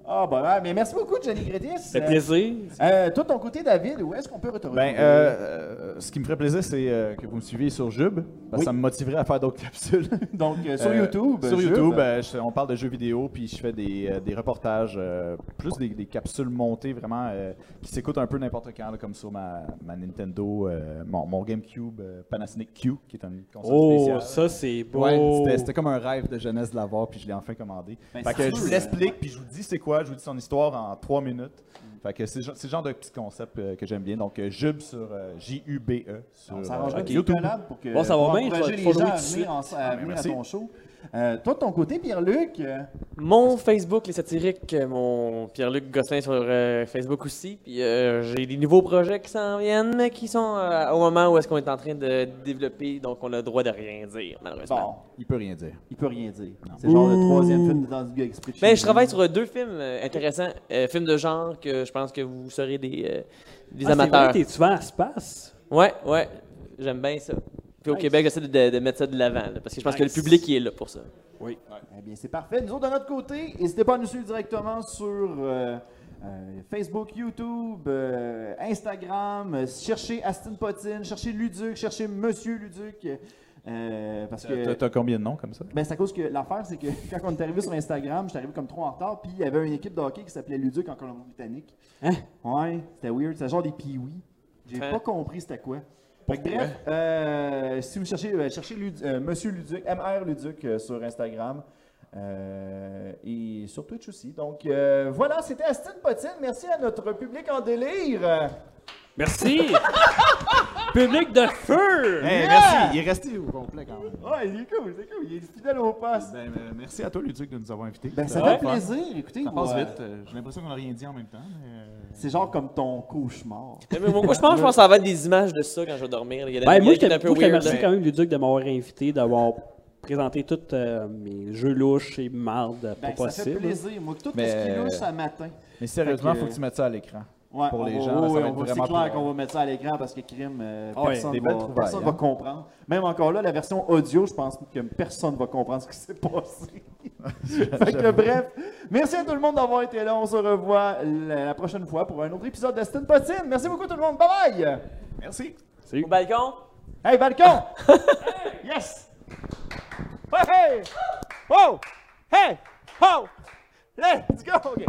[SPEAKER 2] Ah, bah, ouais, mais merci beaucoup, Johnny Grétis.
[SPEAKER 1] C'est plaisir.
[SPEAKER 2] Euh, toi, de ton côté, David, où est-ce qu'on peut retourner?
[SPEAKER 5] Ben, euh, euh, ce qui me ferait plaisir, c'est euh, que vous me suiviez sur Jube, parce que
[SPEAKER 2] Oui.
[SPEAKER 5] ça me motiverait à faire d'autres capsules.
[SPEAKER 2] Donc, euh, sur
[SPEAKER 5] Euh,
[SPEAKER 2] YouTube.
[SPEAKER 5] Sur
[SPEAKER 2] je-
[SPEAKER 5] YouTube, euh, je- on parle de jeux vidéo, puis je fais des, euh, des reportages, euh, plus des, des capsules montées vraiment euh, qui s'écoutent un peu n'importe quand, là, comme sur ma, ma Nintendo, euh, mon, mon GameCube euh, Panasonic Q, qui est une console
[SPEAKER 1] Oh,
[SPEAKER 5] spéciale.
[SPEAKER 1] ça, c'est beau.
[SPEAKER 5] Ouais,
[SPEAKER 4] Oh.
[SPEAKER 5] c'était- c'était comme un rêve de jeunesse de l'avoir, puis je l'ai enfin commandé.
[SPEAKER 2] Ben,
[SPEAKER 5] fait
[SPEAKER 2] c'est
[SPEAKER 5] que je vous
[SPEAKER 2] sûr.
[SPEAKER 5] l'explique, puis je vous dis c'est quoi, je vous dis son histoire en trois minutes.
[SPEAKER 2] Mm.
[SPEAKER 5] Fait que c'est c'est le genre de petit concept euh, que j'aime bien. Donc, euh, Jube sur euh, J-U-B-E sur
[SPEAKER 2] On
[SPEAKER 5] euh,
[SPEAKER 2] s'arrangerait avec
[SPEAKER 5] YouTube.
[SPEAKER 2] collabs pour que
[SPEAKER 1] Bon, ça va
[SPEAKER 2] pour
[SPEAKER 1] bien,
[SPEAKER 2] encourager
[SPEAKER 1] je vais-
[SPEAKER 2] les
[SPEAKER 1] faut jouer
[SPEAKER 2] gens à
[SPEAKER 1] tout de
[SPEAKER 2] venir, en- à, venir à
[SPEAKER 5] merci.
[SPEAKER 2] ton show. Euh, toi, de ton côté, Pierre-Luc, euh,
[SPEAKER 4] Mon Facebook, les satiriques, euh, mon Pierre-Luc Gosselin sur euh, Facebook aussi. Puis euh, j'ai des nouveaux projets qui s'en viennent, mais qui sont euh, au moment où est-ce qu'on est en train de développer, donc on a le droit de rien dire, malheureusement.
[SPEAKER 2] bon,
[SPEAKER 5] Il peut rien dire.
[SPEAKER 2] il peut rien dire. C'est genre le troisième film dans du gars exprès. de
[SPEAKER 4] Mais
[SPEAKER 2] chez
[SPEAKER 4] je
[SPEAKER 2] nous.
[SPEAKER 4] travaille sur euh, deux films euh, intéressants, euh, films de genre que je pense que vous serez des, euh,
[SPEAKER 1] Ah, c'est
[SPEAKER 4] des
[SPEAKER 1] vrai,
[SPEAKER 4] amateurs.
[SPEAKER 1] T'es souvent à Space?
[SPEAKER 4] Ouais, ouais, j'aime bien ça. Puis au
[SPEAKER 1] Nice.
[SPEAKER 4] Québec, j'essaie de, de mettre ça de l'avant, là, parce que je pense que le
[SPEAKER 1] Nice.
[SPEAKER 4] public il est là pour ça.
[SPEAKER 2] Eh bien, c'est parfait. Nous autres, de notre côté, n'hésitez pas à nous suivre directement sur euh, euh, Facebook, YouTube, euh, Instagram. Euh, Cherchez Astin Potine, cherchez Luduc, cherchez Monsieur Luduc. euh, parce
[SPEAKER 5] T'as-
[SPEAKER 2] que.
[SPEAKER 5] T'as combien de noms comme ça?
[SPEAKER 2] Ben, c'est à cause que l'affaire, c'est que quand on est arrivé sur Instagram, j'étais arrivé comme trop en retard, puis il y avait une équipe de hockey qui s'appelait Luduc en Colombie-Britannique.
[SPEAKER 1] Hein?
[SPEAKER 2] Ouais, c'était weird. C'était genre des pee-wee. J'ai
[SPEAKER 4] Hein?
[SPEAKER 2] pas compris c'était quoi. Fait que bref, euh, si vous cherchez, euh, cherchez Lud- euh, Monsieur Luduc, MR Luduc euh, sur Instagram. euh, et sur Twitch aussi. Donc euh, voilà, c'était Astin Potine. Merci à notre public en délire.
[SPEAKER 1] Merci! Public de feu!
[SPEAKER 2] Eh,
[SPEAKER 5] merci! Il est resté au complet quand même.
[SPEAKER 2] Ouais, Ah, il est cool, c'est cool. Il est fidèle au poste.
[SPEAKER 5] Ben, euh, merci à toi, Luduc, de nous avoir invités.
[SPEAKER 2] Ben, ça
[SPEAKER 5] C'était
[SPEAKER 2] fait
[SPEAKER 5] le fun.
[SPEAKER 2] plaisir. Écoutez,
[SPEAKER 5] Ça passe
[SPEAKER 2] moi,
[SPEAKER 5] vite. euh, J'ai l'impression qu'on n'a rien dit en même temps. mais, euh,
[SPEAKER 2] C'est genre comme ton cauchemar.
[SPEAKER 4] Mais moi, moi, je pense, je pense que ça va être des images de ça quand je vais dormir. Il y a des
[SPEAKER 1] Ben, moi,
[SPEAKER 4] vidéos
[SPEAKER 1] je
[SPEAKER 4] qui
[SPEAKER 1] te
[SPEAKER 4] est un
[SPEAKER 1] moi,
[SPEAKER 4] peu
[SPEAKER 1] je te
[SPEAKER 4] weird, hein.
[SPEAKER 1] remercie
[SPEAKER 4] là.
[SPEAKER 1] quand même, Luduc, de m'avoir invité, d'avoir présenté tous euh, mes jeux louches et mardes pas
[SPEAKER 2] Ben, ça fait
[SPEAKER 1] possible.
[SPEAKER 2] plaisir. Moi, tout
[SPEAKER 5] Mais,
[SPEAKER 2] ce qui
[SPEAKER 5] euh,
[SPEAKER 2] louche à matin.
[SPEAKER 5] Mais sérieusement,
[SPEAKER 2] Fait que-
[SPEAKER 5] faut que tu mettes ça à l'écran.
[SPEAKER 2] Ouais,
[SPEAKER 5] pour
[SPEAKER 2] on
[SPEAKER 5] les
[SPEAKER 2] va-
[SPEAKER 5] gens,
[SPEAKER 2] oui, oui,
[SPEAKER 5] ça va
[SPEAKER 2] on
[SPEAKER 5] être
[SPEAKER 2] va-
[SPEAKER 5] vraiment
[SPEAKER 2] C'est clair
[SPEAKER 5] plus-
[SPEAKER 2] qu'on va mettre ça à l'écran parce que crime, euh,
[SPEAKER 1] Ah ouais,
[SPEAKER 2] personne,
[SPEAKER 5] des
[SPEAKER 2] va,
[SPEAKER 5] belles trouvailles,
[SPEAKER 2] personne
[SPEAKER 5] hein.
[SPEAKER 2] va comprendre. Même encore là, la version audio, je pense que personne va comprendre ce qui s'est passé. fait que bref, merci à tout le monde d'avoir été là. On se revoit la la prochaine fois pour un autre épisode d'Aston Potine. Merci beaucoup tout le monde. Bye bye.
[SPEAKER 5] Merci!
[SPEAKER 4] Au balcon?
[SPEAKER 2] Hey balcon. yes. Hey hey. Oh. Hey. Oh. Let's go. Okay.